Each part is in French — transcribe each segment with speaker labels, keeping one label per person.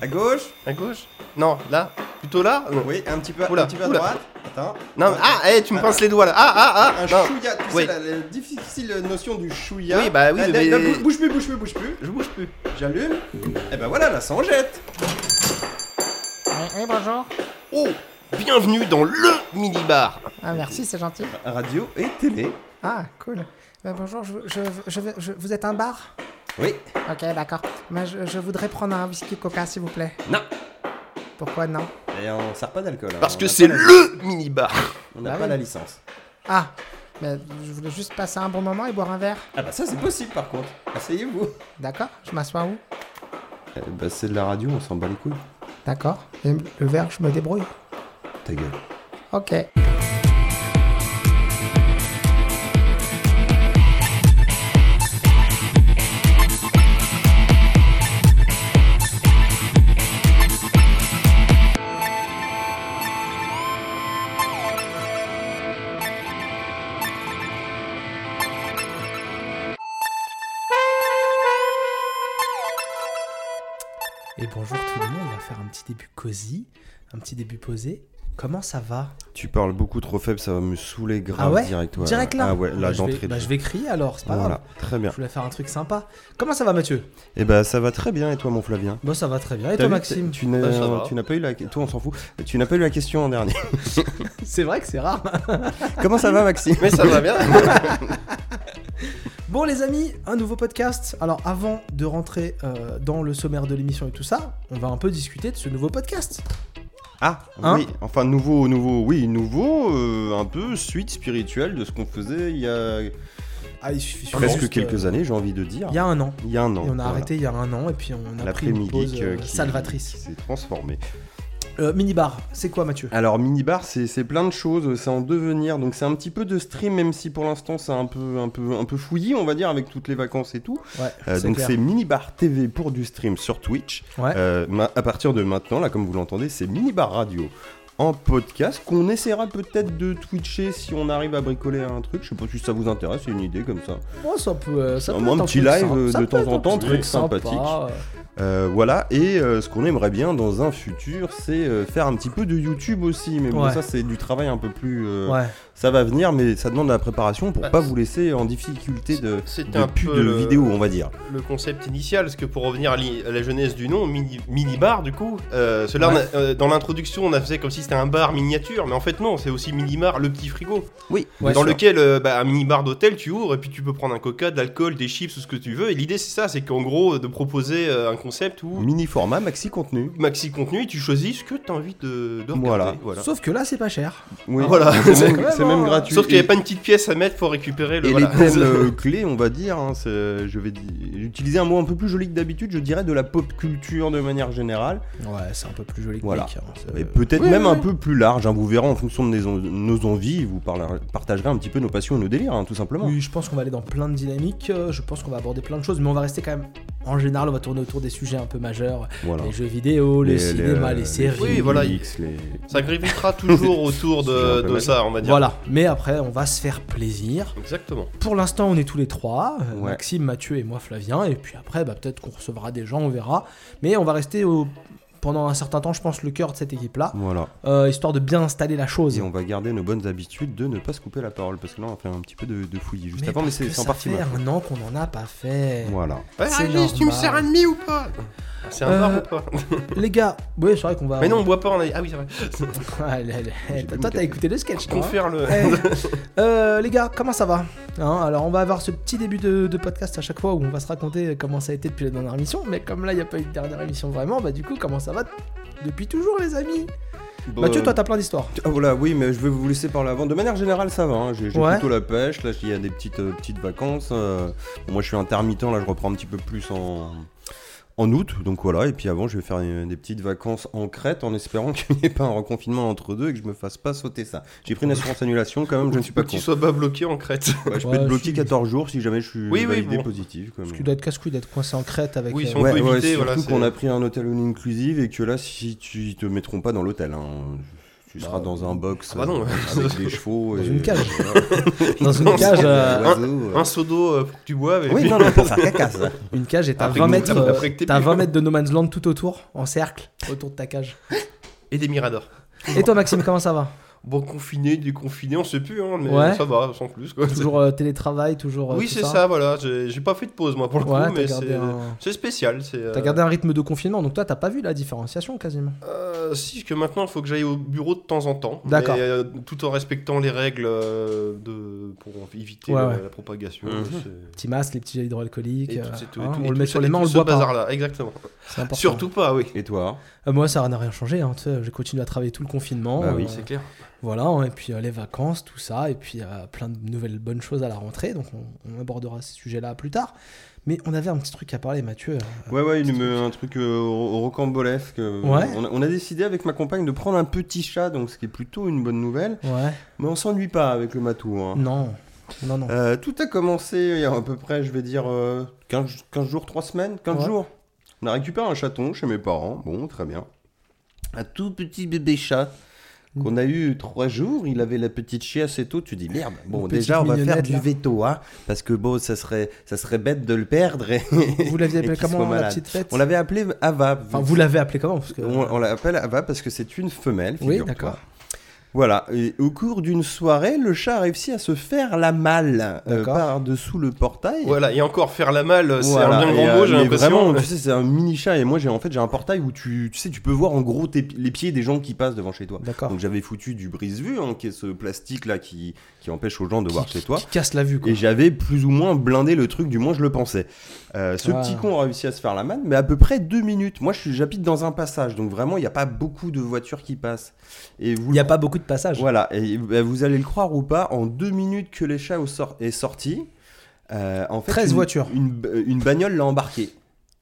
Speaker 1: À gauche
Speaker 2: À gauche Non, là Plutôt là Ah Non.
Speaker 1: Oui, un petit peu,
Speaker 2: Oula,
Speaker 1: un petit peu à
Speaker 2: oula.
Speaker 1: droite. Attends.
Speaker 2: Non, mais- ah, eh, tu me pinces les doigts là. Ah, ah, ah.
Speaker 1: Un
Speaker 2: non.
Speaker 1: chouïa, tu sais,
Speaker 2: Oui.
Speaker 1: la, la difficile notion du chouïa.
Speaker 2: Oui, bah oui,
Speaker 1: Ah,
Speaker 2: mais-
Speaker 1: non, bou- Bouge plus, bouge plus, bouge plus.
Speaker 2: Je bouge plus.
Speaker 1: J'allume. Et ben voilà, la sanglette.
Speaker 3: Oui, oui, bonjour.
Speaker 2: Oh Bienvenue dans le minibar
Speaker 3: Ah, merci, c'est gentil.
Speaker 1: Radio et télé.
Speaker 3: Ah, cool. Euh, bonjour, je, je, je vais- je- vous êtes un bar
Speaker 1: Oui.
Speaker 3: Ok, d'accord. Mais je, je voudrais prendre un whisky coca, s'il vous plaît.
Speaker 1: Non.
Speaker 3: Pourquoi non
Speaker 1: Et on sert pas d'alcool. hein.
Speaker 2: Parce
Speaker 1: On
Speaker 2: que
Speaker 1: a
Speaker 2: c'est
Speaker 1: pas la-
Speaker 2: LE minibar
Speaker 1: On n'a
Speaker 3: Bah
Speaker 1: pas
Speaker 3: oui.
Speaker 1: la licence.
Speaker 3: Ah, mais je voulais juste passer un bon moment et boire un verre.
Speaker 1: Ah bah ça c'est possible par contre. Asseyez-vous.
Speaker 3: D'accord Je m'assois où
Speaker 1: bah c'est de la radio, on s'en bat les couilles.
Speaker 3: D'accord. Et le verre, je me débrouille.
Speaker 1: Ta gueule.
Speaker 3: Ok.
Speaker 4: Et bonjour tout le monde, on va faire un petit début cosy, un petit début posé. Comment ça va
Speaker 1: Tu parles beaucoup trop faible, ça va me saouler grave
Speaker 4: Ah ouais
Speaker 1: direct. ouais.
Speaker 4: Direct là
Speaker 1: Ah ouais, là
Speaker 4: Bah, je vais-
Speaker 1: d'entrée.
Speaker 4: bah,
Speaker 1: de-
Speaker 4: je vais crier alors, c'est pas
Speaker 1: Voilà,
Speaker 4: grave.
Speaker 1: très bien.
Speaker 4: Je voulais faire un truc sympa. Comment ça va Mathieu
Speaker 1: Et bah ça va très bien et toi mon Flavien
Speaker 4: Bah ça va très bien. Et
Speaker 1: T'as
Speaker 4: toi
Speaker 1: vu,
Speaker 4: Maxime
Speaker 1: Tu n'as
Speaker 2: Bah, ça va.
Speaker 1: tu n'as pas eu la toi on s'en fout. Tu n'as pas eu la question en dernier.
Speaker 4: C'est vrai que c'est rare.
Speaker 1: Comment ça va Maxime
Speaker 2: Mais ça va bien
Speaker 4: Bon les amis, un nouveau podcast. Alors avant de rentrer euh, dans le sommaire de l'émission et tout ça, on va un peu discuter de ce nouveau podcast.
Speaker 1: Ah
Speaker 4: Hein
Speaker 1: oui, enfin nouveau nouveau oui, nouveau euh, un peu suite spirituelle de ce qu'on faisait il y a
Speaker 4: Ah il suffit
Speaker 1: presque
Speaker 4: juste,
Speaker 1: quelques
Speaker 4: euh,
Speaker 1: années, j'ai envie de dire.
Speaker 4: Il y a un an.
Speaker 1: Il y a un an.
Speaker 4: Et on a
Speaker 1: voilà.
Speaker 4: arrêté il y a un an et puis on a pris une
Speaker 1: L'après-midi
Speaker 4: pause
Speaker 1: qui-
Speaker 4: euh,
Speaker 1: qui- qui
Speaker 4: salvatrice.
Speaker 1: s'est transformé.
Speaker 4: Euh, minibar, c'est quoi Mathieu
Speaker 1: Alors minibar, c'est c'est plein de choses, c'est en devenir, donc c'est un petit peu de stream, même si pour l'instant c'est un peu, un peu, un peu fouillis, on va dire, avec toutes les vacances et tout.
Speaker 4: Ouais,
Speaker 1: Euh,
Speaker 4: c'est
Speaker 1: donc
Speaker 4: clair.
Speaker 1: c'est minibar TV pour du stream sur Twitch.
Speaker 4: Ouais.
Speaker 1: Euh, ma- à partir de maintenant, là, comme vous l'entendez, c'est minibar radio. En podcast qu'on essaiera peut-être de twitcher si on arrive à bricoler un truc. Je sais pas si ça vous intéresse, c'est une idée comme ça.
Speaker 4: Oh, ça peut, euh, ça
Speaker 1: Au
Speaker 4: peut
Speaker 1: moins
Speaker 4: être
Speaker 1: un petit
Speaker 4: truc
Speaker 1: live,
Speaker 4: sympa.
Speaker 1: euh,
Speaker 4: Ça
Speaker 1: de
Speaker 4: peut
Speaker 1: temps
Speaker 4: être
Speaker 1: en
Speaker 4: un
Speaker 1: temps,
Speaker 4: truc
Speaker 1: truc
Speaker 4: sympa.
Speaker 1: sympathique. Euh, voilà, et euh, ce qu'on aimerait bien dans un futur, c'est euh, faire un petit peu de YouTube aussi. Mais bon,
Speaker 4: Ouais.
Speaker 1: ça c'est du travail un peu plus... euh,
Speaker 4: Ouais.
Speaker 1: Ça va venir, mais ça demande de la préparation pour
Speaker 2: Bah,
Speaker 1: pas
Speaker 2: c'est-
Speaker 1: vous laisser en difficulté de,
Speaker 2: C'était
Speaker 1: de pub de
Speaker 2: le-
Speaker 1: vidéo, on va dire.
Speaker 2: Le concept initial, parce que pour revenir à, l'i- à la jeunesse du nom, mini, mini-bar du coup, euh, cela, on a- euh, dans l'introduction, on a fait comme si c'était un bar miniature, mais en fait non, c'est aussi mini-bar, le petit frigo.
Speaker 1: Oui,
Speaker 4: Ouais,
Speaker 2: dans
Speaker 4: sûr.
Speaker 2: lequel euh, bah, un mini bar d'hôtel tu ouvres et puis tu peux prendre un coca, de l'alcool, des chips ou ce que tu veux. Et l'idée c'est ça, c'est qu'en gros de proposer euh, un concept où
Speaker 1: Mini format, maxi contenu.
Speaker 2: maxi contenu et tu choisis ce que tu as envie de, de regarder.
Speaker 1: Voilà.
Speaker 4: Sauf que là, c'est pas cher.
Speaker 1: Oui,
Speaker 2: Voilà.
Speaker 1: c'est même,
Speaker 4: Vraiment.
Speaker 1: c'est même gratuit.
Speaker 2: Sauf qu'il n'y
Speaker 1: Et-
Speaker 2: avait pas une petite pièce à mettre pour récupérer le.
Speaker 1: Et
Speaker 2: voilà.
Speaker 1: les thèmes euh, clés, on va dire, hein, c'est- je vais di- utiliser un mot un peu plus joli que d'habitude, je dirais de la pop culture de manière générale,
Speaker 4: Ouais, c'est un peu plus joli que
Speaker 1: Voilà.
Speaker 4: Nick, hein, ça-
Speaker 1: et peut-être
Speaker 4: oui,
Speaker 1: même
Speaker 4: oui,
Speaker 1: un
Speaker 4: oui.
Speaker 1: peu plus large. hein, vous verrez en fonction de nos, nos envies, vous parler- partagerez un petit peu nos passions et nos délires, hein, tout simplement.
Speaker 4: Oui, je pense qu'on va aller dans plein de dynamiques. euh, Je pense qu'on va aborder plein de choses, mais on va rester quand même. En général, on va tourner autour des sujets un peu majeurs
Speaker 1: Voilà. euh,
Speaker 4: les jeux vidéo, le cinéma, les, séries.
Speaker 2: Oui, voilà,
Speaker 1: les comics, les-
Speaker 2: Ça gravitera toujours autour de, de ça, on va dire.
Speaker 4: Voilà. Mais après, on va se faire plaisir.
Speaker 2: Exactement.
Speaker 4: Pour l'instant, on est tous les trois, euh,
Speaker 1: Ouais.
Speaker 4: Maxime, Mathieu et moi, Flavien. Et puis après, bah, peut-être qu'on recevra des gens, on verra. Mais on va rester au- pendant un certain temps, je pense, le cœur de cette équipe-là,
Speaker 1: Voilà.
Speaker 4: euh, histoire de bien installer la chose.
Speaker 1: Et on va garder nos bonnes habitudes de ne pas se couper la parole, parce que là on va faire un petit peu de, de fouillis juste
Speaker 4: Mais
Speaker 1: avant, mais
Speaker 4: parce
Speaker 1: c'est
Speaker 4: que
Speaker 1: c'est en
Speaker 4: ça
Speaker 1: partie
Speaker 4: fait
Speaker 1: moche.
Speaker 4: un an qu'on n'en a pas fait.
Speaker 1: Voilà.
Speaker 4: C'est
Speaker 2: Régis, tu me
Speaker 4: normal.
Speaker 2: sers un demi ou pas C'est un
Speaker 4: Euh,
Speaker 2: bar ou pas
Speaker 4: Les gars, oui, c'est vrai qu'on va.
Speaker 2: Mais non, on boit pas. On a... Ah oui, c'est vrai.
Speaker 4: Allez, allez,
Speaker 1: J'ai pas mis
Speaker 4: Toi,
Speaker 1: le
Speaker 4: t'as écouté le sketch, toi, hein
Speaker 2: Confère le.
Speaker 4: Eh, euh, les gars, comment ça va Hein, Alors, on va avoir ce petit début de, de podcast à chaque fois où on va se raconter comment ça a été depuis la dernière émission. Mais comme là, il n'y a pas eu de dernière émission vraiment, bah du coup, comment ça va depuis toujours, les amis Mathieu, toi, t'as plein d'histoires.
Speaker 1: Ah voilà, oui, mais je vais vous laisser parler avant. De manière générale, ça va. hein. J'ai j'ai
Speaker 4: Ouais.
Speaker 1: plutôt la pêche. Là, il y a des petites, euh, petites vacances. euh. Bon, moi, je suis intermittent. Là, je reprends un petit peu plus en, en août. Donc voilà. Et puis avant, je vais faire euh, des petites vacances en Crète en espérant qu'il n'y ait pas un reconfinement entre deux et que je me fasse pas sauter ça. J'ai pris une assurance annulation quand même. Je ne suis pas
Speaker 2: que
Speaker 1: con.
Speaker 2: tu sois pas bloqué en crête.
Speaker 1: Ouais, je peux
Speaker 4: Ouais,
Speaker 1: être
Speaker 4: si.
Speaker 1: bloqué 14 jours si jamais je suis
Speaker 2: Oui, oui,
Speaker 1: validé
Speaker 2: bon.
Speaker 1: positif. quand
Speaker 4: Parce que
Speaker 1: même.
Speaker 4: tu dois être casse-couille d'être coincé en crête avec.
Speaker 2: Oui,
Speaker 4: euh,
Speaker 2: si on peut éviter, voilà,
Speaker 1: surtout
Speaker 2: c'est-
Speaker 1: qu'on a pris un hôtel all inclusive et que là, si tu ils te mettront pas dans l'hôtel, hein, Tu seras dans un box
Speaker 2: Ah bah non.
Speaker 1: euh, avec des chevaux.
Speaker 4: Dans
Speaker 1: et-
Speaker 4: une cage.
Speaker 1: Voilà.
Speaker 4: Dans une
Speaker 2: Non,
Speaker 4: cage,
Speaker 2: c'est-
Speaker 4: euh,
Speaker 1: Des oiseaux, euh.
Speaker 2: Un seau d'eau euh, pour que tu boives. et
Speaker 1: Oui,
Speaker 2: puis-
Speaker 1: non, non, pour faire caca, ça.
Speaker 4: Une cage et t'as
Speaker 2: Après
Speaker 4: 20
Speaker 2: que-
Speaker 4: mètres, euh,
Speaker 2: après que t'aies
Speaker 4: t'as
Speaker 2: bu.
Speaker 4: 20 mètres de No Man's Land tout autour, en cercle, autour de ta cage.
Speaker 2: Et des miradors.
Speaker 4: Et toi Maxime, comment ça va
Speaker 2: Bon, confiné, déconfiné, on sait plus, hein, mais
Speaker 4: Ouais.
Speaker 2: ça va, sans plus. Quoi.
Speaker 4: Toujours euh, télétravail, toujours. euh,
Speaker 2: oui,
Speaker 4: tout
Speaker 2: c'est ça. voilà. J'ai j'ai pas fait de pause, moi, pour le
Speaker 4: Ouais,
Speaker 2: coup,
Speaker 4: t'as
Speaker 2: mais
Speaker 4: gardé
Speaker 2: c'est euh,
Speaker 4: un-
Speaker 2: c'est spécial. c'est, euh,
Speaker 4: T'as gardé un rythme de confinement, donc toi t'as pas vu la différenciation quasiment.
Speaker 2: Euh, si, que maintenant, il faut que j'aille au bureau de temps en temps.
Speaker 4: D'accord.
Speaker 2: mais, euh, tout en respectant les règles euh, de... pour éviter
Speaker 4: Ouais,
Speaker 2: la,
Speaker 4: ouais.
Speaker 2: la propagation.
Speaker 1: Mhm.
Speaker 2: c'est-
Speaker 4: Petit masque, les petits gels hydroalcooliques,
Speaker 2: Et
Speaker 4: euh,
Speaker 2: tout, c'est tout, et
Speaker 4: hein,
Speaker 2: tout,
Speaker 4: on
Speaker 2: et
Speaker 4: le
Speaker 2: tout
Speaker 4: met
Speaker 2: ce-
Speaker 4: sur
Speaker 2: et
Speaker 4: les mains, on
Speaker 2: tout
Speaker 4: le
Speaker 2: ce
Speaker 4: boit pas.
Speaker 2: bazar-là, exactement.
Speaker 4: C'est important.
Speaker 2: Surtout pas, oui.
Speaker 1: Et toi
Speaker 4: Euh, moi ça n'a rien changé, hein, tu sais, j'ai continué à travailler tout le confinement.
Speaker 1: Bah oui,
Speaker 4: euh,
Speaker 2: clair.
Speaker 4: Voilà, hein, et puis euh, les vacances, tout ça, et puis euh, plein de nouvelles bonnes choses à la rentrée, donc on, on abordera ce sujet-là plus tard. Mais on avait un petit truc à parler, Mathieu. euh,
Speaker 1: Ouais, ouais, une- un truc euh, ro- rocambolesque. euh,
Speaker 4: Ouais.
Speaker 1: On, a, on a décidé avec ma compagne de prendre un petit chat, donc ce qui est plutôt une bonne nouvelle.
Speaker 4: Ouais,
Speaker 1: Mais on s'ennuie pas avec le matou. hein.
Speaker 4: non, non, non.
Speaker 1: Euh, tout a commencé il y a à peu près, je vais dire, euh, 15, 15 jours, 3 semaines, 15
Speaker 4: Ouais.
Speaker 1: jours. On a récupéré un chaton chez mes parents. Bon, très bien. Un tout petit bébé chat qu'on a eu 3 jours. Il avait la petite chiasse et tout. Tu dis, merde, bon,
Speaker 4: Une petite
Speaker 1: déjà, on va faire
Speaker 4: mignonnette,
Speaker 1: du
Speaker 4: là.
Speaker 1: veto, hein, parce que bon, ça serait, ça serait bête de le perdre. et-
Speaker 4: Vous l'aviez
Speaker 1: et
Speaker 4: appelé
Speaker 1: qu'il soit
Speaker 4: comment la
Speaker 1: malade.
Speaker 4: petite bête
Speaker 1: On l'avait appelé Ava.
Speaker 4: Enfin, vous l'avez appelé comment parce que...
Speaker 1: on, on l'appelle Ava parce que c'est une femelle.
Speaker 4: Oui,
Speaker 1: figure-toi.
Speaker 4: d'accord.
Speaker 1: Voilà, et au cours d'une soirée, le chat a réussi à se faire la malle euh,
Speaker 4: D'accord.
Speaker 1: par-dessous le portail.
Speaker 2: Voilà, et encore faire la malle, c'est
Speaker 1: Voilà,
Speaker 2: un bien
Speaker 1: et,
Speaker 2: grand
Speaker 1: euh,
Speaker 2: mot, j'ai
Speaker 1: mais
Speaker 2: l'impression.
Speaker 1: Vraiment, tu sais, c'est un mini chat. Et moi, j'ai en fait, j'ai un portail où tu, tu sais, tu peux voir en gros tes- les pieds des gens qui passent devant chez toi.
Speaker 4: D'accord.
Speaker 1: Donc j'avais foutu du brise-vue, hein, qui est ce plastique là qui, qui empêche aux gens de
Speaker 4: Qui-
Speaker 1: voir
Speaker 4: qui-
Speaker 1: chez toi.
Speaker 4: Qui casse la vue, quoi.
Speaker 1: Et j'avais plus ou moins blindé le truc, du moins je le pensais. Euh, ce
Speaker 4: Ah.
Speaker 1: petit con a réussi à se faire la manne, mais à peu près deux minutes. Moi, je suis- j'habite dans un passage, donc vraiment, il n'y a pas beaucoup de voitures qui passent. Et vous
Speaker 4: Il n'y a pas beaucoup de passages.
Speaker 1: voilà, et bah, vous allez le croire ou pas, en deux minutes que les chats au sort- est sorti, euh, en fait,
Speaker 4: 13
Speaker 1: une,
Speaker 4: voitures.
Speaker 1: Une, euh, une bagnole l'a embarqué.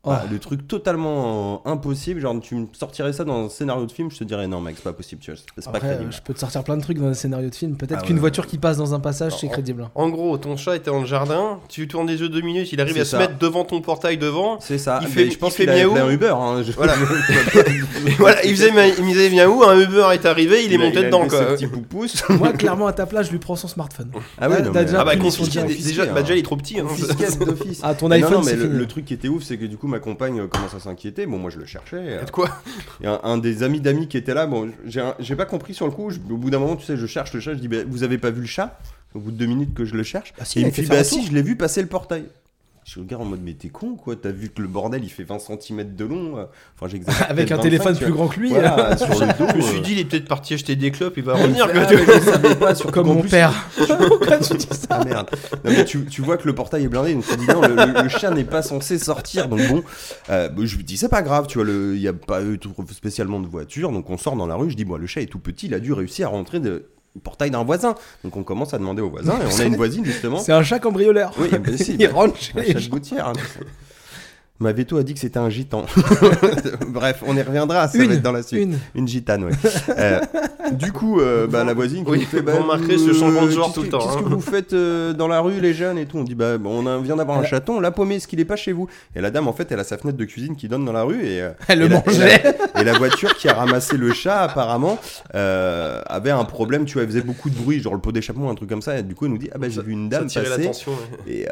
Speaker 4: Oh.
Speaker 1: Voilà, le truc totalement euh, impossible, genre tu me sortirais ça dans un scénario de film, je te dirais non mec, c'est pas possible, tu vois, c'est c'est pas
Speaker 4: Après, euh,
Speaker 1: crédible.
Speaker 4: je peux te sortir plein de trucs dans un scénario de film. Peut-être
Speaker 1: Ah
Speaker 4: qu'une
Speaker 1: ouais.
Speaker 4: voiture qui passe dans un passage, c'est
Speaker 2: Oh.
Speaker 4: crédible.
Speaker 2: En gros, ton chat était dans le jardin, tu tournes les yeux deux minutes, il arrive
Speaker 1: C'est
Speaker 2: à
Speaker 1: ça.
Speaker 2: se mettre devant ton portail devant.
Speaker 1: C'est ça,
Speaker 2: il
Speaker 1: Mais
Speaker 2: fait-
Speaker 1: je
Speaker 2: il
Speaker 1: pense
Speaker 2: fait
Speaker 1: qu'il a
Speaker 2: miaou.
Speaker 1: appelé un Uber. hein, je-
Speaker 2: Voilà. voilà, il faisait, ma- il faisait miaou, un Uber est arrivé, il est
Speaker 1: a-
Speaker 2: monté
Speaker 1: a
Speaker 2: dedans,
Speaker 1: levé
Speaker 2: quoi.
Speaker 1: ses petits poupous.
Speaker 4: Moi, clairement, à ta place, je lui prends son smartphone.
Speaker 1: Ah ouais, non,
Speaker 4: T'as
Speaker 1: mais-
Speaker 4: déjà
Speaker 2: Ah bah,
Speaker 4: Punition
Speaker 2: confisqué,
Speaker 4: directe.
Speaker 2: dé- déjà, bah, déjà, il est trop petit. hein.
Speaker 1: Confisqué d'office.
Speaker 4: Ah, ton
Speaker 1: Mais non,
Speaker 4: iPhone,
Speaker 1: non, mais
Speaker 4: c'est
Speaker 1: le,
Speaker 4: fini.
Speaker 1: le truc qui était ouf, c'est que du coup ma compagne euh, commence à s'inquiéter. Bon, moi je le cherchais. euh,
Speaker 2: De quoi
Speaker 1: Et un, un des amis d'amis qui était là, bon, j'ai un- j'ai pas compris sur le coup. je- au bout d'un moment, tu sais, je cherche le chat. Je dis, bah, vous avez pas vu le chat Au bout de deux minutes que je le cherche.
Speaker 4: Ah si,
Speaker 1: et il
Speaker 4: il a
Speaker 1: me
Speaker 4: été
Speaker 1: dit,
Speaker 4: faire un
Speaker 1: bah si,
Speaker 4: tour.
Speaker 1: je l'ai vu passer le portail. Je regarde en mode, mais t'es con quoi T'as vu que le bordel il fait 20 cm de long euh, Enfin, j'exagère.
Speaker 4: Avec
Speaker 1: peut-être
Speaker 4: un téléphone
Speaker 1: 25, tu
Speaker 4: plus
Speaker 1: vois.
Speaker 4: grand que lui. hein.
Speaker 1: Voilà, sur le dos.
Speaker 2: Je me suis
Speaker 1: euh,
Speaker 2: dit, il est peut-être parti acheter des clopes, il va revenir. quoi.
Speaker 1: ah, mais je savais pas, surtout
Speaker 4: Comme
Speaker 1: qu'en
Speaker 4: mon
Speaker 1: plus,
Speaker 4: père. Pourquoi tu dis ça
Speaker 1: Ah merde. Non, mais tu, tu vois que le portail est blindé, donc tu dis non, le, le- le chat n'est pas censé sortir. Donc bon, euh, bah, je me dis c'est pas grave, tu vois, le- il n'y a pas eu tout- spécialement de voiture, donc on sort dans la rue, je dis bon, le chat est tout petit, il a dû réussir à rentrer de le portail d'un voisin. Donc on commence à demander au voisin, et on a une voisine justement.
Speaker 4: C'est un chat cambrioleur.
Speaker 1: Oui, bah, si,
Speaker 4: il
Speaker 1: bah,
Speaker 4: rentre chez
Speaker 1: un
Speaker 4: les
Speaker 1: chat de
Speaker 4: gens.
Speaker 1: gouttière. hein, tu sais. Ma veto a dit que c'était un gitan. Bref, on y reviendra, ça
Speaker 4: Une,
Speaker 1: va être dans la suite.
Speaker 4: Une.
Speaker 1: Une gitane, ouais. Euh, du coup, euh, bah, la voisine qui
Speaker 2: Oui,
Speaker 1: nous fait
Speaker 2: vous
Speaker 1: bah,
Speaker 2: remarquerez ce changement de genre
Speaker 1: qu'est-ce
Speaker 2: tout le
Speaker 1: que-
Speaker 2: temps,
Speaker 1: Qu'est-ce
Speaker 2: hein.
Speaker 1: que vous faites euh, dans la rue, les jeunes et tout On dit bah on a- vient d'avoir un
Speaker 4: Elle a-
Speaker 1: chaton, on l'a paumé, est-ce qu'il est pas chez vous Et la dame, en fait, elle a sa fenêtre de cuisine qui donne dans la rue et euh,
Speaker 4: Elle le
Speaker 1: et la-
Speaker 4: mangeait.
Speaker 1: et la- et la voiture qui a ramassé le chat, apparemment, euh, avait un problème. Tu vois, elle faisait beaucoup de bruit, genre le pot d'échappement, un truc comme ça. Et du coup, elle nous dit ah bah j'ai
Speaker 2: Ça-
Speaker 1: vu une
Speaker 2: Ça
Speaker 1: dame
Speaker 2: attirait
Speaker 1: passer
Speaker 2: l'attention. ouais.
Speaker 1: et, euh,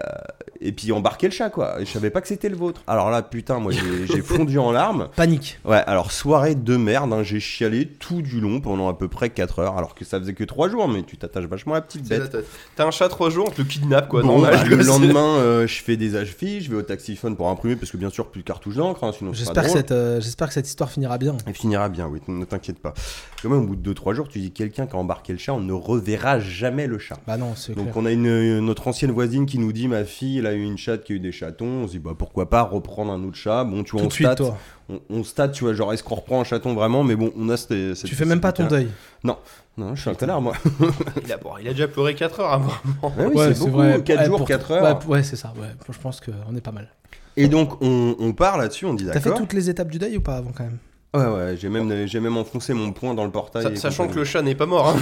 Speaker 1: et puis embarquer le chat quoi. Et je savais pas que c'était le vôtre. Alors là, putain, moi j'ai j'ai fondu en larmes.
Speaker 4: Panique.
Speaker 1: Ouais, alors soirée de merde, hein, j'ai chialé tout du long pendant à peu près 4 heures, alors que ça faisait que 3 jours, mais tu t'attaches vachement à la petite
Speaker 2: C'est là,
Speaker 1: bête.
Speaker 2: T'as t'as un chat trois jours, on te le kidnappe quoi.
Speaker 1: Bon,
Speaker 2: normal,
Speaker 1: bah, le
Speaker 2: quoi, c'est-
Speaker 1: lendemain, euh, je fais des HFI, je vais au taxiphone pour imprimer, parce que bien sûr, plus de cartouche d'encre, hein, sinon c'est pas
Speaker 4: J'espère que,
Speaker 1: drôle.
Speaker 4: cette, euh, j'espère que cette histoire finira bien.
Speaker 1: Et finira bien, oui, ne t'inquiète pas. Quand même, au bout de 2-3 jours, tu dis quelqu'un qui a embarqué le chat, on ne reverra jamais le chat.
Speaker 4: Bah non, c'est clair.
Speaker 1: Donc on a une, euh, notre ancienne voisine qui nous dit ma fille elle a eu une chatte qui a eu des chatons on se dit bah pourquoi pas reprendre un autre chat bon tu vois
Speaker 4: Tout
Speaker 1: on
Speaker 4: de suite,
Speaker 1: state
Speaker 4: toi.
Speaker 1: on, on state tu vois genre est-ce qu'on reprend un chaton vraiment mais bon on a cette, cette
Speaker 4: Tu fais même pas ton
Speaker 1: possibilité-là.
Speaker 4: deuil.
Speaker 1: Non, je suis un connard, moi. Eh
Speaker 2: Il a, bon, il a déjà pleuré 4 heures avant.
Speaker 4: Ouais,
Speaker 1: c'est beaucoup, 4
Speaker 4: Ouais,
Speaker 1: jours,
Speaker 4: pour-
Speaker 1: 4 heures.
Speaker 4: Ouais, ouais, c'est ça. Ouais. Je pense qu'on est pas mal.
Speaker 1: Et donc, on, on part là-dessus, on dit
Speaker 4: T'as fait
Speaker 1: d'accord.
Speaker 4: toutes les étapes du deuil ou pas avant quand même
Speaker 1: Ouais, ouais, j'ai même, j'ai même enfoncé mon poing dans le portail.
Speaker 2: Sa-
Speaker 1: et
Speaker 2: Sachant que
Speaker 1: compagnie.
Speaker 2: le chat n'est pas mort. hein.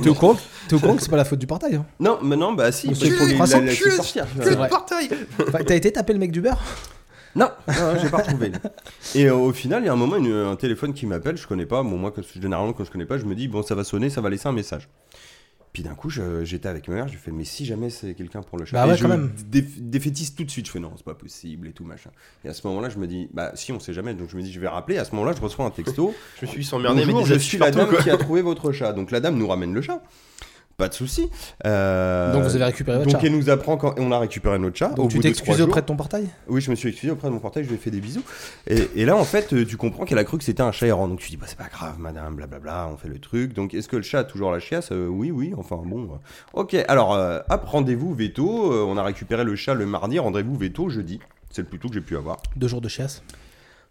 Speaker 4: T'es au courant que- t'es au courant que c'est pas la faute du portail. hein
Speaker 1: Non, mais non, bah si,
Speaker 4: On
Speaker 1: il
Speaker 4: s'est fait
Speaker 1: faut
Speaker 4: trois cents
Speaker 1: laisser
Speaker 4: cuisses.
Speaker 1: sortir.
Speaker 4: C'est vrai.
Speaker 2: portail
Speaker 4: Enfin, T'as été taper le mec du beurre
Speaker 1: Non, non, j'ai pas retrouvé. Et euh, au final, il y a un moment, une- un téléphone qui m'appelle, je connais pas. Bon, moi, quand- généralement, quand je connais pas, je me dis, bon, ça va sonner, ça va laisser un message. Puis d'un coup, je- j'étais avec ma mère, j'ai fait, mais si jamais c'est quelqu'un pour le chat,
Speaker 4: Bah
Speaker 1: Et
Speaker 4: ouais,
Speaker 1: je
Speaker 4: quand même.
Speaker 1: dé- défaitiste tout de suite. Je fais, non, c'est pas possible et tout, machin. Et à ce moment-là, je me dis, bah si, on sait jamais. Donc je me dis, je vais rappeler. À ce moment-là, je reçois un texto.
Speaker 2: Je me suis dit, s'emmerder, mais
Speaker 1: Bonjour,
Speaker 2: des
Speaker 1: je
Speaker 2: abus
Speaker 1: suis la
Speaker 2: partout,
Speaker 1: dame
Speaker 2: quoi.
Speaker 1: qui a trouvé votre chat. Donc la dame nous ramène le chat. Pas de souci. Euh,
Speaker 4: Donc vous avez récupéré votre
Speaker 1: donc
Speaker 4: chat.
Speaker 1: elle nous apprend quand on a récupéré notre chat. au
Speaker 4: Donc tu
Speaker 1: bout de
Speaker 4: t'es
Speaker 1: trois
Speaker 4: excusé
Speaker 1: jours.
Speaker 4: auprès de ton portail
Speaker 1: Oui, je me suis excusé auprès de mon portail, je lui ai fait des bisous. Et, et là, en fait, euh, tu comprends qu'elle a cru que c'était un chat errant. Donc tu dis, bah, c'est pas grave, madame, blablabla, on fait le truc. Donc est-ce que le chat a toujours la chiasse Euh, Oui, oui, enfin bon. euh. Ok, alors, euh, hop, rendez-vous veto. Euh, on a récupéré le chat le mardi, rendez-vous veto jeudi. C'est le plus tôt que j'ai pu avoir.
Speaker 4: Deux jours de chiasse.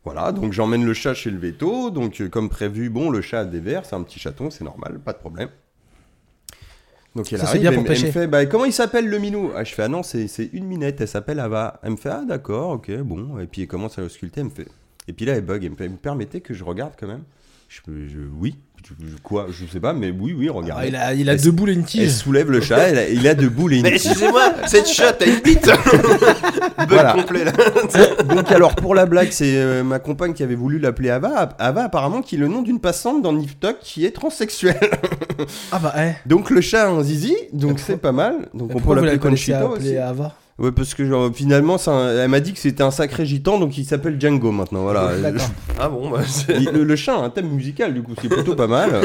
Speaker 1: Voilà, donc j'emmène le chat chez le veto. Donc, euh, comme prévu, bon, le chat a des vers, c'est un petit chaton, c'est normal, pas de problème. Donc, elle
Speaker 4: Ça, c'est
Speaker 1: arrive,
Speaker 4: bien
Speaker 1: elle,
Speaker 4: pour
Speaker 1: me- elle
Speaker 4: pêcher.
Speaker 1: me fait bah, Comment il s'appelle le minou ah, Je fais Ah non, c'est c'est une minette, elle s'appelle Ava. Elle me fait Ah d'accord, ok, bon. Et puis, elle commence à l'ausculter, elle me fait. Et puis là, elle bug, elle me fait Vous permettez que je regarde quand même je, je- Oui, Je- je- quoi Je sais pas, mais oui, oui, regarde.
Speaker 4: Ah, il a, il a
Speaker 1: Elle-
Speaker 4: deux boules et une
Speaker 1: Elle
Speaker 4: tige.
Speaker 1: soulève le chat, elle a- il a debout les
Speaker 2: Mais excusez-moi, cette chatte, elle bite Bug
Speaker 1: Voilà.
Speaker 2: complet là
Speaker 1: Donc alors pour la blague, c'est euh, ma compagne qui avait voulu l'appeler Ava. Ava apparemment qui est le nom d'une passante dans TikTok qui est transsexuelle.
Speaker 4: Ah bah, eh.
Speaker 1: Donc le chat a un zizi, donc
Speaker 4: pourquoi-
Speaker 1: c'est pas mal. Donc on peut
Speaker 4: Pourquoi vous la
Speaker 1: l'appeler
Speaker 4: connaissez
Speaker 1: Conchita
Speaker 4: appelée
Speaker 1: aussi.
Speaker 4: Ava
Speaker 1: Ouais parce que genre, finalement c'est un- elle m'a dit que c'était un sacré gitan donc il s'appelle Django maintenant voilà. euh,
Speaker 4: D'accord.
Speaker 2: Ah bon, bah, c'est-
Speaker 1: Il- le, le chat a un thème musical du coup c'est plutôt pas mal.
Speaker 4: Bah,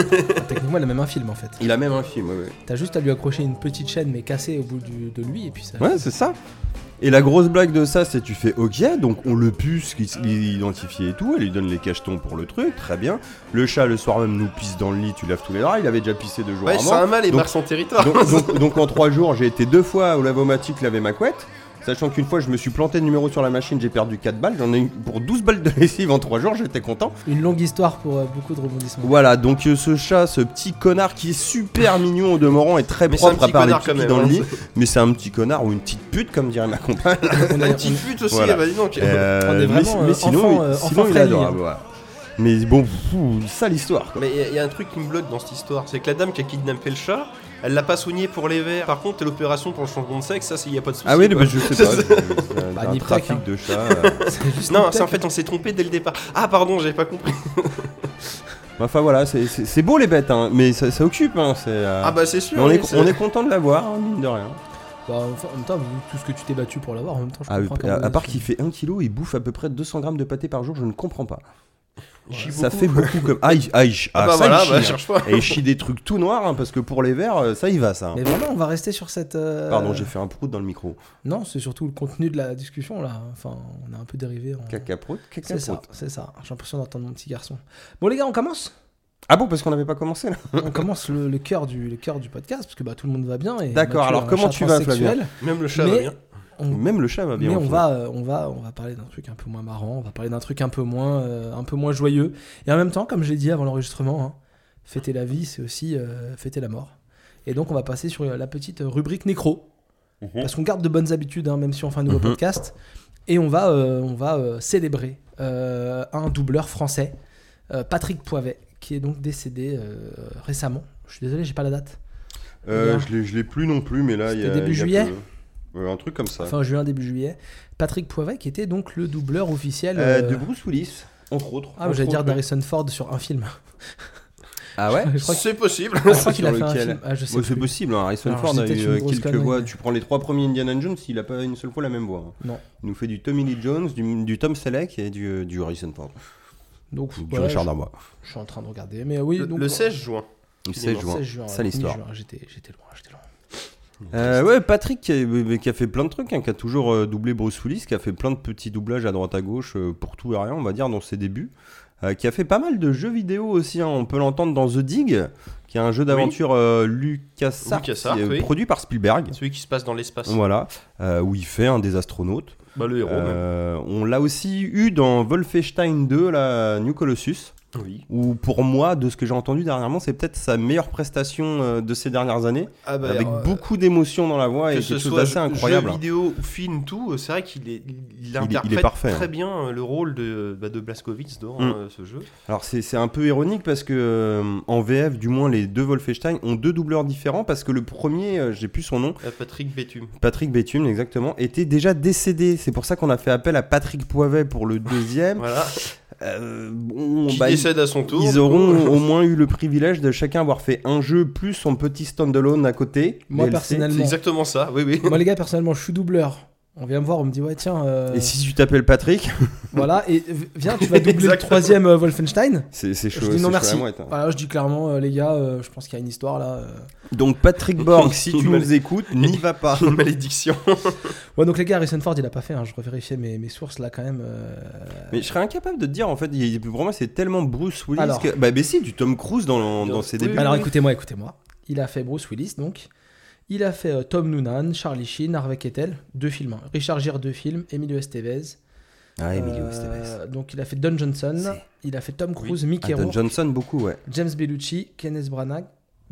Speaker 4: Techniquement, elle a même un film en fait.
Speaker 1: Il a même un film. Ouais, ouais.
Speaker 4: T'as juste à lui accrocher une petite chaîne mais cassée au bout du- de lui et puis ça.
Speaker 1: Ouais, c'est ça. Et la grosse blague de ça, c'est tu fais ok, donc on le puce, il s- il est identifié et tout, elle lui donne les cachetons pour le truc, très bien. Le chat le soir même nous pisse dans le lit, tu laves tous les draps, il avait déjà pissé deux jours
Speaker 2: Ouais, c'est
Speaker 1: avant.
Speaker 2: un mal et
Speaker 1: Donc-
Speaker 2: marche son territoire
Speaker 1: Donc, donc- donc en trois jours, j'ai été deux fois au lavomatique laver ma couette. Sachant qu'une fois, je me suis planté de numéro sur la machine, j'ai perdu 4 balles. J'en ai eu pour 12 balles de lessive en 3 jours, j'étais content.
Speaker 4: Une longue histoire pour euh, beaucoup de rebondissements.
Speaker 1: Voilà, donc euh, ce chat, ce petit connard qui est super mignon au demeurant et très
Speaker 2: Mais c'est un
Speaker 1: propre à
Speaker 2: petit
Speaker 1: part les
Speaker 2: connard quand
Speaker 1: pipis
Speaker 2: même,
Speaker 1: dans le
Speaker 2: hein,
Speaker 1: lit. Mais c'est un petit connard ou une petite pute, comme dirait ma compagne.
Speaker 4: On a-
Speaker 2: La
Speaker 4: on a-
Speaker 2: petite pute aussi,
Speaker 1: Voilà.
Speaker 2: bah dis donc
Speaker 1: Euh,
Speaker 4: On est
Speaker 1: mais,
Speaker 4: vraiment,
Speaker 1: mais
Speaker 4: euh,
Speaker 1: sinon,
Speaker 4: enfant,
Speaker 1: il-
Speaker 4: euh,
Speaker 1: sinon,
Speaker 4: enfant
Speaker 1: il
Speaker 4: friendly.
Speaker 1: adore. voilà. Mais bon, fou, sale histoire. Quoi.
Speaker 2: Mais il y, a un truc qui me bloque dans cette histoire, c'est que la dame qui a kidnappé le chat, elle l'a pas soigné pour les vers. Par contre, l'opération pour le changement de sexe, ça, il y a pas de souci.
Speaker 1: Ah oui,
Speaker 2: quoi.
Speaker 1: bah, je sais pas.
Speaker 4: Bah,
Speaker 1: un
Speaker 4: Nip Tuck,
Speaker 1: trafic
Speaker 4: hein.
Speaker 1: de chats. euh.
Speaker 4: c'est juste
Speaker 2: Non,
Speaker 4: une
Speaker 2: c'est en
Speaker 4: tête.
Speaker 2: fait, on s'est trompé dès le départ. Ah, pardon, j'avais pas compris.
Speaker 1: Enfin voilà, c'est- c'est c'est beau les bêtes, hein, mais ça, ça occupe. Hein, c'est, euh,
Speaker 2: Ah, bah, c'est sûr.
Speaker 1: mais on,
Speaker 2: oui,
Speaker 1: est,
Speaker 2: c'est-
Speaker 1: on est content de l'avoir, hein, mine de rien.
Speaker 4: Bah, enfin, en même temps, vu tout ce que tu t'es battu pour l'avoir, en même temps, je
Speaker 1: Ah,
Speaker 4: comprends quand
Speaker 1: à,
Speaker 4: même.
Speaker 1: à part qu'il fait 1 kg, il bouffe à peu près 200 grammes de pâté par jour, je ne comprends pas.
Speaker 2: J'ai
Speaker 1: ça
Speaker 2: beaucoup.
Speaker 1: fait beaucoup comme. Ah, il- ah, il-
Speaker 2: Ah,
Speaker 1: ah,
Speaker 2: bah
Speaker 1: ça, il
Speaker 2: voilà,
Speaker 1: chie,
Speaker 2: bah,
Speaker 1: hein.
Speaker 2: cherche pas.
Speaker 1: Et il chie des trucs tout noirs, hein, parce que pour les verts, euh, ça y va ça. hein.
Speaker 4: Mais vraiment, on va rester sur cette. euh,
Speaker 1: Pardon, j'ai fait un prout dans le micro.
Speaker 4: Non, c'est surtout le contenu de la discussion là. Enfin, on a un peu dérivé. en-
Speaker 1: Caca prout, caca
Speaker 4: C'est ça,
Speaker 1: prout.
Speaker 4: c'est ça. J'ai l'impression d'entendre mon petit garçon. Bon les gars, on commence.
Speaker 1: Ah bon, parce qu'on n'avait pas commencé là
Speaker 4: On commence le, le cœur du le cœur du podcast parce que bah tout le monde va bien. et
Speaker 1: D'accord,
Speaker 4: Mathieu
Speaker 1: alors
Speaker 4: a un
Speaker 1: comment
Speaker 4: chat
Speaker 1: tu vas,
Speaker 4: transsexuel.
Speaker 1: Flavien
Speaker 2: Même le chat va
Speaker 4: Mais-
Speaker 2: bien.
Speaker 4: On-
Speaker 1: Même le chat va bien.
Speaker 4: Mais
Speaker 1: au
Speaker 4: on
Speaker 1: final.
Speaker 4: va, euh, on, va, on va parler d'un truc un peu moins marrant, on va parler d'un truc un peu moins, euh, un peu moins joyeux. Et en même temps, comme j'ai dit avant l'enregistrement, hein, fêter la vie, c'est aussi euh, fêter la mort. Et donc, on va passer sur euh, la petite rubrique nécro.
Speaker 1: Mhm.
Speaker 4: Parce qu'on garde de bonnes habitudes, hein, même si on fait un nouveau
Speaker 1: Mhm.
Speaker 4: podcast. Et on va, euh, on va euh, célébrer euh, un doubleur français, euh, Patrick Poivet, qui est donc décédé euh, récemment. Je suis désolé, j'ai pas la date.
Speaker 1: Euh,
Speaker 4: Bien.
Speaker 1: je l'ai- je l'ai plus non plus, mais là il y a.
Speaker 4: C'était début
Speaker 1: il y a
Speaker 4: juillet
Speaker 1: peu- euh, Un truc comme ça.
Speaker 4: Fin juin, début juillet. Patrick Poivet, qui était donc le doubleur officiel.
Speaker 1: Euh,
Speaker 4: euh,
Speaker 1: de Bruce Willis, entre autres.
Speaker 4: Ah,
Speaker 1: Entre
Speaker 4: j'allais dire
Speaker 1: autres.
Speaker 4: d'Harrison Ford sur un film.
Speaker 1: Ah ouais
Speaker 4: je crois que-
Speaker 2: C'est possible.
Speaker 4: je crois qu'il a
Speaker 1: Sur
Speaker 4: fait un
Speaker 1: lequel
Speaker 4: film. Ah, je sais
Speaker 1: Ouais, c'est
Speaker 4: plus.
Speaker 1: possible, hein, Harrison
Speaker 4: Alors,
Speaker 1: Ford
Speaker 4: je
Speaker 1: a
Speaker 4: dis peut-être
Speaker 1: eu
Speaker 4: une
Speaker 1: euh,
Speaker 4: grosse
Speaker 1: quelques
Speaker 4: connerie,
Speaker 1: voix.
Speaker 4: mais-
Speaker 1: Tu prends les trois premiers Indiana Jones, il a pas une seule fois la même voix. hein.
Speaker 4: Non.
Speaker 1: Il nous fait du Tommy Lee Jones, du, du Tom Selleck et du, euh, du Harrison Ford.
Speaker 4: Donc,
Speaker 1: Du
Speaker 4: voilà,
Speaker 1: Richard
Speaker 4: je,
Speaker 1: Darbois.
Speaker 4: je suis en train de regarder. Mais oui,
Speaker 2: Le,
Speaker 4: donc, euh,
Speaker 2: le 16 juin.
Speaker 1: Le
Speaker 2: il est
Speaker 1: 16
Speaker 2: mort
Speaker 1: juin.
Speaker 4: juin,
Speaker 1: Sale histoire.
Speaker 4: mi-juin, J'étais j'étais loin, j'étais loin.
Speaker 1: Euh, ouais, Patrick qui a, qui a fait plein de trucs, hein, qui a toujours euh, doublé Bruce Willis, qui a fait plein de petits doublages à droite à gauche euh, pour tout et rien, on va dire, dans ses débuts. Euh, qui a fait pas mal de jeux vidéo aussi, hein. on peut l'entendre dans The Dig, qui est un jeu d'aventure euh, LucasArts,
Speaker 2: LucasArts,
Speaker 1: qui est
Speaker 2: oui.
Speaker 1: produit par Spielberg.
Speaker 2: Celui qui se passe dans l'espace.
Speaker 1: Voilà, euh, où il fait un des astronautes.
Speaker 2: Bah, le héros, même.
Speaker 1: Euh, on l'a aussi eu dans Wolfenstein 2, la New Colossus.
Speaker 2: Oui.
Speaker 1: Ou pour moi, de ce que j'ai entendu dernièrement, c'est peut-être sa meilleure prestation euh, de ces dernières années,
Speaker 2: Ah bah,
Speaker 1: avec
Speaker 2: alors, euh,
Speaker 1: beaucoup d'émotion dans la voix et
Speaker 2: que
Speaker 1: quelque
Speaker 2: ce
Speaker 1: chose
Speaker 2: soit
Speaker 1: d'assez
Speaker 2: jeu-
Speaker 1: incroyable.
Speaker 2: jeu vidéo ou film tout, euh, c'est vrai qu'il est, il interprète
Speaker 1: parfait,
Speaker 2: très
Speaker 1: hein.
Speaker 2: bien euh, le rôle de, bah, de Blazkowicz dans
Speaker 1: Mm.
Speaker 2: euh, ce jeu.
Speaker 1: Alors c'est c'est un peu ironique parce que euh, en VF, du moins, les deux Wolfenstein ont deux doubleurs différents parce que le premier, euh, j'ai plus son nom,
Speaker 2: Euh, Patrick Bétume.
Speaker 1: Patrick Béthune exactement, était déjà décédé. C'est pour ça qu'on a fait appel à Patrick Poivet pour le deuxième.
Speaker 2: Voilà.
Speaker 1: Euh, bon,
Speaker 2: qui
Speaker 1: bah, ils-
Speaker 2: décède à son tour.
Speaker 1: Ils auront au moins eu le privilège de chacun avoir fait un jeu plus son petit standalone à côté.
Speaker 4: Moi,
Speaker 1: DLC.
Speaker 4: personnellement-
Speaker 2: C'est exactement ça, oui, oui.
Speaker 4: Moi, bah, les gars, personnellement, je suis doubleur. On vient me voir, on me dit, ouais, tiens, euh,
Speaker 1: Et si tu t'appelles Patrick,
Speaker 4: voilà, et v- viens, tu vas doubler le
Speaker 2: Exactement.
Speaker 4: troisième euh, Wolfenstein.
Speaker 1: c'est c'est chaud.
Speaker 4: je dis
Speaker 1: c'est
Speaker 4: non
Speaker 1: chaud
Speaker 4: merci.
Speaker 1: à mouette, hein.
Speaker 4: Voilà, je dis clairement, euh, les gars, euh, je pense qu'il y a une histoire là. euh.
Speaker 1: Donc Patrick Borg, si tu nous écoutes, n'y va pas.
Speaker 2: Une malédiction.
Speaker 4: Ouais, donc les gars, Harrison Ford, il a pas fait, hein, je revérifiais mes, mes sources là quand même. euh.
Speaker 1: Mais je serais incapable de te dire en fait, il- pour moi c'est tellement Bruce Willis
Speaker 4: Alors.
Speaker 1: que. Bah, mais si, du Tom Cruise dans, dans
Speaker 2: Dans-
Speaker 1: ses
Speaker 2: oui,
Speaker 1: débuts.
Speaker 2: oui.
Speaker 4: Alors écoutez-moi, écoutez-moi. Il a fait Bruce Willis donc. Il a fait euh, Tom Noonan, Charlie Sheen, Harvey Keitel, deux films. hein. Richard Gere, deux films. Emilio Estevez.
Speaker 1: Ah, Emilio
Speaker 4: Euh,
Speaker 1: Estevez.
Speaker 4: donc il a fait Don Johnson. Il a fait Tom Cruise, Mickey
Speaker 1: Adam
Speaker 4: Rourke,
Speaker 1: Johnson, beaucoup, ouais.
Speaker 4: James Bellucci, Kenneth Branagh,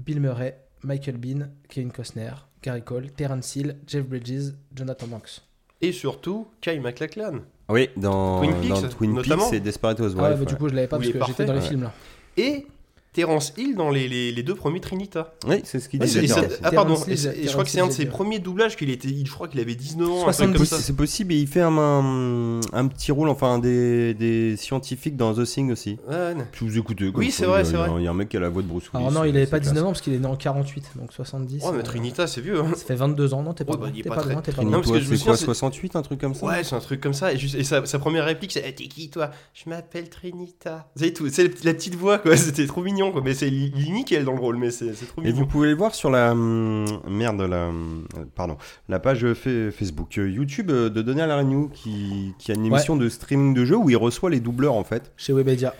Speaker 4: Bill Murray, Michael Bean, Kevin Costner, Gary Cole, Terence Hill, Jeff Bridges, Jonathan Banks. Ah
Speaker 2: Et surtout, Kyle MacLachlan.
Speaker 1: Oui, dans
Speaker 2: Twin Peaks,
Speaker 1: dans Twin
Speaker 2: notamment.
Speaker 1: Peaks et Desperate Housewives.
Speaker 4: Ah ouais, bah,
Speaker 1: ouais.
Speaker 4: du coup je l'avais pas
Speaker 2: Oui,
Speaker 4: parce que
Speaker 2: parfait,
Speaker 4: j'étais dans les
Speaker 1: ouais.
Speaker 4: films là.
Speaker 2: Et Terence Hill dans les, les- les deux premiers Trinita.
Speaker 1: Ah Oui, c'est ce qu'il
Speaker 2: Et
Speaker 1: dit.
Speaker 2: c'est- et
Speaker 1: Peter
Speaker 2: c'est-
Speaker 1: Jackson.
Speaker 2: ah pardon,
Speaker 4: Terence
Speaker 2: et,
Speaker 4: Hill,
Speaker 2: c'est- et je
Speaker 4: Terence
Speaker 2: crois que c'est
Speaker 4: Hill,
Speaker 2: un de ses
Speaker 4: j'ai dit.
Speaker 2: premiers doublages qu'il était, il- je crois qu'il avait 19 ans, un truc comme
Speaker 1: Oui,
Speaker 2: ça.
Speaker 1: C'est possible, et il fait un, un, un petit rôle, enfin, un des, des scientifiques dans The Thing aussi.
Speaker 2: Ouais, non.
Speaker 1: Puis vous écoutez,
Speaker 2: Oui,
Speaker 1: ça,
Speaker 2: c'est vrai,
Speaker 1: il y a-
Speaker 2: c'est
Speaker 1: il y a
Speaker 2: vrai.
Speaker 1: un- Il y a un mec qui a la voix de Bruce Willis. euh,
Speaker 4: Alors non, il avait
Speaker 1: c'est
Speaker 4: pas 19
Speaker 1: classe.
Speaker 4: ans parce qu'il est né en 48, donc 70.
Speaker 2: Oh, mais
Speaker 4: euh,
Speaker 2: Trinita, c'est vieux. hein.
Speaker 4: Ça fait 22 ans, non T'es pas
Speaker 2: Ouais, bah,
Speaker 4: loin,
Speaker 2: il est
Speaker 4: t'es
Speaker 2: pas
Speaker 4: pas
Speaker 2: très-
Speaker 4: loin, t'es pas
Speaker 1: Trinito,
Speaker 2: Non,
Speaker 4: loin.
Speaker 2: parce que je me
Speaker 1: c'est quoi,
Speaker 2: souviens, c'est-
Speaker 1: 68, un truc comme ça
Speaker 2: Ouais, c'est un truc comme ça. Et, juste- et sa, sa première réplique, c'est Eh, T'es qui toi Je m'appelle Trinita. C'est tout. C'est la petite voix, quoi. C'était trop mignon, quoi. Mais c'est li- il est nickel dans le rôle, mais c'est c'est trop
Speaker 1: Et vous
Speaker 2: mignon.
Speaker 1: pouvez le voir sur la hum, merde, la hum, pardon, la page fa- Facebook, euh, YouTube euh, de Donald Renew qui, qui a une
Speaker 4: Ouais.
Speaker 1: émission de streaming de jeux où il reçoit les doubleurs en fait.
Speaker 4: Chez Webedia.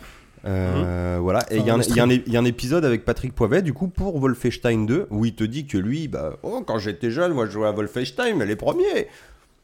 Speaker 1: Euh, Voilà. Et il y, a
Speaker 4: Enfin,
Speaker 1: un-
Speaker 4: le
Speaker 1: il y a un é- il y a un épisode avec Patrick Poivet du coup pour Wolfenstein 2 où il te dit que lui, bah, oh, quand j'étais jeune, moi je jouais à Wolfenstein, mais les premiers.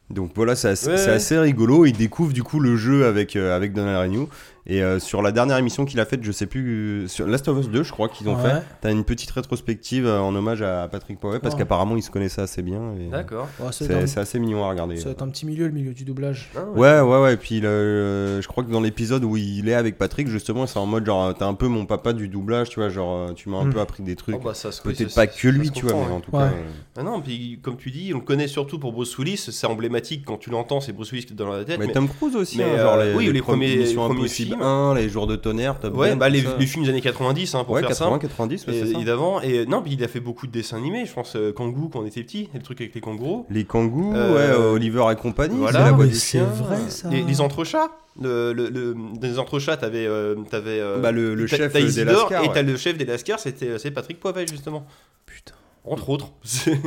Speaker 1: Donc voilà, c'est assez,
Speaker 2: Ouais,
Speaker 1: c'est
Speaker 2: ouais.
Speaker 1: assez rigolo. Il découvre du coup le jeu avec, euh, avec Donald Renew. Et euh, sur la dernière émission qu'il a faite, je sais plus, euh, sur Last of Us 2, je crois qu'ils ont fait.
Speaker 4: Ouais.
Speaker 1: T'as une petite rétrospective euh, en hommage à Patrick Poivet parce
Speaker 4: Oh.
Speaker 1: qu'apparemment ils se connaissaient assez bien. et, euh,
Speaker 2: D'accord.
Speaker 4: Ouais, ça doit
Speaker 1: C'est
Speaker 4: être
Speaker 1: c'est assez mignon à
Speaker 4: un-
Speaker 1: regarder.
Speaker 4: ça doit être un petit milieu, le milieu du doublage.
Speaker 2: Ah, ouais.
Speaker 1: Ouais, ouais, ouais. Et puis le- euh, je crois que dans l'épisode où il est avec Patrick, justement, c'est en mode genre euh, t'es un peu mon papa du doublage, tu vois, genre euh, tu m'as un
Speaker 4: Mm.
Speaker 1: peu appris des trucs.
Speaker 2: Oh, bah, ça se-
Speaker 1: Peut-être pas
Speaker 2: ça- ça-
Speaker 1: que
Speaker 2: ça
Speaker 1: lui,
Speaker 2: se
Speaker 1: tu vois,
Speaker 2: comprend,
Speaker 1: mais
Speaker 2: ouais.
Speaker 1: en tout cas.
Speaker 4: Ouais.
Speaker 1: euh,
Speaker 2: Ah non, puis comme tu dis, on le connaît surtout pour Bruce Willis, c'est emblématique quand tu l'entends, c'est Bruce Willis qui est dans la tête.
Speaker 1: Mais
Speaker 2: mais-
Speaker 1: Tom Cruise aussi,
Speaker 2: mais,
Speaker 1: hein, genre
Speaker 2: euh,
Speaker 1: les,
Speaker 2: oui, les
Speaker 1: premières
Speaker 2: premiers-
Speaker 1: Missions
Speaker 2: les premiers
Speaker 1: Impossible
Speaker 2: films.
Speaker 1: 1, les jours de tonnerre, Top
Speaker 2: ouais,
Speaker 1: Gun,
Speaker 2: bah,
Speaker 1: tout
Speaker 2: les,
Speaker 1: ça.
Speaker 2: les films des années 90, hein, pour
Speaker 1: ouais,
Speaker 2: faire
Speaker 1: 80, 90,
Speaker 2: ça.
Speaker 1: ouais, c'est
Speaker 2: Et,
Speaker 1: ça.
Speaker 2: et d'avant, et non, puis il a fait beaucoup de dessins animés, je pense, euh, Kangoo quand on était petit, le truc avec les kangourous.
Speaker 1: Les kangourous,
Speaker 2: Euh,
Speaker 1: ouais, Oliver et compagnie,
Speaker 2: voilà.
Speaker 1: c'est la
Speaker 2: Ah,
Speaker 1: voix
Speaker 4: mais
Speaker 1: du
Speaker 4: c'est
Speaker 1: chien.
Speaker 4: vrai ça.
Speaker 2: Les, les entrechats le, le, le- dans les entrechats, t'avais. euh, t'avais euh,
Speaker 1: Bah, le- le
Speaker 2: t'as-
Speaker 1: chef
Speaker 2: t'as
Speaker 1: des
Speaker 2: Isidore,
Speaker 1: Lascars,
Speaker 2: Et
Speaker 1: ouais.
Speaker 2: t'as le chef des Lascars, c'était euh, c'est Patrick Poivet, justement.
Speaker 4: Putain.
Speaker 2: Entre autres. C'est-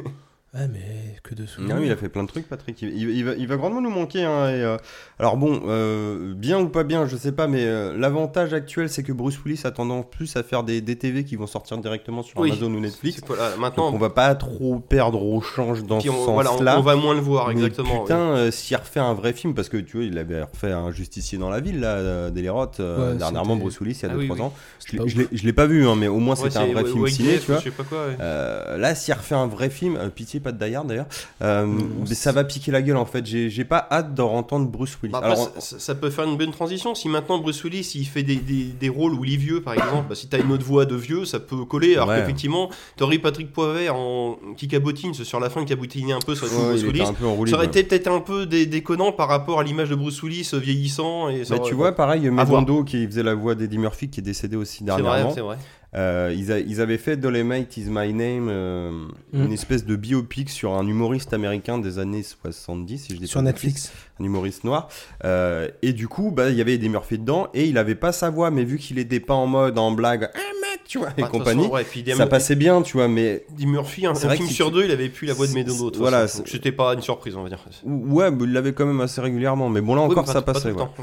Speaker 4: Ouais, mais que de souvenirs.
Speaker 1: Non, mais Ah il a fait plein de trucs, Patrick. Il, il- il va, il va grandement nous manquer. hein, et, euh, alors bon, euh, bien ou pas bien, je sais pas, mais euh, l'avantage actuel, c'est que Bruce Willis a tendance plus à faire des, des TV qui vont sortir directement sur
Speaker 2: Oui.
Speaker 1: Amazon ou Netflix.
Speaker 2: c'est quoi, là, maintenant,
Speaker 1: Donc on va pas trop perdre au change dans
Speaker 2: puis
Speaker 1: ce
Speaker 2: on, voilà, on-
Speaker 1: sens-là.
Speaker 2: on va moins le voir,
Speaker 1: Mais
Speaker 2: exactement.
Speaker 1: putain, euh, s'il refait un vrai film, parce que tu vois, il avait refait un justicier dans la ville, là, euh, des Lérottes, euh,
Speaker 4: Ouais,
Speaker 1: dernièrement,
Speaker 4: c'était-
Speaker 1: Bruce Willis, il y a
Speaker 2: Ah
Speaker 1: 2-3
Speaker 2: oui, oui.
Speaker 1: ans. Je
Speaker 4: C'était pas
Speaker 1: l'ai-
Speaker 4: ouf.
Speaker 1: je l'ai- je l'ai pas vu, hein, mais au moins
Speaker 2: Ouais,
Speaker 1: c'était un
Speaker 2: c'est-
Speaker 1: vrai
Speaker 2: ouais,
Speaker 1: film
Speaker 2: ouais,
Speaker 1: ciné,
Speaker 2: Gates,
Speaker 1: tu vois.
Speaker 2: Je sais pas quoi, ouais.
Speaker 1: Euh, là, s'il refait un vrai film, euh, pitié, pas de Die Hard, d'ailleurs, euh,
Speaker 2: Mm,
Speaker 1: mais ça va piquer la gueule en fait. J'ai j'ai pas hâte d'en entendre Bruce Willis.
Speaker 2: Bah, après,
Speaker 1: Alors,
Speaker 2: ça, ça peut faire une bonne transition. Si maintenant Bruce Willis il fait des, des, des rôles où il est vieux, par exemple, bah, si t'as une autre voix de vieux, ça peut coller. Alors
Speaker 1: Ouais.
Speaker 2: qu'effectivement, t'aurais Patrick Poivet en... qui cabotine ce- sur la fin, qui cabotinait un peu sur
Speaker 1: on-
Speaker 2: les
Speaker 1: ouais,
Speaker 2: Bruce
Speaker 1: il était
Speaker 2: Willis.
Speaker 1: un peu enroulé.
Speaker 2: Ça aurait
Speaker 1: quoi.
Speaker 2: été peut-être un peu dé- déconnant par rapport à l'image de Bruce Willis euh, vieillissant. Et ça
Speaker 1: Mais
Speaker 2: aurait-
Speaker 1: tu vois, pareil,
Speaker 2: voir.
Speaker 1: Medondo qui faisait la voix d'Eddie Murphy qui est décédé aussi
Speaker 2: c'est vrai,
Speaker 1: dernièrement.
Speaker 2: c'est vrai. Bah,
Speaker 1: euh, ils, a- ils avaient fait Dolemite is My Name, euh,
Speaker 4: Mm.
Speaker 1: une espèce de biopic sur un humoriste américain des années 70, si je dis pas
Speaker 4: Sur
Speaker 1: de
Speaker 4: Netflix.
Speaker 1: un humoriste noir. Euh, et du coup, bah, il y avait Eddie Murphy dedans et il avait pas sa voix, mais vu qu'il était pas en mode en blague, Eh, mec, tu vois, et
Speaker 2: Bah, de toute
Speaker 1: compagnie,
Speaker 2: façon, ouais, puis Eddie
Speaker 1: ça
Speaker 2: Murphy-
Speaker 1: passait bien, tu vois, mais
Speaker 2: Eddie Murphy, un,
Speaker 1: C'est
Speaker 2: un
Speaker 1: vrai
Speaker 2: film
Speaker 1: qu'il-
Speaker 2: sur deux, il avait plus la voix de Medondo. de toute
Speaker 1: Voilà,
Speaker 2: façon.
Speaker 1: c'est-
Speaker 2: Donc, c'était pas une surprise, on va dire.
Speaker 1: Ouais, mais il l'avait quand même assez régulièrement. Mais bon, là
Speaker 2: Oui,
Speaker 1: encore,
Speaker 2: mais
Speaker 1: ça
Speaker 2: pas- pas tout
Speaker 1: passait.
Speaker 2: le
Speaker 1: ouais.
Speaker 2: temps.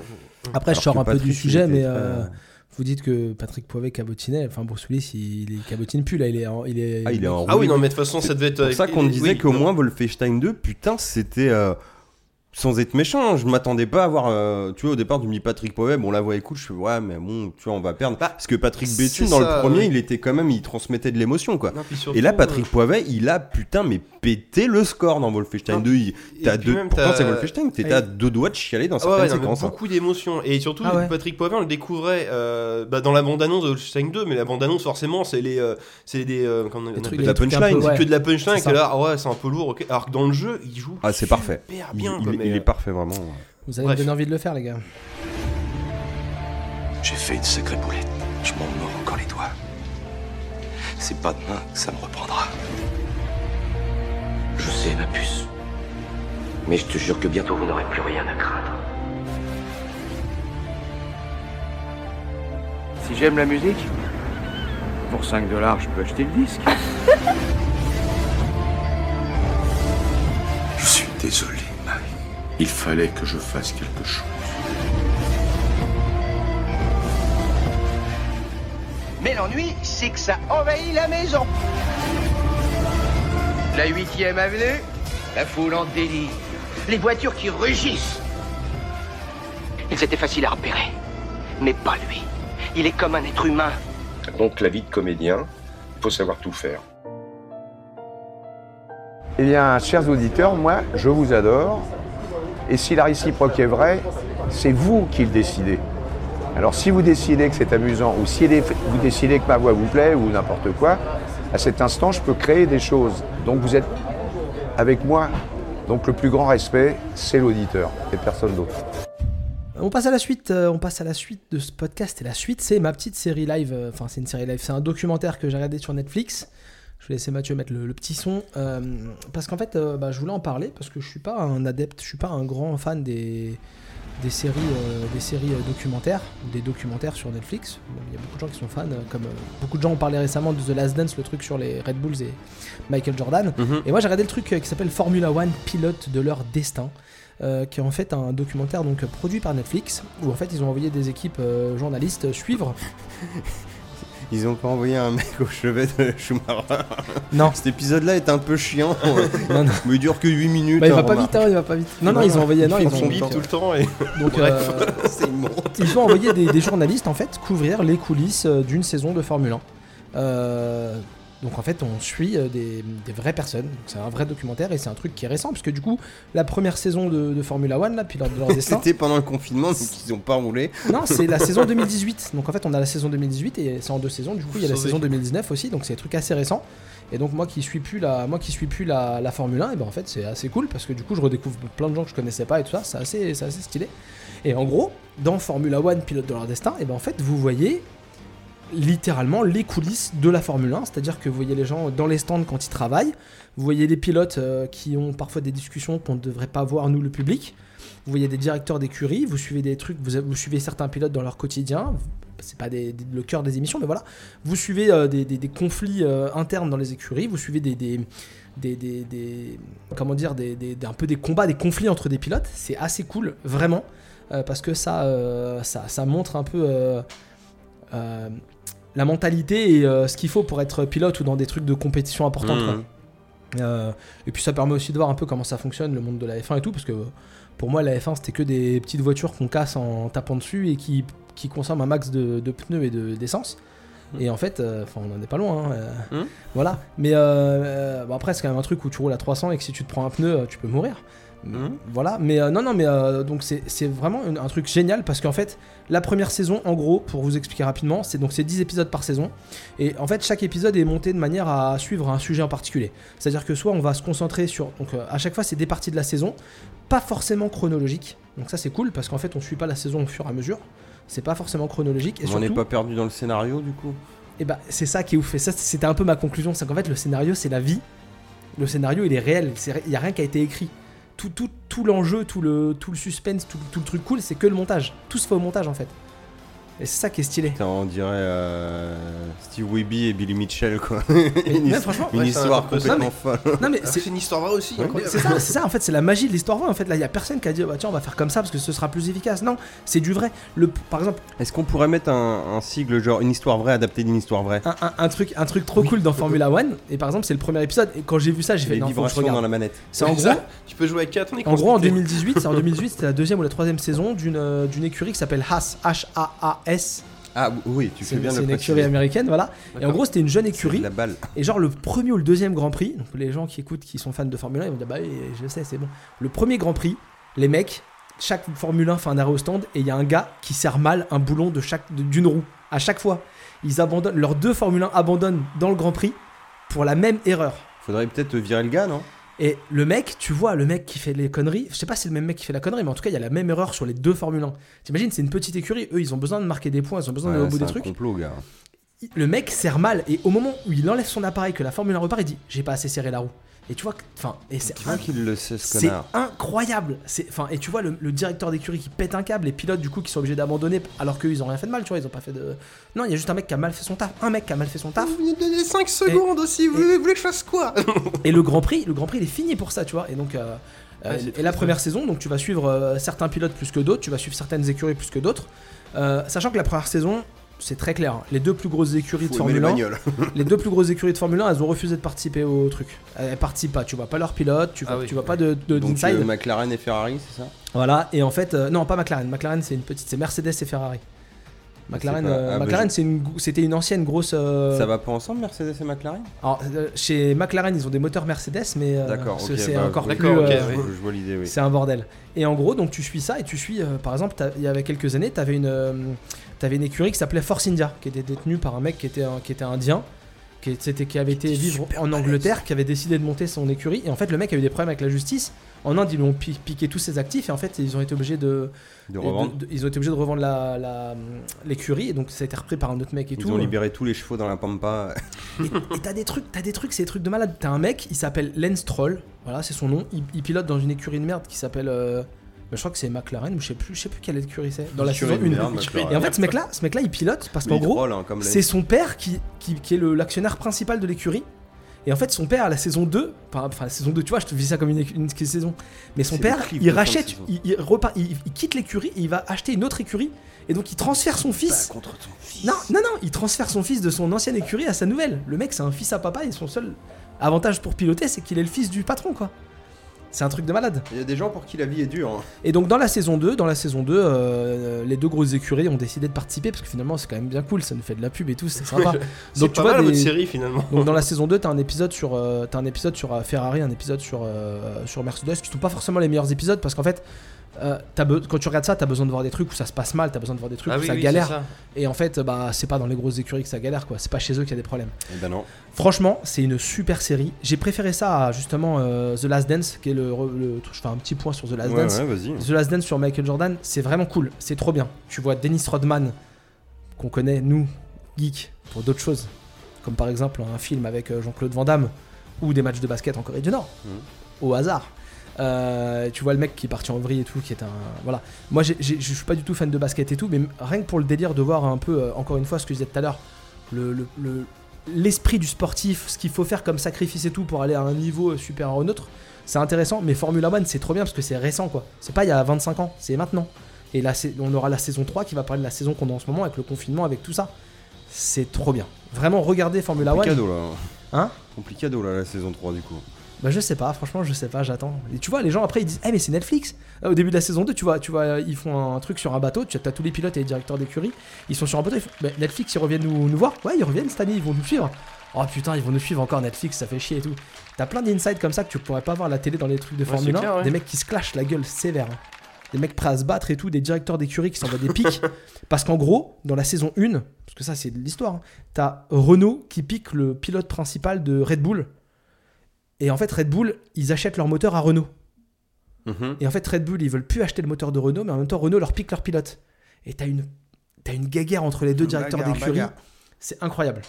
Speaker 4: Après, je
Speaker 1: Alors
Speaker 4: sors
Speaker 1: que
Speaker 4: un peu
Speaker 1: Patrick,
Speaker 4: du
Speaker 1: il
Speaker 4: sujet,
Speaker 1: était
Speaker 4: mais
Speaker 1: très-
Speaker 4: euh, vous dites que Patrick Poivet cabotinait. Enfin, Bruce Willis, il, il cabotine plus là. Il est. en- il est
Speaker 1: Ah, il est en
Speaker 2: Ah oui,
Speaker 1: roue.
Speaker 2: non, mais de toute façon, ça devait être.
Speaker 1: C'est pour ça qu'on
Speaker 2: euh,
Speaker 1: disait
Speaker 2: oui,
Speaker 1: qu'au
Speaker 2: non.
Speaker 1: moins Wolfenstein 2, putain, c'était. euh, sans être méchant, je m'attendais pas à voir. euh, tu vois, au départ, tu me dis Patrick Poivet, bon, la voix est cool, je fais ouais, mais bon, tu vois, on va perdre.
Speaker 2: Bah,
Speaker 1: Parce que Patrick
Speaker 2: c'est
Speaker 1: Béthune, dans
Speaker 2: ça,
Speaker 1: le premier,
Speaker 2: oui.
Speaker 1: il était quand même, il transmettait de l'émotion, quoi.
Speaker 2: Non, puis surtout, euh,
Speaker 1: Et là, Patrick Poivet, il a putain, mais pété le score dans Wolfenstein
Speaker 2: Non,
Speaker 1: 2. Il-
Speaker 2: euh, et
Speaker 1: T'as
Speaker 2: puis
Speaker 1: deux,
Speaker 2: même,
Speaker 1: pourtant,
Speaker 2: t'as-
Speaker 1: c'est Wolfenstein, t'es
Speaker 4: Ouais.
Speaker 1: à deux doigts de chialer dans
Speaker 2: Ah ouais,
Speaker 1: certaines
Speaker 2: non, mais
Speaker 1: séquences. hein.
Speaker 2: beaucoup d'émotions. Et surtout,
Speaker 4: Ah ouais.
Speaker 2: Patrick Poivin, on le découvrait euh, bah, dans la bande-annonce de Wolfenstein 2, mais la bande-annonce, forcément, c'est les, euh, c'est des, euh, comment on
Speaker 4: Des
Speaker 2: appelle
Speaker 4: trucs,
Speaker 1: de
Speaker 4: des
Speaker 1: la
Speaker 4: trucs un
Speaker 1: punchline,
Speaker 4: peu-
Speaker 1: c'est
Speaker 4: ouais.
Speaker 2: que de la punchline, que
Speaker 4: C'est ça.
Speaker 2: là, ah ouais, c'est un peu lourd. ok. Alors que dans le jeu, il joue
Speaker 1: Ah, c'est
Speaker 2: super
Speaker 1: parfait.
Speaker 2: bien.
Speaker 1: il,
Speaker 2: quoi,
Speaker 1: il-
Speaker 2: mais,
Speaker 1: il est
Speaker 2: euh,
Speaker 1: parfait, vraiment. ouais.
Speaker 4: Vous allez
Speaker 2: Bref.
Speaker 4: me donner envie de le faire, les gars.
Speaker 5: J'ai fait une sacrée boulette. Je m'en mords encore les doigts. C'est pas demain que ça me reprendra.
Speaker 6: Je sais, ma puce. Mais je te jure que bientôt vous n'aurez plus rien à craindre.
Speaker 7: Si j'aime la musique, pour 5 dollars, je peux acheter le disque.
Speaker 5: Je suis désolé, Mike. Il fallait que je fasse quelque chose.
Speaker 8: Mais l'ennui, c'est que ça envahit la maison. La 8ème avenue, la foule en délire. Les voitures qui rugissent. Ils étaient faciles à repérer. Mais pas lui. Il est comme un être humain.
Speaker 9: Donc la vie de comédien, il faut savoir tout faire.
Speaker 10: Eh bien, chers auditeurs, moi, je vous adore. Et si la réciproque est vraie, c'est vous qui le décidez. Alors, si vous décidez que c'est amusant, ou si vous décidez que ma voix vous plaît, ou n'importe quoi, à cet instant, je peux créer des choses. Donc, vous êtes avec moi. Donc, le plus grand respect, c'est l'auditeur et personne d'autre.
Speaker 4: On passe à la suite. euh, on passe à la suite de ce podcast. Et la suite, c'est ma petite série live. euh, Enfin, c'est une série live. C'est un documentaire que j'ai regardé sur Netflix. Je vais laisser Mathieu mettre le, le petit son. euh, parce qu'en fait, euh, bah, je voulais en parler parce que je suis pas un adepte, je suis pas un grand fan des des séries, euh, des séries euh, documentaires ou des documentaires sur Netflix. Bon, Il y a beaucoup de gens qui sont fans, euh, comme euh, beaucoup de gens ont parlé récemment de The Last Dance, le truc sur les Red Bulls et Michael Jordan.
Speaker 1: Mhm.
Speaker 4: Et moi, j'ai regardé le truc euh, qui s'appelle Formula One, pilote de leur destin, euh, qui est en fait un documentaire donc produit par Netflix, où en fait ils ont envoyé des équipes euh, journalistes suivre.
Speaker 1: Ils ont pas envoyé un mec au chevet de Schumacher.
Speaker 4: Non,
Speaker 1: Cet épisode-là est un peu chiant.
Speaker 4: non, non.
Speaker 1: Mais il dure que 8 minutes.
Speaker 4: Bah, il
Speaker 1: hein,
Speaker 4: va pas
Speaker 1: remarque.
Speaker 4: vite, hein, il va pas vite. Non, non,
Speaker 1: Non,
Speaker 4: ils ont
Speaker 1: non,
Speaker 4: envoyé, non,
Speaker 1: ils
Speaker 4: ils
Speaker 1: font
Speaker 4: ont
Speaker 2: On
Speaker 1: son
Speaker 2: bip
Speaker 1: temps.
Speaker 2: tout le temps et
Speaker 4: Donc,
Speaker 2: Bref.
Speaker 4: euh,
Speaker 1: C'est immonde.
Speaker 4: ils ont envoyé des, des journalistes en fait couvrir les coulisses euh, d'une saison de Formule 1. Euh, donc en fait on suit euh, des, des vraies personnes, Donc, c'est un vrai documentaire et c'est un truc qui est récent parce que du coup la première saison de, de Formula One là, pilote de leur destin,
Speaker 1: C'était pendant le confinement, donc ils ont pas roulé.
Speaker 4: non c'est la saison 2018. Donc en fait on a la saison 2018 et c'est en deux saisons. Du coup il y a la
Speaker 2: Sauvé.
Speaker 4: saison 2019 aussi donc c'est des trucs assez récents. Et donc moi qui suis plus la, moi qui suis plus la, la Formule 1 et ben en fait c'est assez cool parce que du coup je redécouvre plein de gens que je connaissais pas et tout ça, c'est assez, c'est assez stylé. Et en gros, dans Formula One, pilote de leur destin, et ben en fait, vous voyez littéralement les coulisses de la Formule 1, c'est-à-dire que vous voyez les gens dans les stands quand ils travaillent, vous voyez les pilotes euh, qui ont parfois des discussions qu'on ne devrait pas voir nous le public, vous voyez des directeurs d'écurie, vous suivez des trucs, vous, vous suivez certains pilotes dans leur quotidien, vous- c'est pas des- des- le cœur des émissions, mais voilà, vous suivez euh, des, des- des conflits euh, internes dans les écuries, vous suivez des, des, des, des- des- comment dire, des, des- des- un peu des combats, des conflits entre des pilotes, c'est assez cool, vraiment. Euh, parce que ça, euh, ça, ça montre un peu euh, euh, la mentalité et euh, ce qu'il faut pour être pilote ou dans des trucs de compétition importante.
Speaker 1: Mhm.
Speaker 4: quoi. Euh, et puis ça permet aussi de voir un peu comment ça fonctionne le monde de la F1 et tout, parce que pour moi la F1 c'était que des petites voitures qu'on casse en tapant dessus et qui, qui consomment un max de, de pneus et de- d'essence. et en fait, euh, enfin on en est pas loin. hein, euh,
Speaker 1: Mhm.
Speaker 4: Voilà. Mais euh, euh, bon, après c'est quand même un truc où tu roules à 300 et que si tu te prends un pneu, euh, tu peux mourir.
Speaker 1: Mhm.
Speaker 4: Voilà, mais euh, non, non, mais euh, donc c'est c'est vraiment une- un truc génial parce qu'en fait, la première saison, en gros, pour vous expliquer rapidement, c'est donc c'est 10 épisodes par saison. Et en fait, chaque épisode est monté de manière à suivre un sujet en particulier. C'est-à-dire que soit on va se concentrer sur. Donc euh, à chaque fois, c'est des parties de la saison, pas forcément chronologiques. Donc ça, c'est cool parce qu'en fait, on suit pas la saison au fur et à mesure. C'est pas forcément chronologique. Et
Speaker 1: on n'est
Speaker 4: surtout,
Speaker 1: pas perdu dans le scénario, du coup.
Speaker 4: et bah, c'est ça qui est ouf. Et ça, c'était un peu ma conclusion. C'est qu'en fait, le scénario, c'est la vie. Le scénario, il est réel. Il n'y a rien qui a été écrit. Tout, tout, tout l'enjeu, tout le, tout le suspense, tout, tout le truc cool, c'est que le montage. Tout se fait au montage, en fait. Et c'est ça qui est stylé.
Speaker 1: Putain, on dirait euh, Steve Weeby et Billy Mitchell, quoi.
Speaker 4: Mais-
Speaker 1: une
Speaker 4: mais
Speaker 1: his-
Speaker 4: franchement,
Speaker 1: une
Speaker 4: ouais, c'est un
Speaker 1: histoire
Speaker 4: truc de ça,
Speaker 1: complètement
Speaker 4: mais-
Speaker 1: folle.
Speaker 4: Non mais
Speaker 2: Alors
Speaker 4: c'est
Speaker 2: que c'est une histoire vraie aussi. hein,
Speaker 4: Mais
Speaker 2: incroyable.
Speaker 4: C'est ça, c'est ça, en fait, c'est la magie de l'histoire vraie. En fait, là, il y a personne qui a dit, oh, bah tiens, on va faire comme ça parce que ce sera plus efficace. Non, c'est du vrai. Le, par exemple,
Speaker 1: Est-ce qu'on pourrait mettre un, un sigle, genre une histoire vraie adaptée d'une histoire vraie
Speaker 4: un, un- un truc, un truc trop cool dans Formula One, et par exemple, c'est le premier épisode. Et quand j'ai vu ça, j'ai fait,
Speaker 1: Les
Speaker 4: non, faut que je
Speaker 1: vibrations dans
Speaker 4: regarde.
Speaker 1: la manette.
Speaker 4: C'est en
Speaker 2: C'est
Speaker 4: gros,
Speaker 2: ça. Tu peux jouer à 4, on est
Speaker 4: En gros, en
Speaker 2: constitué.
Speaker 4: 2018, c'est en 2018, c'était la deuxième ou la troisième saison d'une euh, d'une écurie qui s'appelle Haas, H-A-A-S.
Speaker 1: Ah oui, tu
Speaker 4: C'est
Speaker 1: fais
Speaker 4: une
Speaker 1: bien
Speaker 4: c'est
Speaker 1: le
Speaker 4: une écurie
Speaker 1: préciser.
Speaker 4: américaine, voilà. Et en
Speaker 2: D'accord.
Speaker 4: gros, c'était une jeune
Speaker 1: C'est de
Speaker 4: écurie.
Speaker 1: La balle.
Speaker 4: Et genre, le premier ou le deuxième Grand Prix, donc les gens qui écoutent, qui sont fans de Formule 1, ils vont dire, bah oui, je sais, c'est bon. Le premier Grand Prix, les mecs, chaque Formule 1 fait un arrêt au stand et il y a un gars qui serre mal un boulon de chaque de- d'une roue. À chaque fois, ils abandonnent, leurs deux Formule 1 abandonnent dans le Grand Prix pour la même erreur.
Speaker 1: Faudrait peut-être virer le gars, non
Speaker 4: Et le mec, tu vois, le mec qui fait les conneries, je sais pas si c'est le même mec qui fait la connerie, mais en tout cas, il y a la même erreur sur les deux Formule 1. T'imagines, c'est une petite écurie, eux, ils ont besoin de marquer des points, ils ont besoin d'aller
Speaker 1: Ouais,
Speaker 4: au bout
Speaker 1: C'est
Speaker 4: des
Speaker 1: un
Speaker 4: trucs.
Speaker 1: complot, gars.
Speaker 4: Il- Le mec serre mal, et au moment où il enlève son appareil, que la Formule 1 repart, il dit J'ai pas assez serré la roue. Et tu vois, que- enfin, et c'est
Speaker 1: Tu vois
Speaker 4: inc-
Speaker 1: qu'il le sait, ce
Speaker 4: c'est
Speaker 1: connard.
Speaker 4: incroyable. C'est, enfin, et tu vois le, le directeur d'écurie qui pète un câble, les pilotes du coup qui sont obligés d'abandonner alors qu'ils ont rien fait de mal, tu vois, ils ont pas fait de. Non, il y a juste un mec qui a mal fait son taf, un mec qui a mal fait son taf.
Speaker 2: Vous venez de donner 5 secondes aussi, vous, voulez que je fasse quoi
Speaker 4: Et le Grand Prix, le Grand Prix, il est fini pour ça, tu vois. Et donc, euh, euh,
Speaker 2: Ah, c'est
Speaker 4: et la première saison, donc tu vas suivre euh, certains pilotes plus que d'autres, tu vas suivre certaines écuries plus que d'autres, Euh, sachant que la première saison, c'est très clair. hein, les deux plus grosses écuries de
Speaker 1: Faut aimer les
Speaker 4: Formule 1,
Speaker 1: bagnoles.
Speaker 4: les deux plus grosses écuries de Formule 1, elles ont refusé de participer au truc. Elles participent pas. Tu vois pas leurs pilotes, tu vois,
Speaker 2: Ah oui.
Speaker 4: tu vois pas de, de
Speaker 1: Donc
Speaker 4: d'inside.
Speaker 1: euh, McLaren et Ferrari, c'est ça
Speaker 4: Voilà. Et en fait, euh, non, pas McLaren. McLaren, c'est une petite, c'est Mercedes et Ferrari. McLaren,
Speaker 1: pas-
Speaker 4: euh,
Speaker 1: ah, bah,
Speaker 4: McLaren,
Speaker 1: je-
Speaker 4: c'est une gro- c'était une ancienne grosse. euh,
Speaker 1: Ça va pas ensemble, Mercedes et McLaren
Speaker 4: Alors, euh, chez McLaren, ils ont des moteurs Mercedes, mais euh,
Speaker 1: D'accord,
Speaker 4: ce-
Speaker 1: ok,
Speaker 4: c'est
Speaker 1: bah,
Speaker 4: encore
Speaker 1: oui.
Speaker 4: plus.
Speaker 2: D'accord, ok,
Speaker 4: euh,
Speaker 1: Je
Speaker 2: oui.
Speaker 1: je vois l'idée, oui.
Speaker 4: C'est un bordel. Et en gros, donc tu suis ça et tu suis, euh, par exemple, t'as- il y avait quelques années, t'avais une, euh, t'avais une écurie qui s'appelait Force India, qui était détenue par un mec qui était, un- qui était indien, qui, était, qui avait été vivre en Angleterre, qui avait décidé de monter son écurie. Et en fait, le mec a eu des problèmes avec la justice. En Inde, ils lui ont pi- piqué tous ses actifs et en fait, ils ont été obligés de,
Speaker 1: De revendre.
Speaker 4: de- de- ils ont été obligés de revendre la- la- l'écurie. et donc, ça a été repris par un autre mec et
Speaker 1: Ils
Speaker 4: tout. hein.
Speaker 1: ont libéré tous les chevaux dans la pampa.
Speaker 4: Et- Et t'as des trucs, t'as des trucs, c'est des trucs de malade. T'as un mec, il s'appelle Lance Troll, voilà, c'est son nom. Il, il pilote dans une écurie de merde qui s'appelle, euh, bah, je crois que c'est McLaren ou je sais plus, je sais plus quelle écurie c'est. Dans la
Speaker 1: Écurie
Speaker 4: saison
Speaker 1: de
Speaker 4: 1.
Speaker 1: merde, McLaren.
Speaker 4: Et en fait, ce mec-là, ce mec-là, il pilote parce
Speaker 1: Mais
Speaker 4: qu'en
Speaker 1: ils
Speaker 4: gros,
Speaker 1: trollent, hein, comme les-
Speaker 4: c'est son père qui, qui, qui est le- l'actionnaire principal de l'écurie. Et en fait, son père, à la saison 2, enfin, enfin, la saison 2, tu vois, je te vis ça comme une, une saison. Mais son
Speaker 1: C'est
Speaker 4: père,
Speaker 1: le cliff de
Speaker 4: il
Speaker 1: fin de
Speaker 4: rachète,
Speaker 1: saison.
Speaker 4: il, il repart, il, il quitte l'écurie et il va acheter une autre écurie. Et donc, il transfère son fils.
Speaker 1: contre ton fils.
Speaker 4: Non, non, non, il transfère son fils de son ancienne écurie à sa nouvelle. Le mec, c'est un fils à papa et son seul avantage pour piloter, c'est qu'il est le fils du patron, quoi. C'est un truc de malade.
Speaker 1: Il y a des gens pour qui la vie est dure. hein.
Speaker 4: Et donc, dans la saison 2, dans la saison 2, euh, les deux grosses écuries ont décidé de participer parce que finalement, c'est quand même bien cool, ça nous fait de la pub et tout, c'est sympa.
Speaker 2: Donc tu vois
Speaker 4: des-
Speaker 2: votre série finalement.
Speaker 4: donc dans la saison 2, t'as un épisode sur, euh, t'as un épisode sur euh, Ferrari, un épisode sur, euh, sur Mercedes, qui sont pas forcément les meilleurs épisodes parce qu'en fait, euh, t'as be- quand tu regardes ça, t'as besoin de voir des trucs où ça se passe mal, t'as besoin de voir des trucs où ça galère. Et en fait, bah, c'est pas dans les grosses écuries que ça galère, quoi. C'est pas chez eux qu'il y a des problèmes.
Speaker 1: Eh ben non.
Speaker 4: Franchement, c'est une super série. J'ai préféré ça à justement euh, The Last Dance, qui est le, re- le- Je fais un petit point sur The Last
Speaker 1: Ouais,
Speaker 4: Dance.
Speaker 1: ouais, vas-y.
Speaker 4: The Last Dance sur Michael Jordan, c'est vraiment cool. C'est trop bien. Tu vois Dennis Rodman, qu'on connaît, nous, geeks, pour d'autres choses. Comme par exemple un film avec euh, Jean-Claude Van Damme, ou des matchs de basket en Corée du Nord. Au hasard. Euh, tu vois le mec qui est parti en vrille et tout, qui est un. Voilà. Moi, j'ai- j'ai- je suis pas du tout fan de basket et tout, mais rien que pour le délire de voir un peu, euh, encore une fois, ce que je disais tout à l'heure, le- le- le- l'esprit du sportif, ce qu'il faut faire comme sacrifice et tout pour aller à un niveau euh, supérieur au nôtre, c'est intéressant. Mais Formula One, c'est trop bien parce que c'est récent, quoi. C'est pas il y a 25 ans, c'est maintenant. Et là, c'est- on aura la saison 3 qui va parler de la saison qu'on a en ce moment avec le confinement, avec tout ça. C'est trop bien. Vraiment, regardez Formula One.
Speaker 1: Complicado là.
Speaker 4: Hein
Speaker 1: Complicado là, la saison 3 du coup.
Speaker 4: Bah je sais pas, franchement je sais pas, j'attends. Et tu vois, les gens après ils disent, eh mais c'est Netflix. Euh, Au début de la saison 2, tu vois, tu vois, ils font un truc sur un bateau, tu as tous les pilotes et les directeurs d'écurie, ils sont sur un bateau, ils font, Bah, Netflix ils reviennent nous, nous voir. Ouais, ils reviennent cette année, ils vont nous suivre. Oh putain, ils vont nous suivre encore Netflix, ça fait chier et tout. T'as plein d'insides comme ça que tu pourrais pas voir à la télé dans les trucs de
Speaker 2: Ouais,
Speaker 4: Formule
Speaker 2: c'est
Speaker 4: 1,
Speaker 2: clair, ouais.
Speaker 4: des mecs qui se clashent la gueule sévère. hein. Des mecs prêts à se battre et tout, des directeurs d'écurie qui s'envoient des pics. parce qu'en gros, dans la saison 1, parce que ça c'est de l'histoire, hein, t'as Renault qui pique le pilote principal de Red Bull. Et en fait, Red Bull, ils achètent leur moteur à Renault.
Speaker 1: Mhm.
Speaker 4: Et en fait, Red Bull, ils veulent plus acheter le moteur de Renault, mais en même temps, Renault leur pique leur pilote. Et t'as une, t'as une guéguerre entre les deux directeurs
Speaker 1: Bagarre,
Speaker 4: d'écurie.
Speaker 1: bagarre.
Speaker 4: C'est incroyable.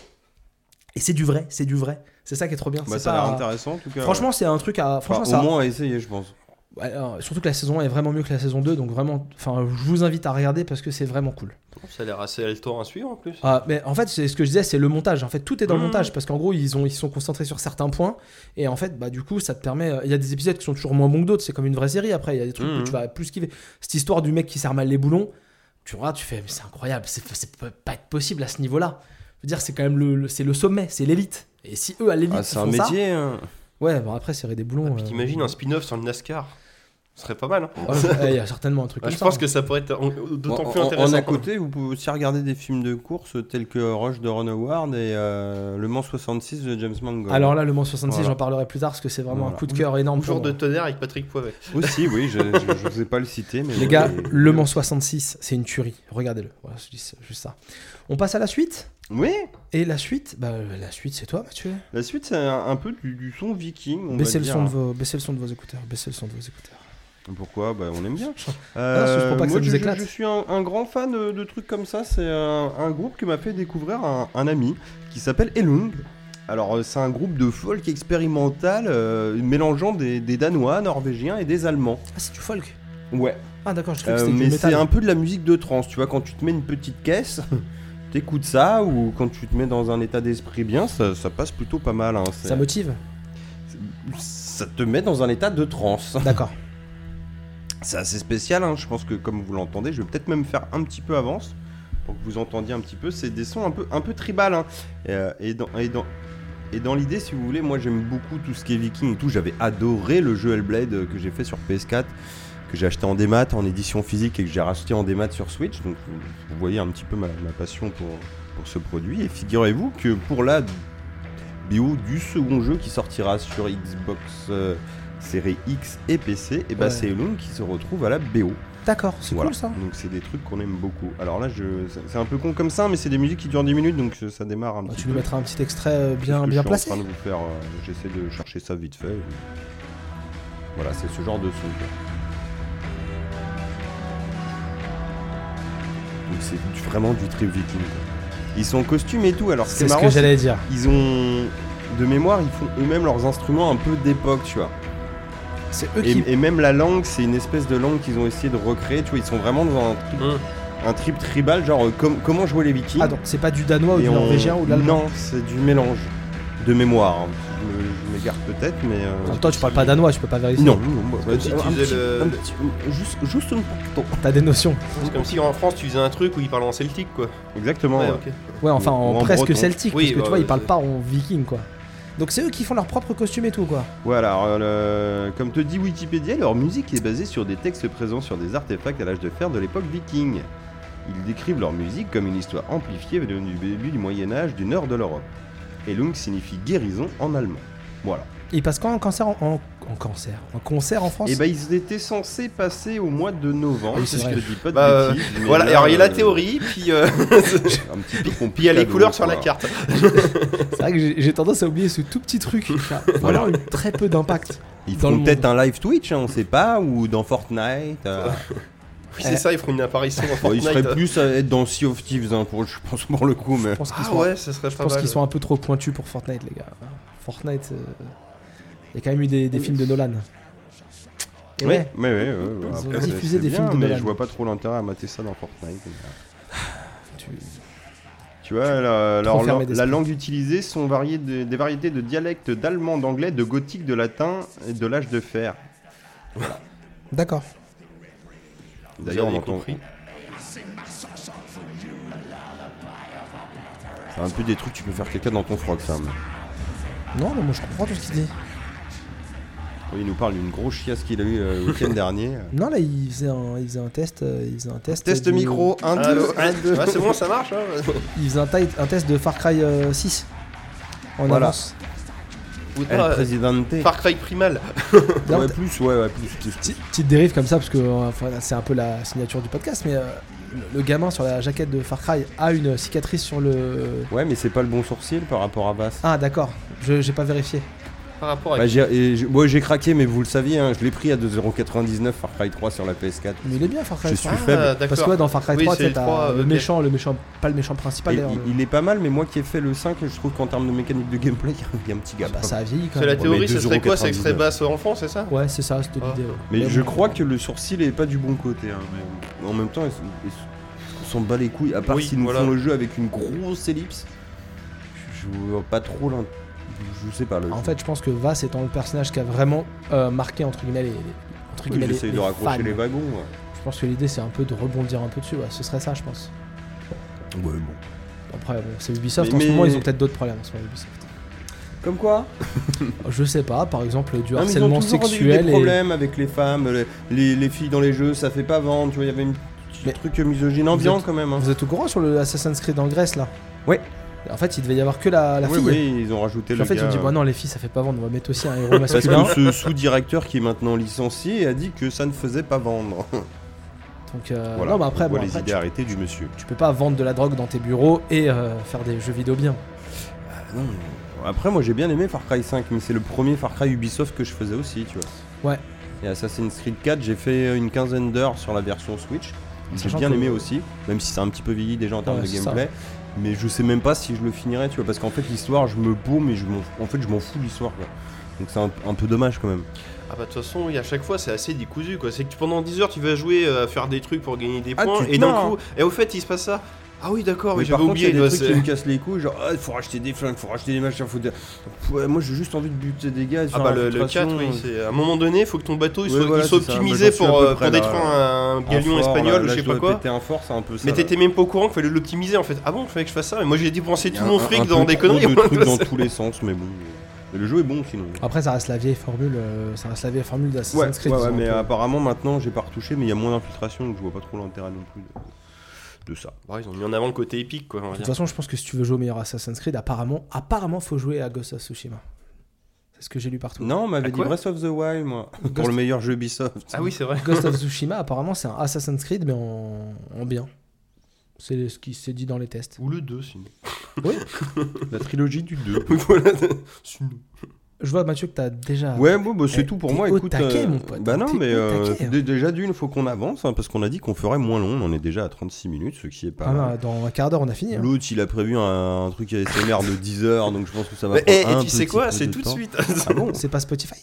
Speaker 4: Et c'est du vrai, c'est du vrai. C'est ça qui est trop bien.
Speaker 1: Bah,
Speaker 4: C'est
Speaker 1: ça a
Speaker 4: pas-
Speaker 1: l'air intéressant en tout cas.
Speaker 4: Franchement, c'est un truc à.
Speaker 1: Enfin,
Speaker 4: Franchement,
Speaker 1: au
Speaker 4: ça.
Speaker 1: moins à essayer, je pense.
Speaker 4: alors, surtout que la saison 1 est vraiment mieux que la saison 2, donc vraiment, enfin, je vous invite à regarder parce que c'est vraiment cool.
Speaker 2: Ça a l'air assez haletant à suivre en plus.
Speaker 4: Ah, mais en fait, c'est ce que je disais, c'est le montage. En fait, tout est dans le
Speaker 2: Mhm.
Speaker 4: montage parce qu'en gros, ils ont ils se sont concentrés sur certains points et en fait, bah du coup, ça te permet. Il y a des épisodes qui sont toujours moins bons que d'autres. C'est comme une vraie série. Après, il y a des trucs
Speaker 2: Mhm.
Speaker 4: que tu vas plus kiffer. Cette histoire du mec qui serre mal les boulons, tu vois, tu fais, mais c'est incroyable. C'est c'est peut pas être possible à ce niveau-là. Je veux dire, c'est quand même le, le- c'est le sommet, c'est l'élite. Et si eux à l'élite,
Speaker 1: Ah,
Speaker 4: ils
Speaker 1: c'est un
Speaker 4: font ça-
Speaker 1: métier. hein.
Speaker 4: ouais, bon après, serrer des boulons. euh,
Speaker 2: Ah, T'imagines un spin-off sur le NASCAR Ce serait pas mal. hein.
Speaker 4: ouais, ouais, Il y a certainement un truc.
Speaker 2: Ah,
Speaker 4: comme
Speaker 2: je
Speaker 4: ça,
Speaker 2: pense
Speaker 4: hein.
Speaker 2: que ça pourrait être en- d'autant
Speaker 1: En-
Speaker 2: plus
Speaker 1: en-
Speaker 2: intéressant.
Speaker 1: En à côté, vous pouvez aussi regarder des films de course tels que Rush de Ron Howard et euh, Le Mans 66 de James Mangold.
Speaker 4: Alors là, le Mans 66,
Speaker 1: Voilà.
Speaker 4: j'en parlerai plus tard parce que c'est vraiment
Speaker 1: Voilà.
Speaker 4: un coup de cœur énorme.
Speaker 2: Jour
Speaker 4: pour
Speaker 2: de
Speaker 4: moi.
Speaker 2: tonnerre avec Patrick Poivet.
Speaker 1: Aussi, oui, je ne vous ai pas le citer. Mais
Speaker 4: Les gars, le Mans 66, c'est une tuerie. Regardez-le. Voilà, je dis ça- juste ça. On passe à la suite.
Speaker 1: Oui,
Speaker 4: Et la suite, bah, la suite, c'est toi, Mathieu.
Speaker 1: la suite, c'est un, un peu du, du son viking. On
Speaker 4: Baissez
Speaker 1: va
Speaker 4: le,
Speaker 1: dire.
Speaker 4: son de vos, baissez le son de vos écouteurs. Baissez le son de vos écouteurs.
Speaker 1: Pourquoi bah, On aime bien.
Speaker 4: parce que je crois pas que ça
Speaker 1: moi,
Speaker 4: nous
Speaker 1: je, je-
Speaker 4: éclate.
Speaker 1: je suis un, un grand fan euh, de trucs comme ça. C'est un, un groupe que m'a fait découvrir un, un ami qui s'appelle Elung. Alors, euh, c'est un groupe de folk expérimental euh, mélangeant des, des Danois, Norvégiens et des Allemands.
Speaker 4: Ah, c'est du folk.
Speaker 1: Ouais.
Speaker 4: Ah, d'accord, je trouve que
Speaker 1: Euh,
Speaker 4: c'était du
Speaker 1: mais c'est
Speaker 4: métal.
Speaker 1: un peu de la musique de trance, tu vois, quand tu te mets une petite caisse, t'écoutes ça, ou quand tu te mets dans un état d'esprit bien, ça, ça passe plutôt pas mal. hein, c'est-
Speaker 4: Ça motive.
Speaker 1: ça te met dans un état de transe.
Speaker 4: D'accord.
Speaker 1: C'est assez spécial, hein, je pense que comme vous l'entendez, je vais peut-être même faire un petit peu avance pour que vous entendiez un petit peu. C'est des sons un peu, un peu tribal. hein. Et, euh, et dans, et dans- et dans l'idée, si vous voulez, moi j'aime beaucoup tout ce qui est viking et tout. J'avais adoré le jeu Hellblade euh, que j'ai fait sur PS4, que j'ai acheté en démat, en édition physique et que j'ai racheté en démat sur Switch. Donc vous, vous voyez un petit peu ma, ma passion pour, pour ce produit. Et figurez-vous que pour la BO du second jeu qui sortira sur Xbox. euh, série X et PC, et bah
Speaker 4: Ouais.
Speaker 1: c'est Elon qui se retrouve à la BO.
Speaker 4: D'accord, c'est
Speaker 1: Voilà.
Speaker 4: cool ça.
Speaker 1: Donc c'est des trucs qu'on aime beaucoup. Alors là, je... c'est- c'est un peu con comme ça, mais c'est des musiques qui durent 10 minutes, donc ça démarre un
Speaker 4: Bah,
Speaker 1: petit
Speaker 4: tu
Speaker 1: peu.
Speaker 4: nous mettras un petit extrait euh,
Speaker 1: C'est ce
Speaker 4: bien,
Speaker 1: que
Speaker 4: bien
Speaker 1: je suis
Speaker 4: placé.
Speaker 1: en train de vous faire, euh, j'essaie de chercher ça vite fait. Voilà, c'est ce genre de son. quoi. Donc c'est vraiment du trip viking. quoi. Ils sont en costume et tout, alors
Speaker 4: C'est
Speaker 1: c'est
Speaker 4: ce
Speaker 1: marrant.
Speaker 4: que
Speaker 1: c'est-
Speaker 4: j'allais dire.
Speaker 1: Ils ont, de mémoire, ils font eux-mêmes leurs instruments un peu d'époque, tu vois.
Speaker 4: C'est eux
Speaker 1: Et,
Speaker 4: qui.
Speaker 1: et même la langue, c'est une espèce de langue qu'ils ont essayé de recréer. Tu vois, ils sont vraiment dans un trip, un trip tribal, genre euh, com- comment jouer les Vikings.
Speaker 4: Ah, donc c'est pas du danois ou
Speaker 1: Et
Speaker 4: du
Speaker 1: on-
Speaker 4: norvégien ou de l'allemand.
Speaker 1: Non, c'est du mélange de mémoire. hein. Je me- Je m'égare peut-être, mais. euh,
Speaker 4: En même temps, tu parles pas danois, je peux pas vérifier.
Speaker 1: Non, non, bah,
Speaker 2: comme si
Speaker 1: un
Speaker 2: tu faisais
Speaker 1: petit-
Speaker 2: le-
Speaker 1: un petit- juste, juste une photo.
Speaker 4: T'as des notions.
Speaker 2: C'est comme si en France tu faisais un truc où ils parlaient en celtique quoi.
Speaker 1: Exactement.
Speaker 2: Ouais,
Speaker 1: ouais.
Speaker 2: ok.
Speaker 4: Ouais, enfin,
Speaker 1: Ou-
Speaker 4: en,
Speaker 1: ou en
Speaker 4: presque
Speaker 1: breton.
Speaker 4: celtique,
Speaker 2: Oui,
Speaker 4: parce que
Speaker 2: bah
Speaker 4: tu vois,
Speaker 2: ouais,
Speaker 4: ils parlent
Speaker 2: c'est-
Speaker 4: pas en viking, quoi. Donc c'est eux qui font leur propre costume et tout, quoi.
Speaker 1: Voilà, alors, euh, comme te dit Wikipédia, leur musique est basée sur des textes présents sur des artefacts à l'âge de fer de l'époque viking. Ils décrivent leur musique comme une histoire amplifiée venue du début du Moyen Âge du nord de l'Europe. Et Lung signifie guérison en allemand. Voilà.
Speaker 4: Ils passent quand en concert en, en- en concert En concert en France
Speaker 1: Et bah ils étaient censés passer au mois de novembre,
Speaker 4: Ah oui,
Speaker 1: c'est
Speaker 4: c'est
Speaker 1: ce que
Speaker 4: vrai.
Speaker 1: je dis pas de
Speaker 2: Bah, euh,
Speaker 1: bêtises. mais
Speaker 2: Voilà,
Speaker 1: là,
Speaker 2: alors il y a la
Speaker 1: euh,
Speaker 2: théorie, puis euh,
Speaker 1: un petit peu
Speaker 2: puis il y a les
Speaker 1: complicado,
Speaker 2: couleurs sur la
Speaker 1: quoi.
Speaker 2: carte.
Speaker 4: C'est vrai que j'ai- j'ai tendance à oublier ce tout petit truc. qui a Vraiment eu très peu d'impact.
Speaker 1: Ils
Speaker 4: dans le
Speaker 1: font
Speaker 4: monde.
Speaker 1: peut-être un live Twitch, hein, on sait pas, ou dans Fortnite. euh.
Speaker 2: Oui, c'est ça, ils feront une apparition en
Speaker 1: Bon, ils
Speaker 2: Fortnite.
Speaker 1: seraient plus à être dans Sea of Thieves, hein, pour, je pense pour le coup, mais.
Speaker 4: Je pense qu'ils
Speaker 2: Ah
Speaker 4: sont,
Speaker 2: ouais, ça serait
Speaker 4: je
Speaker 2: pas
Speaker 4: pense
Speaker 2: mal.
Speaker 4: qu'ils sont un peu trop pointus pour Fortnite, les gars. Fortnite, euh, il y a quand même eu des, des films de Nolan. Et
Speaker 1: Oui,
Speaker 4: ouais,
Speaker 1: mais ouais, ouais, ouais,
Speaker 4: Ils ont
Speaker 1: après,
Speaker 4: diffusé
Speaker 1: c'est- c'est
Speaker 4: des films
Speaker 1: bien,
Speaker 4: de
Speaker 1: mais
Speaker 4: Nolan.
Speaker 1: je vois pas trop l'intérêt à mater ça dans Fortnite.
Speaker 4: tu-
Speaker 1: Tu vois, la, leur-
Speaker 4: fermé
Speaker 1: la
Speaker 4: d'esprit.
Speaker 1: langue utilisée sont variées de- des variétés de dialectes d'allemand, d'anglais, de gothique, de latin et de l'âge de fer.
Speaker 4: D'accord.
Speaker 1: D'ailleurs, on
Speaker 2: avez
Speaker 1: entend.
Speaker 2: compris.
Speaker 1: C'est un peu des trucs, tu peux faire quelqu'un dans ton froc, ça. mais-
Speaker 4: Non, mais moi je comprends tout ce qu'il dit.
Speaker 1: Oui, il nous parle d'une grosse chiasse qu'il a eu euh, le week-end dernier.
Speaker 4: Non, là, il faisait un, il faisait un test. euh, Il faisait un test.
Speaker 1: Test
Speaker 4: du-
Speaker 1: micro, 1,
Speaker 2: Ah,
Speaker 1: 2,
Speaker 2: ouais, ouais, c'est bon, ça marche. hein.
Speaker 4: Il faisait un, taille- un test de Far Cry euh, 6. En
Speaker 1: Voilà.
Speaker 4: avance.
Speaker 2: Ou
Speaker 1: El
Speaker 2: pas, euh,
Speaker 1: Presidente.
Speaker 2: Far Cry Primal.
Speaker 4: Non,
Speaker 1: Ouais,
Speaker 4: t'as-
Speaker 1: plus, ouais, ouais, plus, plus.
Speaker 4: Petite- Petite dérive comme ça, parce que euh, enfin, c'est un peu la signature du podcast, mais euh, le- le gamin sur la jaquette de Far Cry a une cicatrice sur le.
Speaker 1: Ouais, mais c'est pas le bon sourcil par rapport à Bass.
Speaker 4: Ah, d'accord, Je- j'ai pas vérifié.
Speaker 2: par rapport à.
Speaker 1: Bah, j'ai- et j'ai- moi j'ai craqué, mais vous le saviez, hein, je l'ai pris à 2,99€ Far Cry 3 sur la PS4.
Speaker 4: Mais il est bien Far Cry
Speaker 1: Je
Speaker 4: 3.
Speaker 1: suis faible.
Speaker 4: Parce que ouais, dans Far Cry
Speaker 2: Ah, Oui,
Speaker 4: 3,
Speaker 2: c'est
Speaker 4: t'as
Speaker 2: le 3,
Speaker 4: le
Speaker 2: ok.
Speaker 4: méchant, le méchant, pas le méchant principal
Speaker 1: Et
Speaker 4: d'ailleurs.
Speaker 1: il, il est pas mal, mais moi qui ai fait le 5, je trouve qu'en termes de mécanique de gameplay, il y a un petit gap.
Speaker 4: Bah, ça a vieilli quand
Speaker 2: C'est la
Speaker 4: même.
Speaker 2: théorie,
Speaker 1: mais
Speaker 2: ce serait quoi C'est que ce serait
Speaker 1: 2,99.
Speaker 2: basse enfant, c'est ça
Speaker 4: Ouais, c'est ça, c'était
Speaker 2: Ah.
Speaker 4: l'idée. ouais.
Speaker 1: Mais
Speaker 4: Mais
Speaker 1: je
Speaker 4: bon.
Speaker 1: crois que le sourcil est pas du bon côté. hein, mais en même temps, il s- il s- on s'en bat les couilles, à part
Speaker 2: Oui,
Speaker 1: s'ils nous
Speaker 2: voilà.
Speaker 1: font le jeu avec une grosse ellipse. Je je vois pas trop l'int- Je sais pas. Le...
Speaker 4: En fait, je pense que Vass étant le personnage qui a vraiment euh, marqué entre guillemets les. les- entre
Speaker 1: Oui,
Speaker 4: guillemets, les-
Speaker 1: j'essaye de
Speaker 4: les
Speaker 1: raccrocher
Speaker 4: fans.
Speaker 1: les wagons. ouais.
Speaker 4: Je pense que l'idée c'est un peu de rebondir un peu dessus, ouais, ce serait ça, je pense.
Speaker 1: Ouais, bon.
Speaker 4: Après, bon, c'est Ubisoft,
Speaker 1: Mais-
Speaker 4: en ce
Speaker 1: mais-
Speaker 4: moment ils ont peut-être d'autres problèmes en ce moment, Ubisoft. Euh,
Speaker 1: Comme quoi
Speaker 4: Je sais pas, par exemple du
Speaker 1: Non, mais
Speaker 4: harcèlement
Speaker 1: ils ont toujours eu
Speaker 4: sexuel.
Speaker 1: des
Speaker 4: et-
Speaker 1: problèmes avec les femmes, les, les- les filles dans les jeux, ça fait pas vendre. Tu vois, il y avait une petit
Speaker 4: Mais-
Speaker 1: truc misogyne ambiant
Speaker 4: êtes-
Speaker 1: quand même. hein.
Speaker 4: Vous êtes au courant sur le Assassin's Creed en Grèce là
Speaker 1: Ouais.
Speaker 4: En fait, il devait y avoir que la, la
Speaker 1: oui,
Speaker 4: fille.
Speaker 1: oui, ils ont rajouté
Speaker 4: Puis
Speaker 1: le
Speaker 4: en fait, ils
Speaker 1: gars,
Speaker 4: ont dit
Speaker 1: euh,
Speaker 4: bah non, les filles ça fait pas vendre, on va mettre aussi un héros
Speaker 1: Parce
Speaker 4: masculin.
Speaker 1: que ce sous-directeur qui est maintenant licencié a dit que ça ne faisait pas vendre.
Speaker 4: Donc euh,
Speaker 1: voilà,
Speaker 4: Ah, non, bah
Speaker 1: on
Speaker 4: après,
Speaker 1: voit
Speaker 4: bon,
Speaker 1: les
Speaker 4: après,
Speaker 1: idées arrêtées du monsieur.
Speaker 4: tu peux pas vendre de la drogue dans tes bureaux et euh, faire des jeux vidéo bien.
Speaker 1: Après, moi j'ai bien aimé Far Cry 5, mais c'est le premier Far Cry Ubisoft que je faisais aussi, tu vois.
Speaker 4: Ouais.
Speaker 1: Et Assassin's Creed 4, j'ai fait une quinzaine d'heures sur la version Switch. J'ai
Speaker 4: Sachant
Speaker 1: bien
Speaker 4: que-
Speaker 1: aimé aussi, même si c'est un petit peu vieilli déjà en termes
Speaker 4: Ouais,
Speaker 1: de
Speaker 4: c'est ça.
Speaker 1: gameplay. Mais je sais même pas si je le finirai, tu vois, parce qu'en fait l'histoire, je me baume, mais je m'en, en fait je m'en fous de l'histoire, quoi. Donc c'est un, un peu dommage quand même.
Speaker 2: Ah bah de toute façon, oui, à chaque fois c'est assez décousu quoi. C'est que tu- pendant 10 heures tu vas jouer euh, à faire des trucs pour gagner des
Speaker 1: Ah,
Speaker 2: points
Speaker 1: tu-
Speaker 2: et d'un
Speaker 1: non.
Speaker 2: coup, et au fait il se passe ça. Ah oui d'accord, oui,
Speaker 1: mais par
Speaker 2: j'avais
Speaker 1: contre,
Speaker 2: oublié.
Speaker 1: il y a
Speaker 2: ouais,
Speaker 1: des trucs
Speaker 2: c'est-
Speaker 1: qui me cassent les couilles, genre ah, il faut racheter des flingues, faut racheter des machins, faut. des- Ouais, moi j'ai juste envie de buter des gars. et de
Speaker 2: Ah
Speaker 1: faire
Speaker 2: bah le, le
Speaker 1: l'infiltration,
Speaker 2: 4 oui,
Speaker 1: euh,
Speaker 2: c'est à un moment donné faut que ton bateau il
Speaker 1: Ouais,
Speaker 2: soit, il
Speaker 1: voilà,
Speaker 2: soit
Speaker 1: c'est ça.
Speaker 2: optimisé
Speaker 1: Moi, j'en suis à
Speaker 2: pour,
Speaker 1: peu
Speaker 2: euh,
Speaker 1: près
Speaker 2: pour
Speaker 1: là,
Speaker 2: détruire un galion
Speaker 1: un fort,
Speaker 2: espagnol
Speaker 1: là,
Speaker 2: ou je
Speaker 1: là,
Speaker 2: sais pas
Speaker 1: dois
Speaker 2: quoi.
Speaker 1: péter un fort, c'est un peu ça.
Speaker 2: Mais
Speaker 1: là.
Speaker 2: t'étais même pas au courant qu'il fallait l'optimiser en fait. Ah bon, il fallait que je fasse ça. Et moi j'ai dépensé tout mon
Speaker 1: Un- un
Speaker 2: fric
Speaker 1: peu
Speaker 2: dans des
Speaker 1: trop
Speaker 2: conneries.
Speaker 1: de
Speaker 2: moi,
Speaker 1: trucs dans
Speaker 2: c'est-
Speaker 1: tous les sens, mais bon. Mais le jeu est bon sinon.
Speaker 4: Après, ça reste la vieille formule, euh, ça reste la vieille formule d'Assassin's
Speaker 1: Ouais,
Speaker 4: Creed.
Speaker 1: ouais,
Speaker 4: ils
Speaker 1: ouais,
Speaker 4: ont
Speaker 1: mais euh,
Speaker 4: un peu-
Speaker 1: apparemment maintenant j'ai pas retouché, mais il y a moins d'infiltration donc je vois pas trop l'intérêt non plus de, de ça.
Speaker 2: Ouais, Bah, ils ont mis en avant le côté épique quoi. on va
Speaker 4: De
Speaker 2: dire.
Speaker 4: toute façon, je pense que si tu veux jouer au meilleur Assassin's Creed, apparemment, apparemment, faut jouer à Ghost of Tsushima. C'est ce que j'ai lu partout.
Speaker 1: Non, on m'avait
Speaker 2: À
Speaker 1: dit
Speaker 2: quoi
Speaker 1: Breath of the Wild, moi, pour
Speaker 4: Ghost-
Speaker 1: le meilleur jeu Ubisoft.
Speaker 2: Ah oui c'est vrai.
Speaker 4: Ghost of Tsushima, apparemment, c'est un Assassin's Creed, mais en, en bien. C'est ce qui s'est dit dans les tests.
Speaker 2: Ou le 2 sinon.
Speaker 1: La trilogie du 2.
Speaker 2: voilà. sinon.
Speaker 4: Je vois, Mathieu, que t'as déjà.
Speaker 1: Ouais, bon, bah, c'est
Speaker 4: Eh,
Speaker 1: tout pour
Speaker 4: t'es
Speaker 1: moi.
Speaker 4: au
Speaker 1: Écoute,
Speaker 4: taquet, mon pote,
Speaker 1: bah non,
Speaker 4: t'es
Speaker 1: mais
Speaker 4: au
Speaker 1: euh,
Speaker 4: taquet.
Speaker 1: dé- déjà d'une, faut qu'on avance hein, parce qu'on a dit qu'on ferait moins long. On en est déjà à 36 minutes, ce qui est pas
Speaker 2: bah
Speaker 4: Ah,
Speaker 1: mal.
Speaker 4: non, dans un quart d'heure, on a fini. hein.
Speaker 1: L'autre, il a prévu un, un truc ASMR de 10 heures, donc je pense que ça va.
Speaker 2: Mais,
Speaker 1: prendre
Speaker 2: eh,
Speaker 1: un
Speaker 2: et tu sais
Speaker 1: petit
Speaker 2: quoi
Speaker 1: peu
Speaker 2: C'est
Speaker 1: de
Speaker 2: tout de
Speaker 1: temps.
Speaker 2: suite.
Speaker 1: Ah bon
Speaker 4: C'est pas Spotify.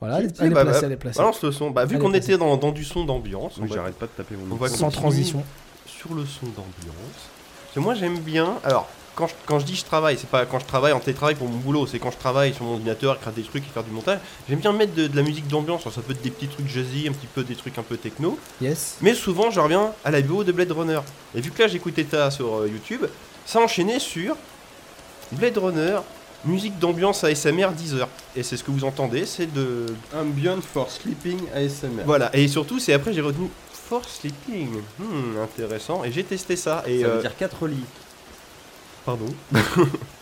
Speaker 4: Voilà, elle est,
Speaker 2: Si,
Speaker 4: elle est
Speaker 2: bah,
Speaker 4: placée,
Speaker 2: bah,
Speaker 4: elle est placée.
Speaker 2: Balance le son. Bah, vu
Speaker 4: Allez,
Speaker 2: qu'on
Speaker 4: vas-y.
Speaker 2: était dans, dans du son d'ambiance, on
Speaker 1: Oui,
Speaker 2: va-
Speaker 1: J'arrête pas de taper mon
Speaker 2: on
Speaker 1: micro.
Speaker 2: va
Speaker 4: Sans
Speaker 2: continuer
Speaker 4: transition.
Speaker 2: Sur le son d'ambiance. Parce que moi, j'aime bien. Alors, quand je, quand je dis je travaille, c'est pas quand je travaille en télétravail pour mon boulot, c'est quand je travaille sur mon ordinateur, créer des trucs et faire du montage. J'aime bien mettre de, de la musique d'ambiance. Alors, ça peut être des petits trucs jazzy, un petit peu des trucs un peu techno.
Speaker 4: Yes.
Speaker 2: Mais souvent, je reviens à la BO de Blade Runner. Et vu que là, j'écoutais ça sur euh, YouTube, ça enchaînait sur Blade Runner, musique d'ambiance ASMR 10 heures. Et c'est ce que vous entendez, c'est de
Speaker 1: Ambient for sleeping ASMR.
Speaker 2: voilà, et surtout, c'est après j'ai retenu For Sleeping. Hmm, intéressant. Et j'ai testé ça. Et
Speaker 1: Ça
Speaker 2: euh,
Speaker 1: veut dire 4 lits
Speaker 2: pardon,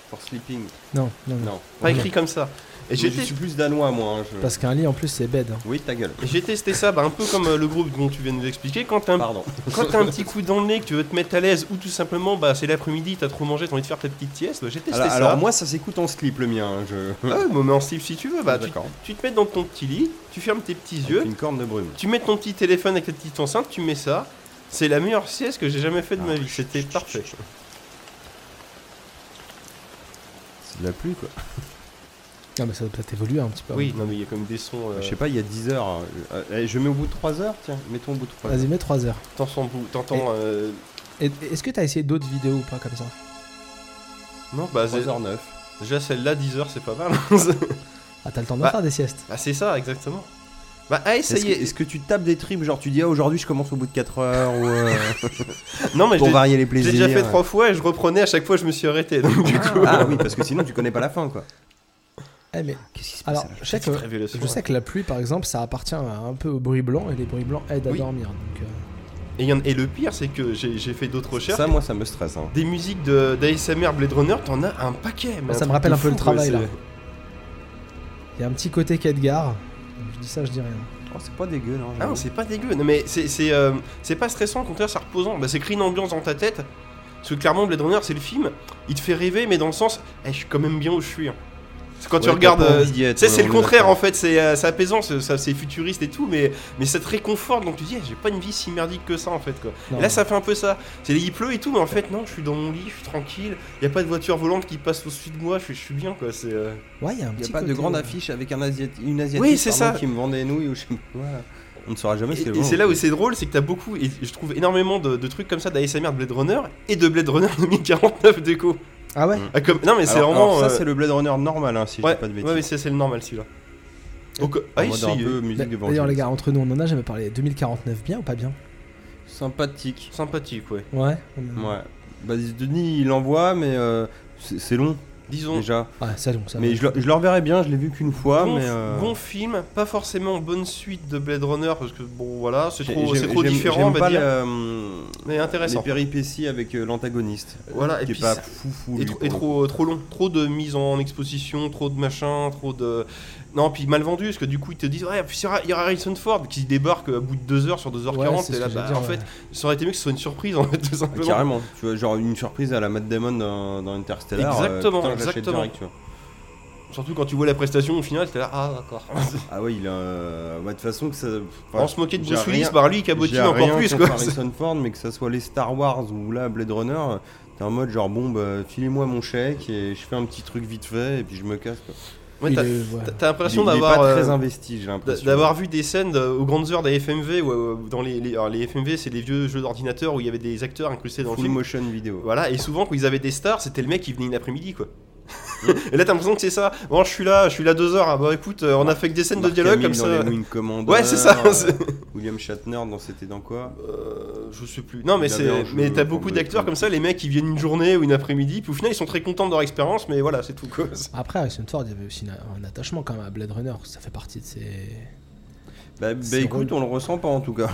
Speaker 1: for sleeping.
Speaker 4: Non, non, non.
Speaker 1: Non.
Speaker 2: pas écrit comme ça. Et j'ai
Speaker 1: Mais Je
Speaker 2: testé.
Speaker 1: suis plus danois, moi. hein, je-
Speaker 4: Parce qu'un lit en plus, c'est bed. hein.
Speaker 1: Oui, ta gueule.
Speaker 2: et j'ai testé ça bah, un peu comme euh, le groupe dont tu viens de nous expliquer. Quand t'as un,
Speaker 1: Pardon.
Speaker 2: quand t'as un petit coup dans le nez, que tu veux te mettre à l'aise, ou tout simplement bah, c'est l'après-midi, t'as trop mangé, t'as envie de faire ta petite sieste, bah, j'ai testé
Speaker 1: Alors,
Speaker 2: ça.
Speaker 1: alors, moi, ça s'écoute en slip le mien. hein, je...
Speaker 2: Ah ouais, mais en Steve, si tu veux, bah, tu,
Speaker 1: D'accord.
Speaker 2: tu te mets dans ton petit lit, tu fermes tes petits
Speaker 1: Avec
Speaker 2: yeux,
Speaker 1: Une corne de brume.
Speaker 2: tu mets ton petit téléphone avec la petite enceinte, tu mets ça. C'est la meilleure sieste que j'ai jamais faite de
Speaker 1: Ah,
Speaker 2: ma vie. C'était parfait.
Speaker 1: C'est de la pluie, quoi.
Speaker 4: Non, mais ça doit peut-être évoluer un petit peu.
Speaker 2: Oui, non mais il y a comme des sons. euh,
Speaker 1: Je sais pas, il y a 10 heures. hein, je- euh, allez, je mets au bout de 3 heures, tiens. Mettons au bout de 3 heures.
Speaker 4: Vas-y, mets 3 heures.
Speaker 2: T'entends, bou-
Speaker 4: Et-
Speaker 2: t'entends. euh,
Speaker 4: Et- et Est-ce que t'as essayé d'autres vidéos ou pas comme ça
Speaker 2: Non, bah c'est-
Speaker 1: 3h09.
Speaker 2: déjà celle-là, 10h, c'est pas mal.
Speaker 4: Ah, t'as le temps de
Speaker 2: Bah.
Speaker 4: faire des siestes.
Speaker 2: bah c'est ça, exactement. Bah à
Speaker 1: Est-ce que,
Speaker 2: essayer.
Speaker 1: est-ce que tu tapes des tripes, genre tu dis ah, aujourd'hui je commence au bout de 4 heures ou euh,
Speaker 2: Non mais je
Speaker 1: pour
Speaker 2: l'ai-
Speaker 1: varier les
Speaker 2: je l'ai
Speaker 1: plaisirs hein.
Speaker 2: déjà fait trois fois et je reprenais à chaque fois, je me suis arrêté. Donc du coup,
Speaker 1: Ah oui, parce que sinon tu connais pas la fin quoi.
Speaker 4: Eh, mais.
Speaker 1: Qu'est-ce qui se
Speaker 4: Alors, je sais, que,
Speaker 2: révélation.
Speaker 4: je sais que la pluie, par exemple, ça appartient à- un peu au bruit blanc et les bruits blancs aident à
Speaker 2: Oui.
Speaker 4: dormir. Donc, euh,
Speaker 2: Et, y en- et le pire, c'est que j'ai j'ai fait d'autres recherches.
Speaker 1: Ça, moi ça me stresse. Hein.
Speaker 2: Des musiques de- d'ASMR Blade Runner, t'en as un paquet. mais
Speaker 4: Moi,
Speaker 2: un
Speaker 4: ça me
Speaker 2: truc
Speaker 4: rappelle
Speaker 2: de
Speaker 4: un peu
Speaker 2: fou,
Speaker 4: le travail,
Speaker 2: quoi,
Speaker 4: là. Il y a un petit côté qu'Edgar. Je dis ça, je dis rien.
Speaker 1: Oh, c'est pas dégueu, non,
Speaker 2: Ah non, c'est pas dégueu. Non, mais c'est c'est, euh, c'est pas stressant, au contraire, c'est reposant. Bah, c'est créer une ambiance dans ta tête. Parce que clairement, Blade Runner, c'est le film. Il te fait rêver, mais dans le sens, eh, je suis quand même bien où je suis. hein. C'est quand tu
Speaker 1: Ouais,
Speaker 2: regardes.
Speaker 1: t'as pas
Speaker 2: euh,
Speaker 1: envie d'y
Speaker 2: Tu
Speaker 1: être,
Speaker 2: sais,
Speaker 1: ouais,
Speaker 2: c'est le
Speaker 1: on est
Speaker 2: contraire
Speaker 1: d'accord.
Speaker 2: en fait, c'est euh, c'est apaisant, c'est ça- c'est futuriste et tout, mais, mais ça te réconforte. Donc tu dis, Eh, j'ai pas une vie si merdique que ça en fait quoi.
Speaker 4: Non.
Speaker 2: Et là, ça fait un peu ça. C'est il pleut et tout, mais en fait, non, je suis dans mon lit, je suis tranquille, y a pas de voiture volante qui passe au-dessus de moi, je suis, je suis bien quoi. C'est. euh,
Speaker 4: Ouais, il y
Speaker 1: Il
Speaker 4: a un
Speaker 1: n'y
Speaker 4: petit
Speaker 1: a pas de
Speaker 4: côté,
Speaker 1: grande
Speaker 4: ouais.
Speaker 1: affiche avec un asiatique, une asiatique
Speaker 2: Oui, c'est
Speaker 1: pardon,
Speaker 2: ça.
Speaker 1: qui me vend des nouilles ou je sais pas quoi. On ne saura jamais
Speaker 2: Et,
Speaker 1: si
Speaker 2: et
Speaker 1: vraiment-
Speaker 2: c'est là où c'est drôle, c'est que t'as beaucoup, et je trouve énormément de, de trucs comme ça d'ASMR de Blade Runner et de Blade Runner 2049 déco.
Speaker 4: Ah ouais
Speaker 2: Ah, comme- Non mais c'est
Speaker 1: Mm. Alors-
Speaker 2: vraiment.
Speaker 1: alors ça,
Speaker 2: euh,
Speaker 1: c'est le Blade Runner normal, hein, si je
Speaker 2: Ouais,
Speaker 1: dis pas de
Speaker 2: ouais,
Speaker 1: bêtises.
Speaker 2: mais c'est c'est le normal celui-là. Donc, euh, ah,
Speaker 1: En mode un
Speaker 2: essayez.
Speaker 1: peu musique de banlieue.
Speaker 4: bah, D'ailleurs, les gars, entre nous, on en a jamais parlé. 2049, bien ou pas bien
Speaker 1: Sympathique.
Speaker 2: Sympathique, ouais.
Speaker 4: Ouais. on
Speaker 2: Mm.
Speaker 4: a-
Speaker 1: Ouais. Bah, Denis, il envoie, mais euh, c'est c'est long,
Speaker 2: Disons,
Speaker 1: déjà.
Speaker 4: Ah, ça donc, ça.
Speaker 1: Mais
Speaker 4: va.
Speaker 1: je, le- je le reverrai bien, je l'ai vu qu'une fois,
Speaker 2: bon,
Speaker 1: mais... euh,
Speaker 2: bon film, pas forcément bonne suite de Blade Runner parce que bon voilà, c'est
Speaker 1: j'ai-
Speaker 2: trop,
Speaker 1: j'ai-
Speaker 2: c'est trop
Speaker 1: j'aime-
Speaker 2: différent,
Speaker 1: j'aime
Speaker 2: on va
Speaker 1: pas
Speaker 2: dire,
Speaker 1: le-
Speaker 2: mais
Speaker 1: les
Speaker 2: intéressant.
Speaker 1: péripéties avec euh, l'antagoniste.
Speaker 2: Voilà, et
Speaker 1: qui est
Speaker 2: puis
Speaker 1: pas
Speaker 2: ça-
Speaker 1: fou fou.
Speaker 2: Et, trop, et trop, trop long, trop de mise en exposition, trop de machin, trop de. Non, puis mal vendu, parce que du coup ils te disent, ouais, puis il y aura- il y aura Harrison Ford qui débarque à bout de 2h sur 2h40,
Speaker 4: Ouais, c'est
Speaker 2: et
Speaker 4: ce
Speaker 2: là,
Speaker 4: que j'allais
Speaker 2: bah,
Speaker 4: dire,
Speaker 2: en
Speaker 4: ouais.
Speaker 2: fait, ça aurait été mieux que ce soit une surprise, en fait, tout simplement.
Speaker 1: Ah, carrément, tu vois, genre une surprise à la Matt Damon dans, dans Interstellar. euh,
Speaker 2: Exactement,
Speaker 1: putain, je l'achète
Speaker 2: exactement.
Speaker 1: direct, tu vois.
Speaker 2: Surtout quand tu vois la prestation au final, t'es là, ah d'accord.
Speaker 1: Ah ouais, il a. euh, bah, de toute façon, que ça. enfin,
Speaker 2: On se moquait de
Speaker 1: j'ai
Speaker 2: Bruce Willis
Speaker 1: rien-
Speaker 2: par lui, il cabotine
Speaker 1: j'ai
Speaker 2: encore
Speaker 1: rien
Speaker 2: plus,
Speaker 1: contre
Speaker 2: quoi.
Speaker 1: Harrison Ford, mais que ça soit les Star Wars ou là Blade Runner, euh, t'es en mode genre bon, bah, filez-moi mon chèque et je fais un petit truc vite fait et puis je me casse. Quoi.
Speaker 2: Ouais,
Speaker 4: Il
Speaker 2: t'as-
Speaker 4: est- ouais.
Speaker 2: t'as- T'as l'impression
Speaker 1: Il- il est
Speaker 2: d'avoir.
Speaker 1: pas
Speaker 2: euh,
Speaker 1: très investi, j'ai
Speaker 2: D'a-
Speaker 1: l'impression.
Speaker 2: D'avoir vu des scènes de- aux grandes heures des FMV, où, euh, dans les, les- alors, les FMV, c'est des vieux jeux d'ordinateur où il y avait des acteurs incrustés dans
Speaker 1: full
Speaker 2: le film.
Speaker 1: motion vidéo.
Speaker 2: Voilà, et souvent quand ils avaient des stars, c'était le mec qui venait une après-midi, quoi. et là, t'as l'impression que c'est ça. Bon, je suis là, je suis là deux heures. Ah bah écoute, euh, on a fait que des scènes de
Speaker 1: Mark
Speaker 2: dialogue
Speaker 1: Hamill
Speaker 2: comme
Speaker 1: dans
Speaker 2: ça.
Speaker 1: les Wing Commander,
Speaker 2: Ouais, c'est ça,
Speaker 1: euh,
Speaker 2: c'est-
Speaker 1: William Shatner dans c'était dans quoi
Speaker 2: Euh, je sais plus. Non, mais
Speaker 1: Il
Speaker 2: c'est,
Speaker 1: avait un jeu
Speaker 2: mais t'as
Speaker 1: en
Speaker 2: beaucoup
Speaker 1: mode
Speaker 2: d'acteurs comme ça, les mecs qui viennent une journée ou une après-midi, puis au final ils sont très contents de leur expérience, mais voilà, c'est tout quoi.
Speaker 4: Après, Harrison Ford, il y avait aussi une- un attachement quand même à Blade Runner. Ça fait partie de ses,
Speaker 1: Bah, bah,
Speaker 4: C'est
Speaker 1: écoute,
Speaker 4: relou.
Speaker 1: on le ressent pas en tout cas.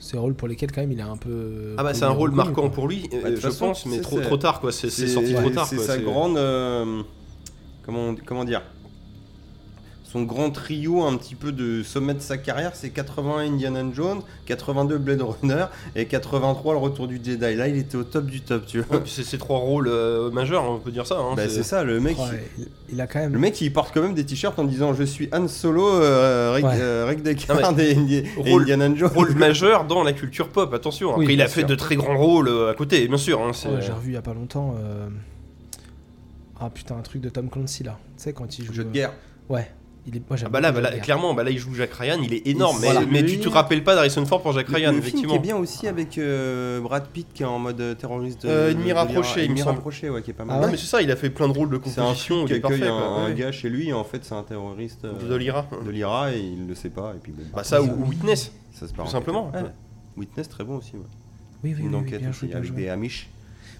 Speaker 4: ses rôles pour lesquels, quand même, il a un peu.
Speaker 2: Ah bah c'est un
Speaker 4: connu,
Speaker 2: rôle
Speaker 4: reconnu,
Speaker 2: marquant
Speaker 4: quoi.
Speaker 2: pour lui,
Speaker 1: Bah, de
Speaker 2: euh,
Speaker 1: toute
Speaker 2: je
Speaker 1: façon,
Speaker 2: pense, mais
Speaker 1: c'est-
Speaker 2: trop
Speaker 1: c'est-
Speaker 2: trop tard quoi. C'est, c'est sorti
Speaker 1: ouais,
Speaker 2: trop tard.
Speaker 1: C'est
Speaker 2: quoi,
Speaker 1: sa grande. euh, comment, comment dire Son grand trio, un petit peu de sommet de sa carrière, c'est 80 Indiana Jones, 82 Blade Runner et 83 Le Retour du Jedi. Là, il était au top du top, tu vois.
Speaker 2: Ouais, puis c'est ces trois rôles euh, majeurs, on peut dire ça. hein,
Speaker 1: Bah, c'est ça, le mec.
Speaker 4: Ouais, il, il a quand même.
Speaker 1: Le mec il porte quand même des t-shirts en disant je suis Han Solo, euh, Rick,
Speaker 4: Ouais.
Speaker 1: euh, Rick Deckard
Speaker 2: Non, mais-
Speaker 1: et, Indi- et
Speaker 2: Rôle-
Speaker 1: Indiana Jones.
Speaker 2: rôle majeur dans la culture pop, attention. Après,
Speaker 4: Oui,
Speaker 2: il a
Speaker 4: bien
Speaker 2: fait
Speaker 4: sûr.
Speaker 2: de très grands rôles euh, à côté, bien sûr. hein, c'est-
Speaker 4: Oh, J'ai revu il y a pas longtemps. euh, Ah putain, un truc de Tom Clancy là. Tu sais, quand il joue.
Speaker 1: Jeu de
Speaker 4: euh,
Speaker 1: guerre.
Speaker 4: Ouais. Il est... Moi, j'aime
Speaker 2: Ah bah là, bah
Speaker 4: beaucoup le
Speaker 2: là,
Speaker 4: jeu de guerre.
Speaker 2: clairement, bah là, il joue Jack Ryan, il est énorme.
Speaker 1: Voilà.
Speaker 2: Mais, mais tu te
Speaker 1: Lui-
Speaker 2: rappelles pas d'Harrison Ford pour Jack
Speaker 1: Le-
Speaker 2: Ryan,
Speaker 1: le film qui
Speaker 2: effectivement.
Speaker 1: est bien aussi avec euh, Brad Pitt qui est en mode euh, terroriste.
Speaker 2: Euh,
Speaker 1: de-
Speaker 2: Ennemi
Speaker 1: de-
Speaker 2: rapproché, il me
Speaker 1: Ennemi
Speaker 2: semble.
Speaker 1: rapproché, ouais, qui est pas
Speaker 4: Ah
Speaker 1: mal.
Speaker 2: Non,
Speaker 4: ouais
Speaker 2: mais c'est ça, il a fait plein de rôles de
Speaker 1: hein. C'est un
Speaker 2: composition,
Speaker 1: film
Speaker 2: il
Speaker 1: qui
Speaker 2: est
Speaker 1: accueille
Speaker 2: parfait.
Speaker 1: un,
Speaker 2: quoi,
Speaker 1: un
Speaker 2: ouais.
Speaker 1: gars chez lui, et en fait c'est un terroriste euh,
Speaker 2: De l'Ira.
Speaker 1: de l'IRA et il le sait pas, et puis bon,
Speaker 2: Bah ça, ou ou Witness.
Speaker 1: ça se part.
Speaker 2: tout
Speaker 1: en
Speaker 2: simplement,
Speaker 1: cacahuète.
Speaker 2: ouais.
Speaker 1: Witness très bon aussi, ouais.
Speaker 4: Oui, oui, oui,
Speaker 1: une
Speaker 4: oui,
Speaker 1: enquête
Speaker 4: bien
Speaker 1: aussi,
Speaker 4: joué, bien
Speaker 1: avec
Speaker 4: joué.
Speaker 1: des Amish.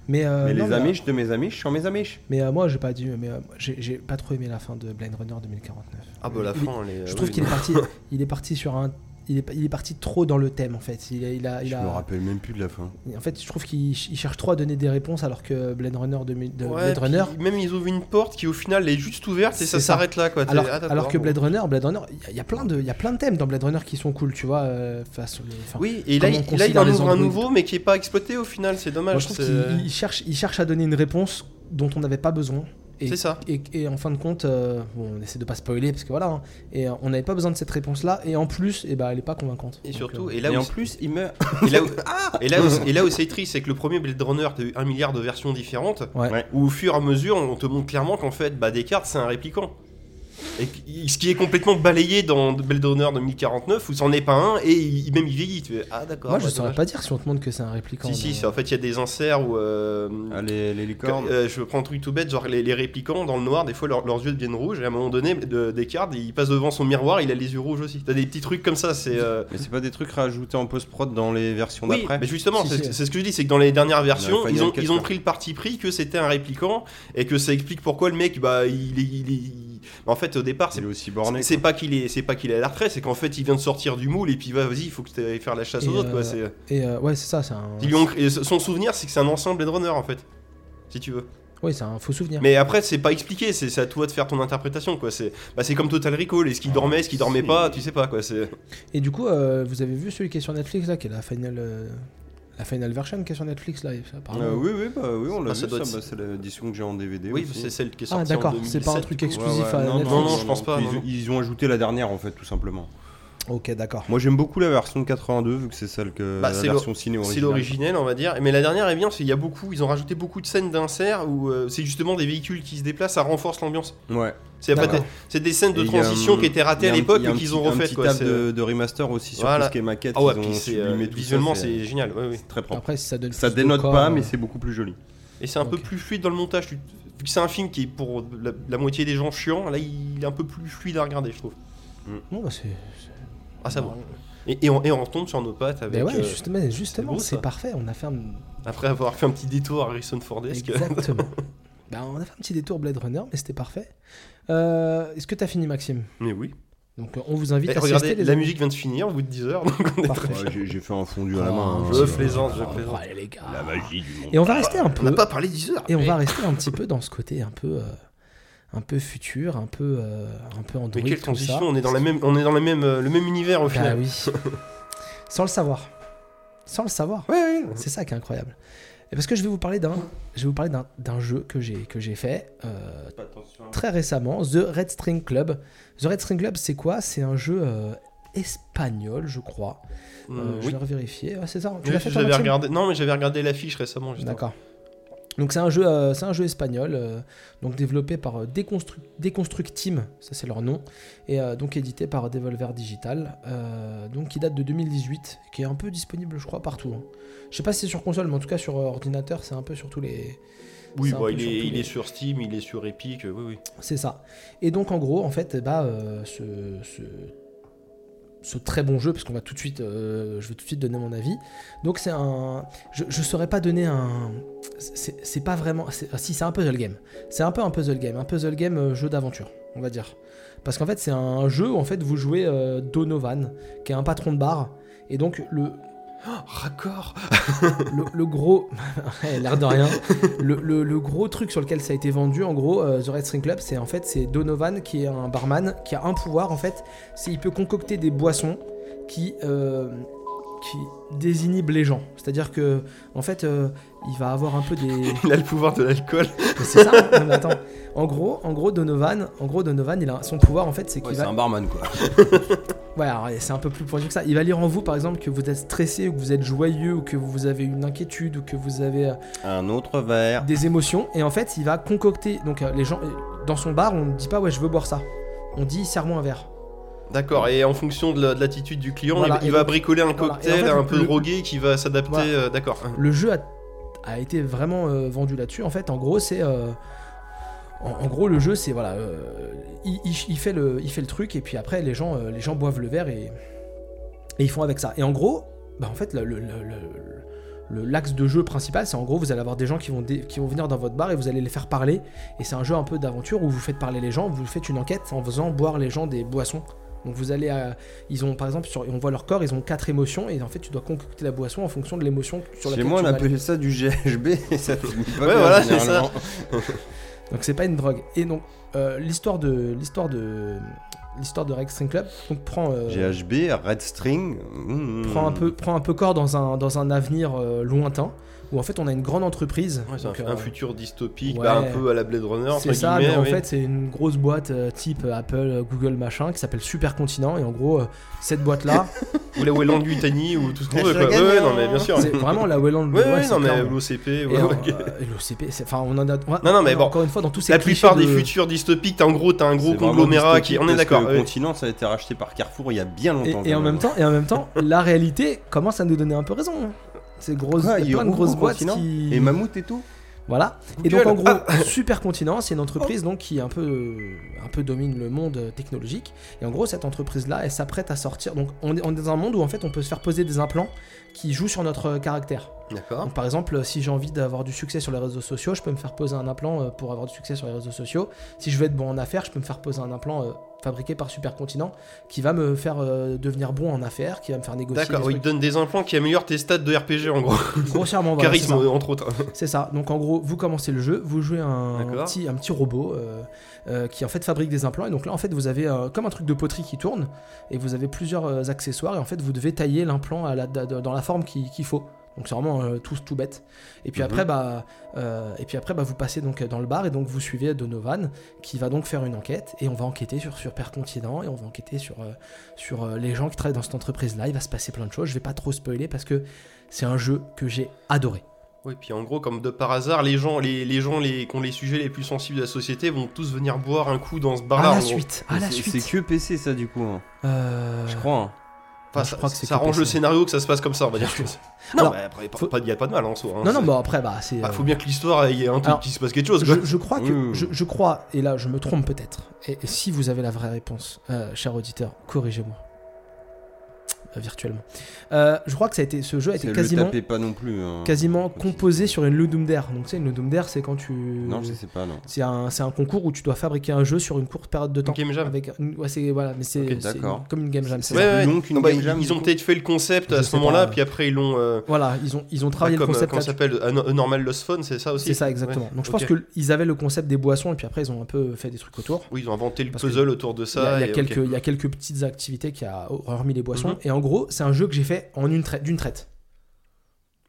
Speaker 4: Mais, euh,
Speaker 1: mais
Speaker 4: non,
Speaker 1: les Amish de mes Amish sont mes Amish.
Speaker 4: Mais euh, moi, j'ai pas dû. Mais euh, j'ai j'ai pas trop aimé la fin de Blade Runner 2049.
Speaker 2: Ah bah la
Speaker 4: Il est-
Speaker 2: fin, elle
Speaker 1: Eh
Speaker 2: est.
Speaker 4: Je
Speaker 2: euh,
Speaker 4: trouve
Speaker 2: oui,
Speaker 4: qu'il
Speaker 2: non.
Speaker 4: est parti. il est parti sur un. Il est, il est parti trop dans le thème en fait. Il a, il a, Ah, il
Speaker 1: Je
Speaker 4: a-
Speaker 1: me rappelle même plus de la fin.
Speaker 4: En fait, je trouve qu'il ch- il cherche trop à donner des réponses alors que Blade Runner 2000 de
Speaker 2: Ouais,
Speaker 4: Blade Runner.
Speaker 2: puis Même ils ouvrent une porte qui au final est juste ouverte et ça
Speaker 4: C'est ça.
Speaker 2: s'arrête là quoi. T'es-
Speaker 4: Alors,
Speaker 2: ah, d'accord,
Speaker 4: alors que
Speaker 2: bon.
Speaker 4: Blade Runner, Blade Runner, il y a- il y, a plein de, il y a plein de thèmes dans Blade Runner qui sont cool, tu vois. euh, façon, enfin,
Speaker 2: Oui, et là,
Speaker 4: Comment
Speaker 2: il-
Speaker 4: on
Speaker 2: là il
Speaker 4: considère
Speaker 2: en
Speaker 4: les
Speaker 2: ouvre un
Speaker 4: androïdes.
Speaker 2: nouveau mais qui est pas exploité au final, c'est
Speaker 4: moi,
Speaker 2: dommage.
Speaker 4: je trouve
Speaker 2: c'est-
Speaker 4: qu'il il cherche, il cherche à donner une réponse dont on n'avait pas besoin. Et-
Speaker 2: C'est ça.
Speaker 4: Et, et en fin de compte, euh, bon, on essaie de pas spoiler parce que voilà, hein, et euh, on n'avait pas besoin de cette réponse-là. Et en plus, et bah, elle est pas convaincante.
Speaker 2: Et
Speaker 4: Donc,
Speaker 2: surtout,
Speaker 4: euh,
Speaker 2: et là
Speaker 1: Et
Speaker 2: où
Speaker 1: en plus, il meurt.
Speaker 2: Et là où,
Speaker 1: Ah
Speaker 2: et là où- et là où c'est triste, c'est que le premier Blade Runner, t'as eu un milliard de versions différentes,
Speaker 4: Ouais.
Speaker 1: Ouais.
Speaker 2: où au fur et à mesure, on te montre clairement qu'en fait, bah, Descartes, c'est un répliquant. Et qu- ce qui est complètement balayé dans Blade Runner 2049, où c'en est pas un, et il- même il vieillit. Tu fais, ah d'accord.
Speaker 4: moi,
Speaker 2: bah,
Speaker 4: je saurais euh,
Speaker 2: dommage.
Speaker 4: pas dire si on te montre que c'est un répliquant.
Speaker 2: Si, si,
Speaker 4: mais-
Speaker 2: c'est- en fait, il y a des inserts où. euh,
Speaker 1: Ah, les, les licornes.
Speaker 2: euh, je prends un truc tout bête, genre les, les réplicants dans le noir, des fois leurs- leurs yeux deviennent rouges, et à un moment donné, de- Descartes, il passe devant son miroir, il a les yeux rouges aussi. T'as des petits trucs comme ça, c'est. euh,
Speaker 1: Mais c'est pas des trucs rajoutés en post-prod dans les versions
Speaker 2: oui,
Speaker 1: d'après
Speaker 2: mais justement,
Speaker 4: Si,
Speaker 2: c'est
Speaker 4: si.
Speaker 2: c'est ce que je dis, c'est que dans les dernières versions,
Speaker 1: Final
Speaker 2: ils ont,
Speaker 1: Cut,
Speaker 2: ils ont
Speaker 1: quoi.
Speaker 2: pris le parti pris que c'était un répliquant et que ça explique pourquoi le mec, bah, il est. il est- il- bah, en fait, au départ, c'est
Speaker 1: Il est aussi borné.
Speaker 2: c'est
Speaker 1: quoi.
Speaker 2: pas qu'il est, c'est pas qu'il est à la retraite, c'est qu'en fait, il vient de sortir du moule et puis va, vas-y, il faut que tu ailles faire la chasse
Speaker 4: Et,
Speaker 2: aux autres. quoi,
Speaker 4: euh,
Speaker 2: c'est-
Speaker 4: Et euh, ouais, c'est ça, c'est un.
Speaker 2: ils lui ont créé- son souvenir, c'est que c'est un ancien Blade Runner en fait, si tu veux.
Speaker 4: Ouais, c'est un faux souvenir.
Speaker 2: Mais après, c'est pas expliqué, c'est c'est à toi de faire ton interprétation, quoi. C'est, bah, c'est comme Total Recall, est-ce qu'il dormait, est-ce qu'il dormait
Speaker 1: Ah, si.
Speaker 2: pas, tu sais pas, quoi. C'est.
Speaker 4: Et du coup, euh, vous avez vu celui qui est sur Netflix là, qui est la Final, euh, La Final Version qui est sur Netflix là, ça parle.
Speaker 1: Euh, oui, oui, bah, oui, on l'a
Speaker 2: Ah,
Speaker 1: vu,
Speaker 2: ça
Speaker 1: ça,
Speaker 2: doit être-
Speaker 1: bah, c'est l'édition que j'ai en DVD.
Speaker 2: Oui,
Speaker 1: aussi.
Speaker 2: c'est celle qui est
Speaker 4: Ah,
Speaker 2: sortie. en
Speaker 4: d'accord, c'est pas un
Speaker 2: 2007,
Speaker 4: truc
Speaker 2: du coup.
Speaker 4: exclusif hein,
Speaker 1: Ouais, ouais,
Speaker 4: à
Speaker 1: non,
Speaker 4: Netflix.
Speaker 2: non, non, je pense pas,
Speaker 1: Ils,
Speaker 2: non, non.
Speaker 1: ils ont ajouté la dernière en fait, tout simplement.
Speaker 4: Ok, d'accord.
Speaker 1: Moi j'aime beaucoup la version de 82 vu que c'est celle que
Speaker 2: Bah,
Speaker 1: la
Speaker 2: c'est l'o-
Speaker 1: version ciné
Speaker 2: C'est
Speaker 1: originale.
Speaker 2: l'originel, on va dire. Mais la dernière est bien, parce qu'il y a beaucoup, ils ont rajouté beaucoup de scènes d'insert où euh, c'est justement des véhicules qui se déplacent, ça renforce l'ambiance.
Speaker 1: Ouais.
Speaker 2: C'est pas
Speaker 4: D'accord.
Speaker 2: des- c'est des scènes de
Speaker 1: Et il y a un-
Speaker 2: transition qui étaient ratées
Speaker 1: il y
Speaker 2: à
Speaker 1: a un-
Speaker 2: l'époque
Speaker 1: il y a
Speaker 2: mais
Speaker 1: un
Speaker 2: qu'ils
Speaker 1: petit-
Speaker 2: ont refaites.
Speaker 1: Un petit
Speaker 2: quoi,
Speaker 1: table
Speaker 2: c'est- euh,
Speaker 1: de, de remaster aussi sur tout
Speaker 2: Voilà.
Speaker 1: ce qui est maquette.
Speaker 2: Ah ouais,
Speaker 1: ils ont
Speaker 2: puis c'est, euh,
Speaker 1: sublimé tout ça,
Speaker 2: visuellement c'est génial. ouais, ouais.
Speaker 1: c'est très propre.
Speaker 4: Après, si ça donne.
Speaker 1: Ça
Speaker 4: plus de
Speaker 1: dénote
Speaker 4: quoi,
Speaker 1: pas,
Speaker 4: euh,
Speaker 1: mais c'est beaucoup plus joli.
Speaker 2: Et c'est un peu
Speaker 4: Ok.
Speaker 2: plus fluide dans le montage. tu- Vu que c'est un film qui est pour la, la moitié des gens chiants, là il est un peu plus fluide à regarder, je trouve.
Speaker 4: Non, bah c'est. c'est-
Speaker 2: Ah, ça va. Et, et on, et on retombe sur nos pattes
Speaker 4: Mais
Speaker 2: avec.
Speaker 4: Ben ouais,
Speaker 2: euh,
Speaker 4: justement, justement,
Speaker 2: beau,
Speaker 4: c'est
Speaker 2: ça.
Speaker 4: parfait. On a fait un.
Speaker 2: Après avoir fait un petit détour à Harrison Fordesque.
Speaker 4: Exactement. bah, on a fait un petit détour Blade Runner, mais c'était parfait. Euh, Est-ce que t'as fini, Maxime
Speaker 2: Mais oui.
Speaker 4: Donc, euh, on vous invite
Speaker 2: Eh,
Speaker 4: à
Speaker 2: regardez,
Speaker 4: siester, les
Speaker 2: la
Speaker 4: amis.
Speaker 2: musique vient de finir au bout de 10 heures, donc on est
Speaker 4: Parfait.
Speaker 1: Ouais, j'ai- J'ai fait un fondu à la main. hein.
Speaker 2: Oh, Je plaisante, je plaisante.
Speaker 4: Allez, les gars.
Speaker 1: La magie du monde.
Speaker 4: Et on va rester un
Speaker 2: On n'a
Speaker 4: peu.
Speaker 2: pas parlé 10 heures.
Speaker 4: Et on va rester un petit peu dans ce côté un peu. euh, un peu futur, un peu. euh, un peu
Speaker 2: Mais
Speaker 4: android.
Speaker 2: quelle
Speaker 4: tout ça.
Speaker 2: transition, on est dans, la même, on est dans la même, euh, le même univers au
Speaker 4: Bah
Speaker 2: final.
Speaker 4: oui. Sans le savoir. Sans le savoir.
Speaker 2: Ouais, ouais.
Speaker 4: C'est ça qui est incroyable. Et parce que je vais vous parler d'un, je vais vous parler d'un, d'un jeu que j'ai que j'ai fait euh, très récemment, The Red String Club. The Red String Club, c'est quoi C'est un jeu euh, espagnol, je crois. Euh,
Speaker 2: Euh,
Speaker 4: Je
Speaker 2: oui.
Speaker 4: vais revérifier. Ouais, c'est ça. Tu
Speaker 2: Oui,
Speaker 4: l'as fait toi,
Speaker 2: J'avais
Speaker 4: Maxime
Speaker 2: regardé. Non, mais j'avais regardé l'affiche récemment. justement.
Speaker 4: D'accord. Donc c'est un jeu, euh, c'est un jeu espagnol, euh, donc développé par euh, Deconstru- Deconstruct Team, ça c'est leur nom, et euh, donc édité par Devolver Digital, euh, donc qui date de 2018, qui est un peu disponible je crois partout. hein. Je sais pas si c'est sur console, mais en tout cas sur euh, ordinateur, c'est un peu sur tous les.
Speaker 2: Oui,
Speaker 4: c'est un
Speaker 2: bah,
Speaker 4: peu
Speaker 2: il,
Speaker 4: sur
Speaker 2: est,
Speaker 4: tous
Speaker 2: il
Speaker 4: les-
Speaker 2: est sur Steam, il est sur Epic. euh, Oui, oui.
Speaker 4: c'est ça. Et donc en gros, en fait, eh bah, euh, ce, ce, ce très bon jeu, parce qu'on va tout de suite, euh, je vais tout de suite donner mon avis. Donc c'est un, je, je saurais pas donner un, c'est c'est pas vraiment, c'est- ah, si c'est un puzzle game, c'est un peu un puzzle game, un puzzle game euh, jeu d'aventure, on va dire. Parce qu'en fait c'est un jeu où en fait vous jouez euh, Donovan, qui est un patron de bar, et donc le, oh,
Speaker 2: Raccord
Speaker 4: le, le gros, Ouais, l'air de rien, le, le- le gros truc sur lequel ça a été vendu, en gros, euh, The Red String Club, c'est en fait c'est Donovan qui est un barman qui a un pouvoir en fait, c'est il peut concocter des boissons qui euh, qui désinhibent les gens. C'est-à-dire que en fait, euh, il va avoir un peu des
Speaker 2: Il a le pouvoir de l'alcool.
Speaker 4: mais c'est ça. hein Non, mais attends. En gros, en gros Donovan, en gros Donovan, il a son pouvoir en fait, c'est qu'il
Speaker 1: Ouais, c'est
Speaker 4: va
Speaker 1: un barman quoi.
Speaker 4: Ouais, alors, c'est un peu plus pointu que ça. Il va lire en vous, par exemple, que vous êtes stressé, ou que vous êtes joyeux, ou que vous avez une inquiétude, ou que vous avez euh,
Speaker 1: Un autre verre.
Speaker 4: des émotions et en fait il va concocter donc euh, les gens euh, dans son bar on ne dit pas ouais je veux boire ça on dit serre-moi un verre
Speaker 2: D'accord, et en fonction de la- de l'attitude du client,
Speaker 4: Voilà,
Speaker 2: il- il,
Speaker 4: et
Speaker 2: va
Speaker 4: donc-
Speaker 2: bricoler un
Speaker 4: voilà, et en
Speaker 2: cocktail
Speaker 4: fait,
Speaker 2: un
Speaker 4: le-
Speaker 2: peu
Speaker 4: le-
Speaker 2: drogué qui va s'adapter.
Speaker 4: Voilà.
Speaker 2: euh, D'accord.
Speaker 4: le jeu a, a été vraiment euh, vendu là-dessus en fait en gros c'est euh, en, en gros le jeu c'est voilà euh, il, il- il fait le il fait le truc et puis après les gens euh, les gens boivent le verre et et ils font avec ça et en gros bah en fait le, le- le- le- le- l'axe de jeu principal, c'est en gros, vous allez avoir des gens qui vont, dé- qui vont venir dans votre bar et vous allez les faire parler. Et c'est un jeu un peu d'aventure où vous faites parler les gens, vous faites une enquête en faisant boire les gens des boissons. Donc vous allez, à- ils ont par exemple, sur, on voit leur corps, ils ont quatre émotions et en fait tu dois concocter la boisson en fonction de l'émotion sur
Speaker 1: Chez
Speaker 4: laquelle
Speaker 1: moi on
Speaker 4: tu vas aller.
Speaker 1: appelait ça du GHB et ça finit pas
Speaker 2: Ouais,
Speaker 1: bien,
Speaker 2: voilà, c'est ça.
Speaker 1: généralement.
Speaker 4: Donc c'est pas une drogue. Et donc euh, l'histoire de l'histoire de l'histoire de Rex String Club donc prend euh,
Speaker 1: GHB, Red String. mm,
Speaker 4: prend un peu prend un peu corps dans un dans un avenir euh, lointain où en fait on a une grande entreprise.
Speaker 2: Ouais, c'est un,
Speaker 4: Donc,
Speaker 2: un
Speaker 4: euh,
Speaker 2: futur dystopique, bah,
Speaker 4: ouais.
Speaker 2: un peu à la Blade Runner. entre
Speaker 4: c'est ça, mais
Speaker 2: guillemets,
Speaker 4: en
Speaker 2: oui.
Speaker 4: fait c'est une grosse boîte euh, type Apple, euh, Google machin qui s'appelle Supercontinent et en gros euh, cette boîte là
Speaker 2: Ou la Welland Lutani ou tout ce qu'on
Speaker 1: Ouais,
Speaker 2: veut.
Speaker 1: c'est
Speaker 2: Quoi. Ouais,
Speaker 1: gagnant.
Speaker 2: ouais, non, mais bien sûr.
Speaker 4: euh, c'est vraiment la Wayland.
Speaker 2: Ouais, ouais,
Speaker 4: c'est
Speaker 2: non, mais
Speaker 4: clair.
Speaker 2: l'OCP.
Speaker 4: Et
Speaker 2: ouais,
Speaker 4: en-
Speaker 2: ok.
Speaker 4: euh, et l'OCP, c'est- enfin on en a.
Speaker 2: Non, non, mais bon.
Speaker 4: Encore une fois dans tous ces
Speaker 2: La
Speaker 4: clichés
Speaker 2: plupart des
Speaker 4: de-
Speaker 2: futurs dystopiques, t'as en gros, t'as un gros
Speaker 1: c'est vraiment
Speaker 2: conglomérat
Speaker 1: dystopique
Speaker 2: qui. On est
Speaker 1: parce
Speaker 2: d'accord.
Speaker 1: que
Speaker 2: ouais.
Speaker 1: Le continent ça a été racheté par Carrefour il y a bien
Speaker 4: Et,
Speaker 1: longtemps.
Speaker 2: hein,
Speaker 4: et en même temps, et en même temps, la réalité commence à nous donner un peu raison. hein. Ces grosses,
Speaker 1: Quoi,
Speaker 4: il
Speaker 1: il
Speaker 4: y a plein de
Speaker 1: rouvre
Speaker 4: grosses
Speaker 1: le
Speaker 4: boîtes
Speaker 1: Ah, continent
Speaker 4: qui,
Speaker 1: Et Mammouth et tout
Speaker 4: voilà. Et donc
Speaker 2: Google. Ah. Oh.
Speaker 4: en gros, Supercontinent, c'est une entreprise donc qui un peu, un peu domine le monde euh, technologique. Et en gros, cette entreprise là, elle s'apprête à sortir. Donc on est, on est dans un monde où en fait, on peut se faire poser des implants qui jouent sur notre euh, caractère.
Speaker 2: D'accord.
Speaker 4: Donc, par exemple, si j'ai envie d'avoir du succès sur les réseaux sociaux, je peux me faire poser un implant euh, pour avoir du succès sur les réseaux sociaux. Si je veux être bon en affaires, je peux me faire poser un implant euh, fabriqué par Supercontinent qui va me faire euh, devenir bon en affaires, qui va me faire négocier.
Speaker 2: D'accord,
Speaker 4: des
Speaker 2: oui, il
Speaker 4: trucs.
Speaker 2: te donne des implants qui améliorent tes stats de RPG en gros.
Speaker 4: Grossièrement, voilà, c'est
Speaker 2: Charisme,
Speaker 4: ça.
Speaker 2: entre autres.
Speaker 4: C'est ça. Donc en gros, vous commencez le jeu, vous jouez un
Speaker 2: D'accord.
Speaker 4: petit, un petit robot euh, euh, qui en fait fabrique des implants. Et donc là, en fait, vous avez euh, comme un truc de poterie qui tourne et vous avez plusieurs euh, accessoires. Et en fait, vous devez tailler l'implant à la- da- da- dans la forme qui- qu'il faut. Donc c'est vraiment euh, tout, tout bête. Et puis
Speaker 1: Mhm.
Speaker 4: après, bah, euh, et puis après bah, vous passez donc dans le bar et donc vous suivez Donovan qui va donc faire une enquête et on va enquêter sur, sur Percontinent et on va enquêter sur, euh, sur euh, les gens qui travaillent dans cette entreprise-là. Il va se passer plein de choses. Je vais pas trop spoiler parce que c'est un jeu que j'ai adoré.
Speaker 2: Oui, puis en gros, comme de par hasard, les gens, les, les gens les, qui ont les sujets les plus sensibles de la société vont tous venir boire un coup dans ce bar-là.
Speaker 4: À Ah, la
Speaker 2: en gros.
Speaker 4: suite, à la
Speaker 1: C'est-
Speaker 4: suite.
Speaker 1: C'est que PC ça du coup. hein.
Speaker 4: Euh,
Speaker 1: Je crois. hein.
Speaker 2: Enfin,
Speaker 4: je
Speaker 2: ça,
Speaker 4: crois que c'est
Speaker 2: ça
Speaker 4: que
Speaker 2: arrange le
Speaker 4: PC.
Speaker 2: scénario que ça se passe comme ça, on va dire. Non,
Speaker 4: Alors,
Speaker 2: mais après, pas-
Speaker 4: faut-
Speaker 2: pas- y a pas de mal en soi. hein.
Speaker 4: Non, non,
Speaker 2: C'est-
Speaker 4: bah après, bah c'est.
Speaker 2: Bah,
Speaker 4: euh,
Speaker 2: faut bien que l'histoire il y ait un truc
Speaker 4: Alors,
Speaker 2: qui se passe quelque chose. quoi.
Speaker 4: Je, je crois que
Speaker 1: Ouh.
Speaker 4: je, je crois et là je me trompe peut-être. Et, et si vous avez la vraie réponse, euh, cher auditeur, corrigez-moi Euh, virtuellement. Euh, je crois que ça a été ce jeu a
Speaker 1: C'est-
Speaker 4: été
Speaker 1: le
Speaker 4: quasiment
Speaker 1: tapez pas non plus. hein.
Speaker 4: quasiment composé sur une Ludum Dare. Donc c'est une Ludum Dare, c'est quand tu
Speaker 1: Non, je sais pas non.
Speaker 4: c'est un c'est un concours où tu dois fabriquer un jeu sur une courte période de temps.
Speaker 2: game jam.
Speaker 4: Avec un- ouais, c'est voilà, mais c'est
Speaker 1: Ok,
Speaker 4: c'est
Speaker 1: d'accord.
Speaker 4: une- comme une game jam.
Speaker 1: C'est
Speaker 4: c'est-
Speaker 1: plus
Speaker 2: Ouais, ouais.
Speaker 1: long qu'une
Speaker 2: Non, bah,
Speaker 1: game
Speaker 2: ils-
Speaker 1: jam,
Speaker 2: ils
Speaker 1: du
Speaker 2: ont
Speaker 1: coup.
Speaker 2: peut-être fait le concept
Speaker 4: Je
Speaker 2: à
Speaker 4: sais
Speaker 2: ce moment-là,
Speaker 4: pas.
Speaker 2: puis après ils l'ont. euh,
Speaker 4: Voilà, ils ont ils ont travaillé
Speaker 2: Ah, comme, euh,
Speaker 4: le concept
Speaker 2: comment ça
Speaker 4: là-dessus.
Speaker 2: s'appelle A No- A Normal Lost Phone, c'est ça aussi
Speaker 4: C'est ça exactement.
Speaker 2: Ouais,
Speaker 4: Donc je
Speaker 2: ok.
Speaker 4: pense qu'ils avaient le concept des boissons et puis après ils ont un peu fait des trucs autour.
Speaker 2: Oui, ils ont inventé le
Speaker 4: Parce que
Speaker 2: puzzle autour de ça.
Speaker 4: Il y a- il y, a
Speaker 2: et- ok.
Speaker 4: quelques, il y a quelques petites activités qui a hormis les boissons.
Speaker 2: Mhm.
Speaker 4: Et en gros, c'est un jeu que j'ai fait en une traite, d'une traite.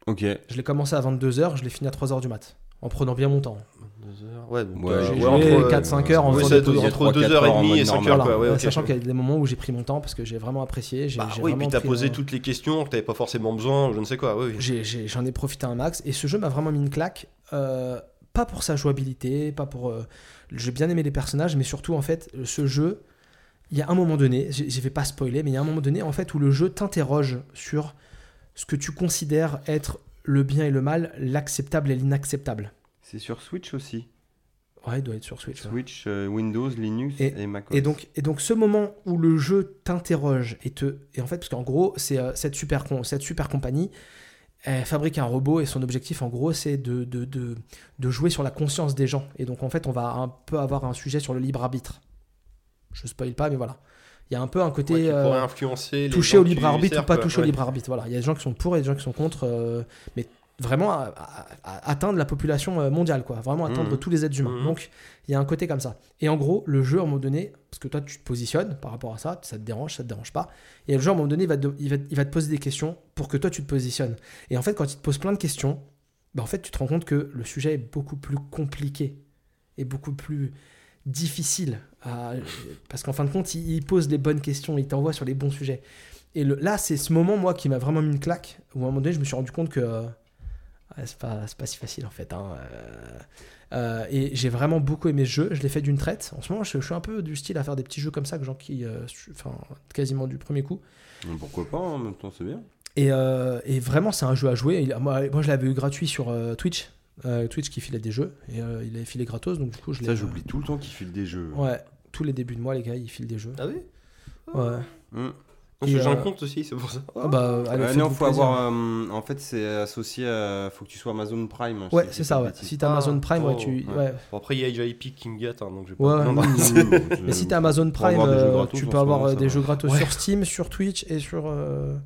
Speaker 1: Ok.
Speaker 4: Je l'ai commencé à 22h, je l'ai fini à 3h du mat. En prenant bien mon temps.
Speaker 2: Deux heures. Ouais, donc,
Speaker 1: Ouais,
Speaker 2: euh,
Speaker 1: ouais,
Speaker 4: J'ai
Speaker 2: ouais,
Speaker 4: joué
Speaker 2: entre, euh,
Speaker 4: 4-5 heures en
Speaker 2: ouais,
Speaker 4: faisant
Speaker 2: c'est
Speaker 4: des pauses.
Speaker 2: entre
Speaker 1: Trois, quatre
Speaker 2: 2h30
Speaker 1: heures
Speaker 2: et
Speaker 1: en
Speaker 2: 5
Speaker 1: normal.
Speaker 2: heures.
Speaker 4: Voilà.
Speaker 2: quoi, ouais, ok.
Speaker 4: Sachant qu'il y a des moments où j'ai pris mon temps parce que j'ai vraiment apprécié. j'ai-
Speaker 2: Bah
Speaker 4: j'ai
Speaker 2: oui, puis
Speaker 4: vraiment
Speaker 2: t'as
Speaker 4: pris
Speaker 2: posé
Speaker 4: un-
Speaker 2: toutes les questions, que t'avais pas forcément besoin, ou je ne sais quoi. oui, oui.
Speaker 4: J'ai- j'ai- J'en ai, profité un max. Et ce jeu m'a vraiment mis une claque. euh, pas pour sa jouabilité, pas pour. euh, j'ai bien aimé les personnages, mais surtout, en fait, ce jeu, il y a un moment donné, j'ai- je vais pas spoiler, mais il y a un moment donné, en fait, où le jeu t'interroge sur ce que tu considères être le bien et le mal, l'acceptable et l'inacceptable.
Speaker 1: C'est sur Switch aussi.
Speaker 4: Ouais, il doit être sur Switch. ouais.
Speaker 1: Switch, euh, Windows, Linux et,
Speaker 4: Et-
Speaker 1: Mac
Speaker 4: Et donc, et donc ce moment où le jeu t'interroge et te... Et en fait, parce qu'en gros, c'est euh, cette, super con- cette super compagnie, elle fabrique un robot et son objectif, en gros, c'est de, de, de, de jouer sur la conscience des gens. Et donc, en fait, on va un peu avoir un sujet sur le libre arbitre. Je spoil pas, mais voilà. Il y a un peu un côté...
Speaker 2: Ouais, qui
Speaker 4: euh,
Speaker 2: pourrait influencer les
Speaker 4: toucher
Speaker 2: gens
Speaker 4: au
Speaker 2: que tu
Speaker 4: libre arbitre ou
Speaker 2: sers,
Speaker 4: pas
Speaker 2: quoi.
Speaker 4: toucher au
Speaker 2: Ouais.
Speaker 4: libre arbitre. Voilà, il y a des gens qui sont pour et des gens qui sont contre, euh, mais vraiment à- à- à- atteindre la population euh, mondiale, quoi. Vraiment atteindre
Speaker 1: Mhm.
Speaker 4: tous les êtres humains.
Speaker 2: Mhm.
Speaker 4: Donc il y a un côté comme ça. Et en gros, le jeu à un moment donné, parce que toi tu te positionnes par rapport à ça, ça te dérange, ça te dérange pas. Et le jeu à un moment donné, il va te, il va, il va te poser des questions pour que toi tu te positionnes. Et en fait, quand il te pose plein de questions, bah, en fait tu te rends compte que le sujet est beaucoup plus compliqué et beaucoup plus difficile. à- parce qu'en fin de compte, il, il pose les bonnes questions, il t'envoie sur les bons sujets. Et le- là, c'est ce moment, moi, qui m'a vraiment mis une claque, où à un moment donné, je me suis rendu compte que euh, ah, c'est pas, c'est pas si facile, en fait. hein, euh. Euh, et j'ai vraiment beaucoup aimé ce jeu, je l'ai fait d'une traite. En ce moment, je, je suis un peu du style à faire des petits jeux comme ça, que gens qui, euh, je- enfin, quasiment du premier coup.
Speaker 1: Mais Pourquoi pas hein, en même temps, c'est bien.
Speaker 4: Et, euh, et vraiment, c'est un jeu à jouer. Il- moi, moi, je l'avais eu gratuit sur euh, Twitch. Euh, Twitch qui filait des jeux, et euh, il avait filé gratos, donc du coup, je l'ai. euh,
Speaker 1: Ça, j'oublie tout le temps qu'ils filent des jeux.
Speaker 4: Ouais, tous les débuts de mois, les gars, ils filent des jeux.
Speaker 2: Ah oui
Speaker 4: Ouais.
Speaker 1: Hmm.
Speaker 2: Parce que
Speaker 4: Et,
Speaker 2: J'ai un
Speaker 4: euh,
Speaker 2: compte aussi, c'est pour ça.
Speaker 4: Ah bah, allez,
Speaker 1: Euh,
Speaker 4: faites-vous
Speaker 1: non, faut
Speaker 4: plaisir.
Speaker 1: avoir. euh, en fait, c'est associé à. Faut que tu sois Amazon Prime. hein,
Speaker 4: Ouais,
Speaker 1: si je
Speaker 4: c'est
Speaker 1: dis
Speaker 4: ça,
Speaker 1: pas de
Speaker 4: ouais.
Speaker 1: bêtises.
Speaker 4: Si t'as Amazon Prime, ouais,
Speaker 2: Oh,
Speaker 4: tu.
Speaker 1: ouais.
Speaker 4: ouais.
Speaker 2: Bon, après, il y a JP qui me gâte, hein, donc je vais
Speaker 4: Ouais,
Speaker 2: pas me
Speaker 4: oui.
Speaker 2: plaindre.
Speaker 4: Mais si t'as Amazon
Speaker 1: Pour avoir
Speaker 4: Prime,
Speaker 1: des jeux
Speaker 4: euh,
Speaker 1: gratos,
Speaker 4: tu
Speaker 1: en
Speaker 4: peux
Speaker 1: ce
Speaker 4: avoir
Speaker 1: moment, ça
Speaker 4: euh, des
Speaker 1: va.
Speaker 4: jeux gratos
Speaker 2: Ouais.
Speaker 4: sur Steam, sur Twitch et sur. euh,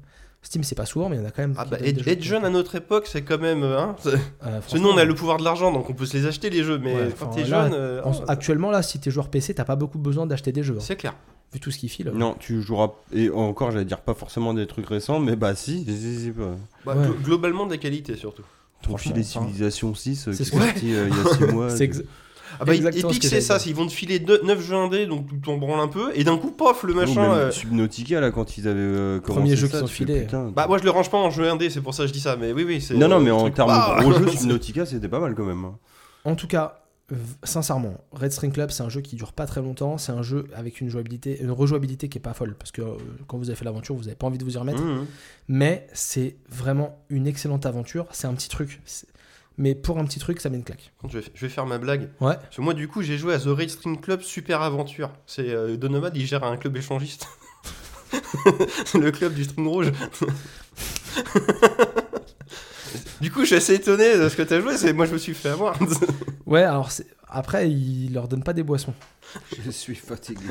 Speaker 4: Steam, c'est pas souvent, mais il y en a quand même.
Speaker 2: Ah
Speaker 4: qui
Speaker 2: bah,
Speaker 4: donnent des
Speaker 2: être,
Speaker 4: jeux
Speaker 2: être jeune à notre époque, c'est quand même. euh, Hein, c'est-
Speaker 4: gratos. Euh,
Speaker 2: parce que nous, on a
Speaker 4: franchement,
Speaker 2: le pouvoir de l'argent, donc on peut se les acheter les jeux, mais
Speaker 4: Ouais,
Speaker 2: quand
Speaker 4: enfin,
Speaker 2: t'es
Speaker 4: là,
Speaker 2: jeune. euh,
Speaker 4: en- Actuellement, là, si t'es joueur PC, t'as pas beaucoup besoin d'acheter des jeux. hein.
Speaker 2: C'est clair.
Speaker 4: Vu tout ce qui file.
Speaker 1: Non, tu joueras. Et encore, j'allais dire pas forcément des trucs récents, mais bah si. si, si, si, bah.
Speaker 2: Bah,
Speaker 4: Ouais.
Speaker 2: glo- Globalement, de la qualité surtout.
Speaker 1: Ton
Speaker 4: Franchement,
Speaker 1: filet
Speaker 4: ça-
Speaker 1: Civilisation 6 euh,
Speaker 4: C'est
Speaker 1: qui est
Speaker 4: ce que-
Speaker 1: sorti euh, il y a 6 mois.
Speaker 4: C'est
Speaker 1: tu-
Speaker 4: ex-
Speaker 2: Ah bah,
Speaker 4: Exactement ce
Speaker 2: Epic,
Speaker 4: que
Speaker 2: c'est
Speaker 4: j'allais
Speaker 2: ça,
Speaker 4: dire.
Speaker 2: ils vont te filer 9 jeux indés, donc tu t'en branles un peu, et d'un coup, pof, le
Speaker 1: Ou
Speaker 2: machin.
Speaker 1: même
Speaker 2: euh,
Speaker 1: Subnautica, là, quand ils avaient euh, commencé.
Speaker 4: Premier jeu
Speaker 1: ça,
Speaker 4: qu'ils ont
Speaker 1: tu fais,
Speaker 4: filé.
Speaker 1: putain.
Speaker 2: Bah, moi, je le range pas en jeu indé, c'est pour ça que je dis ça, mais oui, oui. c'est-
Speaker 1: non, non, mais
Speaker 2: euh,
Speaker 1: en
Speaker 2: truc-
Speaker 1: termes
Speaker 2: Ah
Speaker 1: de gros jeu, Subnautica, c'était pas mal quand même. hein.
Speaker 4: En tout cas, v- sincèrement, Red String Club, c'est un jeu qui dure pas très longtemps. C'est un jeu avec une jouabilité, une rejouabilité qui est pas folle. Parce que euh, quand vous avez fait l'aventure, vous avez pas envie de vous y
Speaker 2: Mmh.
Speaker 4: remettre.
Speaker 1: Mhm.
Speaker 4: Mais c'est vraiment une excellente aventure. C'est un petit truc. C'est- Mais pour un petit truc, ça met une claque.
Speaker 2: Je vais, je vais faire ma blague.
Speaker 4: Ouais.
Speaker 2: Parce que moi, du coup, j'ai joué à The Raid String Club Super Aventure. C'est euh, Donovan, il gère un club échangiste. le club du string rouge. du coup, je suis assez étonné de ce que t'as joué. C'est moi, je me suis fait avoir.
Speaker 4: Ouais, alors c'est- après, ils leur donnent pas des boissons.
Speaker 1: Je suis fatigué.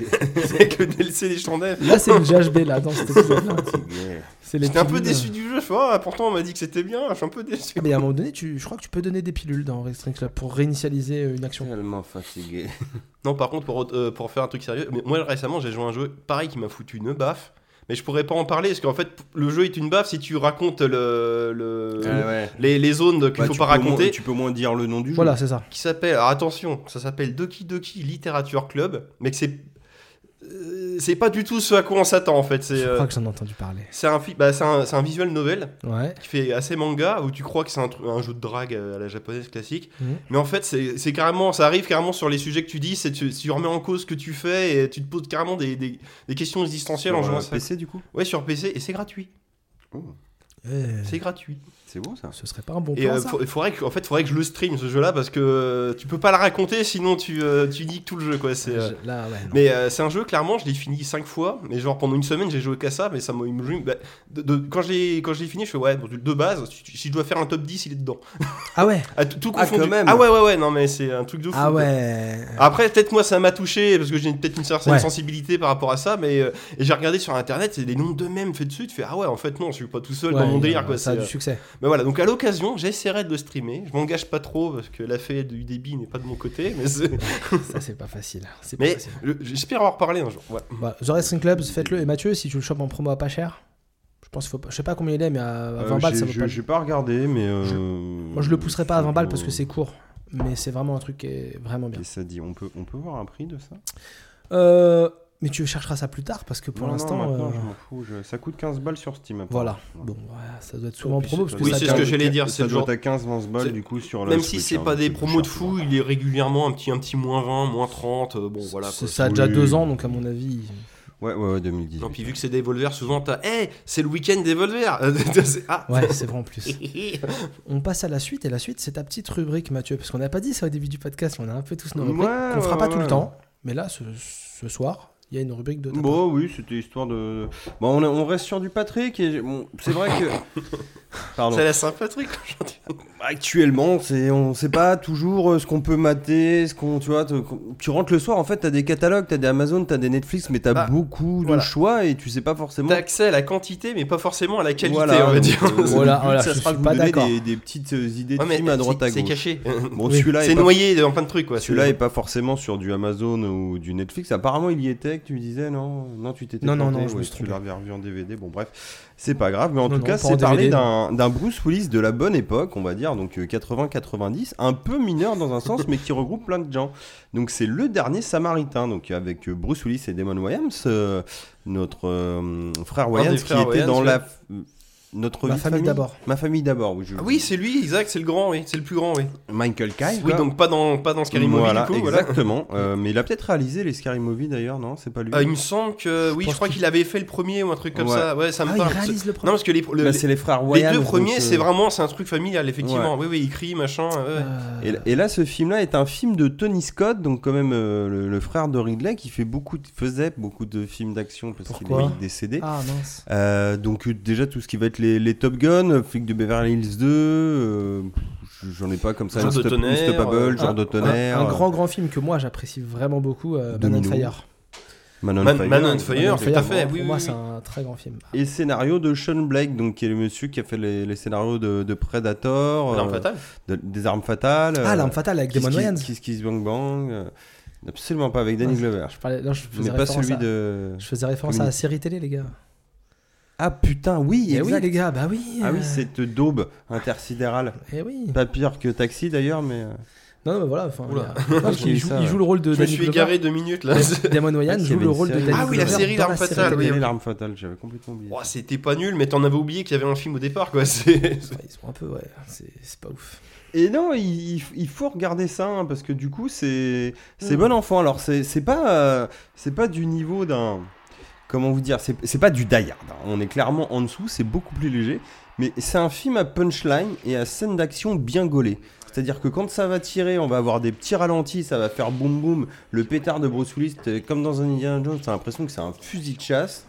Speaker 2: Avec le DLC des chandelles.
Speaker 4: Là, c'est une GHB, là, dans cet épisode-là. C'est les
Speaker 2: J'étais un peu
Speaker 4: pilules.
Speaker 2: déçu du jeu. Je fais, ah, pourtant, on m'a dit que c'était bien. Je suis un peu déçu.
Speaker 4: Ah, Mais à un moment donné, tu, je crois que tu peux donner des pilules dans Red String Club pour réinitialiser euh, une action.
Speaker 1: Tellement fatigué.
Speaker 2: Non, par contre, pour, euh, pour faire un truc sérieux, mais moi récemment, j'ai joué à un jeu pareil qui m'a foutu une baffe. mais je pourrais pas en parler parce qu'en fait, le jeu est une baffe si tu racontes le, le-
Speaker 1: Ah ouais.
Speaker 2: les, les zones qu'il
Speaker 1: Bah,
Speaker 2: faut
Speaker 1: tu
Speaker 2: Bah, pas
Speaker 1: peux au moins-
Speaker 2: raconter.
Speaker 1: tu peux au moins dire le nom du jeu.
Speaker 2: euh,
Speaker 4: Voilà, c'est ça.
Speaker 2: Qui s'appelle, alors attention, ça s'appelle Doki Doki Literature Club, mais que c'est. euh, C'est pas du tout ce à quoi on s'attend en fait. C'est
Speaker 4: Je
Speaker 2: euh,
Speaker 4: crois que j'en ai entendu parler.
Speaker 2: c'est un, fi- bah, c'est un, c'est un visual novel
Speaker 4: Ouais.
Speaker 2: qui fait assez manga où tu crois que c'est un, tru- un jeu de drague euh, à la japonaise classique,
Speaker 4: Mhm.
Speaker 2: mais en fait c'est c'est carrément, ça arrive carrément sur les sujets que tu dis, c'est tu, tu remets en cause ce que tu fais et tu te poses carrément des, des- des questions existentielles en
Speaker 1: Sur,
Speaker 2: jouant
Speaker 1: euh,
Speaker 2: à ça.
Speaker 1: PC, du coup
Speaker 2: Ouais, sur PC et c'est gratuit.
Speaker 4: Eh,
Speaker 2: C'est gratuit.
Speaker 1: C'est bon ça.
Speaker 4: ce serait pas un bon
Speaker 2: Et
Speaker 4: plan,
Speaker 2: euh,
Speaker 4: ça
Speaker 2: faut- il faudrait que, en fait, faudrait que je le stream ce jeu-là parce que euh, tu peux pas le raconter sinon tu, euh, tu niques tout le jeu quoi. C'est, euh,
Speaker 4: Je- Là, ouais, non.
Speaker 2: Mais euh, c'est un jeu, clairement, je l'ai fini 5 fois. Mais genre pendant une semaine, j'ai joué qu'à ça. Mais ça m'a. il me ruine- bah, de- de- quand je l'ai quand je l'ai fini, je fais ouais, bon, de base, si, si je dois faire un top 10, il est dedans.
Speaker 4: Ah ouais
Speaker 2: Ah, tout, tout
Speaker 1: Ah,
Speaker 2: confondu.
Speaker 1: quand même.
Speaker 2: Ah ouais, ouais, ouais, non, mais c'est un truc de fou.
Speaker 4: Ah
Speaker 2: quoi.
Speaker 4: ouais
Speaker 2: Après, peut-être moi ça m'a touché parce que j'ai peut-être une certaine
Speaker 4: Ouais.
Speaker 2: sensibilité par rapport à ça, mais euh, et j'ai regardé sur internet, c'est des noms de mêmes faits dessus. Tu fais ah ouais, en fait, non, je suis pas tout seul dans
Speaker 4: Ouais,
Speaker 2: mon délire
Speaker 4: euh,
Speaker 2: quoi.
Speaker 4: Ça a
Speaker 2: c'est,
Speaker 4: du
Speaker 2: euh,
Speaker 4: succès.
Speaker 2: mais voilà, donc à l'occasion, j'essaierai de le streamer. Je m'engage pas trop parce que la fée du débit n'est pas de mon côté, mais, c'est-
Speaker 4: ça, c'est pas facile. C'est pas
Speaker 2: mais
Speaker 4: facile.
Speaker 2: je- j'espère en reparler un jour. Voilà.
Speaker 4: Bah, The Wrestling Clubs, faites-le. Et Mathieu, si tu le chopes en promo à pas cher, je pense qu'il faut pas- Je sais pas combien il est, mais
Speaker 2: Ah
Speaker 4: à, à 20
Speaker 1: Euh,
Speaker 4: balles,
Speaker 1: j'ai-
Speaker 4: ça vaut
Speaker 1: j'ai-
Speaker 4: pas le-
Speaker 1: J'ai pas regardé, mais. euh,
Speaker 4: Moi, je le pousserai pas à 20 balles parce que
Speaker 1: euh,
Speaker 4: c'est court. Mais c'est vraiment un truc qui est vraiment bien.
Speaker 1: qu'est-ce que ça dit on peut, on peut voir un prix de ça
Speaker 4: Euh, mais tu chercheras ça plus tard parce que pour
Speaker 1: Non, non,
Speaker 4: l'instant.
Speaker 1: maintenant,
Speaker 4: euh,
Speaker 1: je m'en fous, je- ça coûte 15 balles sur Steam. hein,
Speaker 4: Voilà.
Speaker 1: apparemment.
Speaker 4: Bon, ouais, ça doit être souvent en promo parce que
Speaker 2: Oui,
Speaker 4: ça
Speaker 2: c'est
Speaker 4: tient-
Speaker 2: ce que j'allais dire, c'est
Speaker 1: Ça
Speaker 2: le
Speaker 1: doit
Speaker 2: genre-
Speaker 1: être à 15-20
Speaker 2: c'est-
Speaker 1: balles du coup sur la
Speaker 2: Même si
Speaker 1: Switch,
Speaker 2: c'est
Speaker 1: hein,
Speaker 2: pas des
Speaker 1: c'est plus
Speaker 2: promos de
Speaker 1: cher,
Speaker 2: fou, il est régulièrement un petit, un petit moins 20, moins 30. euh, bon, voilà.
Speaker 4: c'est-
Speaker 2: quoi.
Speaker 4: ça a déjà
Speaker 1: Oui.
Speaker 4: deux ans, donc à mon avis.
Speaker 1: Ouais, ouais, ouais, 2018.
Speaker 2: Non, puis vu que c'est des Devolver, souvent t'as. Eh, c'est le week-end Devolver C'est- Ah
Speaker 4: Ouais, c'est vrai en plus.
Speaker 2: Ouais,
Speaker 4: On passe à la suite, et la suite, c'est ta petite rubrique, Mathieu, parce qu'on n'a pas dit ça au début du podcast, on a un peu tous nos rubriques,
Speaker 1: Ouais,
Speaker 4: qu'on fera
Speaker 1: ouais,
Speaker 4: pas tout
Speaker 1: ouais.
Speaker 4: le temps, mais là, ce, ce soir, il y a une rubrique de... ta part.
Speaker 1: Bon, oui, c'était histoire de. Bon, on, est- on reste sur du Patrick et bon, c'est vrai que. Pardon.
Speaker 2: Ça la Saint-Patrick aujourd'hui.
Speaker 1: Actuellement, c'est on sait pas toujours euh, ce qu'on peut mater, ce qu'on tu vois, te- qu'on- tu rentres le soir en fait, t'as des catalogues, t'as des Amazon, t'as des Netflix, mais t'as
Speaker 2: Bah,
Speaker 1: beaucoup
Speaker 2: voilà.
Speaker 1: de choix et tu sais pas forcément.
Speaker 2: T'as accès à la quantité, mais pas forcément à la qualité,
Speaker 1: Voilà,
Speaker 2: on va
Speaker 1: donc,
Speaker 2: dire.
Speaker 1: euh,
Speaker 4: Voilà,
Speaker 1: le but,
Speaker 4: voilà,
Speaker 1: ça
Speaker 4: je
Speaker 1: sera de
Speaker 4: suis
Speaker 1: vous
Speaker 4: pas
Speaker 1: donner
Speaker 4: d'accord.
Speaker 1: des, des petites euh, idées de
Speaker 2: Ouais, mais
Speaker 1: films à droite
Speaker 2: c'est-
Speaker 1: à
Speaker 2: C'est
Speaker 1: gauche.
Speaker 2: caché.
Speaker 1: Bon,
Speaker 4: Oui.
Speaker 1: celui-là
Speaker 2: C'est
Speaker 1: est pas
Speaker 2: noyé en plein de trucs, quoi.
Speaker 1: Celui-là est pas forcément sur du Amazon ou du Netflix. Apparemment, il y était que tu disais non, non, tu t'étais
Speaker 4: Non, non,
Speaker 1: planté,
Speaker 4: non, je me
Speaker 1: ouais,
Speaker 4: suis
Speaker 1: Tu
Speaker 4: trompé.
Speaker 1: l'avais revu en DVD. Bon, bref, c'est pas grave. Mais en
Speaker 4: Non,
Speaker 1: tout
Speaker 4: non,
Speaker 1: cas,
Speaker 4: pas en
Speaker 1: c'est parler
Speaker 4: DVD,
Speaker 1: d'un d'un Bruce Willis de la bonne époque, on va dire, donc 80-90, un peu mineur dans un sens, mais qui regroupe plein de gens. Donc c'est le dernier Samaritain, donc avec euh, Bruce Willis et Damon Williams, euh, notre euh, frère
Speaker 2: des
Speaker 1: Wayans qui
Speaker 2: frères
Speaker 1: était
Speaker 2: Wayans,
Speaker 1: dans
Speaker 2: ouais.
Speaker 1: la euh, notre
Speaker 4: Ma
Speaker 1: vie de
Speaker 4: famille d'abord.
Speaker 1: Ma famille d'abord, oui. je-
Speaker 2: Ah oui, c'est lui, Isaac, c'est le grand, oui. C'est le plus grand, oui.
Speaker 1: Michael Caine.
Speaker 2: Oui,
Speaker 1: quoi.
Speaker 2: donc pas dans, pas dans Scary Movie,
Speaker 1: Voilà,
Speaker 2: du coup, voilà.
Speaker 1: exactement. Euh, mais il a peut-être réalisé les Scary Movie d'ailleurs, non C'est pas lui.
Speaker 2: Euh, il me semble que. Oui, je
Speaker 4: pense
Speaker 2: crois
Speaker 4: qu'il-
Speaker 2: qu'il avait fait le premier ou un truc comme
Speaker 1: Ouais.
Speaker 2: ça. Ouais, ça me
Speaker 4: Ah, il
Speaker 2: parle.
Speaker 4: réalise le
Speaker 2: C'est-
Speaker 4: premier.
Speaker 2: Non, parce que les, le-
Speaker 1: Bah,
Speaker 2: les-
Speaker 1: c'est les frères
Speaker 2: les
Speaker 1: Wayans.
Speaker 2: deux
Speaker 1: donc,
Speaker 2: premiers,
Speaker 1: euh,
Speaker 2: c'est vraiment c'est un truc familial, effectivement. Oui, oui, il crie, machin. ouais, ouais.
Speaker 4: Euh,
Speaker 1: Et, et là, ce film-là est un film de Tony Scott, donc quand même euh, le, le frère de Ridley qui fait beaucoup, de- faisait beaucoup de films d'action parce qu'il
Speaker 4: Pourquoi
Speaker 1: est décédé.
Speaker 4: Ah mince.
Speaker 1: Euh, donc euh, déjà tout ce qui va être les, les Top Gun, euh, Flic de Beverly Hills 2, euh, j'en ai pas comme ça.
Speaker 2: Genre de
Speaker 1: Instop-
Speaker 2: tonnerre,
Speaker 1: Unstoppable,
Speaker 2: euh,
Speaker 1: genre
Speaker 4: Un-
Speaker 1: de tonnerre.
Speaker 4: Un, un grand grand film que moi j'apprécie vraiment beaucoup, euh, Man on
Speaker 1: Domino.
Speaker 4: Fire.
Speaker 1: Man on
Speaker 2: Man-
Speaker 1: Fire.
Speaker 2: Man on Fire,
Speaker 4: Man on
Speaker 2: tout à
Speaker 4: Fire,
Speaker 2: fait.
Speaker 4: hein. pour
Speaker 2: oui,
Speaker 4: moi
Speaker 2: oui,
Speaker 4: c'est
Speaker 2: oui.
Speaker 4: un très grand film.
Speaker 1: Et scénario de Sean Blake, donc qui est le monsieur qui a fait les, les scénarios de, de Predator,
Speaker 2: L'arme
Speaker 1: euh,
Speaker 2: fatale.
Speaker 1: de- des armes fatales.
Speaker 4: Ah
Speaker 1: euh,
Speaker 4: l'arme fatale avec
Speaker 1: Kiss
Speaker 4: Damon
Speaker 1: Kiss-
Speaker 4: Wayans.
Speaker 1: Kiss Kiss Bang Bang. euh, absolument pas avec Danny
Speaker 4: Ouais,
Speaker 1: Glover.
Speaker 4: Je parlais, non, je
Speaker 1: Mais
Speaker 4: faisais
Speaker 1: pas
Speaker 4: référence
Speaker 1: celui
Speaker 4: à-
Speaker 1: de.
Speaker 4: Je faisais référence à la série télé les gars.
Speaker 1: Ah putain, oui,
Speaker 4: Eh oui
Speaker 1: exact.
Speaker 4: les gars, bah oui.
Speaker 1: Ah oui,
Speaker 4: euh,
Speaker 1: cette daube intersidérale.
Speaker 4: Eh oui.
Speaker 1: Pas pire que Taxi d'ailleurs, mais. euh,
Speaker 4: Non, non, mais voilà. enfin,
Speaker 2: Oula.
Speaker 4: il y a- non, parce
Speaker 1: J'ai
Speaker 4: qu'il
Speaker 1: eu
Speaker 4: joue,
Speaker 1: ça,
Speaker 4: il
Speaker 1: ouais.
Speaker 4: joue le rôle de
Speaker 2: Je me
Speaker 4: Danny
Speaker 2: suis
Speaker 4: Glover.
Speaker 2: égaré deux minutes là.
Speaker 4: Damon
Speaker 1: Ah,
Speaker 4: Wayans
Speaker 1: s'il y
Speaker 4: joue
Speaker 1: avait
Speaker 4: le
Speaker 1: une
Speaker 4: rôle de
Speaker 1: série.
Speaker 4: Danny
Speaker 2: Ah oui, la
Speaker 4: Glover
Speaker 2: série
Speaker 4: dans
Speaker 2: L'Arme
Speaker 4: série
Speaker 2: Fatale,
Speaker 4: télé.
Speaker 1: quelle
Speaker 2: oui.
Speaker 1: est l'arme fatale J'avais complètement oublié.
Speaker 2: Oh, C'était pas nul, mais t'en avais oublié qu'il y avait un film au départ, quoi. C'est-
Speaker 4: Enfin, Ils sont un peu, ouais, c'est c'est pas ouf.
Speaker 1: Et non, il, il- il faut regarder ça hein, parce que du coup, c'est c'est
Speaker 2: Mm.
Speaker 1: bon enfant. Alors, c'est c'est pas euh, c'est pas du niveau d'un comment vous dire, c'est c'est pas du Die Hard. hein. On est clairement en dessous. C'est beaucoup plus léger, mais c'est un film à punchline et à scène d'action bien gaulée. C'est-à-dire que quand ça va tirer, on va avoir des petits ralentis, ça va faire boum boum. Le pétard de Bruce Willis, t'es comme dans un Indiana Jones, t'as l'impression que c'est un fusil de chasse.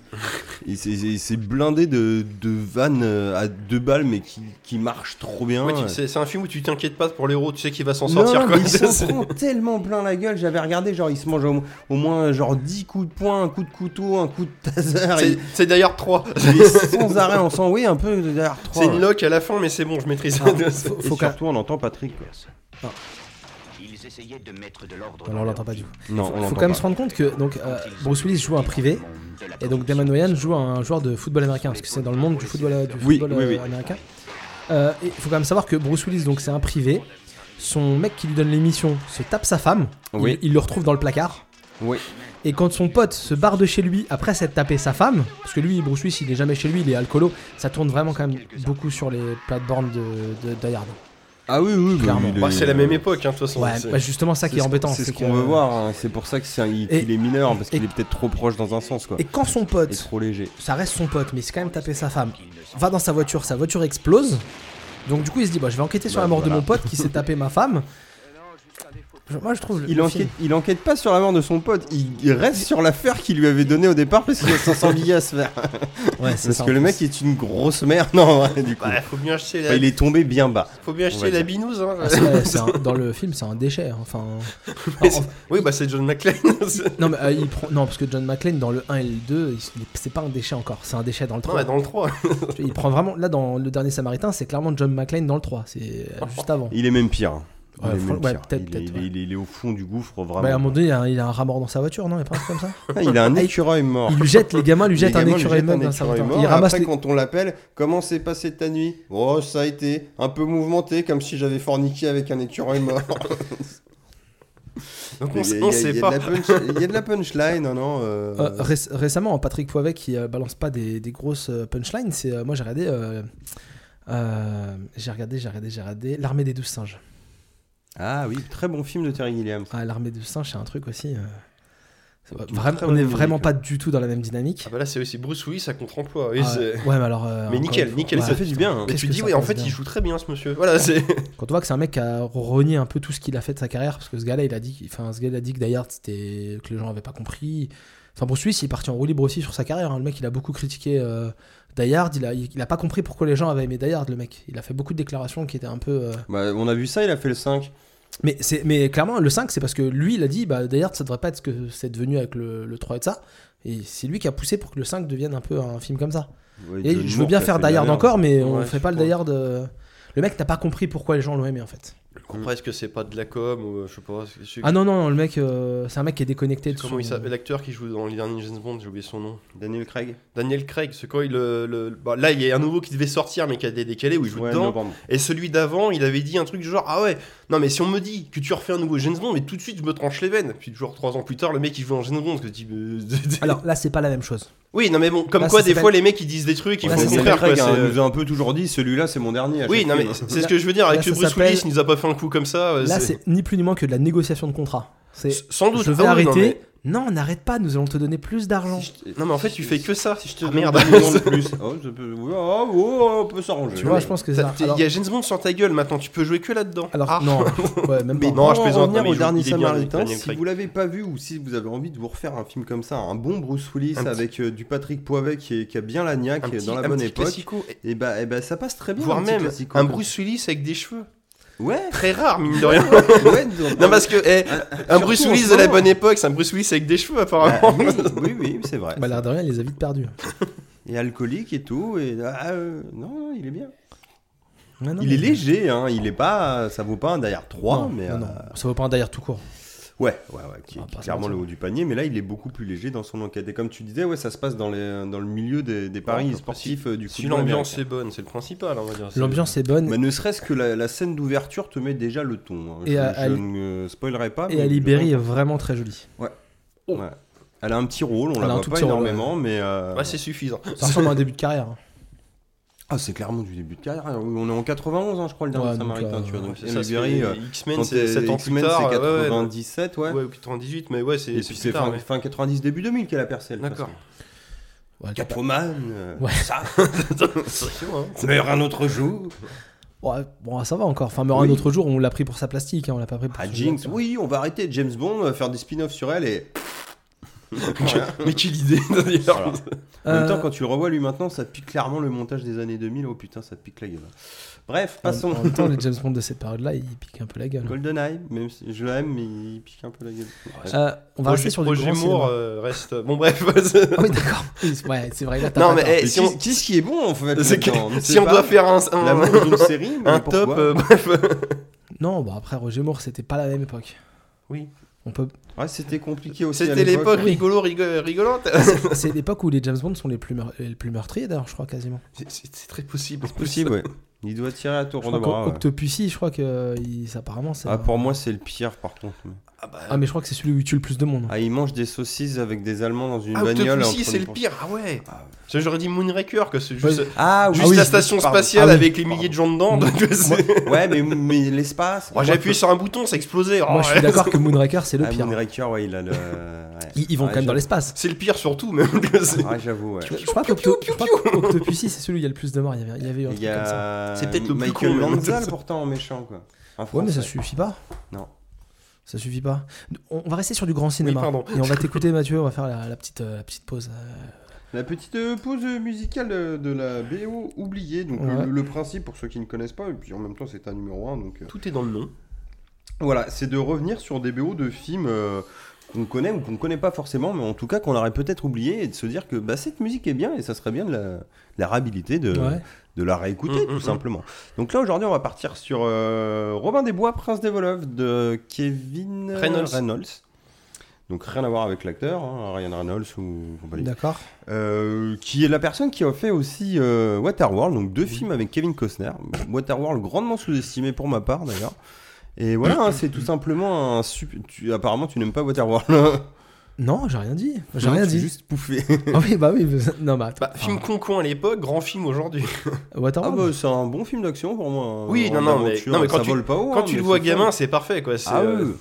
Speaker 1: Et c'est- c'est c'est blindé de, de vannes euh, à deux balles, mais qui, qui marchent trop bien.
Speaker 2: Ouais, tu- C'est c'est un film où tu t'inquiètes pas pour l'héros, tu sais qu'il va s'en
Speaker 1: Ah, Non,
Speaker 2: sortir,
Speaker 1: non,
Speaker 2: quoi.
Speaker 1: mais il s'en
Speaker 2: C'est-
Speaker 1: prend tellement plein la gueule, j'avais regardé, genre il se mange au, au moins genre 10 coups de poing, un coup de couteau, un coup de taser,
Speaker 2: c'est-
Speaker 1: il,
Speaker 2: C'est d'ailleurs 3.
Speaker 1: il est sans arrêt, on sent oui un peu derrière
Speaker 2: C'est
Speaker 1: 3.
Speaker 2: une lock à la fin, mais c'est bon, je maîtrise.
Speaker 4: Ah, faut,
Speaker 1: Et
Speaker 4: faut qu'à-
Speaker 1: surtout on entend Patrick quoi.
Speaker 6: Ils essayaient de mettre de l'ordre
Speaker 4: Non, là, on l'entend pas du tout.
Speaker 1: Non,
Speaker 4: faut,
Speaker 1: on
Speaker 4: faut
Speaker 1: l'entend
Speaker 4: quand même
Speaker 1: pas.
Speaker 4: se rendre compte que donc euh, Bruce Willis joue un privé et donc Damon Wayans joue un joueur de football américain parce que c'est dans le monde du football, du
Speaker 1: Oui,
Speaker 4: football,
Speaker 1: oui,
Speaker 4: euh,
Speaker 1: oui.
Speaker 4: américain. Euh, et Il faut quand même savoir que Bruce Willis donc c'est un privé. Son mec qui lui donne l'émission se tape sa femme. Il-
Speaker 1: Oui.
Speaker 4: Il, le retrouve dans le placard.
Speaker 1: Oui.
Speaker 4: Et quand son pote se barre de chez lui après s'être tapé sa femme, parce que lui, Bruce Willis, il est jamais chez lui, il est alcoolo, ça tourne vraiment quand même beaucoup sur les plates-bornes de, de, Die Hard.
Speaker 1: Ah oui, oui, bah,
Speaker 4: Clairement.
Speaker 1: il est-
Speaker 2: Bah, c'est la même époque, hein, de toute façon.
Speaker 4: Ouais,
Speaker 2: c'est-
Speaker 4: bah, justement, ça qui est
Speaker 1: ce-
Speaker 4: embêtant.
Speaker 1: C'est ce
Speaker 4: c'est
Speaker 1: qu'on
Speaker 4: que-
Speaker 1: veut voir, hein. c'est pour ça que c'est un- il-
Speaker 4: Et-
Speaker 1: qu'il est mineur, parce
Speaker 4: et-
Speaker 1: qu'il est peut-être trop proche dans un sens, quoi.
Speaker 4: Et quand son
Speaker 1: Il est
Speaker 4: pote,
Speaker 1: trop léger.
Speaker 4: ça reste son pote, mais il s'est quand même tapé sa femme, va dans sa voiture, sa voiture explose. Donc du coup, il se dit, bah, je vais enquêter sur
Speaker 1: Bah,
Speaker 4: la mort de
Speaker 1: voilà.
Speaker 4: mon pote qui s'est tapé ma femme. Je- Moi, je trouve. le-
Speaker 1: Il
Speaker 4: le
Speaker 1: enquête,
Speaker 4: film-
Speaker 1: il enquête pas sur la mort de son pote, il, il reste sur l'affaire qu'il lui avait donnée au départ parce qu'il a 500 billets à se faire.
Speaker 4: Ouais, c'est
Speaker 1: Parce
Speaker 4: ça,
Speaker 1: que
Speaker 4: en
Speaker 1: le
Speaker 4: plus.
Speaker 1: mec est une grosse merde, non, ouais, du coup.
Speaker 2: Bah, faut bien acheter la,
Speaker 1: Bah, il est tombé bien bas.
Speaker 2: faut bien
Speaker 1: on va
Speaker 2: acheter la
Speaker 1: dire.
Speaker 2: binouse. Hein.
Speaker 4: Ah, c'est- c'est un- dans le film, c'est un déchet. hein. Enfin,
Speaker 2: Mais
Speaker 4: Alors,
Speaker 2: c'est- oui, bah c'est John McClane. C'est-
Speaker 4: non, mais euh, il prend, non, parce que John McClane dans le 1 et le 2, il- c'est pas un déchet encore, c'est un déchet dans le
Speaker 2: non,
Speaker 4: 3.
Speaker 2: mais dans le 3.
Speaker 4: Il prend vraiment là dans le dernier Samaritain, c'est clairement John McClane dans le 3, c'est euh, juste avant.
Speaker 1: Il est même pire. hein. Il
Speaker 4: Ouais,
Speaker 1: est
Speaker 4: fran-
Speaker 1: même
Speaker 4: ouais,
Speaker 1: pire.
Speaker 4: peut-être,
Speaker 1: Il est-
Speaker 4: peut-être,
Speaker 1: il est- il est- il est au fond du gouffre, vraiment.
Speaker 4: Bah, à un moment donné, il a, un- il a un rat mort dans sa voiture, non, il y a pas un truc comme ça.
Speaker 1: Ah, il a un écureuil mort.
Speaker 4: Il lui jette les gamins, lui
Speaker 1: Les
Speaker 4: jettent un
Speaker 1: gamins lui
Speaker 4: écureuil
Speaker 1: jettent
Speaker 4: mort
Speaker 1: un
Speaker 4: dans sa
Speaker 1: écureuil
Speaker 4: voiture.
Speaker 1: mort.
Speaker 4: Il ramasse
Speaker 1: Après,
Speaker 4: les-
Speaker 1: quand on l'appelle, comment s'est passée ta nuit Oh, ça a été un peu mouvementé, comme si j'avais forniqué avec un écureuil mort.
Speaker 2: Donc
Speaker 1: Mais
Speaker 2: on,
Speaker 1: il y a-
Speaker 2: on
Speaker 1: il y a-
Speaker 2: sait
Speaker 1: il y a
Speaker 2: pas.
Speaker 1: de la punch- Il y a de la punchline, non, non euh,
Speaker 4: Euh, réc- récemment, Patrick Poivet qui euh, balance pas des, des grosses euh, punchlines, c'est euh, moi j'ai regardé, euh, euh, j'ai regardé, j'ai regardé, j'ai regardé l'armée des douze singes.
Speaker 1: Ah oui, très bon film de Terry Gilliam.
Speaker 4: Ah, l'armée de singes, c'est un truc aussi. euh, c'est pas-
Speaker 1: Une
Speaker 4: vraiment-
Speaker 1: très
Speaker 4: on
Speaker 1: bonne
Speaker 4: n'est
Speaker 1: idée,
Speaker 4: vraiment
Speaker 1: ouais.
Speaker 4: pas du tout dans la même dynamique.
Speaker 2: Ah bah là c'est aussi Bruce Willis à contre-emploi. oui,
Speaker 4: Ah,
Speaker 2: c'est-
Speaker 4: ouais, mais alors. euh,
Speaker 2: Mais
Speaker 4: encore
Speaker 2: nickel,
Speaker 4: une
Speaker 2: nickel,
Speaker 4: fois,
Speaker 2: ça
Speaker 4: ouais.
Speaker 1: fait du bien. hein.
Speaker 2: Mais
Speaker 4: qu'est-ce
Speaker 2: tu
Speaker 4: que
Speaker 2: dis
Speaker 4: ça
Speaker 2: oui, en
Speaker 4: passe
Speaker 2: fait
Speaker 4: bien.
Speaker 2: il joue très bien ce monsieur. Voilà, c'est.
Speaker 4: Quand on voit que c'est un mec qui a renié un peu tout ce qu'il a fait de sa carrière, parce que ce gars-là, il a dit, qu'il- enfin, ce gars, il a dit que Die Hard, c'était que les gens avaient pas compris. Enfin, Bruce Willis, il est parti en roue libre aussi sur sa carrière. hein. Le mec, il a beaucoup critiqué euh, Die Hard. Il a, il, il a pas compris pourquoi les gens avaient aimé Die Hard, le mec. Il a fait beaucoup de déclarations qui étaient un peu. euh,
Speaker 1: Bah, on a vu ça, il a fait le 5.
Speaker 4: Mais, c'est, mais clairement, le 5, c'est parce que lui, il a dit, bah, d'ailleurs, ça devrait pas être ce que c'est devenu avec le, le 3 et de ça. Et c'est lui qui a poussé pour que le 5 devienne un peu un film comme ça.
Speaker 1: Ouais,
Speaker 4: Et
Speaker 1: John
Speaker 4: je veux
Speaker 1: Moore
Speaker 4: bien
Speaker 1: qui a
Speaker 4: faire
Speaker 1: fait la
Speaker 4: Die Hard
Speaker 1: merde.
Speaker 4: encore, mais on
Speaker 2: Ouais,
Speaker 4: fait
Speaker 2: je
Speaker 4: pas le
Speaker 2: crois.
Speaker 4: Die Hard. euh, Le mec, t'as pas compris pourquoi les gens l'ont aimé en fait.
Speaker 2: Après est-ce que c'est pas de la com ou euh, je sais pas. c'est- c'est-
Speaker 4: Ah non, non, non, le mec, euh, c'est un mec qui est déconnecté de
Speaker 2: Comment
Speaker 4: son-
Speaker 2: il s'appelle l'acteur qui joue dans les derniers James Bond J'ai oublié son nom.
Speaker 1: hein. Daniel Craig.
Speaker 2: Daniel Craig. Ce quand il le, le- bah, là il y a un nouveau qui devait sortir mais qui a été décalé où il joue
Speaker 1: Ouais,
Speaker 2: dedans.
Speaker 1: novembre.
Speaker 2: Et celui d'avant il avait dit un truc du genre ah ouais non mais si on me dit que tu refais un nouveau James Bond mais tout de suite je me tranche les veines. Puis toujours trois ans plus tard le mec il joue en James Bond que tu dis. mais-
Speaker 4: Alors là, c'est pas la même chose.
Speaker 2: Oui, non mais bon, comme
Speaker 4: Là,
Speaker 2: quoi
Speaker 4: ça
Speaker 2: des
Speaker 4: s'appelle-
Speaker 2: fois les mecs ils disent des trucs, ils
Speaker 4: Là,
Speaker 2: font
Speaker 4: ça
Speaker 2: le
Speaker 1: Daniel
Speaker 2: contraire.
Speaker 1: Craig
Speaker 2: quoi,
Speaker 1: hein,
Speaker 2: c'est- euh,
Speaker 1: nous a un peu toujours dit celui-là c'est mon dernier. à
Speaker 2: Oui,
Speaker 1: chaque
Speaker 2: non mais
Speaker 1: film. hein.
Speaker 2: c'est ce que je veux dire
Speaker 4: Là,
Speaker 2: avec le
Speaker 4: ça
Speaker 2: Bruce
Speaker 4: s'appelle-
Speaker 2: Willis, il nous a pas fait un coup comme ça. euh,
Speaker 4: Là,
Speaker 2: c'est-
Speaker 4: c'est ni plus ni moins que de la négociation de contrat. C'est
Speaker 2: S- sans doute.
Speaker 4: je vais
Speaker 2: Ah oui, non,
Speaker 4: arrêter. Non, n'arrête pas, nous allons te donner plus d'argent.
Speaker 2: mais- Non mais en fait tu fais que ça. Si je te
Speaker 1: Ah,
Speaker 2: merde.
Speaker 1: deux millions de plus. Oh, ça peut- oh, oh, oh, on peut s'arranger.
Speaker 4: Tu vois, je pense que c'est
Speaker 2: Ça-
Speaker 4: ça.
Speaker 2: t'es- Il
Speaker 4: Alors,
Speaker 2: y a James Bond sur ta gueule maintenant, tu peux jouer que là-dedans.
Speaker 4: alors,
Speaker 2: Ah.
Speaker 4: non, ouais, même
Speaker 1: Mais
Speaker 4: pas.
Speaker 2: non,
Speaker 1: non,
Speaker 2: je
Speaker 1: je
Speaker 2: plaisante,
Speaker 1: revenir
Speaker 2: non, mais
Speaker 1: au
Speaker 2: il
Speaker 1: dernier
Speaker 2: joue- il est bien,
Speaker 1: Samaritain,
Speaker 2: Daniel
Speaker 1: si
Speaker 2: Craig.
Speaker 1: vous l'avez pas vu ou si vous avez envie de vous refaire un film comme ça, un bon Bruce Willis
Speaker 2: Un petit-
Speaker 1: avec euh, du Patrick Poivet qui, est- qui a bien la niaque
Speaker 2: Un
Speaker 1: qui est
Speaker 2: petit-
Speaker 1: dans la
Speaker 2: un
Speaker 1: bonne
Speaker 2: petit
Speaker 1: époque,
Speaker 2: classico, et-
Speaker 1: et bah, et bah ça passe très bien.
Speaker 2: voire
Speaker 1: petit
Speaker 2: même
Speaker 1: classico,
Speaker 2: un
Speaker 1: quoi.
Speaker 2: Bruce Willis avec des cheveux.
Speaker 1: Ouais,
Speaker 2: Très rare mine de rien.
Speaker 1: ouais,
Speaker 2: Non parce que eh, un
Speaker 1: surtout
Speaker 2: Bruce
Speaker 1: en
Speaker 2: Willis
Speaker 1: ce
Speaker 2: de la
Speaker 1: moment.
Speaker 2: bonne époque, c'est un Bruce Willis avec des cheveux
Speaker 1: Ah,
Speaker 2: apparemment.
Speaker 1: oui, oui, oui, c'est vrai.
Speaker 4: Bah, l'air de rien, il les a vite perdus.
Speaker 1: Et alcoolique et tout, et ah, euh, non, il est bien.
Speaker 4: Ouais, non,
Speaker 1: il
Speaker 4: mais-
Speaker 1: est léger, hein, il est pas, ça vaut pas un derrière 3,
Speaker 4: Non,
Speaker 1: mais
Speaker 4: non,
Speaker 1: euh,
Speaker 4: non, ça vaut pas un d'ailleurs tout court.
Speaker 1: Ouais, ouais, ouais, qui
Speaker 4: On va
Speaker 1: est
Speaker 4: pas se
Speaker 1: clairement
Speaker 4: mentir.
Speaker 1: le haut du panier, mais là il est beaucoup plus léger dans son enquête. Et comme tu disais, ouais, ça se passe dans, les, dans le milieu des, des paris
Speaker 2: bah,
Speaker 1: sportifs euh, du
Speaker 2: Si
Speaker 1: football
Speaker 2: l'ambiance
Speaker 1: américain.
Speaker 2: est bonne, c'est le principal on va dire. C'est-
Speaker 4: L'ambiance est bonne.
Speaker 1: Mais ne serait-ce que la, la scène d'ouverture te met déjà le ton. hein.
Speaker 4: Et
Speaker 1: je
Speaker 4: à-
Speaker 1: je
Speaker 4: à-
Speaker 1: ne spoilerai pas.
Speaker 4: Et
Speaker 1: mais
Speaker 4: Ali
Speaker 1: je-
Speaker 4: Berry est vraiment très jolie.
Speaker 1: Ouais. Elle a un petit rôle, on
Speaker 4: Elle a
Speaker 1: la
Speaker 4: un
Speaker 1: voit
Speaker 4: tout
Speaker 1: pas
Speaker 4: petit rôle,
Speaker 1: énormément, mais. euh,
Speaker 2: Ouais, c'est suffisant.
Speaker 4: Ça ressemble à un début de carrière. hein.
Speaker 1: Ah, c'est clairement du début de carrière. On est en 91, hein, je crois, le dernier
Speaker 4: Ouais, donc,
Speaker 1: Samaritain.
Speaker 4: euh,
Speaker 1: tu vois, donc
Speaker 2: C'est
Speaker 1: Ali
Speaker 2: ça, c'est-
Speaker 1: Berry, euh,
Speaker 2: X-Men
Speaker 1: quand
Speaker 2: c'est
Speaker 1: t'es-
Speaker 2: 7 ans plus
Speaker 1: X-Men,
Speaker 2: tard.
Speaker 1: c'est
Speaker 2: ouais, ouais, non.
Speaker 1: 97, ouais.
Speaker 2: Ouais, ou 98, mais ouais, c'est
Speaker 1: Et puis
Speaker 2: c'est plus
Speaker 1: c'est
Speaker 2: tard,
Speaker 1: fin,
Speaker 2: ouais.
Speaker 1: fin 90, début 2000 qu'elle a percé. elle, de toute
Speaker 2: D'accord.
Speaker 1: façon.
Speaker 4: Ouais,
Speaker 1: Catwoman, euh,
Speaker 4: Ouais.
Speaker 1: ça,
Speaker 2: C'est vrai, hein.
Speaker 1: meurt un autre jour.
Speaker 4: Ouais, bon, ça va encore. Enfin, meurt
Speaker 1: Oui.
Speaker 4: un autre jour, on l'a pris pour sa plastique, hein, on l'a pas pris pour
Speaker 1: Ah,
Speaker 4: son-
Speaker 1: Jinx, oui, on va arrêter James Bond, euh, faire des spin-offs sur elle et.
Speaker 2: Mais quelle idée d'ailleurs.
Speaker 1: Voilà. En
Speaker 4: Euh,
Speaker 1: même temps, quand tu le revois lui maintenant, ça te pique clairement le montage des années 2000. Oh putain, ça te pique la gueule. Bref,
Speaker 4: en,
Speaker 1: passons.
Speaker 4: en même temps, les James Bond de cette période-là, ils piquent un peu la gueule.
Speaker 1: GoldenEye, même si je l'aime, mais il pique un peu la gueule.
Speaker 4: Euh, on va
Speaker 2: Roger-
Speaker 4: rester sur du
Speaker 2: Roger
Speaker 4: grand
Speaker 2: Moore
Speaker 4: cinéma.
Speaker 2: euh, reste. Bon, bref. c'est-
Speaker 4: Ah oui, d'accord. Oui, Ouais, c'est vrai, là, t'as
Speaker 2: non,
Speaker 4: pas
Speaker 2: mais
Speaker 4: tort.
Speaker 2: eh,
Speaker 1: Mais
Speaker 2: si
Speaker 1: qu'est-
Speaker 2: on,
Speaker 1: Qu'est-ce qui est bon en fait
Speaker 2: c'est que-
Speaker 1: là-dedans
Speaker 2: si
Speaker 1: sait
Speaker 2: on
Speaker 1: pas.
Speaker 2: doit faire un, un-
Speaker 1: L'amour d'une série, mais
Speaker 2: un
Speaker 1: pourquoi
Speaker 2: top, euh, bref.
Speaker 4: Non, bah après Roger Moore, c'était pas la même époque.
Speaker 2: Oui.
Speaker 4: On peut.
Speaker 1: Ouais, c'était compliqué aussi.
Speaker 2: C'était l'époque rigolo, rigol- rigolante.
Speaker 4: C'est- C'est l'époque où les James Bond sont les plus, meur- les plus meurtriers d'ailleurs, je crois quasiment.
Speaker 2: C'est- C'est c'est très possible.
Speaker 1: C'est possible, ouais. Il doit tirer à tour
Speaker 4: Je
Speaker 1: de
Speaker 4: crois
Speaker 1: bras.
Speaker 4: qu'O-
Speaker 1: ouais.
Speaker 4: Octopussy, je crois que euh, il- ça, apparemment c'est.
Speaker 1: hein. Ah, pour moi, c'est le pire, par contre.
Speaker 4: Ah, mais je crois que c'est celui où il tue le plus de monde.
Speaker 1: Ah, il mange des saucisses avec des Allemands dans une
Speaker 2: Ah,
Speaker 1: bagnole. en
Speaker 2: Octopussy,
Speaker 1: train
Speaker 2: c'est
Speaker 1: de
Speaker 2: le
Speaker 1: penser-
Speaker 2: pire. Ah ouais. Ça, J'aurais dit Moonraker, que c'est
Speaker 4: Ouais.
Speaker 2: juste,
Speaker 1: Ah,
Speaker 2: juste
Speaker 4: oui,
Speaker 2: la
Speaker 4: oui,
Speaker 2: station
Speaker 1: pardon.
Speaker 2: spatiale
Speaker 4: Ah oui.
Speaker 2: avec les milliers de gens dedans.
Speaker 4: Moi-
Speaker 2: donc c'est-
Speaker 1: Ouais, mais, mais l'espace.
Speaker 2: Moi, j'ai appuyé sur un bouton, ça explosait. Oh,
Speaker 4: Moi, je suis
Speaker 2: ouais.
Speaker 4: d'accord que Moonraker, c'est le
Speaker 1: Ah,
Speaker 4: pire.
Speaker 1: Moonraker, Ah, ouais, il a le. ouais.
Speaker 4: Ils, ils vont
Speaker 1: Ouais,
Speaker 4: quand même dans l'espace.
Speaker 2: C'est le pire surtout, même. que c'est-
Speaker 1: Ah, j'avoue, ouais.
Speaker 4: Je crois qu'Octo- je crois qu'Octopussy, c'est celui où il y a le plus de morts. Il y avait, il y avait eu un
Speaker 1: Il
Speaker 4: truc
Speaker 1: y
Speaker 4: comme ça.
Speaker 1: a.
Speaker 2: C'est peut-être le plus
Speaker 1: Michael
Speaker 2: con, mais-
Speaker 1: Lanzal, pourtant, en méchant, quoi. Un
Speaker 4: Ouais, mais ça
Speaker 1: Français.
Speaker 4: suffit pas.
Speaker 1: Non.
Speaker 4: Ça suffit pas. On va rester sur du grand cinéma.
Speaker 2: pardon.
Speaker 4: et on va t'écouter, Mathieu. On va faire la, la petite, euh, la petite pause. euh,
Speaker 1: La petite euh, pause musicale euh, de la BO oubliée. Donc, euh,
Speaker 4: Ouais.
Speaker 1: le, le principe, pour ceux qui ne connaissent pas, et puis en même temps, c'est un numéro 1. Donc, euh,
Speaker 2: Tout est dans le nom.
Speaker 1: Voilà, c'est de revenir sur des BO de films euh, qu'on connaît ou qu'on ne connaît pas forcément, mais en tout cas qu'on aurait peut-être oublié et de se dire que bah, cette musique est bien et ça serait bien de la, de la réhabiliter, de,
Speaker 4: Ouais.
Speaker 1: de la réécouter
Speaker 2: Mm,
Speaker 1: tout
Speaker 2: mm, mm.
Speaker 1: simplement. Donc là aujourd'hui on va partir sur euh, Robin des Bois, Prince des Voleuvres de Kevin
Speaker 2: Reynolds.
Speaker 1: Donc rien à voir avec l'acteur, hein, Ryan Reynolds ou compagnie.
Speaker 4: D'accord.
Speaker 1: Euh, qui est la personne qui a fait aussi euh, Waterworld, donc deux films avec Kevin Costner. Waterworld grandement sous-estimé pour ma part d'ailleurs. Et voilà, hein, c'est tout simplement un. sup- tu- apparemment, tu n'aimes pas Waterworld. hein.
Speaker 4: Non, j'ai rien dit. J'ai
Speaker 1: Non,
Speaker 4: rien
Speaker 1: tu
Speaker 4: dit.
Speaker 1: as juste pouffé.
Speaker 4: Ah oui, bah oui. mais- Non, mais attends.
Speaker 2: Bah, film con-con à l'époque, grand film aujourd'hui.
Speaker 4: Ah, Waterworld.
Speaker 1: Ah bah, c'est un bon film d'action pour moi. hein.
Speaker 2: Oui,
Speaker 1: En
Speaker 2: non, non, mais-
Speaker 1: aventure,
Speaker 2: non, mais
Speaker 1: ça
Speaker 2: quand tu-
Speaker 1: vole pas haut,
Speaker 2: Quand
Speaker 1: hein,
Speaker 2: tu le
Speaker 1: mais
Speaker 2: vois
Speaker 1: c'est
Speaker 2: gamin,
Speaker 1: fun.
Speaker 2: c'est parfait, quoi. c'est,
Speaker 1: Ah
Speaker 2: euh,
Speaker 1: oui.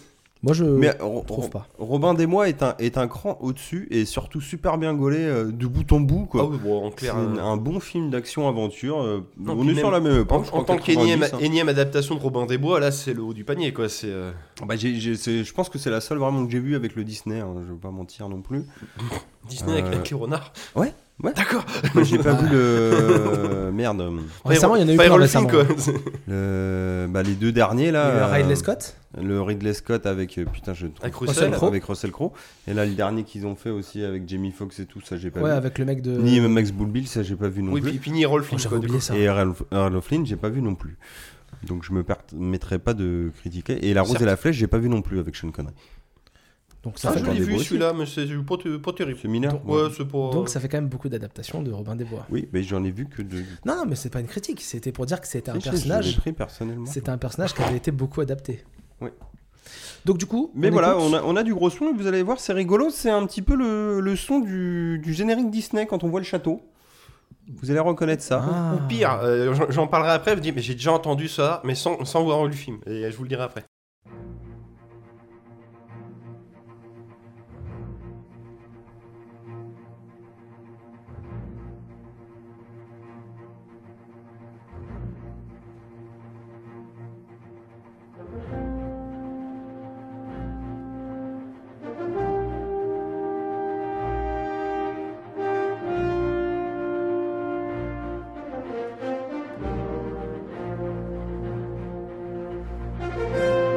Speaker 4: Moi, je.
Speaker 1: Mais Ro-
Speaker 4: trouve
Speaker 1: Ro-
Speaker 4: pas.
Speaker 1: Robin des Mois est un, est un cran au-dessus et surtout super bien gaulé euh, de bout en bout. Quoi.
Speaker 2: Ah oui, bon, en clair.
Speaker 1: C'est
Speaker 2: euh,
Speaker 1: un, bon film d'action-aventure. euh,
Speaker 2: Non,
Speaker 1: on
Speaker 2: puis
Speaker 1: est sur
Speaker 2: même-
Speaker 1: la même époque.
Speaker 2: En,
Speaker 1: je crois,
Speaker 2: en tant
Speaker 1: 90,
Speaker 2: qu'énième
Speaker 1: hein.
Speaker 2: énième adaptation de Robin des Bois, là c'est le haut du panier quoi. C'est euh,
Speaker 1: Bah, j'ai- j'ai- c'est- je pense que c'est la seule vraiment que j'ai vue avec le Disney, hein, je veux pas mentir non plus.
Speaker 2: Disney avec-
Speaker 1: Euh,
Speaker 2: avec les renards.
Speaker 1: ouais, ouais.
Speaker 2: D'accord.
Speaker 1: Moi j'ai pas vu le. Merde.
Speaker 4: Récemment, il y en a eu
Speaker 2: Fire
Speaker 4: plein
Speaker 2: Fire
Speaker 4: récemment.
Speaker 2: Fink, quoi.
Speaker 1: Le... Bah, les deux derniers
Speaker 4: Il y a
Speaker 1: là.
Speaker 4: eu
Speaker 1: euh,
Speaker 4: Ridley Scott.
Speaker 1: Le Ridley Scott avec. euh, Putain, je trouve.
Speaker 2: Avec
Speaker 1: pas
Speaker 2: Russell
Speaker 1: ça,
Speaker 4: Crowe.
Speaker 1: Avec Russell Crowe. Et là, le dernier qu'ils ont fait aussi avec Jamie Foxx et tout, ça j'ai pas
Speaker 4: Ouais,
Speaker 1: vu.
Speaker 4: avec euh, le mec de.
Speaker 1: Bah Ni Max Bullbill, ça j'ai pas vu non
Speaker 2: Oui,
Speaker 1: plus.
Speaker 2: puis, puis ni Rolf
Speaker 4: Oh,
Speaker 2: Fink,
Speaker 4: J'avais
Speaker 2: quoi, du
Speaker 4: oublié
Speaker 2: coup.
Speaker 4: ça.
Speaker 1: Et Earl of- Earl of Flynn, j'ai pas vu non plus. Donc je me permettrai pas de critiquer. Et La Rose
Speaker 2: Certes.
Speaker 1: et la Flèche, j'ai pas vu non plus avec Sean Connery.
Speaker 4: Donc ça
Speaker 2: Ah,
Speaker 4: fait
Speaker 2: je
Speaker 4: quand
Speaker 2: l'ai
Speaker 4: même-
Speaker 1: des
Speaker 2: vu
Speaker 1: beaux
Speaker 2: celui-là, mais c'est pas, ter- pas terrible.
Speaker 1: C'est mineur.
Speaker 2: Ouais, c'est pas.
Speaker 4: Donc ça fait quand même beaucoup d'adaptations de Robin des Bois.
Speaker 1: Oui, mais j'en ai vu que deux.
Speaker 4: Non, non, mais c'est pas une critique. C'était pour dire que c'était un
Speaker 1: Si, si, je l'ai
Speaker 4: personnage.
Speaker 1: pris personnellement.
Speaker 4: C'était un personnage qui avait été beaucoup adapté.
Speaker 1: Oui.
Speaker 4: Donc du coup.
Speaker 1: Mais
Speaker 4: on
Speaker 1: voilà,
Speaker 4: écoute-
Speaker 1: on a, on a du gros son, et vous allez voir, c'est rigolo, c'est un petit peu le, le son du, du générique Disney quand on voit le château. Vous allez reconnaître ça.
Speaker 4: Ah.
Speaker 2: Ou pire, euh, j'en- j'en parlerai après, je dis, mais j'ai déjà entendu ça, mais sans, sans voir le film. Et je vous le dirai après.
Speaker 1: Ah,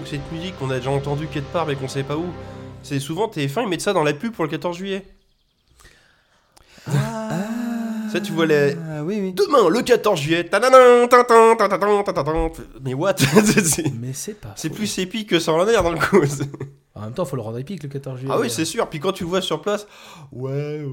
Speaker 2: ou cette musique qu'on a déjà entendue quelque part mais qu'on sait pas où. C'est souvent TF1, ils mettent ça dans la pub pour le 14 juillet.
Speaker 1: Ah.
Speaker 4: Ah.
Speaker 2: Ça, tu vois les. Demain, le 14 juillet. tadadam, tintin, tintin, tintin, tintin. Mais what
Speaker 4: Mais c'est pas.
Speaker 2: C'est plus épique que ça en a l'air dans le coup.
Speaker 4: En même temps, faut le rendre épique le 14 juillet.
Speaker 2: Ah oui, c'est sûr. Puis quand tu le vois sur place, ouais. euh,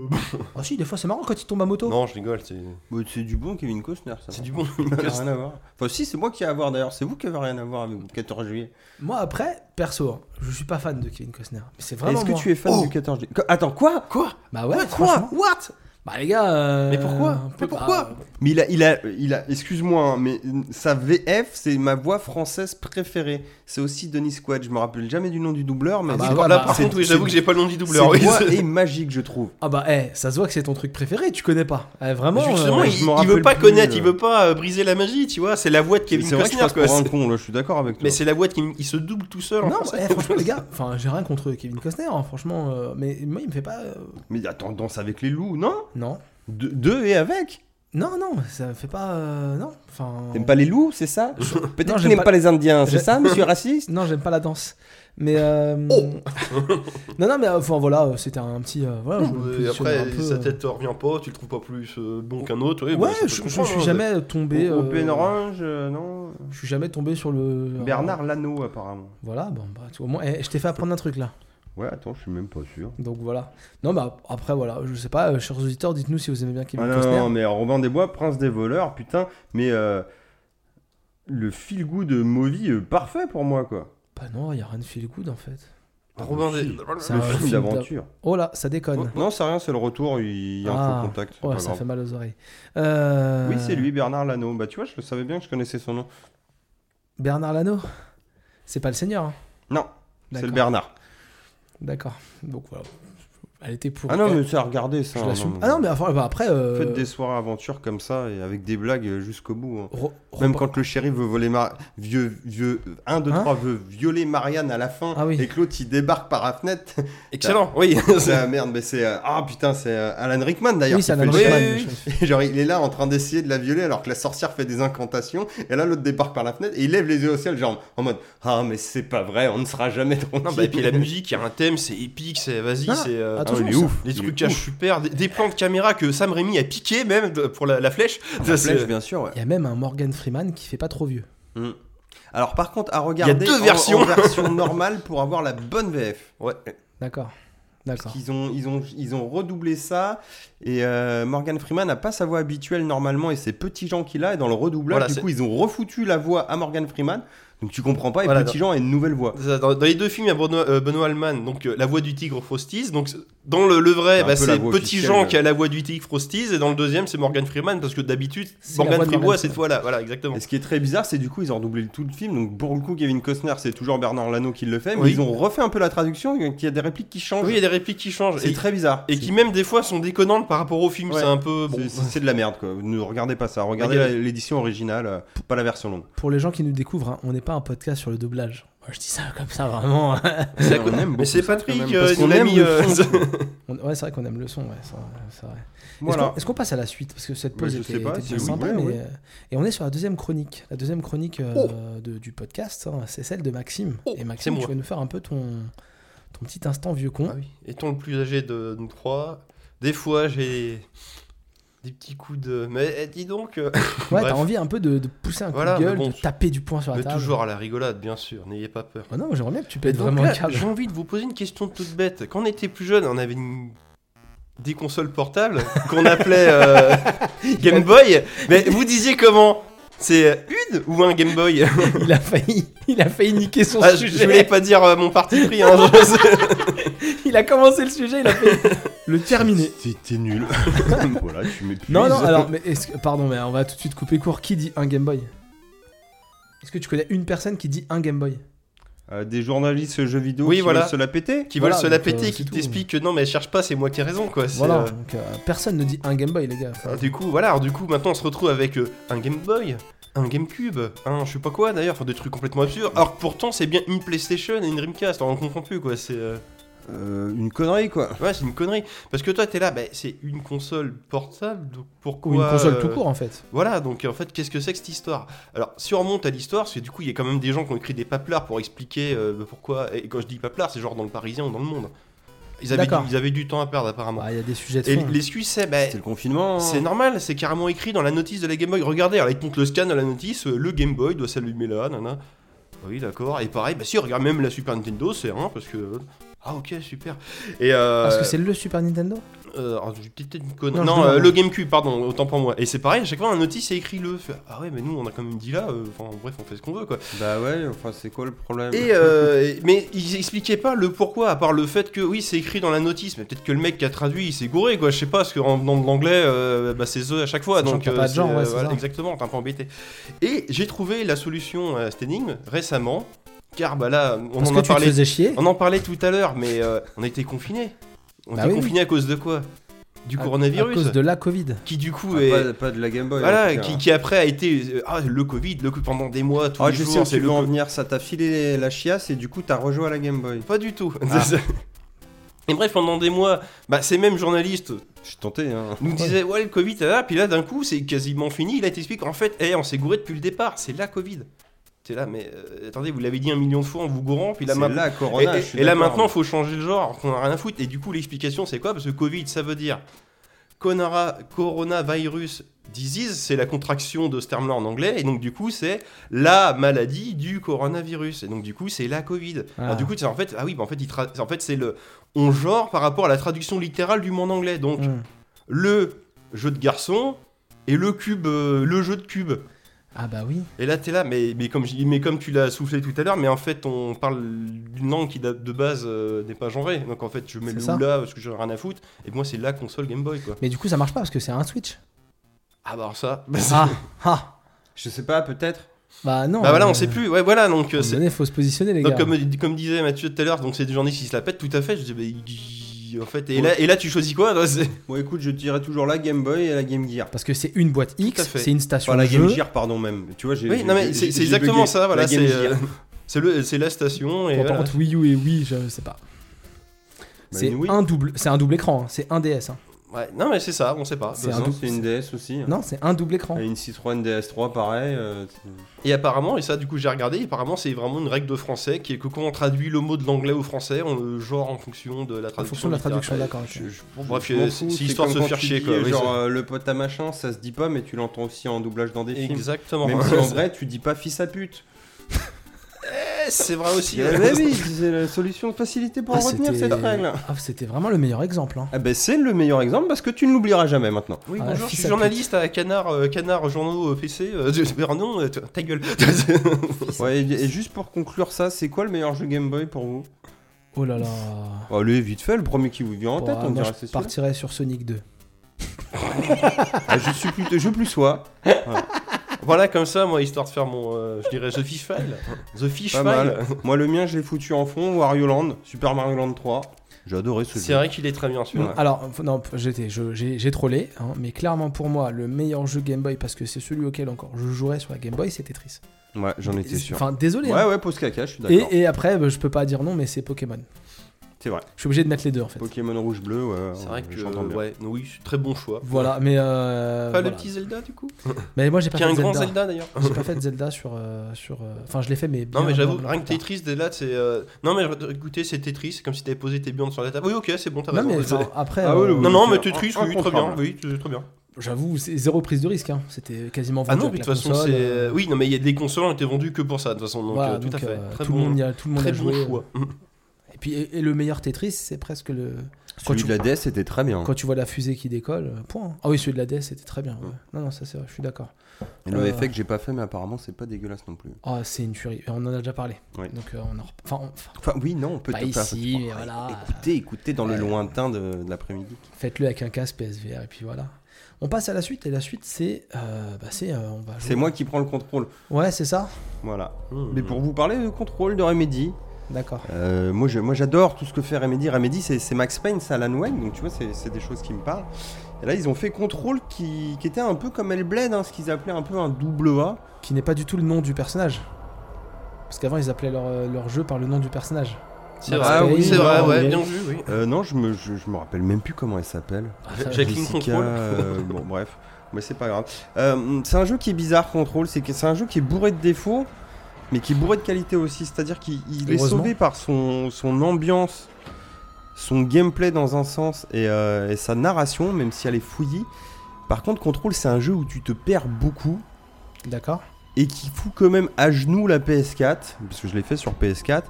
Speaker 4: Ah si, des fois c'est marrant quand il tombe à moto.
Speaker 2: non, je rigole. C'est
Speaker 1: Bah, c'est du bon Kevin Costner, ça.
Speaker 2: c'est du bon.
Speaker 1: Ça n'a rien à voir. Enfin, si, c'est moi qui ai à voir d'ailleurs. C'est vous qui avez rien à voir avec le 14 juillet.
Speaker 4: Moi après, perso, hein, je suis pas fan de Kevin Costner. Mais c'est vraiment.
Speaker 1: Est-ce que
Speaker 4: moi.
Speaker 1: tu es fan du 14 juillet Qu- Attends, quoi Quoi
Speaker 4: Bah ouais.
Speaker 1: Quoi
Speaker 4: franchement.
Speaker 1: What
Speaker 4: Bah les gars. euh,
Speaker 2: Mais pourquoi
Speaker 4: un peu-
Speaker 2: Mais pourquoi
Speaker 4: bah,
Speaker 1: Mais il a, il a, il a excuse-moi, hein, mais sa VF, c'est ma voix française préférée. C'est aussi Denis Quaid. Je me rappelle jamais du nom du doubleur, mais
Speaker 4: Ah bah,
Speaker 1: c'est-
Speaker 4: voilà,
Speaker 2: Là,
Speaker 4: bah,
Speaker 2: par
Speaker 1: c'est-
Speaker 2: contre, oui, j'avoue que
Speaker 1: c'est-
Speaker 2: j'ai pas le nom du
Speaker 1: Sa
Speaker 2: doubleur. oui.
Speaker 1: voix est magique, je trouve.
Speaker 4: Ah bah eh, ça se voit que c'est ton truc préféré, tu connais pas. Eh, vraiment.
Speaker 2: Justement,
Speaker 4: euh,
Speaker 1: ouais,
Speaker 2: il,
Speaker 1: je m'en
Speaker 2: il
Speaker 1: rappelle
Speaker 2: veut pas
Speaker 1: plus,
Speaker 2: connaître,
Speaker 1: euh.
Speaker 2: il veut pas euh, briser la magie, tu vois. C'est la voix de Kevin
Speaker 1: C'est vrai que je
Speaker 2: Costner,
Speaker 1: passe
Speaker 2: quoi.
Speaker 1: pour un con, là, je suis d'accord avec toi.
Speaker 2: Mais c'est la voix de Kevin. Il se double tout seul. en
Speaker 4: Non,
Speaker 2: français.
Speaker 4: eh, franchement les gars, enfin j'ai rien contre Kevin Costner, hein, franchement, euh, mais moi il me fait pas. euh,
Speaker 1: Mais attends, danse avec les loups, non
Speaker 4: non,
Speaker 1: de, Deux et avec
Speaker 4: non, non, ça me fait pas. euh, non, enfin.
Speaker 1: T'aimes pas les loups, c'est ça
Speaker 4: Non,
Speaker 1: Peut-être que tu
Speaker 4: j'aime
Speaker 1: n'aimes
Speaker 4: pas-
Speaker 1: pas... les Indiens, c'est
Speaker 4: Je-
Speaker 1: ça, monsieur raciste
Speaker 4: Non, j'aime pas la danse. Mais euh...
Speaker 2: Oh
Speaker 4: non, non, mais euh, enfin voilà, euh, c'était un petit. euh, voilà, je voulais me
Speaker 2: Euh,
Speaker 4: positionner
Speaker 2: après,
Speaker 4: un peu,
Speaker 2: sa
Speaker 4: euh,
Speaker 2: tête te revient pas, tu le trouves pas plus euh, bon qu'un autre. oui, bah,
Speaker 4: Ouais,
Speaker 2: ça peut
Speaker 4: je,
Speaker 2: se
Speaker 4: je
Speaker 2: comprendre,
Speaker 4: suis
Speaker 2: hein.
Speaker 4: jamais tombé.
Speaker 1: Au- au
Speaker 4: euh,
Speaker 1: Pen Orange, euh, non
Speaker 4: Je suis jamais tombé sur le. euh,
Speaker 1: Bernard Lano, apparemment.
Speaker 4: Voilà, bon, bah, tu vois, moi, eh, je t'ai fait apprendre un truc là.
Speaker 1: Ouais, attends, je suis même pas sûr.
Speaker 4: Donc voilà. Non, bah après, voilà, je sais pas, euh, chers auditeurs, dites-nous si vous aimez bien Kevin
Speaker 1: Ah non,
Speaker 4: Costner.
Speaker 1: non, mais Robin des Bois, Prince des voleurs, putain, mais euh, le feel good movie euh, parfait pour moi, quoi.
Speaker 4: Bah non, y a rien de feel good en fait.
Speaker 2: Robin des-
Speaker 4: C'est
Speaker 1: Le
Speaker 4: un
Speaker 1: film
Speaker 4: film
Speaker 1: d'aventure.
Speaker 4: Oh là, ça déconne.
Speaker 1: Non, c'est rien, c'est le retour, il y a un
Speaker 4: Ah,
Speaker 1: faux contact. c'est
Speaker 4: ouais,
Speaker 1: pas
Speaker 4: ça
Speaker 1: grave.
Speaker 4: fait mal aux oreilles. Euh,
Speaker 1: Oui, c'est lui, Bernard Lano. Bah, tu vois, je le savais bien que je connaissais son nom.
Speaker 4: Bernard Lano. C'est pas le Seigneur. hein.
Speaker 1: Non, c'est le
Speaker 4: D'accord.
Speaker 1: Bernard.
Speaker 4: D'accord. Donc voilà. Elle était pour.
Speaker 1: Ah non, mais ça, regardez ça.
Speaker 4: Je
Speaker 1: hein,
Speaker 4: l'assume.
Speaker 1: non,
Speaker 4: Ah non, mais enfin, bah, après. euh,
Speaker 1: Faites des soirées aventures comme ça et avec des blagues euh, jusqu'au bout. hein.
Speaker 4: Ro-
Speaker 1: Même
Speaker 4: Robin-
Speaker 1: quand le shérif veut voler Mar- vieux vieux 1 2
Speaker 4: Oh, Hein
Speaker 1: 3 veut violer Marianne à la fin
Speaker 4: Ah oui.
Speaker 1: et Claude il débarque par la fenêtre.
Speaker 2: Excellent, oui.
Speaker 1: c'est ah, merde mais c'est euh, ah putain c'est euh, Alan Rickman d'ailleurs.
Speaker 4: Oui,
Speaker 1: qui
Speaker 4: c'est
Speaker 1: fait
Speaker 4: Alan
Speaker 1: le
Speaker 4: Rickman.
Speaker 1: shérif.
Speaker 4: je pense.
Speaker 1: Et Genre il est là en train d'essayer de la violer alors que la sorcière fait des incantations et là l'autre débarque par la fenêtre et il lève les yeux au ciel genre en mode ah mais c'est pas vrai on ne sera jamais tranquille.
Speaker 2: Non, bah, et puis la musique, il y a un thème, c'est épique, c'est vas-y,
Speaker 4: Ah,
Speaker 2: c'est. euh,
Speaker 4: attention,
Speaker 1: il est
Speaker 4: ça-
Speaker 1: ouf.
Speaker 2: Les
Speaker 1: il est
Speaker 2: trucs
Speaker 1: ouf.
Speaker 2: cachent super, des, des plans de caméra que Sam Raimi a piqué même de- pour la, la flèche. Ça,
Speaker 1: Ah, La
Speaker 2: c'est- euh,
Speaker 1: flèche, bien sûr ouais.
Speaker 4: Il y a même un Morgan Freeman qui fait pas trop vieux.
Speaker 1: Mm. Alors par contre à regarder
Speaker 2: deux
Speaker 1: en- en
Speaker 2: versions.
Speaker 1: version normale pour avoir la bonne VF.
Speaker 2: Ouais.
Speaker 4: D'accord. D'accord.
Speaker 1: Ils ont, ils, ont, ils ont redoublé ça et euh, Morgan Freeman n'a pas sa voix habituelle normalement et c'est Petit Jean qui l'a et dans le redoublage
Speaker 2: Voilà,
Speaker 1: du
Speaker 2: c'est-
Speaker 1: coup ils ont refoutu la voix à Morgan Freeman donc tu comprends pas et
Speaker 2: Voilà,
Speaker 1: Petit Jean a une nouvelle voix.
Speaker 2: Ça, Dans, dans les deux films, il y a Benoît, euh, Benoît Allman, donc euh, la voix du tigre Frosties. Donc c'est- dans le, le
Speaker 1: C'est
Speaker 2: vrai,
Speaker 1: un
Speaker 2: bah,
Speaker 1: peu la
Speaker 2: c'est
Speaker 1: voix
Speaker 2: Petit
Speaker 1: officielle,
Speaker 2: Jean
Speaker 1: euh.
Speaker 2: qui a la voix du tigre Frosties, et dans le deuxième, c'est Morgan Freeman parce que d'habitude,
Speaker 4: C'est la
Speaker 2: Morgan
Speaker 4: voix de
Speaker 2: Freeman
Speaker 4: Morgan
Speaker 2: cette
Speaker 4: Freeman.
Speaker 2: fois-là. Voilà, exactement.
Speaker 1: Et ce qui est très bizarre c'est du coup ils ont redoublé tout le film donc pour le coup Kevin Costner c'est toujours Bernard Lano qui le fait mais
Speaker 2: Oui.
Speaker 1: ils ont refait un peu la traduction il y a des répliques qui changent.
Speaker 2: Oui, il y a des répliques qui changent
Speaker 1: c'est
Speaker 2: et,
Speaker 1: très bizarre.
Speaker 2: et qui même des fois sont déconnantes par rapport au film.
Speaker 1: Ouais.
Speaker 2: C'est un peu bon.
Speaker 1: C'est- C'est c'est de la merde quoi. Ne regardez pas ça. Regardez
Speaker 2: Regardez.
Speaker 1: la- l'édition originale, euh, pas la version longue.
Speaker 4: Pour les gens qui nous découvrent, hein, on n'est pas un podcast sur le doublage. Moi, je dis ça comme ça vraiment.
Speaker 2: C'est à
Speaker 1: On
Speaker 2: côté-
Speaker 1: aime
Speaker 2: Mais
Speaker 1: beaucoup
Speaker 2: c'est
Speaker 1: ça,
Speaker 2: Patrick,
Speaker 1: quand même,
Speaker 2: euh,
Speaker 1: parce qu'on
Speaker 2: nous l'a
Speaker 1: aime
Speaker 2: mis,
Speaker 1: le
Speaker 2: euh,
Speaker 1: fond, quoi.
Speaker 4: On- Ouais, c'est vrai qu'on aime le son. Ouais, ça- c'est vrai. Est-ce
Speaker 1: Voilà.
Speaker 4: qu'on- Est-ce qu'on passe à la suite Parce que cette
Speaker 2: Bah,
Speaker 1: Ouais,
Speaker 4: pause
Speaker 1: je
Speaker 4: était,
Speaker 1: sais pas,
Speaker 4: était
Speaker 1: si
Speaker 4: bien
Speaker 1: vous
Speaker 4: sympa.
Speaker 1: voulez,
Speaker 4: mais, euh, Et on est sur la deuxième chronique. La deuxième chronique euh, de- du podcast, hein, c'est celle de Maxime.
Speaker 2: Oh,
Speaker 4: et
Speaker 2: c'est
Speaker 4: Maxime, tu
Speaker 2: moi.
Speaker 4: vas nous faire un peu ton, ton petit instant vieux con.
Speaker 2: Ah oui. Étant le plus âgé de nous trois, des fois j'ai des petits coups de. Mais eh, dis donc. euh,
Speaker 4: ouais,
Speaker 2: bref.
Speaker 4: t'as envie un peu de, de pousser un coup
Speaker 2: Voilà,
Speaker 4: de gueule,
Speaker 2: mais bon,
Speaker 4: de taper du poing sur la
Speaker 2: Mais
Speaker 4: table.
Speaker 2: toujours à la rigolade, bien sûr. N'ayez pas peur.
Speaker 4: Ah non, mais j'aimerais bien que tu pètes
Speaker 2: Donc
Speaker 4: vraiment
Speaker 2: là,
Speaker 4: un câble.
Speaker 2: J'ai envie de vous poser une question toute bête. Quand on était plus jeune, on avait une- des consoles portables qu'on appelait euh, Game Boy. Mais vous disiez comment C'est une ou un Game Boy
Speaker 4: Il a failli, il a failli niquer son
Speaker 2: Ah, je, je
Speaker 4: sujet.
Speaker 2: voulais pas dire euh, mon parti pris. hein, je sais.
Speaker 4: Il a commencé le sujet, il a failli le terminer.
Speaker 1: T'es- T'es nul. voilà, tu m'épuises.
Speaker 4: Non, non, alors, mais est-ce que- pardon, mais on va tout de suite couper court. Qui dit un Game Boy Est-ce que tu connais une personne qui dit un Game Boy
Speaker 1: Euh, des journalistes jeux vidéo
Speaker 2: Oui,
Speaker 1: qui
Speaker 2: voilà.
Speaker 1: veulent se la péter
Speaker 2: qui
Speaker 4: Voilà,
Speaker 2: veulent se la
Speaker 4: donc, euh,
Speaker 2: péter, qui
Speaker 4: c'est tout.
Speaker 2: t'expliquent que non, mais cherche pas, c'est moi qui ai raison, quoi. c'est,
Speaker 4: Voilà,
Speaker 2: euh,
Speaker 4: donc euh, personne ne dit un Game Boy, les gars. Enfin,
Speaker 2: Alors, du coup, voilà, alors, du coup, maintenant on se retrouve avec euh, un Game Boy, un GameCube, un je sais pas quoi d'ailleurs, enfin, des trucs complètement absurdes. Alors que pourtant, c'est bien une PlayStation et une Dreamcast, alors on comprend plus quoi, c'est. euh,
Speaker 1: Euh, une connerie quoi.
Speaker 2: Ouais, c'est une connerie. Parce que toi, t'es là, bah, c'est une console portable, donc pourquoi.
Speaker 4: Ou une console
Speaker 2: euh,
Speaker 4: tout court en fait.
Speaker 2: Voilà, donc en fait, qu'est-ce que c'est que cette histoire Alors, si on remonte à l'histoire, parce que du coup, il y a quand même des gens qui ont écrit des paplards pour expliquer euh, pourquoi. Et quand je dis paplards, c'est genre dans le Parisien ou dans le monde. Ils avaient, du,
Speaker 4: D'accord.
Speaker 2: ils avaient du temps à perdre apparemment.
Speaker 4: Ah, Il y a des sujets de
Speaker 2: Et
Speaker 4: fond.
Speaker 2: l'excuse, c'est bah,
Speaker 1: C'était le confinement. hein.
Speaker 2: c'est normal, c'est carrément écrit dans la notice de la Game Boy. Regardez, alors il te montre le scan de la notice, euh, le Game Boy doit s'allumer là, nana. Ah Oui, d'accord. Et pareil, bah si, regarde même la Super Nintendo, c'est un, parce que. euh, Ah, ok, super. Et euh,
Speaker 4: Parce que c'est le Super Nintendo
Speaker 2: euh, alors, j'ai peut-être une conne-
Speaker 4: Non,
Speaker 2: Non,
Speaker 4: je demande.
Speaker 2: euh, le GameCube, pardon, autant pour moi. Et c'est pareil, à chaque fois, un notice, c'est écrit le. Fait, Ah ouais, mais nous, on a quand même dit là, euh, enfin, bref, on fait ce qu'on veut, quoi.
Speaker 1: Bah ouais, enfin c'est quoi le problème
Speaker 2: Et euh, mais ils expliquaient pas le pourquoi, à part le fait que oui, c'est écrit dans la notice, mais peut-être que le mec qui a traduit, il s'est gouré, quoi. Je sais pas, parce que en venant de l'anglais, euh, bah, c'est the à chaque fois.
Speaker 4: Sachant
Speaker 2: donc
Speaker 4: qu'il y a pas de
Speaker 2: c'est, euh,
Speaker 4: genre, ouais, c'est
Speaker 2: voilà,
Speaker 4: ça.
Speaker 2: exactement, t'es un peu embêté. Et j'ai trouvé la solution à cette énigme récemment, car bah là, on
Speaker 4: Parce
Speaker 2: en
Speaker 4: que
Speaker 2: a
Speaker 4: tu te
Speaker 2: parlé.
Speaker 4: faisais chier
Speaker 2: On en parlait tout à l'heure, mais euh, on était confinés. On
Speaker 4: Bah
Speaker 2: était
Speaker 4: oui.
Speaker 2: confinés à cause de quoi Du
Speaker 4: à-
Speaker 2: coronavirus.
Speaker 4: à cause de la Covid.
Speaker 2: Qui du coup
Speaker 1: Ah,
Speaker 2: est.
Speaker 1: pas, pas de la Game Boy. en
Speaker 2: Voilà,
Speaker 1: tout cas.
Speaker 2: qui, qui après a été euh, ah, le Covid, le pendant des mois, tous
Speaker 1: Ah,
Speaker 2: les
Speaker 1: je
Speaker 2: jours,
Speaker 1: sais où
Speaker 2: c'est
Speaker 1: tu
Speaker 2: le
Speaker 1: veux en venir, ça t'a filé la chiasse et du coup t'as rejoint la Game Boy.
Speaker 2: Pas du tout.
Speaker 1: Ah.
Speaker 2: Et bref, pendant des mois, bah, ces mêmes journalistes
Speaker 1: Je suis tenté, hein.
Speaker 2: nous disaient Ouais, le Covid, ça va. Puis là, d'un coup, c'est quasiment fini. Là, ils t'expliquent En fait, eh, on s'est gouré depuis le départ. C'est la Covid. C'est là, mais euh, attendez, vous l'avez dit un million de fois en vous gourant. Puis là,
Speaker 1: C'est
Speaker 2: ma-
Speaker 1: là,
Speaker 2: et,
Speaker 1: Corona,
Speaker 2: et-
Speaker 1: je suis
Speaker 2: et là,
Speaker 1: d'accord.
Speaker 2: maintenant, faut changer le genre. On a rien à foutre. Et du coup, l'explication, c'est quoi Parce que Covid, ça veut dire Conora- Coronavirus Disease, c'est la contraction de ce terme-là en anglais. Et donc, du coup, c'est la maladie du coronavirus. Et donc, du coup, c'est la Covid.
Speaker 4: Ah.
Speaker 2: Alors, du coup, c'est en fait, ah oui, bah, en fait, il tra- en fait c'est le. On genre par rapport à la traduction littérale du mot en anglais. Donc,
Speaker 4: Hmm.
Speaker 2: le jeu de garçon et le cube, euh, le jeu de cube.
Speaker 4: Ah bah oui.
Speaker 2: Et là, t'es là, mais, mais, comme, je- mais comme tu l'as soufflé tout à l'heure, mais en fait, on parle d'une langue qui date de base euh, n'est pas genrée. Donc en fait, je mets
Speaker 4: C'est
Speaker 2: le
Speaker 4: ça.
Speaker 2: là parce que j'ai rien à foutre. Et moi, c'est la console Game Boy, quoi.
Speaker 4: Mais du coup, ça marche pas parce que c'est un Switch.
Speaker 2: Ah bah alors ça.
Speaker 4: Ah, ah.
Speaker 1: Je sais pas, peut-être.
Speaker 4: Bah non.
Speaker 2: Bah voilà, on
Speaker 4: euh,
Speaker 2: sait plus. Ouais, voilà, donc
Speaker 4: à
Speaker 2: euh,
Speaker 4: un moment
Speaker 2: c'est.
Speaker 4: donné, faut se positionner, les
Speaker 2: Donc
Speaker 4: gars.
Speaker 2: comme, comme disait Mathieu tout à l'heure, donc c'est des journalistes qui se la pètent tout à fait. Je dis, bah, il- en fait, et, là, et là, tu choisis quoi toi, c'est-
Speaker 1: Bon, écoute, je dirais toujours la Game Boy et la Game Gear.
Speaker 4: Parce que c'est une boîte X,
Speaker 2: à fait.
Speaker 4: c'est une station
Speaker 1: Enfin, la
Speaker 4: de jeu.
Speaker 1: Game Gear, pardon, même. Tu vois, j'ai.
Speaker 2: Oui,
Speaker 1: j'ai-
Speaker 2: non mais
Speaker 1: j'ai-
Speaker 2: c'est
Speaker 1: j'ai
Speaker 2: c'est exactement
Speaker 1: bugué.
Speaker 2: ça, voilà.
Speaker 1: La Game
Speaker 2: C'est
Speaker 1: Gear. Bah,
Speaker 2: euh, c'est le- c'est la station. Et
Speaker 4: Bon, par
Speaker 2: voilà.
Speaker 4: contre, Wii U et Wii, je sais pas.
Speaker 1: Bah,
Speaker 4: c'est
Speaker 1: une Wii.
Speaker 4: un double, c'est un double écran. hein. C'est un DS. hein.
Speaker 2: Ouais, non mais c'est ça, on sait pas. Bah,
Speaker 4: C'est
Speaker 1: Non,
Speaker 4: un double-
Speaker 1: C'est une DS aussi. hein.
Speaker 4: Non, c'est un double écran.
Speaker 1: Et une Citroën DS3, pareil. euh, c'est-
Speaker 2: Et apparemment, et ça du coup j'ai regardé, et apparemment c'est vraiment une règle de français qui est que quand on traduit le mot de l'anglais au français, on le genre en fonction de la traduction.
Speaker 4: En fonction de la
Speaker 2: littérale.
Speaker 4: traduction, d'accord. ok.
Speaker 1: Je- je-
Speaker 2: Bon, bref, euh,
Speaker 1: je m'en
Speaker 2: c'est-
Speaker 1: fous,
Speaker 2: c'est histoire de
Speaker 1: comme
Speaker 2: se
Speaker 1: quand
Speaker 2: faire
Speaker 1: tu
Speaker 2: chier,
Speaker 1: dis,
Speaker 2: quoi, oui,
Speaker 1: Genre, euh, le pote à machin, ça se dit pas, mais tu l'entends aussi en doublage dans des films.
Speaker 2: Exactement.
Speaker 1: Même si en vrai, tu dis pas fils à pute.
Speaker 2: Eh, c'est vrai aussi.
Speaker 1: Eh ben oui, c'est la solution de facilité pour
Speaker 4: Ah,
Speaker 1: en retenir
Speaker 4: c'était-
Speaker 1: cette règle.
Speaker 4: Ah, c'était vraiment le meilleur exemple. hein.
Speaker 1: Ah ben c'est le meilleur exemple parce que tu ne l'oublieras jamais maintenant.
Speaker 2: Oui,
Speaker 4: Ah,
Speaker 2: bonjour, je
Speaker 4: fils
Speaker 2: suis
Speaker 4: à
Speaker 2: journaliste à Canard, euh, Canard Journaux euh, PC. Euh, non, ta gueule.
Speaker 1: Ouais, et, et juste pour conclure ça, c'est quoi le meilleur jeu Game Boy pour vous
Speaker 4: Oh là là.
Speaker 1: Allez, vite fait, le premier qui vous vient en
Speaker 4: Bon,
Speaker 1: tête,
Speaker 4: ah,
Speaker 1: on
Speaker 4: moi,
Speaker 1: dirait
Speaker 4: je
Speaker 1: c'est celui-là.
Speaker 4: partirais sur Sonic 2.
Speaker 1: Ah, je suis plus, je plus soi.
Speaker 2: voilà, comme ça, moi, histoire de faire mon, euh, je dirais, The Fish File. The Fish
Speaker 1: Pas
Speaker 2: File.
Speaker 1: mal. Moi le mien, je l'ai foutu en fond, Wario Land, Super Mario Land 3. J'ai adoré ce jeu.
Speaker 2: C'est vrai qu'il est très bien celui-là.
Speaker 1: Ouais.
Speaker 4: Alors, f- non, p- j'étais, je- j'ai j'ai trollé, hein, mais clairement pour moi, le meilleur jeu Game Boy, parce que c'est celui auquel encore je jouerais sur la Game Boy, c'est Tetris.
Speaker 1: Ouais, j'en étais sûr.
Speaker 4: Enfin, désolé.
Speaker 1: Ouais,
Speaker 4: hein.
Speaker 1: ouais, pose caca, je suis d'accord.
Speaker 4: et, et après, bah, je peux pas dire non, mais c'est Pokémon.
Speaker 1: C'est vrai.
Speaker 4: Je suis obligé de mettre les deux en fait.
Speaker 1: Pokémon rouge bleu, ouais.
Speaker 2: C'est vrai que,
Speaker 1: j'entends Ah, bien.
Speaker 2: ouais, oui, c'est très bon choix.
Speaker 4: Voilà, mais. euh,
Speaker 2: Pas le
Speaker 4: voilà.
Speaker 2: petit Zelda du coup
Speaker 4: Mais moi, j'ai pas
Speaker 2: Qui est
Speaker 4: fait
Speaker 2: un
Speaker 4: de
Speaker 2: grand
Speaker 4: Zelda.
Speaker 2: Zelda d'ailleurs.
Speaker 4: J'ai pas fait de Zelda sur. euh, sur euh, Enfin, je l'ai fait, mais.
Speaker 2: Non mais
Speaker 4: bien-
Speaker 2: j'avoue,
Speaker 4: bien
Speaker 2: rien que
Speaker 4: plus tard.
Speaker 2: Tetris dès là c'est... euh, Non mais écoutez c'est Tetris, c'est comme si t'avais posé tes biens sur la table. Ah Oui ok c'est bon, t'as
Speaker 4: Non,
Speaker 2: raison.
Speaker 4: mais
Speaker 2: désolé.
Speaker 4: enfin, après,
Speaker 1: Ah,
Speaker 4: euh,
Speaker 1: oui, oui.
Speaker 2: Non non
Speaker 1: c'est
Speaker 2: mais
Speaker 1: un-
Speaker 2: Tetris, oui très bien,
Speaker 1: incontournable.
Speaker 2: oui t- très bien.
Speaker 4: j'avoue, c'est zéro prise de risque. hein. C'était quasiment
Speaker 2: Ah
Speaker 4: vendu
Speaker 2: non mais
Speaker 4: avec
Speaker 2: de toute
Speaker 4: la
Speaker 2: façon
Speaker 4: console,
Speaker 2: c'est...
Speaker 4: euh,
Speaker 2: Oui non mais il y a des consoles qui étaient vendues que pour ça de toute façon, donc
Speaker 4: voilà,
Speaker 2: euh, tout à
Speaker 4: donc,
Speaker 2: fait.
Speaker 4: euh,
Speaker 2: Très
Speaker 4: tout le
Speaker 2: bon
Speaker 4: monde y a- tout le monde
Speaker 2: très
Speaker 4: a joué.
Speaker 2: bon
Speaker 4: euh,
Speaker 2: choix.
Speaker 4: Et puis, et, et le meilleur Tetris, c'est presque le. Quand
Speaker 1: Celui
Speaker 4: tu,
Speaker 1: de la DS c'était très
Speaker 2: hein.
Speaker 1: bien.
Speaker 4: quand tu vois la fusée qui décolle, euh, point. Ah oui, celui de la DS, c'était très bien. ouais. Non, non, ça c'est vrai, je suis d'accord.
Speaker 1: Et le
Speaker 4: Euh,
Speaker 1: effet que j'ai pas fait, mais apparemment c'est pas dégueulasse non plus.
Speaker 4: Ah, c'est une tuerie. On en a déjà parlé.
Speaker 1: Oui.
Speaker 4: Donc, euh, on en rep- Enfin, on- enfin,
Speaker 1: Enfin, oui, non, on peut
Speaker 4: Pas
Speaker 1: te faire ça,
Speaker 4: ici,
Speaker 1: tu
Speaker 4: mais
Speaker 1: pourras
Speaker 4: voilà. Ah
Speaker 1: Écoutez, écoutez dans le lointain de, de l'après-midi.
Speaker 4: faites-le avec un casque PSVR, et puis voilà. On passe à la suite, et la suite, c'est. euh, bah, c'est. euh, on va jouer-
Speaker 1: C'est moi qui prends le contrôle.
Speaker 4: Ouais, c'est ça
Speaker 1: Voilà.
Speaker 2: Mmh.
Speaker 4: Mm.
Speaker 1: Mais pour vous parler de contrôle de Remedy,
Speaker 4: D'accord.
Speaker 1: euh, moi je- moi, j'adore tout ce que fait Remedy. Remedy, c'est c'est Max Payne, c'est Alan Wayne, donc tu vois, c'est c'est des choses qui me parlent. Et là, ils ont fait contrôle qui, qui était un peu comme Hellblade, hein, ce qu'ils appelaient un peu un double A.
Speaker 4: Qui n'est pas du tout le nom du personnage. Parce qu'avant, ils appelaient leur, euh, leur jeu par le nom du personnage.
Speaker 2: C'est vrai, ah, oui, c'est vrai, ouais, bien vu, oui.
Speaker 1: Euh, non, je me, je, je me rappelle même plus comment elle s'appelle.
Speaker 2: Ah, Jacqueline
Speaker 1: Jessica,
Speaker 2: Control.
Speaker 1: euh, bon, bref, mais c'est pas grave. Euh, c'est un jeu qui est bizarre, Control. C'est que- c'est un jeu qui est bourré de défauts, mais qui est bourré de qualité aussi. C'est-à-dire qu'il il est
Speaker 4: Heureusement.
Speaker 1: sauvé par son, son ambiance, son gameplay dans un sens et, euh, et sa narration, même si elle est fouillie. Par contre, Control, c'est un jeu où tu te perds beaucoup
Speaker 4: D'accord.
Speaker 1: et qui fout quand même à genoux la PS4, parce que je l'ai fait sur PS4,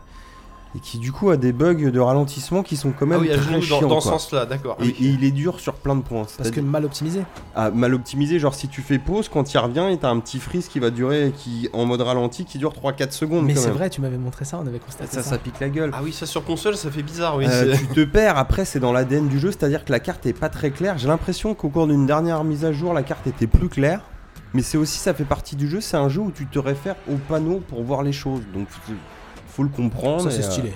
Speaker 1: et qui du coup a des bugs de ralentissement qui sont quand
Speaker 2: Ah
Speaker 1: même
Speaker 2: oui, à
Speaker 1: très
Speaker 2: genoux,
Speaker 1: chiants,
Speaker 2: dans, dans ce
Speaker 1: quoi.
Speaker 2: sens-là, d'accord.
Speaker 1: Et, et il est dur sur plein de points.
Speaker 4: Parce que
Speaker 1: C'est-à-dire-
Speaker 4: mal optimisé.
Speaker 1: ah, mal optimisé, genre si tu fais pause, quand il revient, et t'as un petit freeze qui va durer, qui en mode ralenti, qui dure 3-4 secondes.
Speaker 4: Mais
Speaker 1: quand
Speaker 4: c'est
Speaker 1: même.
Speaker 4: vrai, tu m'avais montré ça, on avait constaté ça.
Speaker 1: Ça, ça pique la gueule.
Speaker 2: Ah oui, ça sur console, ça fait bizarre, oui.
Speaker 1: Euh,
Speaker 2: c'est-
Speaker 1: tu te perds, après c'est dans l'ADN du jeu, c'est-à-dire que la carte est pas très claire. J'ai l'impression qu'au cours d'une dernière mise à jour, la carte était plus claire. Mais c'est aussi, ça fait partie du jeu, c'est un jeu où tu te réfères au panneau pour voir les choses. Donc faut- faut le comprendre.
Speaker 4: Ça,
Speaker 1: et,
Speaker 4: c'est
Speaker 1: euh,
Speaker 4: stylé.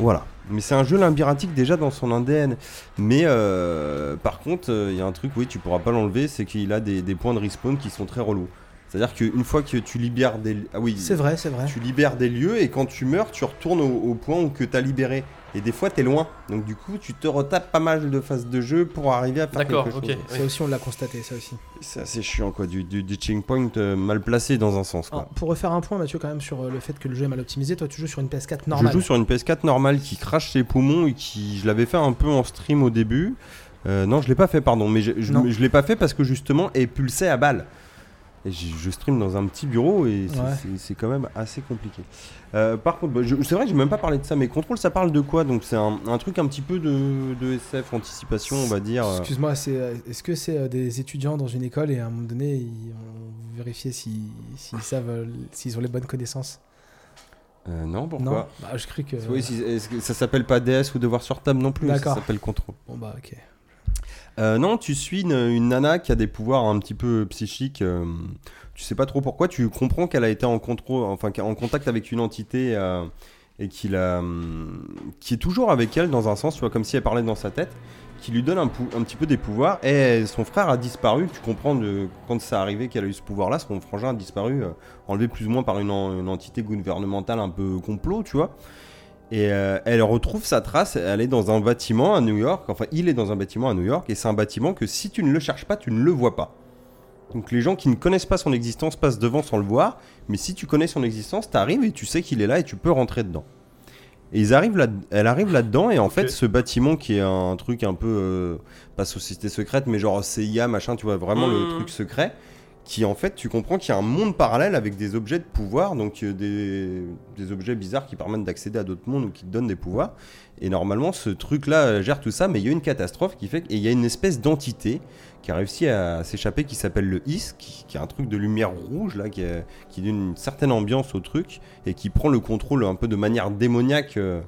Speaker 1: voilà. Mais c'est un jeu limbiratique déjà dans son ADN. Mais euh, par contre, il y a un truc, oui, tu pourras pas l'enlever, c'est qu'il a des, des points de respawn qui sont très relous. C'est-à-dire qu'une fois que tu libères des. Ah oui,
Speaker 4: C'est vrai, hein. c'est vrai.
Speaker 1: tu libères des lieux et quand tu meurs, tu retournes au, au point où que t'as libéré. Et des fois, t'es loin. Donc du coup, tu te retapes pas mal de phases de jeu pour arriver à faire
Speaker 2: D'accord,
Speaker 1: quelque
Speaker 2: ok.
Speaker 1: chose.
Speaker 2: oui.
Speaker 4: Ça aussi, on l'a constaté, ça aussi.
Speaker 1: C'est assez chiant, quoi. Du, du, du checkpoint euh, mal placé dans un sens,
Speaker 4: Alors,
Speaker 1: quoi.
Speaker 4: pour refaire un point, Mathieu, quand même, sur euh, le fait que le jeu est mal optimisé, toi, tu joues sur une PS4
Speaker 1: je
Speaker 4: normale.
Speaker 1: joue sur une PS4 normale qui crache ses poumons et qui. Je l'avais fait un peu en stream au début. Euh, non, je l'ai pas fait, pardon. Mais je, je,
Speaker 4: Non.
Speaker 1: je l'ai pas fait parce que justement, elle pulsait à balle. Et j'ai- je stream dans un petit bureau et c'est-
Speaker 4: Ouais.
Speaker 1: c'est- c'est quand même assez compliqué. Euh, par contre, bah, je- c'est vrai que j'ai même pas parlé de ça, mais Control, ça parle de quoi Donc c'est un, un truc un petit peu de, de SF, anticipation, on va dire. euh,
Speaker 4: Excuse-moi, c'est, euh, est-ce que c'est euh, des étudiants dans une école et à un moment donné, ils ont vérifié si- s'ils savent, euh, s'ils ont les bonnes connaissances
Speaker 1: euh, non,
Speaker 4: Non
Speaker 1: pourquoi
Speaker 4: Bah, je crie que.
Speaker 1: Oui, si- est-ce que ça s'appelle pas DS ou devoir sur table non plus, ça
Speaker 4: D'accord.
Speaker 1: s'appelle Control.
Speaker 4: Bon, bah, ok.
Speaker 1: Euh, non, tu suis une, une nana qui a des pouvoirs un petit peu psychiques. euh, tu sais pas trop pourquoi. Tu comprends qu'elle a été en, contrô- enfin, qu'en- en contact avec une entité euh, et qu'il a, hum, qui est toujours avec elle dans un sens, tu vois, comme si elle parlait dans sa tête, qui lui donne un, pou- un petit peu des pouvoirs. Et son frère a disparu. Tu comprends de, quand ça arrivé qu'elle a eu ce pouvoir-là, son frangin a disparu, euh, enlevé plus ou moins par une, en- une entité gouvernementale un peu complot, tu vois. Et euh, elle retrouve sa trace, elle est dans un bâtiment à New York, enfin il est dans un bâtiment à New York, et c'est un bâtiment que si tu ne le cherches pas, tu ne le vois pas. Donc les gens qui ne connaissent pas son existence passent devant sans le voir, mais si tu connais son existence, t'arrives et tu sais qu'il est là et tu peux rentrer dedans. Et ils arrivent là, elle arrive là-dedans, et en fait ce bâtiment qui est un truc un peu, euh, pas société secrète, mais genre CIA, machin, tu vois, vraiment le
Speaker 2: Mhm.
Speaker 1: truc secret, qui en fait tu comprends qu'il y a un monde parallèle avec des objets de pouvoir, donc euh, des, des objets bizarres qui permettent d'accéder à d'autres mondes ou qui te donnent des pouvoirs. Et normalement ce truc là gère tout ça, mais il y a une catastrophe qui fait que- et il y a une espèce d'entité qui a réussi à s'échapper qui s'appelle le His, qui, qui a un truc de lumière rouge là, qui, a- qui donne une certaine ambiance au truc et qui prend le contrôle un peu de manière démoniaque. euh,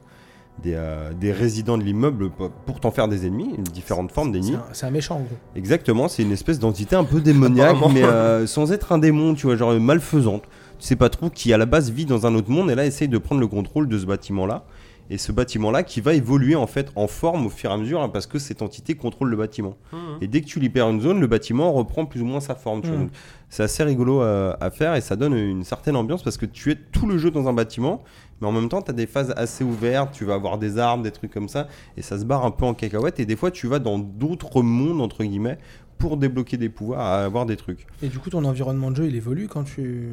Speaker 1: des, euh, des résidents de l'immeuble pour- pour t'en faire des ennemis, différentes formes
Speaker 4: C'est
Speaker 1: d'ennemis.
Speaker 4: un, c'est un méchant, en gros.
Speaker 1: Exactement, c'est une espèce d'entité un peu démoniaque,
Speaker 2: Apparemment.
Speaker 1: mais euh, sans être un démon, tu vois, genre euh, malfaisante. Tu sais pas trop qui à la base vit dans un autre monde et là essaye de prendre le contrôle de ce bâtiment-là. Et ce bâtiment-là qui va évoluer en fait en forme au fur et à mesure hein, parce que cette entité contrôle le bâtiment.
Speaker 2: Mhm.
Speaker 1: Et dès que tu libères une zone, le bâtiment reprend plus ou moins sa forme. tu vois.
Speaker 4: Mhm.
Speaker 1: Donc, C'est assez rigolo euh, à, à faire et ça donne une certaine ambiance parce que tu es tout le jeu dans un bâtiment, mais en même temps, tu as des phases assez ouvertes, tu vas avoir des arbres, des trucs comme ça, et ça se barre un peu en cacahuète. Et des fois, tu vas dans d'autres mondes, entre guillemets, pour débloquer des pouvoirs, à avoir des trucs.
Speaker 4: Et du coup, ton environnement de jeu, il évolue quand tu.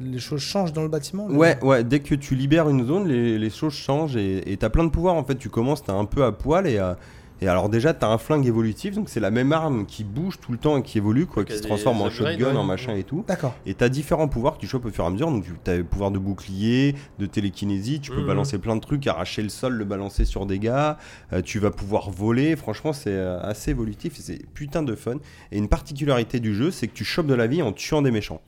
Speaker 4: Les choses changent dans le bâtiment le-
Speaker 1: Ouais, ouais, dès que tu libères une zone, les, les choses changent et et t'as plein de pouvoirs en fait. Tu commences, t'as un peu à poil et, euh, et alors déjà t'as un flingue évolutif, donc c'est la même arme qui bouge tout le temps et qui évolue, quoi,
Speaker 2: Donc,
Speaker 1: qui
Speaker 2: il y a
Speaker 1: se transforme
Speaker 2: des
Speaker 1: en
Speaker 2: upgrades,
Speaker 1: shotgun,
Speaker 2: ouais.
Speaker 1: en machin et tout.
Speaker 4: D'accord.
Speaker 1: Et t'as différents pouvoirs que tu chopes au fur et à mesure. Donc tu- t'as le pouvoir de bouclier, de télékinésie, tu peux
Speaker 2: Mhm.
Speaker 1: balancer plein de trucs, arracher le sol, le balancer sur des gars, euh, tu vas pouvoir voler. Franchement, c'est euh, assez évolutif et c'est putain de fun. Et une particularité du jeu, c'est que tu chopes de la vie en tuant des méchants.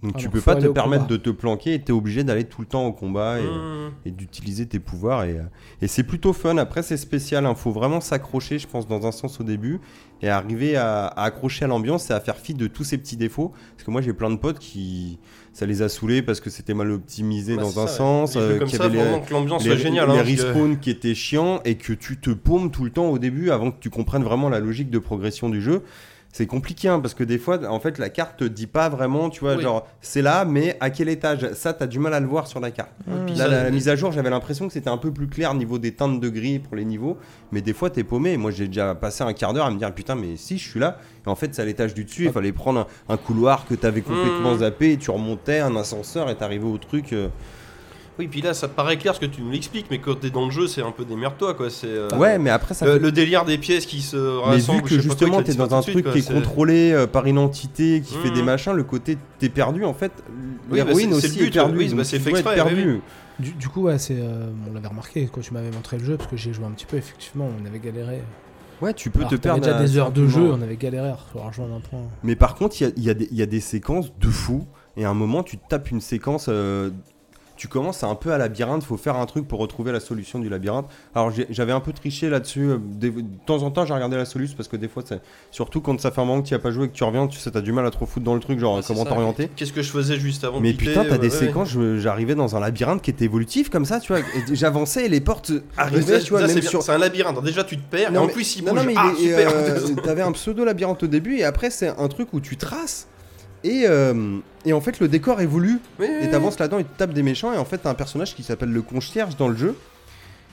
Speaker 1: Donc
Speaker 4: Ah
Speaker 1: tu
Speaker 4: donc,
Speaker 1: peux
Speaker 4: faut
Speaker 1: pas te
Speaker 4: aller au
Speaker 1: permettre
Speaker 4: combat.
Speaker 1: de te planquer et t'es obligé d'aller tout le temps au combat et,
Speaker 2: Mhm.
Speaker 1: et d'utiliser tes pouvoirs. Et, euh, et c'est plutôt fun. Après, c'est spécial. Il faut vraiment s'accrocher, je pense, dans un sens au début et arriver à, à accrocher à l'ambiance et à faire fi de tous ces petits défauts. Parce que moi, j'ai plein de potes qui. Ça les a saoulés parce que c'était mal optimisé
Speaker 2: Bah,
Speaker 1: dans
Speaker 2: c'est
Speaker 1: un
Speaker 2: ça, ouais.
Speaker 1: sens.
Speaker 2: Les jeux
Speaker 1: euh,
Speaker 2: comme
Speaker 1: qu'il y
Speaker 2: ça,
Speaker 1: avait les-
Speaker 2: vraiment que l'ambiance
Speaker 1: les,
Speaker 2: soit géniale.
Speaker 1: les
Speaker 2: hein, parce que-
Speaker 1: respawns qui étaient chiants et que tu te paumes tout le temps au début avant que tu comprennes vraiment la logique de progression du jeu. c'est compliqué hein, parce que des fois, en fait, la carte te dit pas vraiment, tu vois,
Speaker 2: Oui.
Speaker 1: genre c'est là, mais à quel étage Ça, t'as du mal à le voir sur la carte.
Speaker 2: Ouais, Ah. puis
Speaker 1: Là,
Speaker 2: ça,
Speaker 1: la, la
Speaker 2: les-
Speaker 1: mise à jour, j'avais l'impression que c'était un peu plus clair au niveau des teintes de gris pour les niveaux, mais des fois, t'es paumé. Moi, j'ai déjà passé un quart d'heure à me dire putain, mais si je suis là, et en fait, c'est à l'étage du
Speaker 2: Ah.
Speaker 1: dessus, il fallait prendre un, un couloir que t'avais complètement
Speaker 2: Mmh.
Speaker 1: zappé, et tu remontais un ascenseur et t'arrivais au truc. euh,
Speaker 2: Oui, puis là, ça paraît clair ce que tu nous l'expliques, mais quand t'es dans le jeu, c'est un peu démerde-toi, quoi. C'est, euh,
Speaker 1: Ouais, mais après, ça
Speaker 2: Le,
Speaker 1: fait-
Speaker 2: le délire des pièces qui se
Speaker 1: Mais
Speaker 2: rassemblent.
Speaker 1: vu
Speaker 2: je sais
Speaker 1: que
Speaker 2: pas
Speaker 1: justement
Speaker 2: quoi,
Speaker 1: t'es
Speaker 2: qui
Speaker 1: dans un
Speaker 2: disparaissent tout de
Speaker 1: truc qui
Speaker 2: suite,
Speaker 1: est
Speaker 2: quoi, c'est-
Speaker 1: contrôlé euh, par une entité qui fait des
Speaker 2: Mhm.
Speaker 1: machins, le côté t'es perdu en fait,
Speaker 2: Oui, bah,
Speaker 1: l'héroïne
Speaker 2: c'est- c'est
Speaker 1: aussi
Speaker 2: le
Speaker 1: est
Speaker 2: but,
Speaker 1: perdue,
Speaker 2: oui,
Speaker 1: donc
Speaker 2: bah,
Speaker 1: tu
Speaker 2: c'est fait
Speaker 1: dois être
Speaker 2: exprès, oui,
Speaker 1: perdu.
Speaker 4: Du, du coup, ouais, c'est, euh, on l'avait remarqué quand tu m'avais montré le jeu, parce que j'ai joué un petit peu, effectivement, on avait galéré.
Speaker 1: Ouais, tu peux
Speaker 4: Alors
Speaker 1: te
Speaker 4: que t'avais
Speaker 1: perdre
Speaker 4: Ah, déjà
Speaker 1: à
Speaker 4: des heures de
Speaker 1: certains
Speaker 4: jeu,
Speaker 1: moments.
Speaker 4: on avait galéré à re- rejoindre un point.
Speaker 1: Mais par contre, il y a- il y, a des- il y a des séquences de fou. Et à un moment, tu te tapes une séquence. euh, tu commences un peu à labyrinthe. Faut faire un truc pour retrouver la solution du labyrinthe. Alors j'ai- j'avais un peu triché là-dessus. euh, des- De temps en temps, j'ai regardé la solution parce que des fois, c'est- surtout quand ça fait un moment que tu n'y as pas joué et que tu reviens, tu sais, t'as du mal à trop foutre dans le truc,
Speaker 4: Ah,
Speaker 1: genre
Speaker 2: c'est
Speaker 1: comment
Speaker 2: ça.
Speaker 1: t'orienter.
Speaker 2: Qu'est-ce que je faisais juste avant de
Speaker 1: Mais
Speaker 2: quitter,
Speaker 1: putain, t'as
Speaker 2: euh,
Speaker 1: des
Speaker 2: ouais,
Speaker 1: séquences, je- j'arrivais dans un labyrinthe qui était évolutif comme ça, tu vois. et J'avançais et les portes arrivaient,
Speaker 2: Mais ça,
Speaker 1: tu vois,
Speaker 2: ça,
Speaker 1: même
Speaker 2: c'est bien.
Speaker 1: sur.
Speaker 2: C'est un labyrinthe. Déjà, tu te perds. et
Speaker 1: Non,
Speaker 2: en
Speaker 1: mais-
Speaker 2: plus, il
Speaker 1: non,
Speaker 2: bouge.
Speaker 1: non, mais il
Speaker 2: ah,
Speaker 1: est- et,
Speaker 2: super.
Speaker 1: euh, T'avais un pseudo labyrinthe au début et après c'est un truc où tu traces et, euh, et en fait le décor évolue
Speaker 2: Oui, oui,
Speaker 1: et t'avances là-dedans et tu tapes des méchants et en fait t'as un personnage qui s'appelle le concierge dans le jeu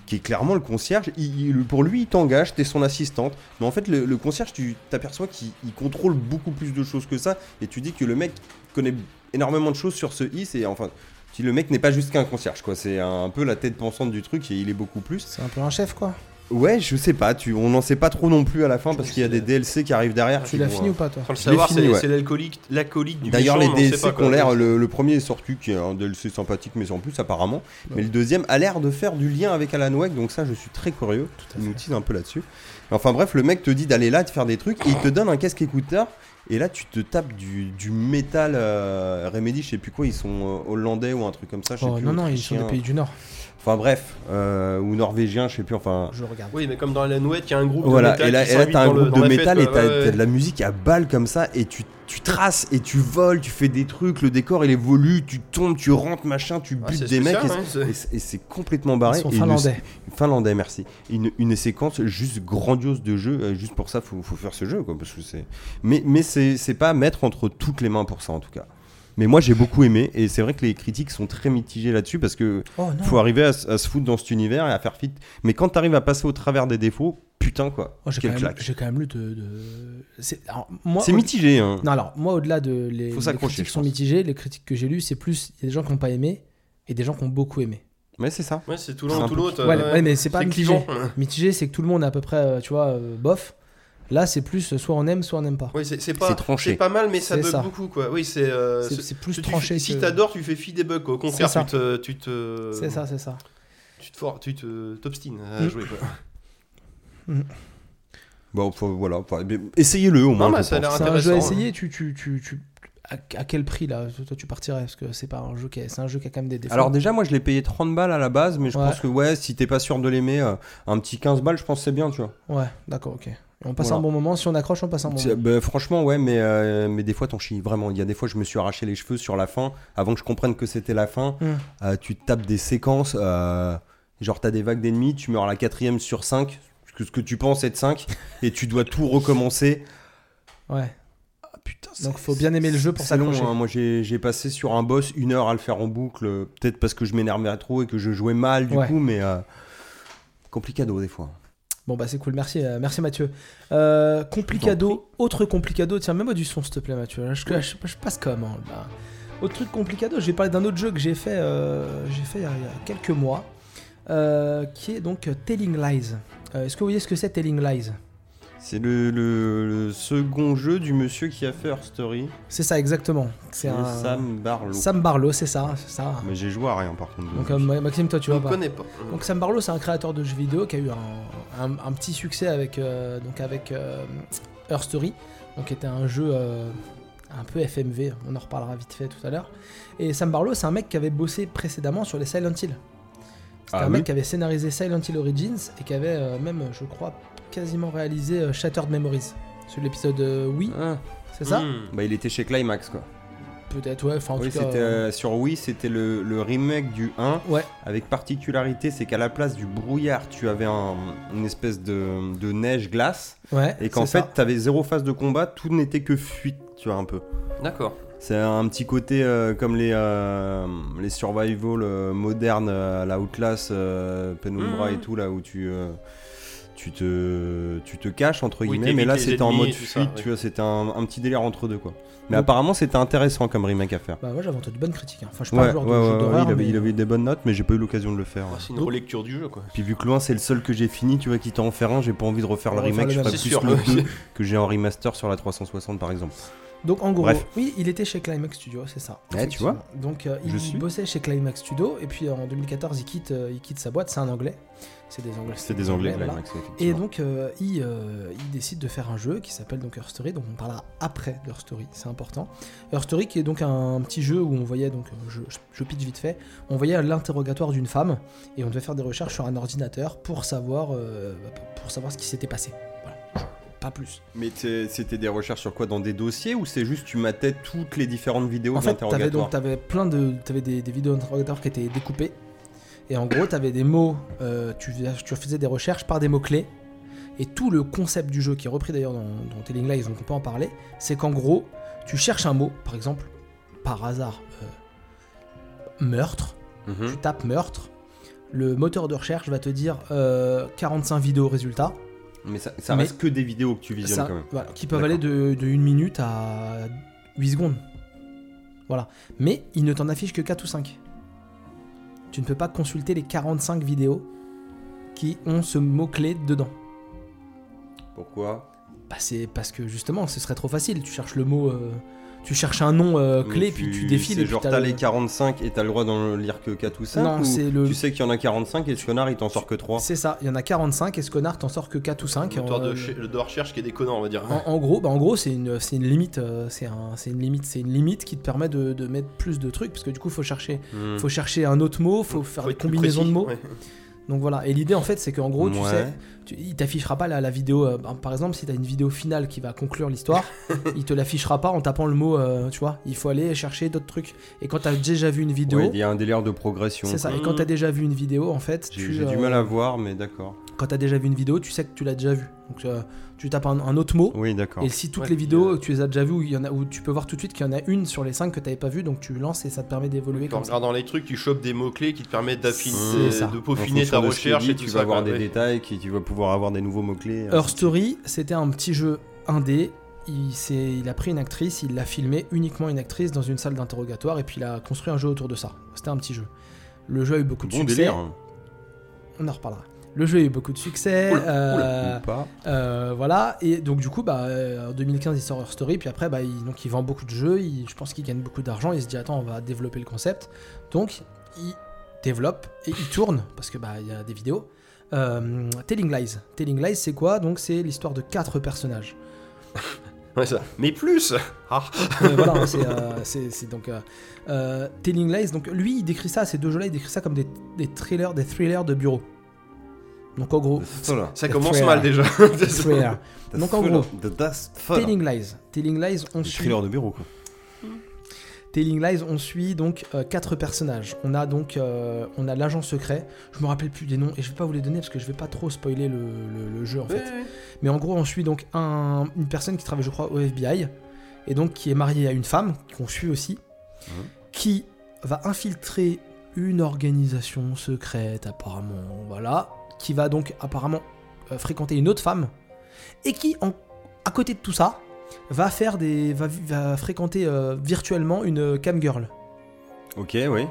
Speaker 1: qui est clairement le concierge. Il, il- pour lui, il t'engage, t'es son assistante. Mais en fait, le, le concierge, tu t'aperçois qu'il il contrôle beaucoup plus de choses que ça. Et tu dis que le mec connaît énormément de choses sur ce is. Et enfin, tu dis, le mec n'est pas juste qu'un concierge, quoi. C'est un peu la tête pensante du truc et il est beaucoup plus.
Speaker 4: C'est un peu un chef, quoi.
Speaker 1: Ouais, je sais pas, tu, on n'en sait pas trop non plus à la fin parce qu'il y a des DLC qui arrivent derrière.
Speaker 4: Ah, Tu
Speaker 1: qui
Speaker 4: l'as
Speaker 1: vont,
Speaker 4: fini
Speaker 1: euh,
Speaker 4: ou pas, toi
Speaker 2: Sans le
Speaker 1: Je l'ai
Speaker 2: savoir,
Speaker 1: fini,
Speaker 2: c'est
Speaker 1: ouais.
Speaker 2: c'est l'alcoolique, l'acolyte du
Speaker 1: D'ailleurs, les
Speaker 2: méchant, mais on sait
Speaker 1: DLC
Speaker 2: pas,
Speaker 1: qui
Speaker 2: quoi.
Speaker 1: ont l'air, le, le premier est sorti, qui est un DLC sympathique, mais sans plus apparemment. Mais le deuxième a l'air de faire du lien avec Alan Wake, donc ça, je suis très curieux. Il nous tease un peu là-dessus. Enfin bref, le mec te dit d'aller là, de faire des trucs, et il te donne un casque écouteur. Et là, tu te tapes du, du métal euh, Remedy, je sais plus quoi, ils sont euh, hollandais ou un truc comme ça, je sais
Speaker 4: Oh,
Speaker 1: plus.
Speaker 4: non, non, ils sont des
Speaker 1: autrichiens.
Speaker 4: pays du Nord.
Speaker 1: Enfin bref, euh, ou norvégiens, je sais plus, enfin.
Speaker 4: Je regarde.
Speaker 2: Oui, mais comme dans la nouette, il y a un groupe
Speaker 1: Voilà,
Speaker 2: de métal.
Speaker 1: et là,
Speaker 2: qui
Speaker 1: et là
Speaker 2: s'invite
Speaker 1: t'as un
Speaker 2: dans le-
Speaker 1: groupe
Speaker 2: dans
Speaker 1: de
Speaker 2: la
Speaker 1: métal
Speaker 2: fête,
Speaker 1: et
Speaker 2: quoi.
Speaker 1: t'as
Speaker 2: Ouais,
Speaker 1: t'as
Speaker 2: ouais.
Speaker 1: de la musique à balles comme ça, et tu, tu traces, et tu voles, tu fais des trucs, le décor il évolue, tu tombes, tu rentres, machin, tu butes
Speaker 2: Ah, c'est
Speaker 1: des mecs,
Speaker 2: spécial,
Speaker 1: et c'est-
Speaker 2: hein,
Speaker 1: et c'est- et c'est complètement barré.
Speaker 4: Ils sont
Speaker 1: et une-
Speaker 4: finlandais.
Speaker 1: finlandais, merci. Une, une séquence juste grandiose de jeu, euh, juste pour ça, faut, faut faire ce jeu, quoi, parce que c'est. Mais, mais c'est c'est pas à mettre entre toutes les mains pour ça, en tout cas. Mais moi j'ai beaucoup aimé, et c'est vrai que les critiques sont très mitigées là-dessus, parce que
Speaker 4: Oh, non.
Speaker 1: faut arriver à, s- à se foutre dans cet univers et à faire fit. Mais quand t'arrives à passer au travers des défauts, putain quoi,
Speaker 4: Oh, j'ai,
Speaker 1: quelle
Speaker 4: quand même,
Speaker 1: claque.
Speaker 4: j'ai quand même lu de. de- C'est, alors, moi,
Speaker 1: C'est
Speaker 4: au-
Speaker 1: mitigé, hein.
Speaker 4: Non, alors, moi, au-delà de. Les,
Speaker 1: Faut
Speaker 4: les
Speaker 1: s'accrocher,
Speaker 4: critiques
Speaker 1: je
Speaker 4: sont
Speaker 1: pense.
Speaker 4: mitigées. Les critiques que j'ai lues, c'est plus. Il y a des gens qui n'ont pas aimé et des gens qui ont beaucoup aimé.
Speaker 1: Mais c'est ça.
Speaker 2: Ouais, c'est tout
Speaker 1: C'est
Speaker 2: l'un
Speaker 1: un
Speaker 2: ou tout
Speaker 1: peu-
Speaker 2: l'autre.
Speaker 4: ouais, ouais, mais c'est pas mitigé.
Speaker 2: clivant.
Speaker 4: Mitigé, c'est que tout le monde est à peu près, euh, tu vois, euh, bof. Là, c'est plus euh, soit on aime, soit on n'aime pas.
Speaker 2: Oui, c'est c'est
Speaker 1: C'est
Speaker 2: pas,
Speaker 1: tranché.
Speaker 2: c'est pas mal, mais ça
Speaker 4: C'est
Speaker 2: bug
Speaker 4: ça.
Speaker 2: beaucoup, quoi. Oui, c'est. euh,
Speaker 4: C'est- c'est plus
Speaker 2: tu- tu-
Speaker 4: tranché
Speaker 2: Si
Speaker 4: que-
Speaker 2: t'adores, euh, tu fais fi des bugs, quoi. Au contraire,
Speaker 4: ça.
Speaker 2: tu te. Tu te
Speaker 4: C'est ça, c'est ça.
Speaker 2: Tu te for- tu te- t'obstines à
Speaker 4: Mm.
Speaker 2: jouer, quoi.
Speaker 1: Bon, faut- voilà, faut- mais essayez-le au moins.
Speaker 2: bah,
Speaker 1: je
Speaker 2: ça a
Speaker 1: pense.
Speaker 2: l'air
Speaker 4: C'est un jeu à
Speaker 2: intéressant, hein.
Speaker 4: essayer. Tu, tu, tu, tu- à, à quel prix là Toi, tu partirais parce que c'est pas un jeu qui est, c'est un jeu qui a quand même des défauts.
Speaker 1: Alors déjà, moi, je l'ai payé 30 balles à la base, mais je
Speaker 4: Ouais.
Speaker 1: pense que ouais, si t'es pas sûr de l'aimer, euh, un petit 15 balles, je pense que c'est bien, tu vois.
Speaker 4: ouais, d'accord, ok. Et on passe
Speaker 1: Voilà.
Speaker 4: un bon moment. Si on accroche, on passe un bon
Speaker 1: C'est-
Speaker 4: moment.
Speaker 1: bah, franchement, ouais, mais, euh, mais des fois, t'en chies vraiment. Il y a des fois, je me suis arraché les cheveux sur la fin, avant que je comprenne que c'était la fin.
Speaker 4: Mm.
Speaker 1: Euh, tu te tapes des séquences, euh, genre t'as des vagues d'ennemis, tu meurs à la quatrième sur 5, ce que tu penses être 5, et tu dois tout recommencer.
Speaker 4: Ouais. Ah,
Speaker 1: Putain,
Speaker 4: Donc, faut bien aimer le jeu pour
Speaker 1: C'est long,
Speaker 4: s'accrocher.
Speaker 1: hein. moi j'ai j'ai passé sur un boss une heure à le faire en boucle, euh, peut-être parce que je m'énervais trop et que je jouais mal du
Speaker 4: Ouais.
Speaker 1: coup, mais euh, complicado des fois.
Speaker 4: Bon bah c'est cool, merci, euh, merci Mathieu. Euh, complicado, autre complicado, tiens mets-moi du son s'il te plaît Mathieu, Là, je, je- je passe comment là Autre truc complicado, je vais parler d'un autre jeu que j'ai fait, euh, j'ai fait il y, a, il y a quelques mois, euh, qui est donc euh, Telling Lies. Euh, Est-ce que vous voyez ce que c'est Telling Lies
Speaker 1: C'est le, le- le second jeu du monsieur qui a fait Her Story,
Speaker 4: C'est ça exactement. C'est
Speaker 1: et
Speaker 4: un...
Speaker 1: Sam Barlow.
Speaker 4: Sam Barlow, c'est ça, c'est ça.
Speaker 1: Mais j'ai joué à rien par contre. de
Speaker 4: Donc
Speaker 1: lui.
Speaker 4: euh, Maxime toi
Speaker 2: Je
Speaker 4: tu vois
Speaker 2: ne
Speaker 4: pas.
Speaker 2: connais hein. pas.
Speaker 4: Donc Sam Barlow, c'est un créateur de jeux vidéo qui a eu un, un- un petit succès avec, euh, donc avec euh, Her Story, donc qui était un jeu euh, un peu FMV, on en reparlera vite fait tout à l'heure. Et Sam Barlow, c'est un mec qui avait bossé précédemment sur les Silent Hill. C'était
Speaker 1: Ah
Speaker 4: un mec
Speaker 1: oui.
Speaker 4: qui avait scénarisé Silent Hill Origins et qui avait euh, même, je crois, quasiment réalisé euh, Shattered Memories. Sur l'épisode euh, Wii,
Speaker 1: Ah,
Speaker 4: c'est ça
Speaker 2: Mm.
Speaker 1: bah, il était chez Climax quoi.
Speaker 4: Peut-être, ouais. Enfin, en
Speaker 1: Oui,
Speaker 4: tout cas,
Speaker 1: c'était,
Speaker 4: euh,
Speaker 1: euh, sur Wii, c'était le, le remake du 1.
Speaker 4: Ouais.
Speaker 1: Avec particularité, c'est qu'à la place du brouillard, tu avais un- une espèce de, de neige-glace.
Speaker 4: Ouais,
Speaker 1: et qu'en
Speaker 4: c'est
Speaker 1: fait, tu avais zéro phase de combat, tout n'était que fuite, tu vois, un peu.
Speaker 2: D'accord.
Speaker 1: C'est un petit côté euh, comme les, euh, les survival euh, modernes, euh, à la Outlast, euh, Penumbra
Speaker 2: Mhm.
Speaker 1: et tout, là où tu. euh, tu te, tu te caches entre
Speaker 2: Oui,
Speaker 1: guillemets, mais
Speaker 2: t'évites
Speaker 1: là
Speaker 2: les
Speaker 1: c'était en
Speaker 2: ennemis
Speaker 1: mode
Speaker 2: et tout
Speaker 1: fuite,
Speaker 2: ça, ouais. Mm.
Speaker 1: tu vois, c'était un, un petit délire entre deux quoi. Mais
Speaker 4: Ouais.
Speaker 1: apparemment c'était intéressant comme remake à faire.
Speaker 4: Bah ouais, j'avais entendu bonnes critiques. hein. Enfin, je suis pas le genre de jeu
Speaker 1: ouais,
Speaker 4: d'horreur,
Speaker 1: il, avait,
Speaker 4: mais-
Speaker 1: il avait des bonnes notes, mais j'ai pas eu l'occasion de le faire.
Speaker 2: Ah, C'est une
Speaker 1: Donc-
Speaker 2: relecture du jeu, quoi.
Speaker 1: Puis vu que loin c'est le seul que j'ai fini, tu vois, qui t'en faire un, j'ai pas envie de refaire le
Speaker 4: On va
Speaker 1: remake, je
Speaker 4: refaire le
Speaker 1: ferais
Speaker 4: même.
Speaker 1: plus
Speaker 4: C'est sûr,
Speaker 1: le
Speaker 4: ouais.
Speaker 1: deux que j'ai en remaster sur la 360 par exemple.
Speaker 4: Donc en gros,
Speaker 1: Bref.
Speaker 4: oui, il était chez Climax Studio, c'est ça.
Speaker 1: Ouais, tu vois.
Speaker 4: Effectivement. Donc euh, il
Speaker 1: Je suis.
Speaker 4: bossait chez Climax Studio et puis euh, en 2014 il quitte, euh, il quitte sa boîte. C'est un Anglais. C'est des Anglais.
Speaker 1: C'est des Anglais,
Speaker 4: voilà.
Speaker 1: Climax,
Speaker 4: Et
Speaker 1: effectivement.
Speaker 4: donc euh, il, euh, il décide de faire un jeu qui s'appelle donc Her Story. Donc on parlera après d'Her Story, c'est important. Her Story qui est donc un petit jeu où on voyait donc euh, je, je pitch vite fait, on voyait l'interrogatoire d'une femme et on devait faire des recherches sur un ordinateur pour savoir euh, pour savoir ce qui s'était passé. Voilà. Pas plus.
Speaker 1: Mais t'es- c'était des recherches sur quoi Dans des dossiers ou c'est juste tu matais toutes les différentes vidéos
Speaker 4: En fait, t'avais
Speaker 1: d'interrogatoire
Speaker 4: donc t'avais plein de t'avais des, des vidéos d'interrogatoire qui étaient découpées et en gros t'avais des mots, euh, tu, fais- tu faisais des recherches par des mots clés et tout le concept du jeu qui est repris d'ailleurs dans, dans Telling Lies donc on peut en parler, c'est qu'en gros tu cherches un mot, par exemple par hasard euh, meurtre,
Speaker 1: Mhm.
Speaker 4: tu tapes meurtre, le moteur de recherche va te dire euh, 45 vidéos résultats.
Speaker 1: Mais ça, ça
Speaker 4: Mais-
Speaker 1: reste que des vidéos que tu visionnes
Speaker 4: Ça-
Speaker 1: quand même.
Speaker 4: voilà, qui peuvent aller de, de 1 minute à 8 secondes. Voilà. Mais il ne t'en affiche que 4 ou 5. Tu ne peux pas consulter les 45 vidéos qui ont ce mot-clé dedans.
Speaker 1: Pourquoi
Speaker 4: Bah, c'est parce que justement, ce serait trop facile. Tu cherches le mot. euh, tu cherches un nom euh, clé,
Speaker 1: Mais
Speaker 4: puis tu défiles.
Speaker 1: c'est
Speaker 4: et puis
Speaker 1: genre
Speaker 4: t'as
Speaker 1: t'as
Speaker 4: le-
Speaker 1: les 45 et t'as le droit d'en lire que 4 ou 5
Speaker 4: Non, c'est le-
Speaker 1: Tu sais qu'il y en a 45 et ce connard il t'en sort que 3.
Speaker 4: C'est ça, il y en a 45 et ce connard t'en sort que 4 ou 5.
Speaker 2: Le moteur de,
Speaker 4: euh,
Speaker 2: che- le de recherche qui est déconnant, on va dire.
Speaker 4: En, en gros, bah en gros, c'est une, c'est une limite, euh, c'est un- c'est une limite, c'est une limite qui te permet de, de mettre plus de trucs parce que du coup, faut chercher,
Speaker 1: Mm.
Speaker 2: Hmm.
Speaker 4: faut chercher un autre mot, faut faire
Speaker 2: Faut
Speaker 4: des
Speaker 2: être plus
Speaker 4: combinaisons de
Speaker 2: précis,
Speaker 4: mots.
Speaker 2: ouais.
Speaker 4: Donc voilà. Et l'idée en fait, c'est qu'en gros, tu
Speaker 1: Ouais.
Speaker 4: sais, tu- il t'affichera pas la, la vidéo. euh, bah, par exemple, si t'as une vidéo finale qui va conclure l'histoire, il te l'affichera pas en tapant le mot. euh, tu vois, il faut aller chercher d'autres trucs. Et quand t'as déjà vu une vidéo,
Speaker 1: Ouais, Il y a un délire de progression.
Speaker 4: c'est ça.
Speaker 1: quoi.
Speaker 4: Et quand t'as déjà vu une vidéo, en fait,
Speaker 1: J'ai
Speaker 4: tu,
Speaker 1: j'ai du
Speaker 4: euh,
Speaker 1: mal à voir, mais d'accord.
Speaker 4: quand t'as déjà vu une vidéo, tu sais que tu l'as déjà vu. Donc euh, tu tapes un, un autre mot.
Speaker 1: Oui, d'accord.
Speaker 4: Et si toutes
Speaker 1: Ouais,
Speaker 4: les vidéos, tu les as déjà vues, ou il y en a, où tu peux voir tout de suite qu'il y en a une sur les cinq que t'avais pas vue, donc tu lances et ça te permet d'évoluer
Speaker 2: En
Speaker 4: comme ça.
Speaker 2: regardant les trucs, tu chopes des mots-clés qui te permettent d'affiner,
Speaker 4: C'est ça.
Speaker 2: de
Speaker 1: En
Speaker 2: peaufiner
Speaker 1: fonction
Speaker 2: ta
Speaker 1: de ce qu'il
Speaker 2: recherche
Speaker 1: dit,
Speaker 2: et tout
Speaker 1: tu
Speaker 2: ça,
Speaker 1: vas avoir
Speaker 2: quoi,
Speaker 1: des
Speaker 2: ouais.
Speaker 1: détails, qui, tu vas pouvoir avoir des nouveaux mots-clés.
Speaker 4: Her Story, c'était un petit jeu indé. Il, s'est- il a pris une actrice, il l'a filmé uniquement une actrice dans une salle d'interrogatoire et puis il a construit un jeu autour de ça. C'était un petit jeu. Le jeu a eu beaucoup de
Speaker 1: Bon
Speaker 4: succès.
Speaker 1: délire. hein.
Speaker 4: On en reparlera. Le jeu a eu beaucoup de succès. euh,
Speaker 1: Ou pas.
Speaker 4: euh, voilà. Et donc du coup, bah, euh, en 2015, il sort Her Story. Puis après, bah, il, donc, il vend beaucoup de jeux. il- je pense qu'il gagne beaucoup d'argent. Il se dit attends, on va développer le concept. Donc il développe et il tourne parce que bah il y a des vidéos. Euh, Telling Lies. Telling Lies, c'est quoi Donc c'est l'histoire de quatre personnages.
Speaker 2: Ouais, ça. Mais plus Ah.
Speaker 4: Euh, voilà, c'est euh, c'est- c'est donc euh, euh, Telling Lies. Donc lui, il décrit ça, ces deux jeux-là, il décrit ça comme des, des thrillers, des thrillers de bureau. Donc en gros,
Speaker 1: Voilà.
Speaker 2: Ça
Speaker 4: Des
Speaker 2: commence
Speaker 4: thrillers.
Speaker 2: mal, déjà.
Speaker 4: Des hein. thrillers. oh, Donc en gros,
Speaker 1: The Dust Fun.
Speaker 4: Telling Lies. Telling Lies, on
Speaker 1: Le
Speaker 4: suit.
Speaker 1: thriller de bureau quoi.
Speaker 4: Telling Lies, on suit donc euh, quatre personnages. On a donc euh, on a l'agent secret. Je me rappelle plus des noms et je vais pas vous les donner parce que je vais pas trop spoiler le, le- le jeu en fait. Mais en gros, on suit donc un- une personne qui travaille, je crois, au FBI et donc qui est mariée à une femme qu'on suit aussi, qui va infiltrer une organisation secrète apparemment. Voilà, qui va donc apparemment euh, fréquenter une autre femme et qui, en- à côté de tout ça, va faire des va, va fréquenter euh, virtuellement une euh, cam girl.
Speaker 1: Ok, oui.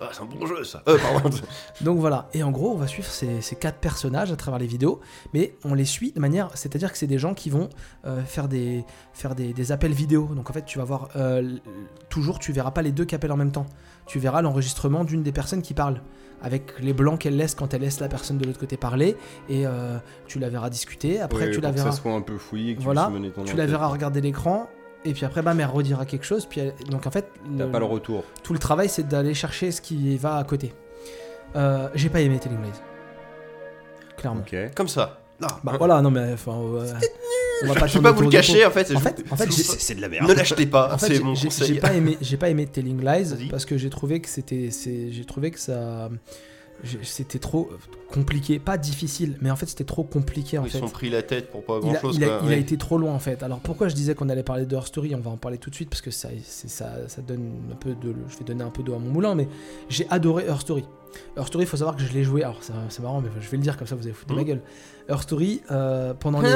Speaker 2: Ah, c'est un bon jeu, ça. Euh, pardon.
Speaker 4: Donc voilà, et en gros, on va suivre ces, ces quatre personnages à travers les vidéos, mais on les suit de manière, c'est-à-dire que c'est des gens qui vont euh, faire des faire des, des appels vidéo. Donc en fait, tu vas voir euh, l- toujours, tu verras pas les deux qui appellent en même temps. Tu verras l'enregistrement d'une des personnes qui parle, avec les blancs qu'elle laisse quand elle laisse la personne de l'autre côté parler, et euh, tu la verras discuter. Après,
Speaker 1: Ouais,
Speaker 4: tu la
Speaker 1: pour que
Speaker 4: verras.
Speaker 1: ça soit un peu fouillé, que tu
Speaker 4: voilà,
Speaker 1: puisses mener ton
Speaker 4: tu la
Speaker 1: enquête.
Speaker 4: verras regarder l'écran, et puis après, bam, elle redira quelque chose. Puis elle- donc en fait,
Speaker 1: T'as
Speaker 4: euh,
Speaker 1: pas le retour.
Speaker 4: tout le travail, c'est d'aller chercher ce qui va à côté. Euh, j'ai pas aimé Telling Lies. Clairement.
Speaker 1: Ok.
Speaker 2: Comme ça. Hein.
Speaker 4: Bah voilà, non mais enfin. euh, on va pas
Speaker 2: Je vais
Speaker 4: tourner
Speaker 2: pas vous
Speaker 4: autour
Speaker 2: le
Speaker 4: du pot.
Speaker 2: cacher en fait.
Speaker 4: En
Speaker 2: je-
Speaker 4: fait, en fait, j'ai-
Speaker 2: c'est c'est de la merde. Ne l'achetez pas,
Speaker 4: Ah, En fait,
Speaker 2: c'est
Speaker 4: j'ai-
Speaker 2: mon
Speaker 4: j'ai-
Speaker 2: conseil.
Speaker 4: J'ai pas aimé, j'ai pas aimé Telling Lies parce que j'ai trouvé que c'était, c'est- j'ai trouvé que ça, j'ai- c'était trop compliqué, pas difficile, mais en fait c'était trop compliqué en
Speaker 2: Ils
Speaker 4: fait.
Speaker 2: se sont pris la tête pour pas
Speaker 4: Il
Speaker 2: grand
Speaker 4: a,
Speaker 2: chose.
Speaker 4: il a- il a été trop loin en fait. Alors pourquoi je disais qu'on allait parler de Her Story On va en parler tout de suite parce que ça, c'est- ça, ça donne un peu de, je vais donner un peu d'eau à mon moulin, mais j'ai adoré Her Story. Her Story, faut savoir que je l'ai joué. Alors ça- c'est marrant, mais je vais le dire comme ça, vous allez
Speaker 1: Mmh.
Speaker 4: foutre de ma gueule. Her Story euh, pendant les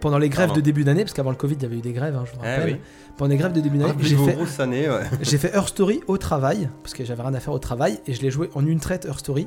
Speaker 4: pendant les grèves
Speaker 1: Pardon.
Speaker 4: de début d'année, parce qu'avant le Covid, il y avait eu des grèves, hein, je vous
Speaker 1: Eh
Speaker 4: rappelle.
Speaker 1: oui.
Speaker 4: Pendant les grèves de début d'année, j'ai
Speaker 1: Rappelez-vous,
Speaker 4: fait
Speaker 1: Ah, grosse année, ouais.
Speaker 4: j'ai fait Her Story au travail, parce que j'avais rien à faire au travail, et je l'ai joué en une traite Her Story,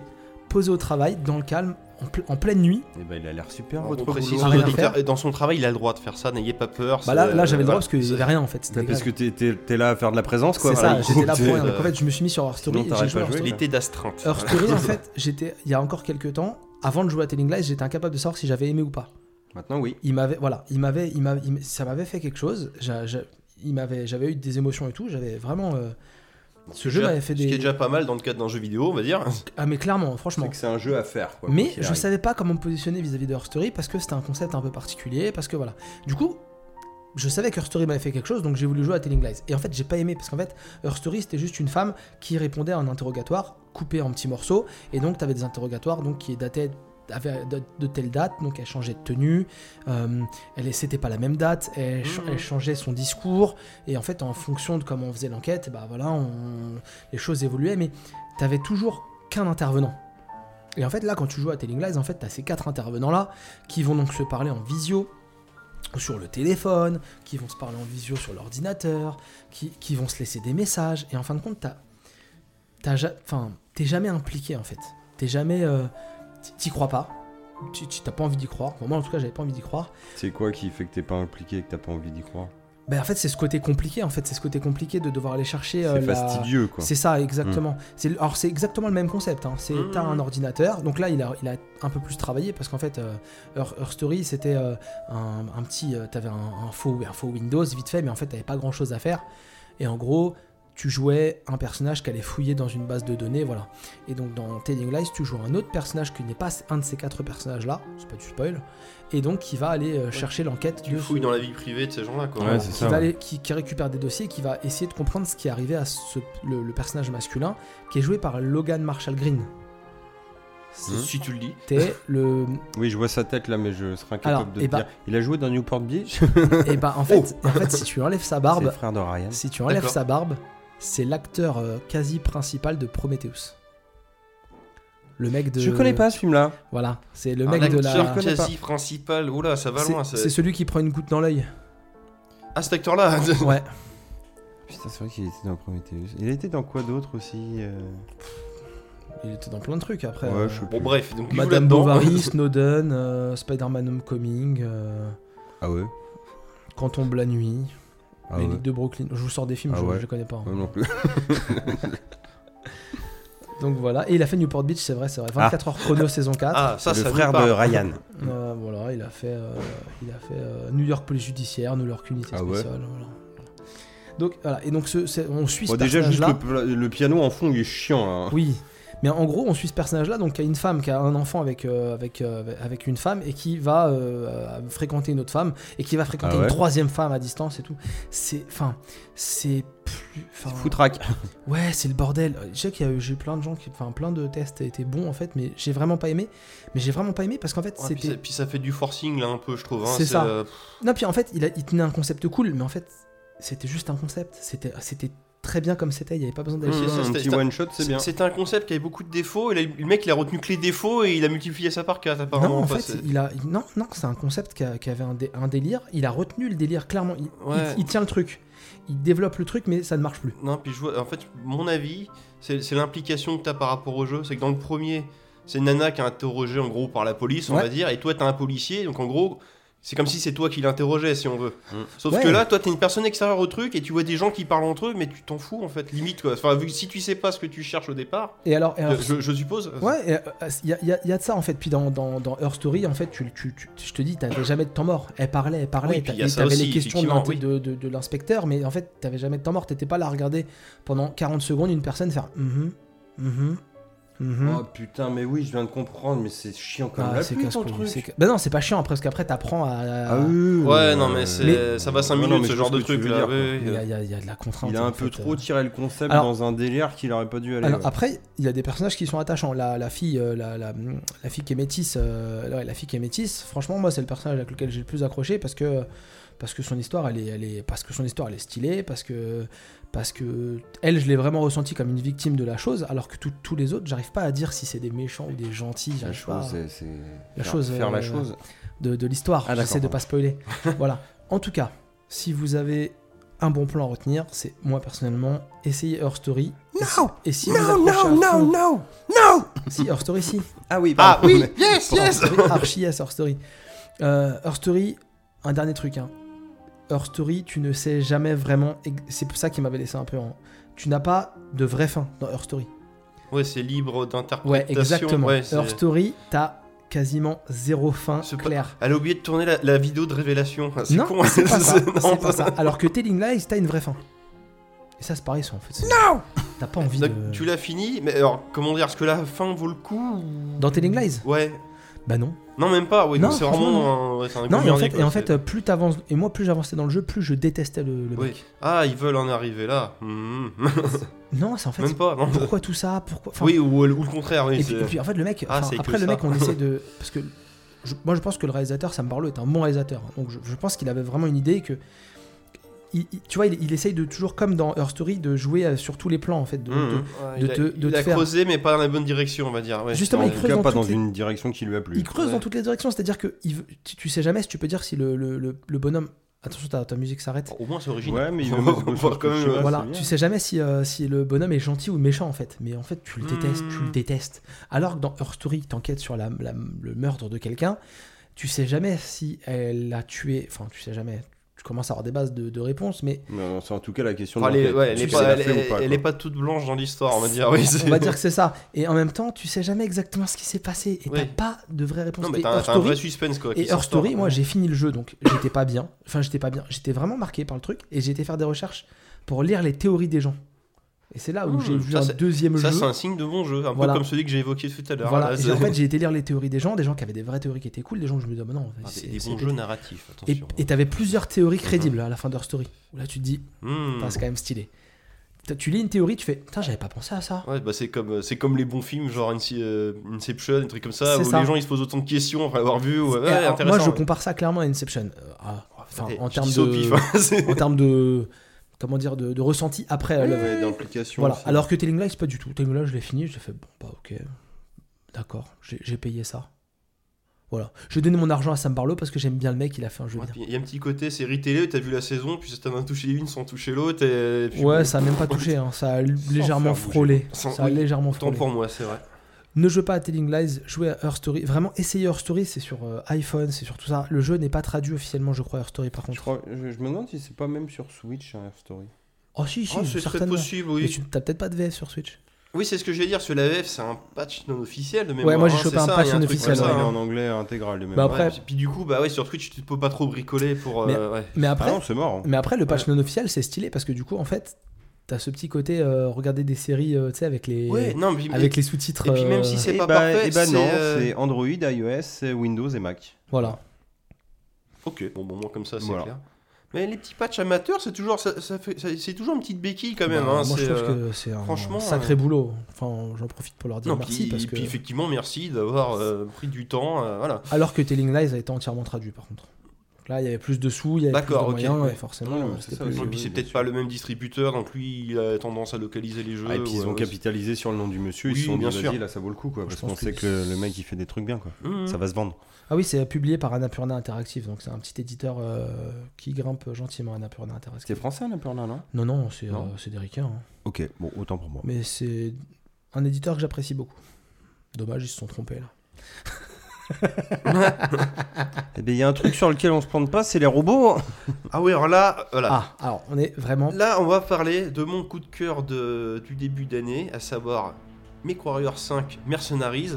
Speaker 4: posé au travail, dans le calme, en, ple- en pleine nuit.
Speaker 1: Et ben il a l'air super
Speaker 2: On
Speaker 1: votre
Speaker 2: précise
Speaker 1: boulot.
Speaker 2: aux
Speaker 4: Rien à
Speaker 2: auditeurs, dans son travail, il a le droit de faire ça, n'ayez pas peur.
Speaker 4: Bah là,
Speaker 2: c'est-
Speaker 4: là j'avais le
Speaker 2: voilà.
Speaker 4: droit parce qu'il n'y avait rien en fait. c'était
Speaker 1: Bah,
Speaker 4: les
Speaker 1: parce que
Speaker 4: grèves.
Speaker 1: t'es- t'es t'es là à faire de la présence quoi.
Speaker 4: C'est
Speaker 1: voilà,
Speaker 4: ça,
Speaker 1: le
Speaker 4: j'étais
Speaker 1: groupe,
Speaker 4: là pour rien.
Speaker 1: t'es-
Speaker 2: euh,
Speaker 4: Donc en fait, je me suis mis sur Her Story
Speaker 1: Sinon,
Speaker 4: et j'ai
Speaker 1: t'arrêtes pas
Speaker 4: joué à
Speaker 1: de
Speaker 4: Her
Speaker 1: jouer.
Speaker 4: Story.
Speaker 2: L'été d'astreinte.
Speaker 4: Her Story, en fait, j'étais il y a encore quelques temps, avant de jouer à Telling Lies, j'étais incapable de savoir si j'avais aimé ou pas.
Speaker 1: euh, Maintenant oui.
Speaker 4: Il m'avait, voilà, il m'avait, il m'avait- il m- ça m'avait fait quelque chose. J'a- j'a- il m'avait, j'avais eu des émotions et tout. J'avais vraiment. euh, ce jeu
Speaker 2: Déjà-
Speaker 4: m'avait fait
Speaker 2: Ce qui est
Speaker 4: des.
Speaker 2: déjà pas mal dans le cadre d'un jeu vidéo, on va dire.
Speaker 4: Ah mais clairement, franchement.
Speaker 1: C'est que c'est un jeu à faire quoi.
Speaker 4: Mais
Speaker 1: quoi qu'il
Speaker 4: je
Speaker 1: arrive.
Speaker 4: savais pas comment me positionner vis-à-vis de Her Story parce que c'était un concept un peu particulier, parce que voilà. Du coup, je savais que Her Story m'avait fait quelque chose, donc j'ai voulu jouer à Telling Lies. Et en fait, j'ai pas aimé parce qu'en fait, Her Story c'était juste une femme qui répondait à un interrogatoire coupé en petits morceaux, et donc t'avais des interrogatoires donc qui dataient avaient de, de telle date, donc elle changeait de tenue, euh, elle c'était pas la même date, elle, ch- elle changeait son discours, et en fait en fonction de comment on faisait l'enquête, bah voilà, on- les choses évoluaient, mais t'avais toujours qu'un intervenant. Et en fait, là, quand tu joues à Telling Lies, en fait, t'as ces quatre intervenants-là qui vont donc se parler en visio sur le téléphone, qui vont se parler en visio sur l'ordinateur, qui, qui vont se laisser des messages. Et en fin de compte, t'as, t'as ja- enfin, t'es jamais impliqué, en fait. T'es jamais... euh, t- t'y crois pas. Tu, tu- t'as pas envie d'y croire. Enfin, moi, en tout cas, j'avais pas envie d'y croire.
Speaker 1: C'est quoi qui fait que t'es pas impliqué et que t'as pas envie d'y croire
Speaker 4: Ben, en fait, c'est ce côté compliqué, en fait. C'est ce côté compliqué de devoir aller chercher... euh,
Speaker 1: C'est
Speaker 4: la-
Speaker 1: fastidieux quoi.
Speaker 4: c'est
Speaker 2: Mm.
Speaker 4: ça, exactement. C'est, alors, c'est exactement le même concept. hein. C'est, t'as un ordinateur. Donc là, il a, il a un peu plus travaillé parce qu'en fait, euh, Her, Her Story, c'était euh, un, un petit. euh, t'avais un, un faux, un faux Windows vite fait, mais en fait, t'avais pas grand chose à faire. Et en gros, tu jouais un personnage qui allait fouiller dans une base de données, voilà. Et donc, dans Telling Lies, tu joues un autre personnage qui n'est pas un de ces quatre personnages-là. C'est pas du spoil. Et donc, qui va aller euh, chercher l'enquête
Speaker 2: Tu
Speaker 4: de
Speaker 2: fouilles
Speaker 4: ce-
Speaker 2: dans la vie privée de ces gens-là, quoi.
Speaker 1: Ouais, c'est
Speaker 4: Euh, qui,
Speaker 1: ça,
Speaker 4: va
Speaker 1: ouais.
Speaker 4: aller- qui- qui récupère des dossiers, qui va essayer de comprendre ce qui est arrivé à ce- le, le personnage masculin, qui est joué par Logan Marshall Green.
Speaker 1: Hmm.
Speaker 2: Si tu le dis.
Speaker 4: T'es le.
Speaker 1: Oui, je vois sa tête là, mais je serais incapable
Speaker 4: Alors,
Speaker 1: de
Speaker 4: eh
Speaker 1: te
Speaker 4: ben-
Speaker 1: dire. Il a joué dans Newport Beach
Speaker 4: Et bah en fait, en fait, si tu enlèves
Speaker 1: C'est
Speaker 4: sa
Speaker 1: le
Speaker 4: barbe,
Speaker 1: frère de Ryan.
Speaker 4: si tu enlèves
Speaker 2: Oh. D'accord.
Speaker 4: sa barbe, c'est l'acteur euh, quasi principal de Prometheus. Le mec de.
Speaker 1: Je connais pas ce film là.
Speaker 4: Voilà, c'est le
Speaker 2: Un
Speaker 4: mec de la.
Speaker 2: acteur quasi principal. Oula, ça va
Speaker 4: C'est-
Speaker 2: loin.
Speaker 4: C'est
Speaker 2: C'est...
Speaker 4: celui qui prend une goutte dans l'œil.
Speaker 2: Ah, cet acteur-là
Speaker 4: Ouais.
Speaker 1: Putain, c'est vrai qu'il était dans Prometheus. Il était dans quoi d'autre aussi euh
Speaker 4: Il était dans plein de trucs après.
Speaker 1: Ouais,
Speaker 4: euh,
Speaker 1: je sais plus.
Speaker 2: Bon, bref, donc il joue
Speaker 4: Madame
Speaker 2: là-dedans.
Speaker 4: Bovary, Snowden, euh, Spider-Man Homecoming. euh,
Speaker 1: Ah ouais
Speaker 4: Quand tombe la nuit,
Speaker 1: Ah
Speaker 4: Les
Speaker 1: ouais.
Speaker 4: Ligues de Brooklyn. Je vous sors des films,
Speaker 1: Ah
Speaker 4: je,
Speaker 1: ouais.
Speaker 4: je les connais pas. hein.
Speaker 1: Ouais, non plus.
Speaker 4: Donc voilà. Et il a fait Newport Beach, c'est vrai, c'est vrai.
Speaker 1: Ah.
Speaker 4: 24 heures chrono saison 4.
Speaker 2: Ah, ça,
Speaker 1: le
Speaker 2: ça nous
Speaker 1: frère de
Speaker 2: parle.
Speaker 1: Ryan.
Speaker 4: Euh, voilà, il a fait, euh, il a fait euh, New York Police Judiciaire, New York Unité
Speaker 1: Ah
Speaker 4: Spéciale.
Speaker 1: ouais.
Speaker 4: voilà. Donc voilà. Et donc ce- c'est- on suit
Speaker 1: Bon,
Speaker 4: ce
Speaker 1: déjà, juste
Speaker 4: personnage-là.
Speaker 1: le, pla- le piano en fond, il est chiant là. hein.
Speaker 4: Oui. Mais en gros, on suit ce personnage-là, donc qui a une femme, qui a un enfant avec, euh, avec, euh, avec une femme, et qui va euh, euh, fréquenter une autre femme, et qui va fréquenter
Speaker 1: Ah ouais
Speaker 4: une troisième femme à distance et tout. C'est. Enfin. C'est. plus- enfin,
Speaker 1: Foutraque.
Speaker 4: Ouais, c'est le bordel. Euh, Je sais qu'il y a eu, j'ai eu plein de gens qui, enfin, plein de tests étaient bons en fait, mais j'ai vraiment pas aimé. Mais j'ai vraiment pas aimé parce qu'en fait,
Speaker 2: Ouais, puis, ça,
Speaker 4: c'était.
Speaker 2: puis ça fait du forcing là un peu, je trouve. hein.
Speaker 4: C'est ça.
Speaker 2: euh,
Speaker 4: Non, puis en fait, il, a- il tenait un concept cool, mais en fait, c'était juste un concept. C'était, c'était très bien comme c'était. Il y avait pas besoin d'aller.
Speaker 1: Mmh,
Speaker 2: c'est ça,
Speaker 1: un
Speaker 2: c'était-
Speaker 1: petit
Speaker 2: c'était-
Speaker 1: one shot, c'est bien.
Speaker 2: C'était un concept qui avait beaucoup de défauts. Et là, le mec, il a retenu que les défauts et il a multiplié ça par 4 apparemment.
Speaker 4: Non, en
Speaker 2: Enfin,
Speaker 4: fait,
Speaker 2: c'est-
Speaker 4: il a. il- Non, non, c'est un concept qui, a- qui avait un, dé- un délire. Il a retenu le délire clairement. Il, il-
Speaker 2: Ouais.
Speaker 4: il tient le truc. Il développe le truc, mais ça ne marche plus.
Speaker 2: Non, puis je vois, en fait, mon avis, c'est c'est l'implication que t'as par rapport au jeu. C'est que dans le premier, c'est Nana qui est interrogée en gros par la police, on
Speaker 4: Ouais.
Speaker 2: va dire, et toi t'as un policier, donc en gros, c'est comme si c'est toi qui l'interrogeais, si on veut.
Speaker 1: Mm.
Speaker 2: Sauf
Speaker 4: Ouais.
Speaker 2: que là, toi t'es une personne extérieure au truc et tu vois des gens qui parlent entre eux, mais tu t'en fous en fait, limite quoi. Enfin, vu que si tu sais pas ce que tu cherches au départ,
Speaker 4: Et alors, et alors-
Speaker 2: je, je suppose.
Speaker 4: Ouais, il y, a- y a- y a de ça en fait. Puis dans, dans, dans Her Story, en fait, tu, tu- tu- je te dis, t'avais jamais de temps mort. Elle parlait, elle parlait,
Speaker 2: Ah. Oui, puis
Speaker 4: t'a-
Speaker 2: y a
Speaker 4: et
Speaker 2: ça
Speaker 4: t'avais
Speaker 2: aussi,
Speaker 4: les questions de,
Speaker 2: effectivement,
Speaker 4: l'inté-
Speaker 2: oui.
Speaker 4: de, de- de l'inspecteur, mais en fait, Mm-hmm, t'avais jamais de temps mort. T'étais pas là à regarder pendant 40 secondes une personne faire mhm, mhm, Mhm.
Speaker 2: bah,
Speaker 1: Oh putain, mais oui, je viens de comprendre, mais c'est chiant comme
Speaker 4: Ah,
Speaker 1: la
Speaker 4: c'est
Speaker 1: pluie, ton
Speaker 4: casse-couille,
Speaker 1: truc.
Speaker 4: c'est ca- Bah non, c'est pas chiant, après, parce qu'après, t'apprends à.
Speaker 1: Ah oui,
Speaker 2: Ouais, non, mais c'est- ça va cinq
Speaker 1: non,
Speaker 2: minutes,
Speaker 1: mais
Speaker 2: ce
Speaker 1: je
Speaker 2: genre
Speaker 1: pense
Speaker 2: de
Speaker 1: que tu
Speaker 2: truc,
Speaker 1: veux dire,
Speaker 2: là, oui,
Speaker 1: quoi.
Speaker 2: oui.
Speaker 4: Il y a- il y a- il y a de la contrainte,
Speaker 1: Il a
Speaker 4: en
Speaker 1: un peu
Speaker 4: fait,
Speaker 1: trop
Speaker 4: euh.
Speaker 1: tiré le concept
Speaker 4: Alors-
Speaker 1: dans un délire qu'il aurait pas dû aller.
Speaker 4: Alors
Speaker 1: ouais.
Speaker 4: après, il y a des personnages qui sont attachants. La, la fille, euh, la, la- la fille qui est métisse, euh, ouais, la fille qui est métisse. Franchement, moi, c'est le personnage avec lequel j'ai le plus accroché parce que parce que son histoire, elle est, elle est- parce que son histoire, elle est stylée, parce que parce que elle, je l'ai vraiment ressentie comme une victime de la chose, alors que tout- tous les autres, j'arrive pas à dire si c'est des méchants ou des gentils.
Speaker 1: la
Speaker 4: j'arrive pas à-
Speaker 1: chose, c'est- c'est
Speaker 4: la
Speaker 1: faire-
Speaker 4: chose,
Speaker 1: faire
Speaker 4: euh,
Speaker 1: la chose.
Speaker 4: de, de l'histoire.
Speaker 1: Ah,
Speaker 4: J'essaie
Speaker 1: d'accord,
Speaker 4: de
Speaker 1: pardon.
Speaker 4: pas spoiler. voilà. En tout cas, si vous avez un bon plan à retenir, c'est moi personnellement, essayez Her Story. Non Et si vous
Speaker 3: Non,
Speaker 4: accrochez à
Speaker 3: non, non,
Speaker 4: fond-
Speaker 3: non, non
Speaker 4: Si, Her Story, si.
Speaker 1: Ah oui,
Speaker 2: Ah
Speaker 1: pardon,
Speaker 2: oui,
Speaker 1: mais-
Speaker 2: yes,
Speaker 4: Her
Speaker 2: yes
Speaker 4: Story, Archie, yes, Her Story. Euh, Her Story, un dernier truc. Hein. Her Story, tu ne sais jamais vraiment. ex- C'est pour ça qu'il m'avait laissé un peu en. Tu n'as pas de vraie fin dans Her Story.
Speaker 2: Ouais, c'est libre
Speaker 4: Ouais,
Speaker 2: d'interprétation.
Speaker 4: exactement.
Speaker 2: ouais, c'est-
Speaker 4: Her Story, t'as quasiment zéro fin
Speaker 2: C'est pas-
Speaker 4: claire.
Speaker 2: Elle a oublié de tourner la, la vidéo de révélation. C'est
Speaker 4: Non,
Speaker 2: con. hein.
Speaker 4: c'est pas ça.
Speaker 2: non.
Speaker 4: c'est pas ça. Alors que Telling Lies, t'as une vraie fin. Et ça, c'est pareil, ça, en fait. Non T'as pas envie
Speaker 2: Donc,
Speaker 4: de...
Speaker 2: Tu l'as fini, mais alors, comment dire, est-ce que la fin vaut le coup ou-
Speaker 4: Dans Telling Lies
Speaker 2: Ouais.
Speaker 4: Bah non.
Speaker 2: Non, même pas, oui,
Speaker 4: Non,
Speaker 2: donc c'est
Speaker 4: franchement,
Speaker 2: vraiment un, ouais, c'est un
Speaker 4: Non, et en
Speaker 2: économier,
Speaker 4: fait,
Speaker 2: quoi,
Speaker 4: et en
Speaker 2: c'est-
Speaker 4: fait, euh, plus t'avances... Et moi, plus j'avançais dans le jeu, plus je détestais le, le
Speaker 2: Oui.
Speaker 4: mec.
Speaker 2: Ah, ils veulent en arriver là. Mhm.
Speaker 4: Non, c'est en fait...
Speaker 2: même pas, non.
Speaker 4: Pourquoi tout ça Pourquoi... enfin,
Speaker 2: Oui, ou, ou le contraire, oui.
Speaker 4: et, puis,
Speaker 2: c'est-
Speaker 4: et puis, en fait, le mec...
Speaker 2: Ah,
Speaker 4: enfin,
Speaker 2: c'est que
Speaker 4: après, le
Speaker 2: ça.
Speaker 4: mec, on essaie de... Parce que... je- moi, je pense que le réalisateur, Sam Barlow, est un bon réalisateur. hein. Donc, je, je pense qu'il avait vraiment une idée que... il- il- tu vois, il, il essaye de toujours, comme dans Her Story, de jouer euh, sur tous les plans, en fait. de- de,
Speaker 2: Mhm.
Speaker 4: de
Speaker 2: il a,
Speaker 4: te- de
Speaker 2: il
Speaker 4: te
Speaker 2: a
Speaker 4: faire-
Speaker 2: creusé, mais pas dans la bonne direction, on va dire. ouais.
Speaker 4: Justement,
Speaker 2: Ouais.
Speaker 4: il
Speaker 1: En tout
Speaker 4: creuse
Speaker 1: cas,
Speaker 4: dans
Speaker 1: pas dans
Speaker 4: toutes les-
Speaker 1: une direction qui lui a plu.
Speaker 4: Il creuse
Speaker 2: Ouais.
Speaker 4: dans toutes les directions, c'est-à-dire que il veut- tu, tu sais jamais si tu peux dire si le, le- le- le bonhomme. Attention, ta, ta musique s'arrête.
Speaker 2: Au moins, c'est original.
Speaker 1: Ouais, mais il
Speaker 2: On
Speaker 1: veut
Speaker 2: va
Speaker 1: mettre quelque
Speaker 2: voir
Speaker 1: chose
Speaker 2: quand
Speaker 1: que je
Speaker 2: même,
Speaker 1: sais pas,
Speaker 4: voilà,
Speaker 1: c'est bien.
Speaker 4: tu sais jamais si, euh, si le bonhomme est gentil ou méchant en fait, mais en fait tu le détestes, tu le
Speaker 2: Hmm.
Speaker 4: détestes. Alors que dans Her Story, t'enquêtes sur la- la- le meurtre de quelqu'un, tu sais jamais si elle l'a tué, enfin tu sais jamais, tu commences à avoir des bases de, de réponses, mais
Speaker 1: Non, non, c'est en tout cas la question
Speaker 2: Enfin,
Speaker 1: de
Speaker 2: elle est-
Speaker 1: l'enquête.
Speaker 2: ouais, elle
Speaker 1: Tu
Speaker 2: est
Speaker 1: sais la
Speaker 2: pas- elle
Speaker 1: fait ou
Speaker 2: est-
Speaker 1: pas,
Speaker 2: elle
Speaker 1: quoi.
Speaker 2: est pas toute blanche dans l'histoire, on va dire. oui, c'est-
Speaker 4: on va dire que c'est ça. Et en même temps, tu sais jamais exactement ce qui s'est passé, et t'as
Speaker 2: Oui.
Speaker 4: pas de vraie réponse.
Speaker 2: Non,
Speaker 4: Et
Speaker 2: mais t'as un-
Speaker 4: Her
Speaker 2: t'as un vrai
Speaker 4: Story,
Speaker 2: suspense, quoi. qui
Speaker 4: Et
Speaker 2: s'en
Speaker 4: Her Story,
Speaker 2: sort.
Speaker 4: moi j'ai fini le jeu donc j'étais pas bien. Enfin, j'étais pas bien. J'étais vraiment marqué par le truc et j'ai été faire des recherches pour lire les théories des gens. Et c'est là où
Speaker 2: Mmh,
Speaker 4: j'ai vu
Speaker 2: ça,
Speaker 4: un
Speaker 2: c'est-
Speaker 4: deuxième
Speaker 2: Ça,
Speaker 4: jeu.
Speaker 2: c'est un signe de bon jeu, un
Speaker 4: Voilà.
Speaker 2: peu comme celui que j'ai évoqué tout à l'heure. hein,
Speaker 4: Voilà.
Speaker 2: Là,
Speaker 4: Et
Speaker 2: c'est-
Speaker 4: j'ai- en fait, j'ai été lire les théories des gens, des gens qui avaient des vraies théories qui étaient cool, des gens que je me disais, bah non,
Speaker 2: Ah,
Speaker 4: c'est-
Speaker 2: des, des
Speaker 4: c'est-
Speaker 2: bons jeux narratifs,
Speaker 4: Et
Speaker 2: attention. hein. Mm-hmm.
Speaker 4: et t'avais plusieurs théories crédibles à la fin d'Her Story. Où là, tu te dis,
Speaker 2: Hmm.
Speaker 4: Putain, c'est quand même stylé. T'as- Tu lis une théorie, tu fais, putain, j'avais pas pensé à ça.
Speaker 2: Ouais, bah c'est comme, c'est comme les bons films, genre Ince- euh, Inception, des trucs comme ça,
Speaker 4: C'est
Speaker 2: où
Speaker 4: ça.
Speaker 2: les gens ils se posent autant de questions après l'avoir vu. Ouais, ouais,
Speaker 4: Et alors,
Speaker 2: intéressant.
Speaker 4: moi, je compare ça clairement à Inception. Euh, ah, Enfin,
Speaker 2: Et
Speaker 4: en
Speaker 2: je
Speaker 4: termes
Speaker 2: dis ça au
Speaker 4: de,
Speaker 2: pif, hein, c'est-
Speaker 4: en termes de, comment dire, de, de ressenti après euh, l'œuvre.
Speaker 1: Ouais, d'implication
Speaker 4: Voilà.
Speaker 1: aussi.
Speaker 4: Alors que Telling Lies, pas du tout. Telling Lies, je l'ai fini, j'ai fait bon, bah ok, d'accord, j'ai j'ai payé ça. Voilà. Je donné mon argent à Sam Barlow parce que j'aime bien le mec, il a fait un jeu
Speaker 2: Ouais,
Speaker 4: bien.
Speaker 2: puis Il y a un petit côté série télé, t'as vu la saison, puis t'en as touché une sans toucher l'autre. et puis bon,
Speaker 4: Ouais, ça a même pas touché, hein, ça a légèrement
Speaker 1: faire bouger.
Speaker 4: frôlé.
Speaker 2: Sans-
Speaker 4: Ça a
Speaker 2: oui,
Speaker 4: légèrement
Speaker 2: Autant
Speaker 4: frôlé.
Speaker 2: pour moi, c'est vrai.
Speaker 4: Ne jouez pas à Telling Lies, jouez à Her Story. Vraiment, essayez Her Story, c'est sur euh, iPhone, c'est sur tout ça. Le jeu n'est pas traduit officiellement, je crois, Her Story par
Speaker 1: Je,
Speaker 4: contre.
Speaker 1: crois- je- je me demande si c'est pas même sur Switch, hein, Air Story.
Speaker 4: Oh si, si,
Speaker 2: Ah, c'est très
Speaker 4: certainement.
Speaker 2: possible,
Speaker 4: Mais
Speaker 2: oui.
Speaker 4: tu t'as peut-être pas de VF sur Switch.
Speaker 2: Oui, c'est ce que je vais dire, sur la VF, c'est un patch non officiel de mémoire.
Speaker 4: moi, j'ai
Speaker 2: hein,
Speaker 4: chopé
Speaker 2: c'est
Speaker 4: un
Speaker 2: ça,
Speaker 4: patch
Speaker 2: il y a
Speaker 4: non
Speaker 2: truc
Speaker 1: Ouais,
Speaker 2: comme
Speaker 4: officiel,
Speaker 1: ça,
Speaker 2: ça,
Speaker 1: il est
Speaker 2: hein.
Speaker 1: en anglais intégral, le même.
Speaker 4: Bah,
Speaker 1: Ouais.
Speaker 4: après-
Speaker 2: Ouais, puis- puis du coup, bah ouais, sur Twitch, tu peux pas trop bricoler pour.
Speaker 4: Mais-
Speaker 2: euh, ouais.
Speaker 4: Mais
Speaker 1: Ah
Speaker 4: après,
Speaker 1: non, c'est marrant.
Speaker 4: Mais après, le patch non officiel, c'est stylé parce que du coup, en fait, t'as ce petit côté euh, regarder des séries, euh, tu sais, avec les
Speaker 2: Ouais, non, mais-
Speaker 4: avec les sous-titres.
Speaker 2: et puis même
Speaker 4: euh,
Speaker 2: si c'est
Speaker 1: Eh
Speaker 2: pas
Speaker 1: bah-
Speaker 2: parfait,
Speaker 1: eh bah
Speaker 2: c'est,
Speaker 1: non,
Speaker 2: euh,
Speaker 1: c'est Android, iOS, c'est Windows et Mac.
Speaker 4: voilà.
Speaker 2: Ok, bon, bon, moi comme ça, c'est
Speaker 1: Voilà.
Speaker 2: clair. Mais les petits patchs amateurs, c'est toujours, ça, ça fait, ça- c'est toujours une petite béquille quand même.
Speaker 4: Bah,
Speaker 2: hein,
Speaker 4: moi, je
Speaker 2: c'est,
Speaker 4: trouve
Speaker 2: euh,
Speaker 4: que c'est un
Speaker 2: franchement, euh,
Speaker 4: sacré boulot. Enfin, j'en profite pour leur dire
Speaker 2: Non,
Speaker 4: merci
Speaker 2: puis,
Speaker 4: parce que.
Speaker 2: puis effectivement, merci d'avoir euh, pris du temps. euh, voilà.
Speaker 4: Alors que Telling Lies a été entièrement traduit, par contre. Donc Là, il y avait plus de sous, il y avait plus de
Speaker 2: D'accord, ok,
Speaker 4: moyens,
Speaker 2: ouais.
Speaker 4: et forcément,
Speaker 1: Non,
Speaker 4: euh,
Speaker 1: mais
Speaker 4: c'était
Speaker 1: c'est ça,
Speaker 4: plus.
Speaker 1: oui,
Speaker 2: Et puis
Speaker 1: oui,
Speaker 2: c'est
Speaker 1: bien
Speaker 2: peut-être
Speaker 1: sûr.
Speaker 2: pas le même distributeur, donc lui, il a tendance à localiser les jeux. euh,
Speaker 1: Ah, et puis
Speaker 2: ouais,
Speaker 1: ils ont
Speaker 2: ouais,
Speaker 1: capitalisé sur le nom du monsieur, ils
Speaker 2: Oui,
Speaker 1: se sont
Speaker 2: bien
Speaker 1: bien dit,
Speaker 2: sûr.
Speaker 1: vas-y, là ça vaut le coup quoi,
Speaker 4: Je
Speaker 1: parce
Speaker 4: pense
Speaker 1: qu'on
Speaker 4: que-
Speaker 1: sait que Mm. le, le mec il fait des trucs bien quoi,
Speaker 2: c'est- Mhm.
Speaker 1: ça va se vendre.
Speaker 4: Ah oui, c'est publié par Annapurna Interactive, donc c'est un petit éditeur euh, qui grimpe gentiment Annapurna
Speaker 1: C'était
Speaker 4: Interactive.
Speaker 1: français Annapurna non
Speaker 4: Non, non, c'est
Speaker 1: Non.
Speaker 4: euh, c'est des ricains. hein.
Speaker 1: Ok, bon autant pour moi.
Speaker 4: Mais c'est un éditeur que j'apprécie beaucoup. Dommage, ils se sont trompés là.
Speaker 1: Eh ben, il y a un truc sur lequel on se plante pas, c'est les robots. hein.
Speaker 2: Ah oui, alors là, voilà.
Speaker 4: Ah, alors on est vraiment.
Speaker 2: Là, on va parler de mon coup de cœur de, du début d'année, à savoir Mech Warrior 5 Mercenaries.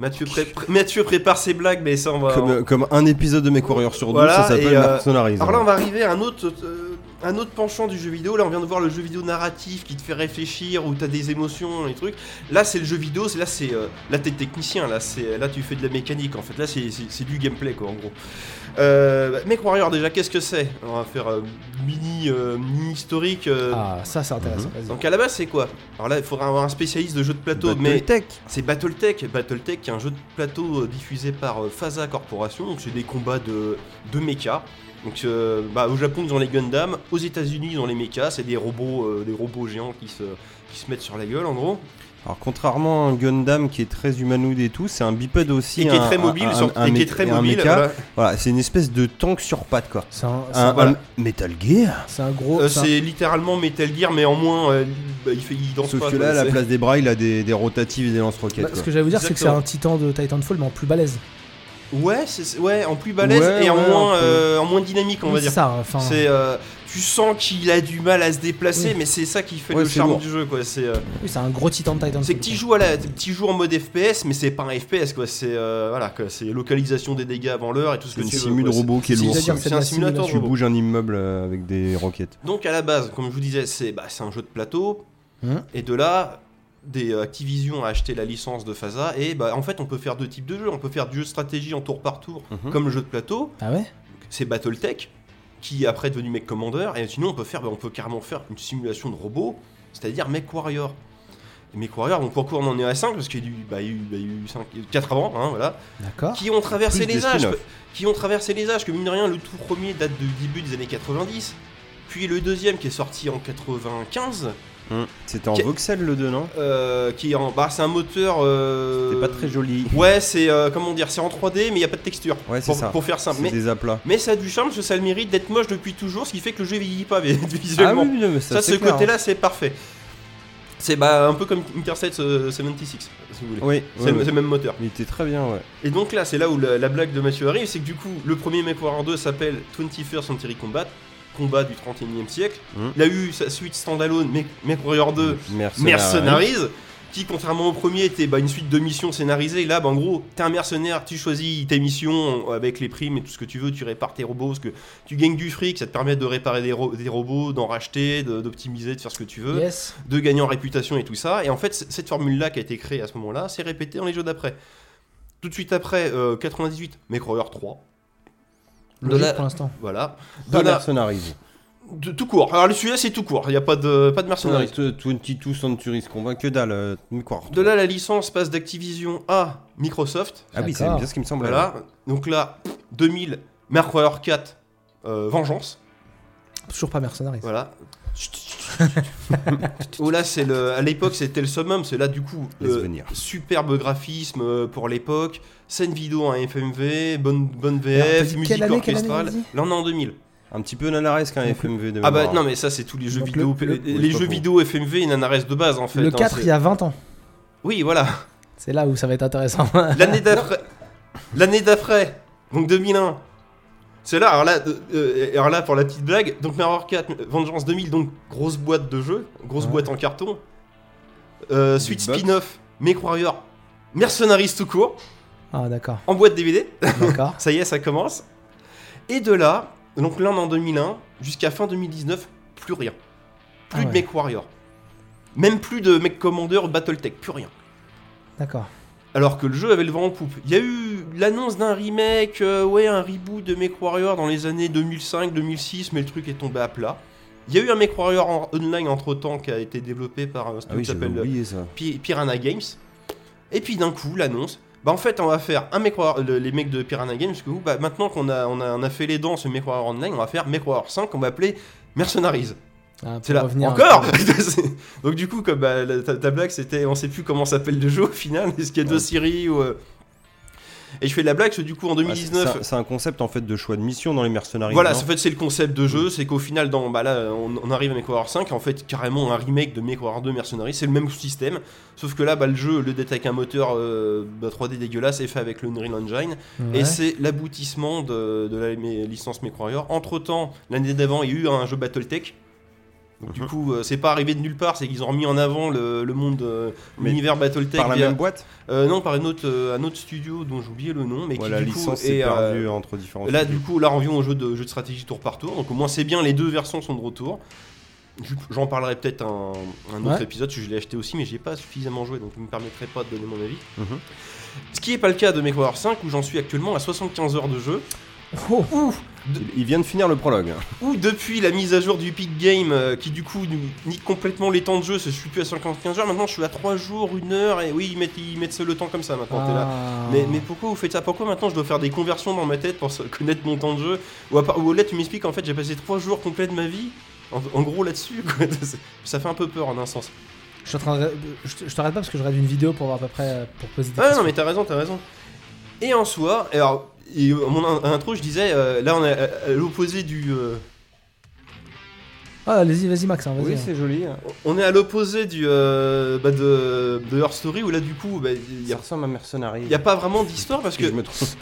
Speaker 2: Mathieu, pré- pré- Mathieu prépare ses blagues, mais ça, on va.
Speaker 1: Comme,
Speaker 2: on-
Speaker 1: euh, comme un épisode de mes coureurs sur deux,
Speaker 2: Voilà,
Speaker 1: ça s'appelle
Speaker 2: et, euh,
Speaker 1: Mercenaries. hein.
Speaker 2: Alors là, on va arriver à un autre, euh, un autre penchant du jeu vidéo. Là, on vient de voir le jeu vidéo narratif qui te fait réfléchir, où t'as des émotions et trucs. Là, c'est le jeu vidéo. C'est là, c'est euh, là t'es technicien. Là, c'est là tu fais de la mécanique. En fait, là, c'est, c'est- c'est du gameplay quoi, en gros. Euh, Mech Warrior déjà, qu'est-ce que c'est On va faire euh, mini, euh, mini historique. euh,
Speaker 4: Ah, ça, c'est intéressant. vas-y.
Speaker 2: donc à la base c'est quoi Alors là il faudra avoir un spécialiste de jeux de plateau
Speaker 1: Bah, Battletech.
Speaker 2: mais c'est Battletech, Battletech qui est un jeu de plateau euh, diffusé par euh, Phasa Corporation, donc c'est des combats de, de mechas. Donc euh, bah, au Japon ils ont les Gundam, aux États-Unis ils ont les mechas, c'est des robots euh, des robots géants qui se qui se mettent sur la gueule en gros.
Speaker 1: Alors contrairement à un Gundam qui est très humanoïde et tout, c'est un bipède aussi.
Speaker 2: Et qui est
Speaker 1: un-
Speaker 2: très mobile,
Speaker 1: un-
Speaker 2: sur-
Speaker 1: un-
Speaker 2: et qui est
Speaker 1: mé-
Speaker 2: très
Speaker 1: un
Speaker 2: mobile,
Speaker 1: méca.
Speaker 2: voilà.
Speaker 1: Voilà, c'est une espèce de tank sur pattes quoi.
Speaker 4: C'est un,
Speaker 2: c'est- voilà.
Speaker 1: Metal Gear.
Speaker 4: C'est un gros.
Speaker 2: Euh,
Speaker 4: c'est un-
Speaker 2: c'est littéralement Metal Gear mais en moins euh, bah, il fait il danse
Speaker 1: Sauf
Speaker 2: pas.
Speaker 1: que
Speaker 2: quoi,
Speaker 1: là, à la
Speaker 2: c'est-
Speaker 1: place des bras, il a des, des rotatives et des
Speaker 4: Bah,
Speaker 1: lance-roquettes.
Speaker 4: ce
Speaker 1: quoi.
Speaker 4: que j'allais vous dire, c'est que c'est
Speaker 2: Exactement.
Speaker 4: un titan de Titanfall, mais en plus balèze.
Speaker 2: Ouais, c'est- c'est- ouais, en plus balèze
Speaker 1: Ouais,
Speaker 2: et en,
Speaker 1: ouais,
Speaker 2: moins,
Speaker 1: un peu.
Speaker 2: euh, en moins dynamique, on
Speaker 4: Oui,
Speaker 2: va
Speaker 4: c'est
Speaker 2: dire.
Speaker 4: ça, hein, enfin.
Speaker 2: C'est, euh, tu sens qu'il a du mal à se déplacer,
Speaker 4: Oui.
Speaker 2: mais c'est ça qui fait
Speaker 1: Ouais,
Speaker 2: le
Speaker 1: c'est
Speaker 2: charme
Speaker 1: lourd.
Speaker 2: du jeu, quoi. C'est, euh,
Speaker 4: Oui, c'est un gros titan de Titanfall.
Speaker 2: c'est que tu joues, à la, tu joues en mode FPS, mais c'est pas un FPS, quoi. C'est, euh, voilà, quoi. c'est localisation des dégâts avant l'heure et tout ce
Speaker 1: C'est
Speaker 2: que
Speaker 1: une
Speaker 2: tu veux.
Speaker 1: simu de
Speaker 2: quoi.
Speaker 1: robot qui est
Speaker 2: c'est-
Speaker 1: lourde,
Speaker 2: C'est,
Speaker 1: quoi.
Speaker 2: c'est un simulateur de
Speaker 1: Tu
Speaker 2: robot.
Speaker 1: bouges un immeuble euh, avec des roquettes.
Speaker 2: Donc à la base, comme je vous disais, c'est, bah, c'est un jeu de plateau.
Speaker 1: Hein
Speaker 4: Hum.
Speaker 2: Et de là, des euh, Activision a acheté la licence de Faza. Et bah, en fait, on peut faire deux types de jeux. On peut faire du jeu de stratégie en tour par tour,
Speaker 1: Mhm.
Speaker 2: comme le jeu de plateau.
Speaker 4: Ah ouais
Speaker 2: c'est Battletech, qui est après devenu Mech Commander, et sinon on peut faire, bah, on peut carrément faire une simulation de robot, c'est-à-dire Mech Warrior. Et Mech Warrior, donc pourquoi on en est à 5 Parce qu'il y a eu, bah, il y a eu, bah, il y a eu cinq- quatre avant, hein, voilà,
Speaker 4: D'accord.
Speaker 2: qui ont traversé
Speaker 1: Plus des
Speaker 2: les âges,
Speaker 1: spin-offs.
Speaker 2: qui ont traversé les âges, que mine de rien, le tout premier date du début des années 90, puis le deuxième qui est sorti en 95,
Speaker 1: Hum. C'était en
Speaker 2: Qui-
Speaker 1: voxel le 2, non
Speaker 2: euh, qui est en, bah, c'est un moteur. euh,
Speaker 1: C'était pas très joli.
Speaker 2: Ouais, c'est euh, comment dire, c'est en 3D, mais il n'y a pas de texture.
Speaker 1: Ouais, c'est
Speaker 2: pour,
Speaker 1: ça.
Speaker 2: pour faire simple.
Speaker 1: C'est
Speaker 2: Mais-
Speaker 1: des aplats.
Speaker 2: mais ça a du charme parce que ça a le mérite d'être moche depuis toujours, ce qui fait que le jeu vieillit pas mais- visuellement.
Speaker 1: Ah oui, hein. mais
Speaker 2: ça, ce côté-là, c'est parfait. C'est bah, un peu comme Intercept euh, 76, si vous voulez.
Speaker 1: hein. Oui,
Speaker 2: c'est
Speaker 1: ouais,
Speaker 2: le
Speaker 1: ouais.
Speaker 2: c'est le même moteur.
Speaker 1: il était très bien, ouais.
Speaker 2: Et donc là, c'est là où la, la blague de Mathieu arrive, c'est que du coup, le premier MechWarrior 2 s'appelle 21st Century Combat, combat du 31e siècle.
Speaker 1: Mm.
Speaker 2: Il a eu sa suite standalone, Mech- MechWarrior 2,
Speaker 1: Mercenaires.
Speaker 2: Mercenaries, qui contrairement au premier était bah, une suite de missions scénarisées. Là, bah, en gros, t'es un mercenaire, tu choisis tes missions euh, avec les primes et tout ce que tu veux, tu répares tes robots, parce que tu gagnes du fric, ça te permet de réparer des, ro- des robots, d'en racheter, de- d'optimiser, de faire ce que tu veux,
Speaker 4: Yes.
Speaker 2: de gagner en réputation et tout ça. Et en fait, c- cette formule-là qui a été créée à ce moment-là, c'est répétée dans les jeux d'après. Tout de suite après, euh, 98, Macroyer 3. De
Speaker 4: Logique
Speaker 2: la-
Speaker 4: pour l'instant.
Speaker 2: Voilà. De
Speaker 1: Pas
Speaker 2: la-
Speaker 1: Mercenaries.
Speaker 2: de- tout court. Alors, le sujet, c'est tout court. Il n'y a pas de, pas de mercenaries.
Speaker 1: 22 Centuries Combat, que dalle. euh, quoi,
Speaker 2: De là, la licence passe d'Activision à Microsoft.
Speaker 1: Ah oui, c'est
Speaker 4: D'accord.
Speaker 1: bien ce qui me semble.
Speaker 2: Voilà. Donc là, 2000, Mercreur 4, euh, Vengeance.
Speaker 4: Toujours pas mercenaire.
Speaker 2: Voilà. oh là, c'est le. À l'époque, c'était le summum. C'est là, du coup,
Speaker 1: Laisse
Speaker 2: euh,
Speaker 1: venir.
Speaker 2: superbe graphisme euh, pour l'époque. Scène vidéo en FMV, bonne, bonne
Speaker 4: Alors, t'as
Speaker 2: VF,
Speaker 4: dit
Speaker 2: musique
Speaker 4: quelle année, quelle année,
Speaker 2: orchestrale.
Speaker 4: t'as dit
Speaker 2: Là, on est en 2000.
Speaker 1: Un petit peu nanaresque, hein, un FMV de
Speaker 2: Ah bah
Speaker 1: mémoire.
Speaker 2: non, mais ça, c'est tous les jeux
Speaker 4: Donc,
Speaker 2: vidéo.
Speaker 4: le- le-
Speaker 1: Oui,
Speaker 2: Les
Speaker 1: pas
Speaker 2: jeux
Speaker 1: faux.
Speaker 2: vidéo FMV, ils en restent de base, en fait.
Speaker 4: Le
Speaker 2: hein,
Speaker 4: 4,
Speaker 2: c'est-
Speaker 4: il y a 20 ans.
Speaker 2: Oui, voilà.
Speaker 4: C'est là où ça va être intéressant.
Speaker 2: L'année d'après. L'année d'après. Donc 2001. C'est là, alors là, euh, euh, alors là, pour la petite blague, donc Mirror 4, euh, Vengeance 2000, donc grosse boîte de jeu, grosse
Speaker 4: Ouais.
Speaker 2: boîte en carton. Euh, suite
Speaker 1: box.
Speaker 2: spin-off, Mech Warrior, Mercenaries tout court,
Speaker 4: Ah, d'accord.
Speaker 2: en boîte DVD.
Speaker 4: D'accord.
Speaker 2: Ça y est, ça commence. Et de là, donc l'un en 2001, jusqu'à fin 2019, plus rien. Plus
Speaker 4: Ah
Speaker 2: de
Speaker 4: ouais.
Speaker 2: Mech Warrior. Même plus de Mech Commander ou Battletech, plus rien
Speaker 4: D'accord.
Speaker 2: alors que le jeu avait le vent en poupe. Il y a eu l'annonce d'un remake, euh, ouais, un reboot de MechWarrior dans les années 2005-2006, mais le truc est tombé à plat. Il y a eu un MechWarrior en- online entre temps qui a été développé par
Speaker 1: Ah
Speaker 2: un
Speaker 1: oui, j'avais
Speaker 2: qui s'appelle euh,
Speaker 1: oublié ça.
Speaker 2: Pi- Piranha Games. Et puis d'un coup, l'annonce. Bah en fait, on va faire un MechWarrior, le- les mecs de Piranha Games, parce que vous, bah, maintenant qu'on a, on a, on a fait les dents ce MechWarrior online, on va faire MechWarrior 5 qu'on va appeler Mercenaries.
Speaker 4: Ah, pour
Speaker 2: C'est là.
Speaker 4: revenir-
Speaker 2: Encore Donc du coup, comme bah, la- ta, ta blague, c'était on sait plus comment s'appelle le jeu au final, est-ce qu'il y a deux séries ou... euh, Et je fais la blague, parce que du coup, en
Speaker 1: Ah, c'est- c'est
Speaker 2: 2019...
Speaker 1: un- c'est un concept en fait de choix de mission dans les mercenaries.
Speaker 2: voilà,
Speaker 1: non Mm.
Speaker 2: en fait, c'est le concept de jeu, c'est qu'au final, dans, bah là, on, on arrive à MechWarrior 5, en fait, carrément un remake de MechWarrior 2 Mercenaries, c'est le même système, sauf que là, bah, le jeu, le dette avec un moteur euh, bah, 3D dégueulasse, est fait avec le Unreal Engine,
Speaker 4: Ouais.
Speaker 2: et c'est l'aboutissement de, de la mé- licence MechWarrior. Entre temps, l'année d'avant, il y a eu un jeu Battletech. Donc,
Speaker 1: Mhm.
Speaker 2: du coup, euh, c'est pas arrivé de nulle part, c'est qu'ils ont remis en avant le, le monde, euh,
Speaker 1: Mais
Speaker 2: l'univers Battletech.
Speaker 1: par la
Speaker 2: via-
Speaker 1: même boîte
Speaker 2: Euh, Non, par une autre, euh, un autre studio dont j'ai oublié le nom, mais
Speaker 1: Voilà, la
Speaker 2: qui du coup,
Speaker 1: licence
Speaker 2: est,
Speaker 1: s'est
Speaker 2: euh,
Speaker 1: perdue entre différents
Speaker 2: Là,
Speaker 1: studios.
Speaker 2: du coup, là, on revient au jeu de, jeu de stratégie tour par tour. Donc, au moins, c'est bien, les deux versions sont de retour. Du coup, J'en parlerai peut-être un, un autre
Speaker 4: Ouais.
Speaker 2: épisode, je l'ai acheté aussi, mais j'ai pas suffisamment joué, donc je me permettrai pas de donner mon avis.
Speaker 1: Mhm.
Speaker 2: Ce qui n'est pas le cas de MechWarrior 5, où j'en suis actuellement à 75 heures de jeu.
Speaker 4: Oh,
Speaker 1: Il- Il vient de finir le prologue.
Speaker 2: Ou depuis la mise à jour du Epic Game, euh, qui du coup nous nique complètement les temps de jeu, parce que je suis plus à 75 heures, maintenant je suis à 3 jours, 1 heure, et oui, ils mettent, ils mettent ça le temps comme ça maintenant, t'es là.
Speaker 4: Ah.
Speaker 2: Mais, mais pourquoi vous faites ça Pourquoi maintenant je dois faire des conversions dans ma tête pour se- connaître mon temps de jeu Ou, à part- ou là tu m'expliques en fait j'ai passé 3 jours complets de ma vie en, en gros là-dessus quoi. Ça fait un peu peur en un sens.
Speaker 4: Je suis en train de- je te- je t'arrête pas parce que je rêve d'une vidéo pour voir à peu près euh, pour poser des
Speaker 2: Ah non
Speaker 4: questions.
Speaker 2: mais t'as raison, t'as raison. Et en soi, alors, et, euh, mon in- intro je disais, euh, là on est à, à l'opposé du... euh,
Speaker 4: Ah, allez-y, vas-y Max, hein, vas-y.
Speaker 11: Oui, c'est joli.
Speaker 2: on est à l'opposé du... euh, bah, de, de Her Story où là du coup... bah, il y a-
Speaker 11: Ça ressemble à Mercenary.
Speaker 2: Il n'y a pas vraiment d'histoire parce que.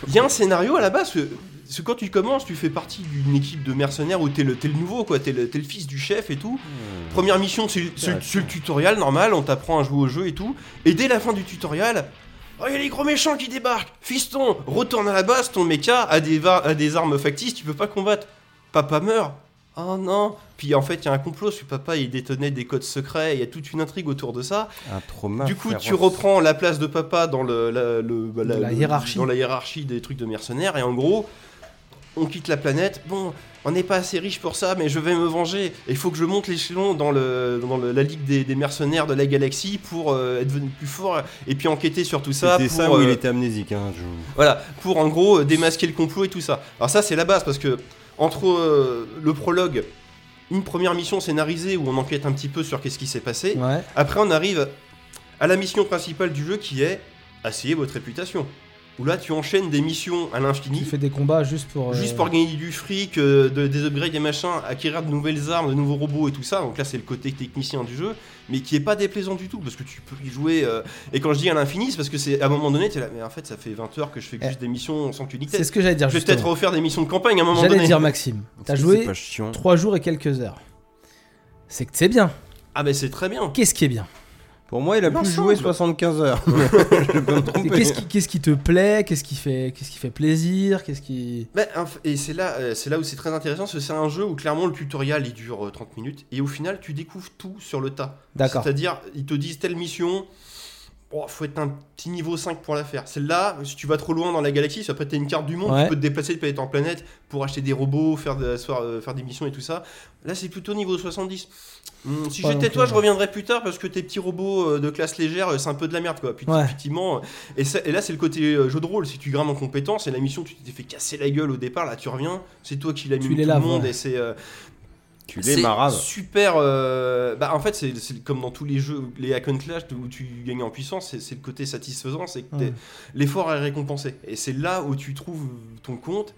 Speaker 2: Il y a un scénario à la base. que- Parce que quand tu commences, tu fais partie d'une équipe de mercenaires où t'es le, t'es le nouveau, quoi. T'es le, t'es le fils du chef et tout. Première mission, c'est c'est- c'est le tutoriel normal. On t'apprend à jouer au jeu et tout. Et dès la fin du tutoriel. Oh, il y a les gros méchants qui débarquent! Fiston, retourne à la base, ton mecha a des, va- a des armes factices, tu peux pas combattre. Papa meurt! Oh non! Puis en fait, il y a un complot, parce que papa il détenait des codes secrets, il y a toute une intrigue autour de ça.
Speaker 1: Un trauma.
Speaker 2: Du coup,
Speaker 1: féroce.
Speaker 2: tu reprends la place de papa dans le, la, le- bah,
Speaker 4: Dans la
Speaker 2: le-
Speaker 4: hiérarchie.
Speaker 2: dans la hiérarchie des trucs de mercenaires, et en gros, on quitte la planète. Bon, on n'est pas assez riche pour ça, mais je vais me venger. Et Il faut que je monte l'échelon dans, le, dans le- la ligue des, des mercenaires de la galaxie pour euh, être devenu plus fort et puis enquêter sur tout ça.
Speaker 1: C'était
Speaker 2: pour,
Speaker 1: ça où il
Speaker 2: euh,
Speaker 1: était amnésique. hein, je-
Speaker 2: voilà, pour en gros euh, démasquer le complot et tout ça. Alors ça c'est la base parce que entre euh, le prologue, une première mission scénarisée où on enquête un petit peu sur qu'est-ce qui s'est passé,
Speaker 4: Ouais.
Speaker 2: après on arrive à la mission principale du jeu qui est asseyer votre réputation. Où là tu enchaînes des missions à
Speaker 4: Tu
Speaker 2: l'infini.
Speaker 4: fais des combats juste pour. euh,
Speaker 2: Juste pour gagner du fric, euh, de- des upgrades, des machins, acquérir de nouvelles armes, de nouveaux robots et tout ça. Donc là, c'est le côté technicien du jeu, mais qui est pas déplaisant du tout parce que tu peux y jouer. euh, Et quand je dis à l'infini, c'est parce que c'est à un moment donné, tu là, mais en fait, ça fait 20 heures que je fais
Speaker 4: Eh.
Speaker 2: juste des missions sans que tu niques
Speaker 4: C'est
Speaker 2: tête.
Speaker 4: ce que j'allais dire.
Speaker 2: Je vais peut-être
Speaker 4: justement.
Speaker 2: refaire des missions de campagne à un moment
Speaker 4: J'allais
Speaker 2: donné.
Speaker 4: dire Maxime, t'as
Speaker 1: Est-ce que
Speaker 4: joué
Speaker 1: C'est pas chiant.
Speaker 4: 3 jours et quelques heures. C'est que c'est bien.
Speaker 2: Ah, mais c'est très bien.
Speaker 4: Qu'est-ce qui est bien
Speaker 1: Pour moi, il a plus joué
Speaker 2: L'ensemble.
Speaker 1: 75 heures. je peux me
Speaker 4: Et
Speaker 1: tromper.
Speaker 4: Qu'est-ce qui, qu'est-ce qui te plaît Qu'est-ce qui fait, qu'est-ce qui fait plaisir Qu'est-ce qui
Speaker 2: Ben, inf- et c'est là, euh, c'est là où c'est très intéressant, parce que c'est un jeu où clairement le tutoriel il dure euh, 30 minutes et au final tu découvres tout sur le tas.
Speaker 4: D'accord.
Speaker 2: C'est-à-dire, ils te disent telle mission, oh, faut être un petit niveau 5 pour la faire. Celle-là, si tu vas trop loin dans la galaxie, ça peut être une carte du monde,
Speaker 4: Ouais.
Speaker 2: tu peux te déplacer de planète en planète pour acheter des robots, faire, de, soir- euh, faire des missions et tout ça. Là, c'est plutôt niveau 70. Hmm, si
Speaker 4: Pas non
Speaker 2: j'étais
Speaker 4: plus,
Speaker 2: toi, je
Speaker 4: ouais.
Speaker 2: reviendrais plus tard parce que tes petits robots euh, de classe légère, euh, c'est un peu de la merde quoi. Puis
Speaker 4: Ouais.
Speaker 2: effectivement, euh, et, ça- et là, c'est le côté euh, jeu de rôle. Si tu grimmes en compétence et la mission, tu t'es fait casser la gueule au départ, là, tu reviens, c'est toi qui l'as mis
Speaker 4: Tu
Speaker 2: tout
Speaker 4: les
Speaker 2: le
Speaker 4: laves,
Speaker 2: monde
Speaker 4: ouais.
Speaker 2: et c'est. euh,
Speaker 1: Tu l'es
Speaker 2: c'est
Speaker 1: marave.
Speaker 2: super. euh, bah, en fait, c'est c'est comme dans tous les jeux, les hack and clash où tu gagnes en puissance, c'est c'est le côté satisfaisant, c'est que t'es-
Speaker 4: Ouais.
Speaker 2: l'effort est récompensé. Et c'est là où tu trouves ton compte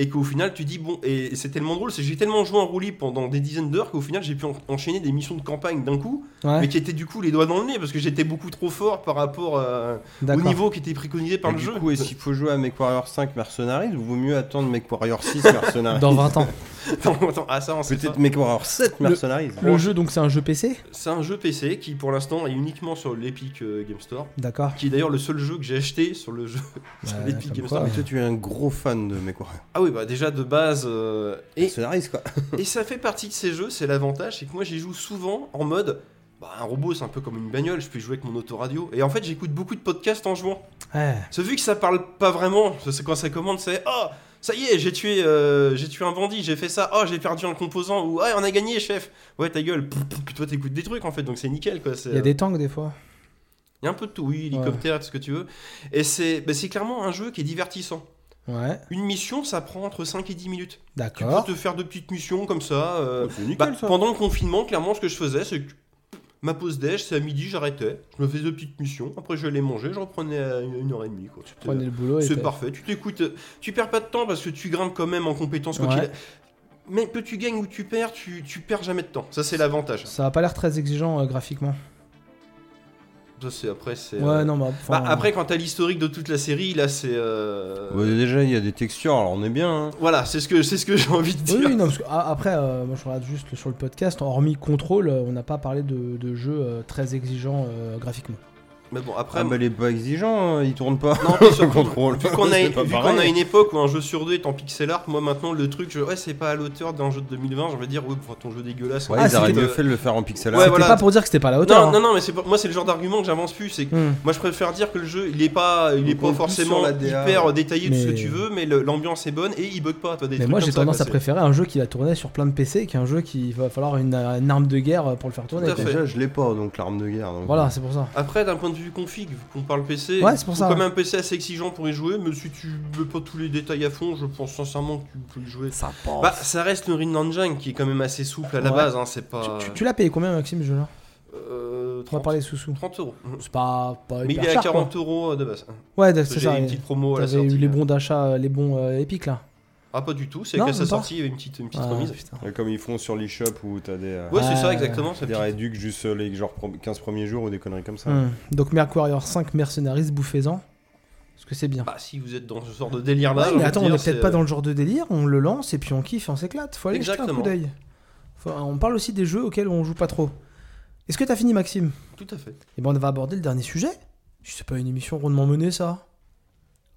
Speaker 2: et qu'au final tu dis bon. Et c'est tellement drôle, c'est que j'ai tellement joué en roulis pendant des dizaines d'heures qu'au final j'ai pu en- enchaîner des missions de campagne d'un coup,
Speaker 4: Ouais.
Speaker 2: mais qui étaient du coup les doigts dans le nez parce que j'étais beaucoup trop fort par rapport à- au
Speaker 4: D'accord.
Speaker 2: niveau qui était préconisé par
Speaker 1: Et
Speaker 2: le
Speaker 1: du
Speaker 2: jeu.
Speaker 1: coup, et s'il faut jouer à MechWarrior 5 Mercenaries, il vaut mieux attendre MechWarrior 6 Mercenaries.
Speaker 4: Dans 20 ans.
Speaker 2: Attends, attends, ah ça, on sait pas.
Speaker 1: Peut-être MechWarrior 7
Speaker 4: Le-
Speaker 1: Mercenaries.
Speaker 4: Le jeu donc c'est un jeu PC
Speaker 2: C'est un jeu PC qui pour l'instant est uniquement sur l'Epic euh, Game Store.
Speaker 4: D'accord.
Speaker 2: qui est d'ailleurs le seul jeu que j'ai acheté sur le jeu sur
Speaker 4: Ouais,
Speaker 2: l'Epic
Speaker 4: comme
Speaker 2: Game
Speaker 4: quoi.
Speaker 2: Store.
Speaker 1: Mais toi, tu es un gros fan de MechWarrior.
Speaker 2: Ah oui, bah déjà de base. euh, et,
Speaker 1: Mercenaries, quoi.
Speaker 2: et ça fait partie de ces jeux, c'est l'avantage, c'est que moi j'y joue souvent en mode. Bah, un robot, c'est un peu comme une bagnole, je peux y jouer avec mon autoradio. Et en fait, j'écoute beaucoup de podcasts en jouant.
Speaker 4: Ouais.
Speaker 2: C'est vu que ça parle pas vraiment, parce que quand ça commande, c'est Oh, ça y est, j'ai tué, euh, j'ai tué un bandit, j'ai fait ça, oh, j'ai perdu un composant, ou Ouais, on a gagné, chef. Ouais, ta gueule. Pouf, pouf, Puis toi, t'écoutes des trucs en fait, donc c'est nickel quoi. c'est,
Speaker 4: Il y a
Speaker 2: euh,
Speaker 4: des tanks des fois.
Speaker 2: Il y a un peu de tout, oui, hélicoptère, tout ce que tu veux. Et c'est bah, c'est clairement un jeu qui est divertissant.
Speaker 4: Ouais.
Speaker 2: Une mission, ça prend entre 5 et 10 minutes. Tu
Speaker 4: D'accord.
Speaker 2: peux te faire de petites missions comme ça. euh,
Speaker 1: C'est nickel,
Speaker 2: bah,
Speaker 1: ça.
Speaker 2: pendant le confinement, clairement, ce que je faisais, c'est que ma pause déj, c'est à midi, j'arrêtais. Je me faisais de petites missions. Après, je les mangeais, je reprenais à euh, une une heure et demie. quoi. C'était-
Speaker 4: Prenez le boulot. et
Speaker 2: C'est
Speaker 4: t'as-
Speaker 2: parfait. Tu t'écoutes. euh, Tu perds pas de temps parce que tu grimpes quand même en compétences.
Speaker 4: Ouais.
Speaker 2: Mais que tu gagnes ou tu perds, tu, tu perds jamais de temps. Ça, c'est l'avantage.
Speaker 4: Ça a pas l'air très exigeant euh, graphiquement.
Speaker 2: Ça, c'est après, c'est. euh,
Speaker 4: Ouais, non, bah, enfin,
Speaker 2: après, quand t'as l'historique de toute la série, là, c'est. euh,
Speaker 1: Ouais, déjà, il y a des textures, alors on est bien. hein.
Speaker 2: Voilà, c'est ce que c'est ce que j'ai envie de dire.
Speaker 4: Oui, oui, non, parce que, ah, après, euh, moi je regarde juste sur le podcast, hormis Control, euh, on n'a pas parlé de, de jeux euh, très exigeants euh, graphiquement.
Speaker 2: Mais bon, après.
Speaker 1: Ah, bah, il est pas exigeant, hein, il tourne pas.
Speaker 2: Non, mais surtout,
Speaker 1: contrôle.
Speaker 2: vu qu'on a,
Speaker 1: C'est
Speaker 2: vu
Speaker 1: pas
Speaker 2: qu'on
Speaker 1: pareil.
Speaker 2: a une époque où un jeu sur deux est en pixel art, moi maintenant le truc, je- ouais, c'est pas à l'auteur d'un jeu de 2020, je vais dire, ouais, enfin, ton jeu dégueulasse.
Speaker 1: Ouais,
Speaker 4: Ah,
Speaker 1: ils auraient
Speaker 2: c'était-
Speaker 1: mieux fait de le faire en pixel
Speaker 2: Ouais,
Speaker 1: art.
Speaker 4: C'était
Speaker 2: voilà.
Speaker 4: pas pour dire que c'était pas à la hauteur.
Speaker 2: non,
Speaker 4: hein.
Speaker 2: non, non, mais c'est pas- moi c'est le genre d'argument que j'avance plus, c'est que
Speaker 4: Hmm.
Speaker 2: moi je préfère dire que le jeu il est pas, il est
Speaker 1: Donc,
Speaker 2: pas
Speaker 1: on pousse
Speaker 2: forcément
Speaker 1: sur la DA.
Speaker 2: hyper euh, détaillé de ce que
Speaker 4: Mais-
Speaker 2: tu veux, mais le- l'ambiance est bonne et il bug pas. Toi, des
Speaker 4: Mais
Speaker 2: trucs
Speaker 4: moi
Speaker 2: comme
Speaker 4: j'ai
Speaker 2: ça,
Speaker 4: tendance
Speaker 2: quoi,
Speaker 4: à
Speaker 2: c'est-
Speaker 4: préférer un jeu qui va tourner sur plein de PC qu'un jeu qui va falloir une, euh, une arme de guerre pour le faire tourner.
Speaker 2: Tout à
Speaker 4: quoi.
Speaker 2: fait.
Speaker 1: Déjà, je l'ai pas, donc l'arme de guerre. donc.
Speaker 4: Voilà, c'est pour ça.
Speaker 2: Après, d'un point de vue config, vu qu'on parle PC,
Speaker 4: Ouais, c'est pour
Speaker 2: faut
Speaker 4: ça.
Speaker 2: quand même un PC assez exigeant pour y jouer, mais si tu veux pas tous les détails à fond, je pense sincèrement que tu peux y jouer.
Speaker 4: Ça pense.
Speaker 2: Bah, ça reste le Ring Jang qui est quand même assez souple à la
Speaker 4: Ouais.
Speaker 2: base, hein, c'est pas.
Speaker 4: tu tu- tu l'as payé combien, Maxime, ce jeu-là
Speaker 2: Euh,
Speaker 4: On va
Speaker 2: 30,
Speaker 4: parler sous-sous.
Speaker 2: 30 euros.
Speaker 4: C'est pas, pas
Speaker 2: Mais il
Speaker 4: hyper
Speaker 2: est à
Speaker 4: cher, quoi.
Speaker 2: 40 euros euh, de base.
Speaker 4: Ouais, d'accord, c'est
Speaker 2: J'ai eu
Speaker 4: ça.
Speaker 2: une
Speaker 4: ouais.
Speaker 2: petite promo à la
Speaker 4: T'avais
Speaker 2: sortie.
Speaker 4: eu les
Speaker 2: là.
Speaker 4: bons d'achat, euh, les bons euh, épiques là.
Speaker 2: Ah, pas du tout, c'est
Speaker 4: Non,
Speaker 2: qu'à sa
Speaker 4: même pas.
Speaker 2: sortie, il y avait une petite, une petite
Speaker 4: Ah,
Speaker 2: remise.
Speaker 4: putain.
Speaker 1: Ouais, Comme ils font sur l'eShop où t'as des. euh,
Speaker 2: Ouais, c'est ça,
Speaker 4: Ouais.
Speaker 2: exactement. c'est
Speaker 1: des
Speaker 2: petit-
Speaker 1: réducs juste euh, les genre pro- 15 premiers jours ou des conneries comme ça.
Speaker 4: Hum. Donc Merc Warrior 5 mercenaries bouffez-en. Parce que c'est bien.
Speaker 2: Bah, si vous êtes dans ce genre de euh, délire là.
Speaker 4: Ouais, mais attends, on est peut-être pas dans le genre de délire, on le lance et puis on kiffe, on s'éclate. Faut aller jeter un
Speaker 2: Exactement.
Speaker 4: coup d'œil. Faut- euh, On parle aussi des jeux auxquels on joue pas trop. Est-ce que t'as fini, Maxime
Speaker 2: euh, Tout à fait.
Speaker 4: Et ben on va aborder le dernier sujet. C'est pas une émission rondement menée, ça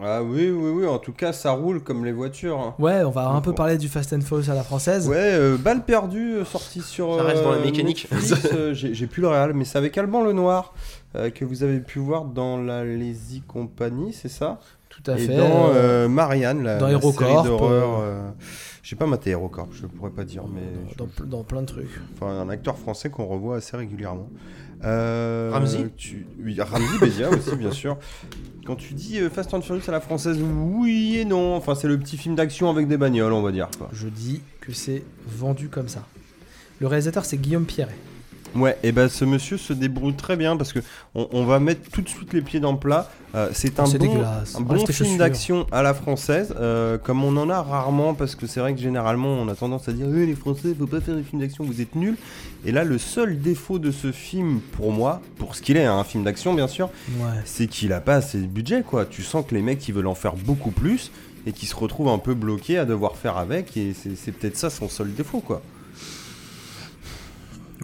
Speaker 1: Ah oui, oui, oui, en tout cas, ça roule comme les voitures. hein.
Speaker 4: Ouais, on va un peu
Speaker 1: Bon.
Speaker 4: parler du Fast and Furious à la française.
Speaker 1: Ouais, euh, balle perdue, euh, sortie sur.
Speaker 2: Ça reste dans la
Speaker 1: euh,
Speaker 2: mécanique.
Speaker 1: Netflix, euh, J'ai j'ai plus le réel, mais c'est avec Alban Lenoir euh, que vous avez pu voir dans la Lazy Company, c'est ça
Speaker 4: Tout à
Speaker 1: Et
Speaker 4: fait.
Speaker 1: dans
Speaker 4: euh,
Speaker 1: euh, Marianne, la,
Speaker 4: dans
Speaker 1: la série
Speaker 4: Hérocorp,
Speaker 1: d'horreur. euh, J'ai pas maté Hérocorp, je pourrais pas dire, mais.
Speaker 4: dans, dans- dans plein de trucs.
Speaker 1: Enfin, un acteur français qu'on revoit assez régulièrement. Euh,
Speaker 2: Ramsey
Speaker 1: tu... oui, Ramsey Bézia aussi, bien sûr. Quand tu dis euh, Fast and Furious à la française, oui et non. Enfin, c'est le petit film d'action avec des bagnoles, on va dire. Quoi.
Speaker 4: Je dis que c'est vendu comme ça. Le réalisateur, c'est Guillaume Pierret.
Speaker 1: Ouais, et ben ce monsieur se débrouille très bien parce que on, on va mettre tout de suite les pieds dans le plat. Euh, c'est un
Speaker 4: Oh, c'est
Speaker 1: bon,
Speaker 4: dégueulasse.
Speaker 1: un
Speaker 4: Enlève
Speaker 1: bon
Speaker 4: tes
Speaker 1: film
Speaker 4: chaussures.
Speaker 1: d'action à la française, euh, comme on en a rarement parce que c'est vrai que généralement on a tendance à dire Eh, les Français, faut pas faire des films d'action, vous êtes nuls. Et là, le seul défaut de ce film, pour moi, pour ce qu'il est, hein, un film d'action bien sûr,
Speaker 4: Ouais.
Speaker 1: c'est qu'il a pas assez de budget quoi. Tu sens que les mecs ils veulent en faire beaucoup plus et qu'ils se retrouvent un peu bloqués à devoir faire avec et c'est c'est peut-être ça son seul défaut quoi.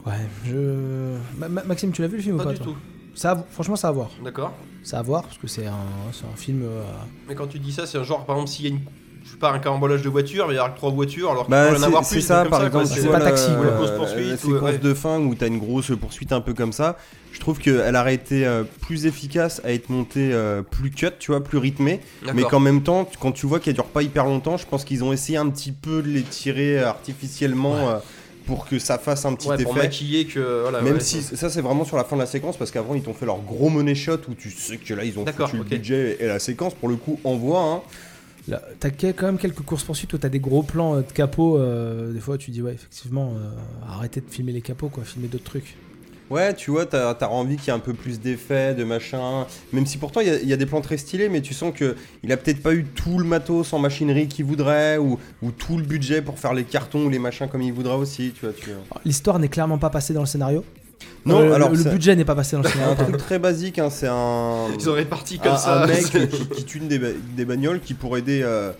Speaker 4: Ouais. Je... Ma- Ma- Maxime, tu l'as vu le film ou
Speaker 2: Pas
Speaker 4: pas
Speaker 2: du
Speaker 4: toi
Speaker 2: tout.
Speaker 4: Ça, a- franchement, ça a à voir.
Speaker 2: D'accord.
Speaker 4: Ça a à voir parce que c'est un, c'est un film. euh,
Speaker 2: Mais quand tu dis ça, c'est un genre, par exemple, s'il y a une. Je sais pas, un carambolage de voitures, il va y avoir que trois voitures, alors qu'il
Speaker 1: Bah,
Speaker 2: pourrait en avoir
Speaker 1: c'est
Speaker 2: plus.
Speaker 1: c'est
Speaker 2: des
Speaker 1: ça,
Speaker 2: trucs
Speaker 1: par
Speaker 2: comme quoi,
Speaker 1: exemple.
Speaker 4: c'est
Speaker 1: tu
Speaker 4: pas
Speaker 1: vois,
Speaker 4: taxi,
Speaker 1: la-
Speaker 4: quoi.
Speaker 1: la-
Speaker 2: Course-poursuite,
Speaker 1: La
Speaker 2: ouais,
Speaker 1: séquence
Speaker 2: ouais.
Speaker 1: de fin où t'as une grosse poursuite un peu comme ça, je trouve qu'elle aurait été euh, plus efficace à être montée euh, plus cut, tu vois, plus rythmée.
Speaker 2: D'accord.
Speaker 1: Mais qu'en même temps, tu- quand tu vois qu'elle dure pas hyper longtemps, je pense qu'ils ont essayé un petit peu de les tirer artificiellement euh, pour que ça fasse un petit
Speaker 2: Ouais, pour
Speaker 1: effet.
Speaker 2: maquiller que. Voilà,
Speaker 1: Même
Speaker 2: ouais.
Speaker 1: si ça c'est vraiment sur la fin de la séquence parce qu'avant ils t'ont fait leur gros money shot où tu sais que là ils ont
Speaker 2: D'accord,
Speaker 1: foutu
Speaker 2: ok.
Speaker 1: le budget et la séquence pour le coup envoie hein.
Speaker 4: là, T'as que- quand même quelques courses poursuites où t'as des gros plans euh, de capot. euh, des fois, tu dis ouais, effectivement, euh, arrêtez de filmer les capots, quoi, filmer d'autres trucs.
Speaker 1: Ouais, tu vois, t'as t'as envie qu'il y ait un peu plus d'effets, de machin. Même si pourtant il y a- il y, a des plans très stylés, mais tu sens que il a peut-être pas eu tout le matos en machinerie qu'il voudrait, ou, ou tout le budget pour faire les cartons ou les machins comme il voudrait aussi, tu vois. Tu...
Speaker 4: Alors, L'histoire n'est clairement pas passée dans le scénario.
Speaker 1: Non,
Speaker 4: Euh, le-
Speaker 1: alors
Speaker 4: le,
Speaker 1: c'est-
Speaker 4: budget n'est pas passé dans le
Speaker 1: c'est un
Speaker 4: scénario.
Speaker 1: truc très basique, hein, c'est un,
Speaker 2: Ah. Ils ont réparti comme
Speaker 1: un,
Speaker 2: ça.
Speaker 1: un mec qui, qui tune des, ba- des bagnoles, qui pour aider euh,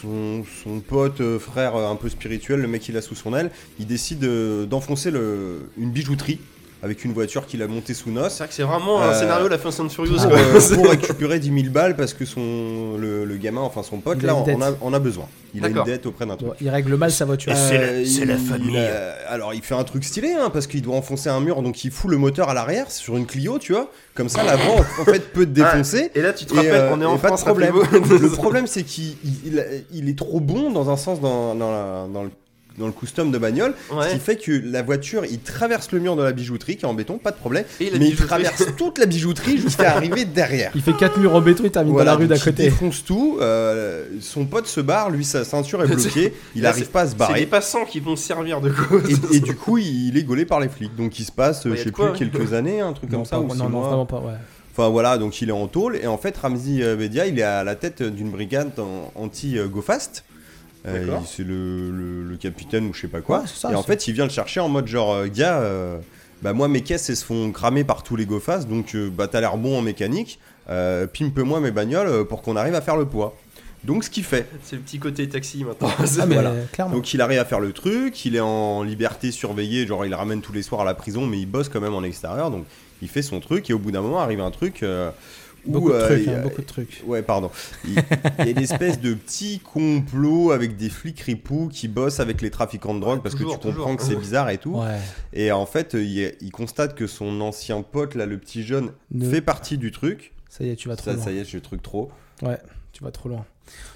Speaker 1: son, son pote, euh, frère euh, un peu spirituel, le mec qu'il a sous son aile, il décide euh, d'enfoncer le- une bijouterie avec une voiture qu'il a montée sous noce.
Speaker 2: C'est vrai que c'est vraiment un
Speaker 1: Euh,
Speaker 2: scénario la Fast and Furious.
Speaker 1: pour,
Speaker 2: quoi.
Speaker 1: euh, pour récupérer 10 000 balles parce que son, le, le gamin, enfin son pote,
Speaker 4: Il a
Speaker 1: là,
Speaker 4: une
Speaker 1: on
Speaker 4: dette.
Speaker 1: en a, en a besoin. Il a une
Speaker 2: D'accord.
Speaker 1: dette auprès d'un truc.
Speaker 4: Bon, il règle mal sa voiture.
Speaker 1: Euh, il- il a- alors il fait un truc stylé hein, parce qu'il doit enfoncer un mur donc il fout le moteur à l'arrière sur une Clio tu vois comme ça l'avant en- en fait peut te défoncer
Speaker 2: Et là, tu te
Speaker 1: et,
Speaker 2: rappelles,
Speaker 1: euh,
Speaker 2: on est en
Speaker 1: et pas de
Speaker 2: France,
Speaker 1: problème.
Speaker 2: rappelez-vous.
Speaker 1: le problème, c'est qu'il il- il est trop bon dans un sens dans, dans la- dans le, dans le custom de bagnole,
Speaker 2: Ouais.
Speaker 1: ce qui fait que la voiture, il traverse le mur de la bijouterie qui est en béton, pas de problème,
Speaker 2: Et la
Speaker 1: mais il
Speaker 2: bijouterie.
Speaker 1: traverse toute la bijouterie jusqu'à arriver derrière.
Speaker 4: Il fait quatre murs en béton, il termine
Speaker 1: Voilà,
Speaker 4: dans la rue
Speaker 1: donc il
Speaker 4: d'à côté.
Speaker 1: défonce tout, euh, son pote se barre, lui sa ceinture est bloquée, il
Speaker 2: Là,
Speaker 1: n'arrive pas à se
Speaker 2: C'est les
Speaker 1: barrer.
Speaker 2: passants qui vont se servir de cause.
Speaker 1: Et, et du coup, il est gaulé par les flics. Donc, il se passe, euh,
Speaker 2: Ouais, y a
Speaker 1: je
Speaker 2: de
Speaker 1: sais
Speaker 2: quoi,
Speaker 1: plus,
Speaker 2: hein.
Speaker 1: quelques années, un truc
Speaker 4: Non,
Speaker 1: comme ça,
Speaker 4: pas-
Speaker 1: ou six
Speaker 4: non, non,
Speaker 1: mois.
Speaker 4: vraiment pas, ouais.
Speaker 1: Enfin voilà, donc il est en tôle et en fait Ramzi euh, Bedia il est à la tête d'une brigade en- anti euh, Go Fast. Euh,
Speaker 2: D'accord.
Speaker 1: il- c'est le, le- le capitaine ou je sais pas quoi.
Speaker 4: Ouais, c'est ça,
Speaker 1: et en
Speaker 4: c'est-
Speaker 1: fait il vient le chercher en mode genre euh, gars, euh, bah moi mes caisses elles se font cramer par tous les GoFast, donc euh, bah t'as l'air bon en mécanique, euh, pimpe-moi mes bagnoles euh, pour qu'on arrive à faire le poids. Donc ce qu'il fait.
Speaker 2: C'est le petit côté taxi maintenant.
Speaker 4: Ah, mais clairement.
Speaker 1: Donc il arrive à faire le truc, il est en liberté surveillée, genre il le ramène tous les soirs à la prison, mais il bosse quand même en extérieur, donc il fait son truc et au bout d'un moment arrive un truc. euh, où,
Speaker 4: Beaucoup de
Speaker 1: euh,
Speaker 4: trucs,
Speaker 1: il-
Speaker 4: hein, beaucoup de trucs.
Speaker 1: Ouais, pardon. Il il y a une espèce de petit complot avec des flics ripoux qui bossent avec les trafiquants de drogue parce
Speaker 2: toujours,
Speaker 1: que tu comprends
Speaker 2: toujours.
Speaker 1: que c'est bizarre et tout.
Speaker 4: Ouais.
Speaker 1: Et en fait, il, y a- il constate que son ancien pote, là, le petit jeune,
Speaker 4: Ne-
Speaker 1: fait partie du truc.
Speaker 4: Ça y est, tu vas trop
Speaker 1: Ça,
Speaker 4: loin.
Speaker 1: ça y est, je truc trop.
Speaker 4: Ouais, tu vas trop loin.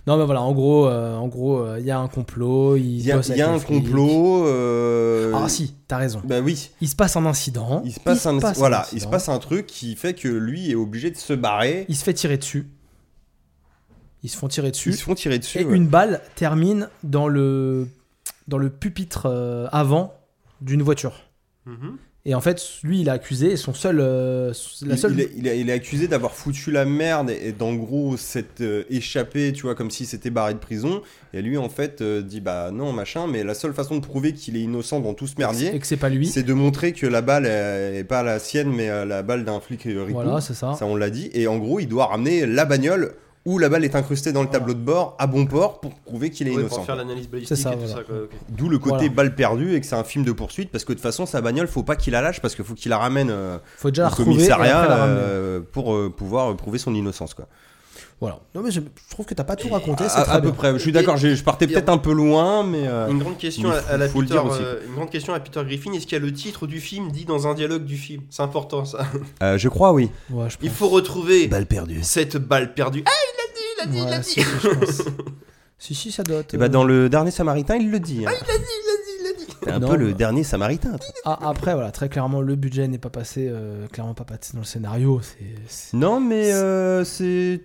Speaker 4: Non, mais voilà, en gros, euh, en gros, il y a un complot.
Speaker 1: Il
Speaker 4: Il
Speaker 1: y a,
Speaker 4: bosse
Speaker 1: il y a
Speaker 4: avec
Speaker 1: un
Speaker 4: les flics.
Speaker 1: complot. euh,
Speaker 4: Ah si, t'as raison.
Speaker 1: Bah oui.
Speaker 4: Il se passe un incident.
Speaker 1: Il se passe, un, voilà, il se
Speaker 4: incident.
Speaker 1: passe un truc qui fait que lui est obligé de se barrer.
Speaker 4: Il se fait tirer dessus. Ils se font tirer dessus.
Speaker 1: Ils se font tirer dessus.
Speaker 4: Et
Speaker 1: ouais.
Speaker 4: une balle termine dans le dans le pupitre euh, avant d'une voiture.
Speaker 2: Mhm.
Speaker 4: Et en fait, lui, il est accusé. Et son seul, euh, la
Speaker 1: Il-
Speaker 4: seule
Speaker 1: il, est, il est- il est accusé d'avoir foutu la merde et, et d'en gros s'être euh, échappé, tu vois, comme s'il s'était barré de prison. Et lui, en fait, euh, dit bah non, machin, mais la seule façon de prouver qu'il est innocent dans tout ce
Speaker 4: et
Speaker 1: merdier,
Speaker 4: que c'est pas lui.
Speaker 1: c'est de montrer que la balle euh, est pas la sienne, mais euh, la balle d'un flic euh, ripou.
Speaker 4: Voilà, c'est ça.
Speaker 1: Ça, on l'a dit. Et en gros, il doit ramener la bagnole où la balle est incrustée dans le tableau de bord à bon port pour prouver qu'il est
Speaker 2: Ouais,
Speaker 1: innocent.
Speaker 2: pour faire l'analyse balistique
Speaker 4: C'est ça,
Speaker 2: et tout
Speaker 4: voilà.
Speaker 2: ça. quoi, ok.
Speaker 1: D'où le côté
Speaker 4: Voilà.
Speaker 1: balle perdue et que c'est un film de poursuite parce que de toute façon, sa bagnole, faut pas qu'il la lâche parce qu'il faut qu'il la ramène. euh,
Speaker 4: Faut déjà la
Speaker 1: au
Speaker 4: retrouver. et après
Speaker 1: commissariat
Speaker 4: la ramener.
Speaker 1: euh, pour euh, pouvoir euh, prouver son innocence quoi.
Speaker 4: Voilà. Non mais je, je trouve que t'as pas tout raconté.
Speaker 1: à,
Speaker 4: c'est très
Speaker 1: à peu
Speaker 4: bien.
Speaker 1: près, je suis d'accord, j'ai- je partais
Speaker 2: Et-
Speaker 1: peut-être un peu loin mais euh,
Speaker 2: Une grande question
Speaker 1: mais
Speaker 2: à, à la
Speaker 1: faut le
Speaker 2: Peter,
Speaker 1: dire aussi.
Speaker 2: euh, une grande question à Peter Griffin. Est-ce qu'il y a le titre du film dit dans un dialogue du film C'est important ça.
Speaker 1: euh, je crois oui.
Speaker 4: Ouais, je pense.
Speaker 2: Il faut retrouver
Speaker 1: Balle perdue.
Speaker 2: cette balle perdue. Ah, il l'a dit, il
Speaker 4: Ouais,
Speaker 2: l'a dit,
Speaker 4: si, si, je pense. si, si, ça doit être.
Speaker 1: Et bah dans le dernier Samaritain, il le dit. hein.
Speaker 2: Ah, il l'a dit, il l'a dit.
Speaker 1: T'es un
Speaker 4: Non,
Speaker 1: peu le
Speaker 4: bah-
Speaker 1: dernier Samaritain. toi.
Speaker 4: Ah, après, voilà, très clairement, le budget n'est pas passé, euh, clairement pas passé dans le scénario. C'est, c'est-
Speaker 1: Non mais euh, c'est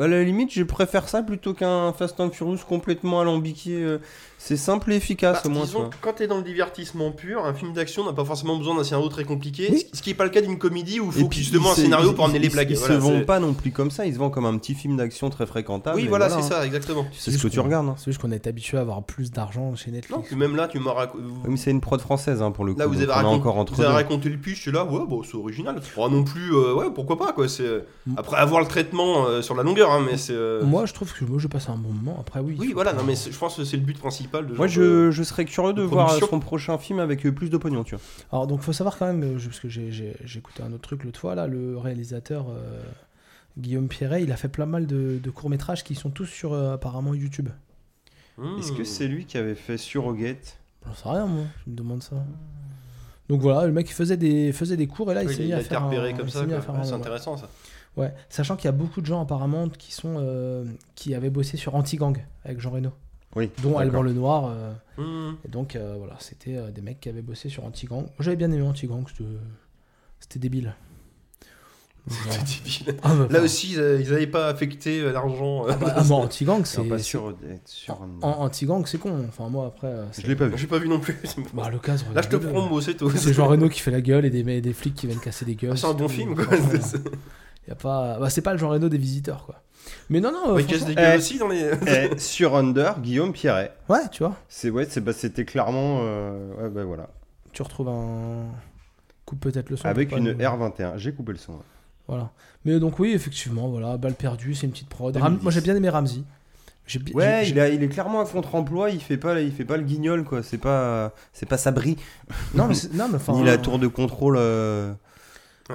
Speaker 1: à la limite, je préfère ça plutôt qu'un Fast and Furious complètement alambiqué. euh, Ah, C'est simple et efficace
Speaker 2: Bah,
Speaker 1: au moins. tu
Speaker 2: disons
Speaker 1: vois.
Speaker 2: que quand t'es dans le divertissement pur, un film d'action n'a pas forcément besoin d'un scénario très compliqué.
Speaker 1: Oui.
Speaker 2: Ce qui est pas le cas d'une comédie où il
Speaker 1: Et
Speaker 2: faut
Speaker 1: puis,
Speaker 2: justement un
Speaker 1: c'est-
Speaker 2: scénario
Speaker 1: ils-
Speaker 2: pour emmener les
Speaker 1: ils-
Speaker 2: blagues.
Speaker 1: Ils
Speaker 2: Voilà,
Speaker 1: se vendent
Speaker 2: c'est-
Speaker 1: pas non plus comme ça. Ils se vendent comme un petit film d'action très fréquentable.
Speaker 2: Oui,
Speaker 1: et hein.
Speaker 2: voilà, c'est ça, exactement.
Speaker 1: C'est ce que
Speaker 4: juste
Speaker 1: tu
Speaker 4: qu'on-
Speaker 1: regardes. hein.
Speaker 4: C'est juste qu'on est habitué à avoir plus d'argent chez
Speaker 2: Non,
Speaker 4: Netflix.
Speaker 2: puis même là, tu m'as raco- vous-
Speaker 1: Oui, mais c'est une prod française hein, pour le coup.
Speaker 2: Là, vous
Speaker 1: donc
Speaker 2: avez,
Speaker 1: on est
Speaker 2: racont-
Speaker 1: encore entre
Speaker 2: vous avez
Speaker 1: deux.
Speaker 2: raconté le pitch, et là, ouais, bon, c'est original. Oh, non plus, euh, ouais, pourquoi pas, quoi. C'est... Après, avoir le traitement euh, sur la longueur, hein, mais c'est. euh,
Speaker 4: Mm. Moi, je trouve que moi, je passe un bon moment. Après, oui.
Speaker 2: Oui,
Speaker 4: faut
Speaker 2: voilà,
Speaker 4: pas-
Speaker 2: non, mais c'est- je pense que c'est le but principal de.
Speaker 1: Moi,
Speaker 2: genre,
Speaker 1: je, je serais curieux de
Speaker 2: de
Speaker 1: voir
Speaker 2: production.
Speaker 1: son prochain film avec euh, plus de pognon, tu vois.
Speaker 4: Alors, donc, faut savoir quand même, euh, je- parce que j'ai, j'ai- j'ai écouté un autre truc l'autre fois, là, le réalisateur euh, Guillaume Pierret, il a fait plein mal de, de courts-métrages qui sont tous sur euh, apparemment YouTube.
Speaker 2: Hmm.
Speaker 1: lui qui avait fait Surrogate
Speaker 4: J'en sais rien, moi, je me demande ça. Donc voilà, le mec il faisait des, faisait des cours et là il
Speaker 2: Oui,
Speaker 4: s'est
Speaker 2: il
Speaker 4: mis
Speaker 2: a
Speaker 4: à
Speaker 2: été
Speaker 4: faire. un-
Speaker 2: repéré comme
Speaker 4: il s'est
Speaker 2: ça,
Speaker 4: mis à
Speaker 2: quoi.
Speaker 4: faire
Speaker 2: Ouais,
Speaker 4: un-
Speaker 2: c'est intéressant ça.
Speaker 4: Ouais, sachant qu'il y a beaucoup de gens apparemment qui sont euh, qui avaient bossé sur Anti-Gang avec Jean Reno,
Speaker 1: Oui.
Speaker 4: dont
Speaker 1: d'accord.
Speaker 4: Alban Lenoir. euh,
Speaker 2: Hmm.
Speaker 4: et donc euh, voilà, c'était euh, des mecs qui avaient bossé sur Anti-Gang. Moi, J'avais bien aimé Anti-Gang, c'était- c'était débile. Voilà.
Speaker 2: Débile.
Speaker 4: Ah, bah,
Speaker 2: Là aussi, ils euh, ils avaient pas affecté euh, l'argent. euh,
Speaker 4: bah, ah, moi, Anti-Gang, c'est
Speaker 1: Non, pas
Speaker 4: c'est-
Speaker 1: Surrogate. Sur...
Speaker 4: en- Anti-Gang, c'est con. Enfin moi après, euh, c'est-
Speaker 1: Je l'ai pas vu.
Speaker 2: J'ai pas vu non plus.
Speaker 4: bah, le cas,
Speaker 2: Là, je te
Speaker 4: regarde-le.
Speaker 2: prends mot, c'est tout.
Speaker 4: C'est Jean Reno qui fait la gueule et des, et des flics qui viennent casser des gueules.
Speaker 2: Ah, C'est un bon
Speaker 4: tout.
Speaker 2: film, quoi.
Speaker 4: Voilà.
Speaker 2: C'est-
Speaker 4: Y a pas... bah, c'est pas le Jean Reno des visiteurs, quoi. Mais non, non, euh,
Speaker 2: Ouais, il casse des
Speaker 4: franchement-
Speaker 2: gueules
Speaker 1: Eh.
Speaker 2: aussi dans les.
Speaker 1: Et Sur Under, Guillaume Pierret.
Speaker 4: ouais, tu vois,
Speaker 1: C'est ouais, c'est bah, c'était clairement euh, ouais, bah, voilà,
Speaker 4: tu retrouves un... Coupe peut-être le son.
Speaker 1: avec
Speaker 4: pour pas
Speaker 1: une
Speaker 4: nous-
Speaker 1: R21. J'ai coupé le son. hein.
Speaker 4: Voilà. Mais donc oui, effectivement, voilà, balle perdue, c'est une petite prod. Ram-
Speaker 1: 2010.
Speaker 4: Moi j'ai bien aimé Ramsey. J'ai bi-
Speaker 1: Ouais,
Speaker 4: j'ai-
Speaker 1: il, a- il est clairement à contre-emploi. Il fait pas, il fait pas le guignol quoi. C'est pas, c'est pas Sabri.
Speaker 4: j'ai- Non, mais c'est- non, mais enfin...
Speaker 1: Ni la tour de contrôle. euh,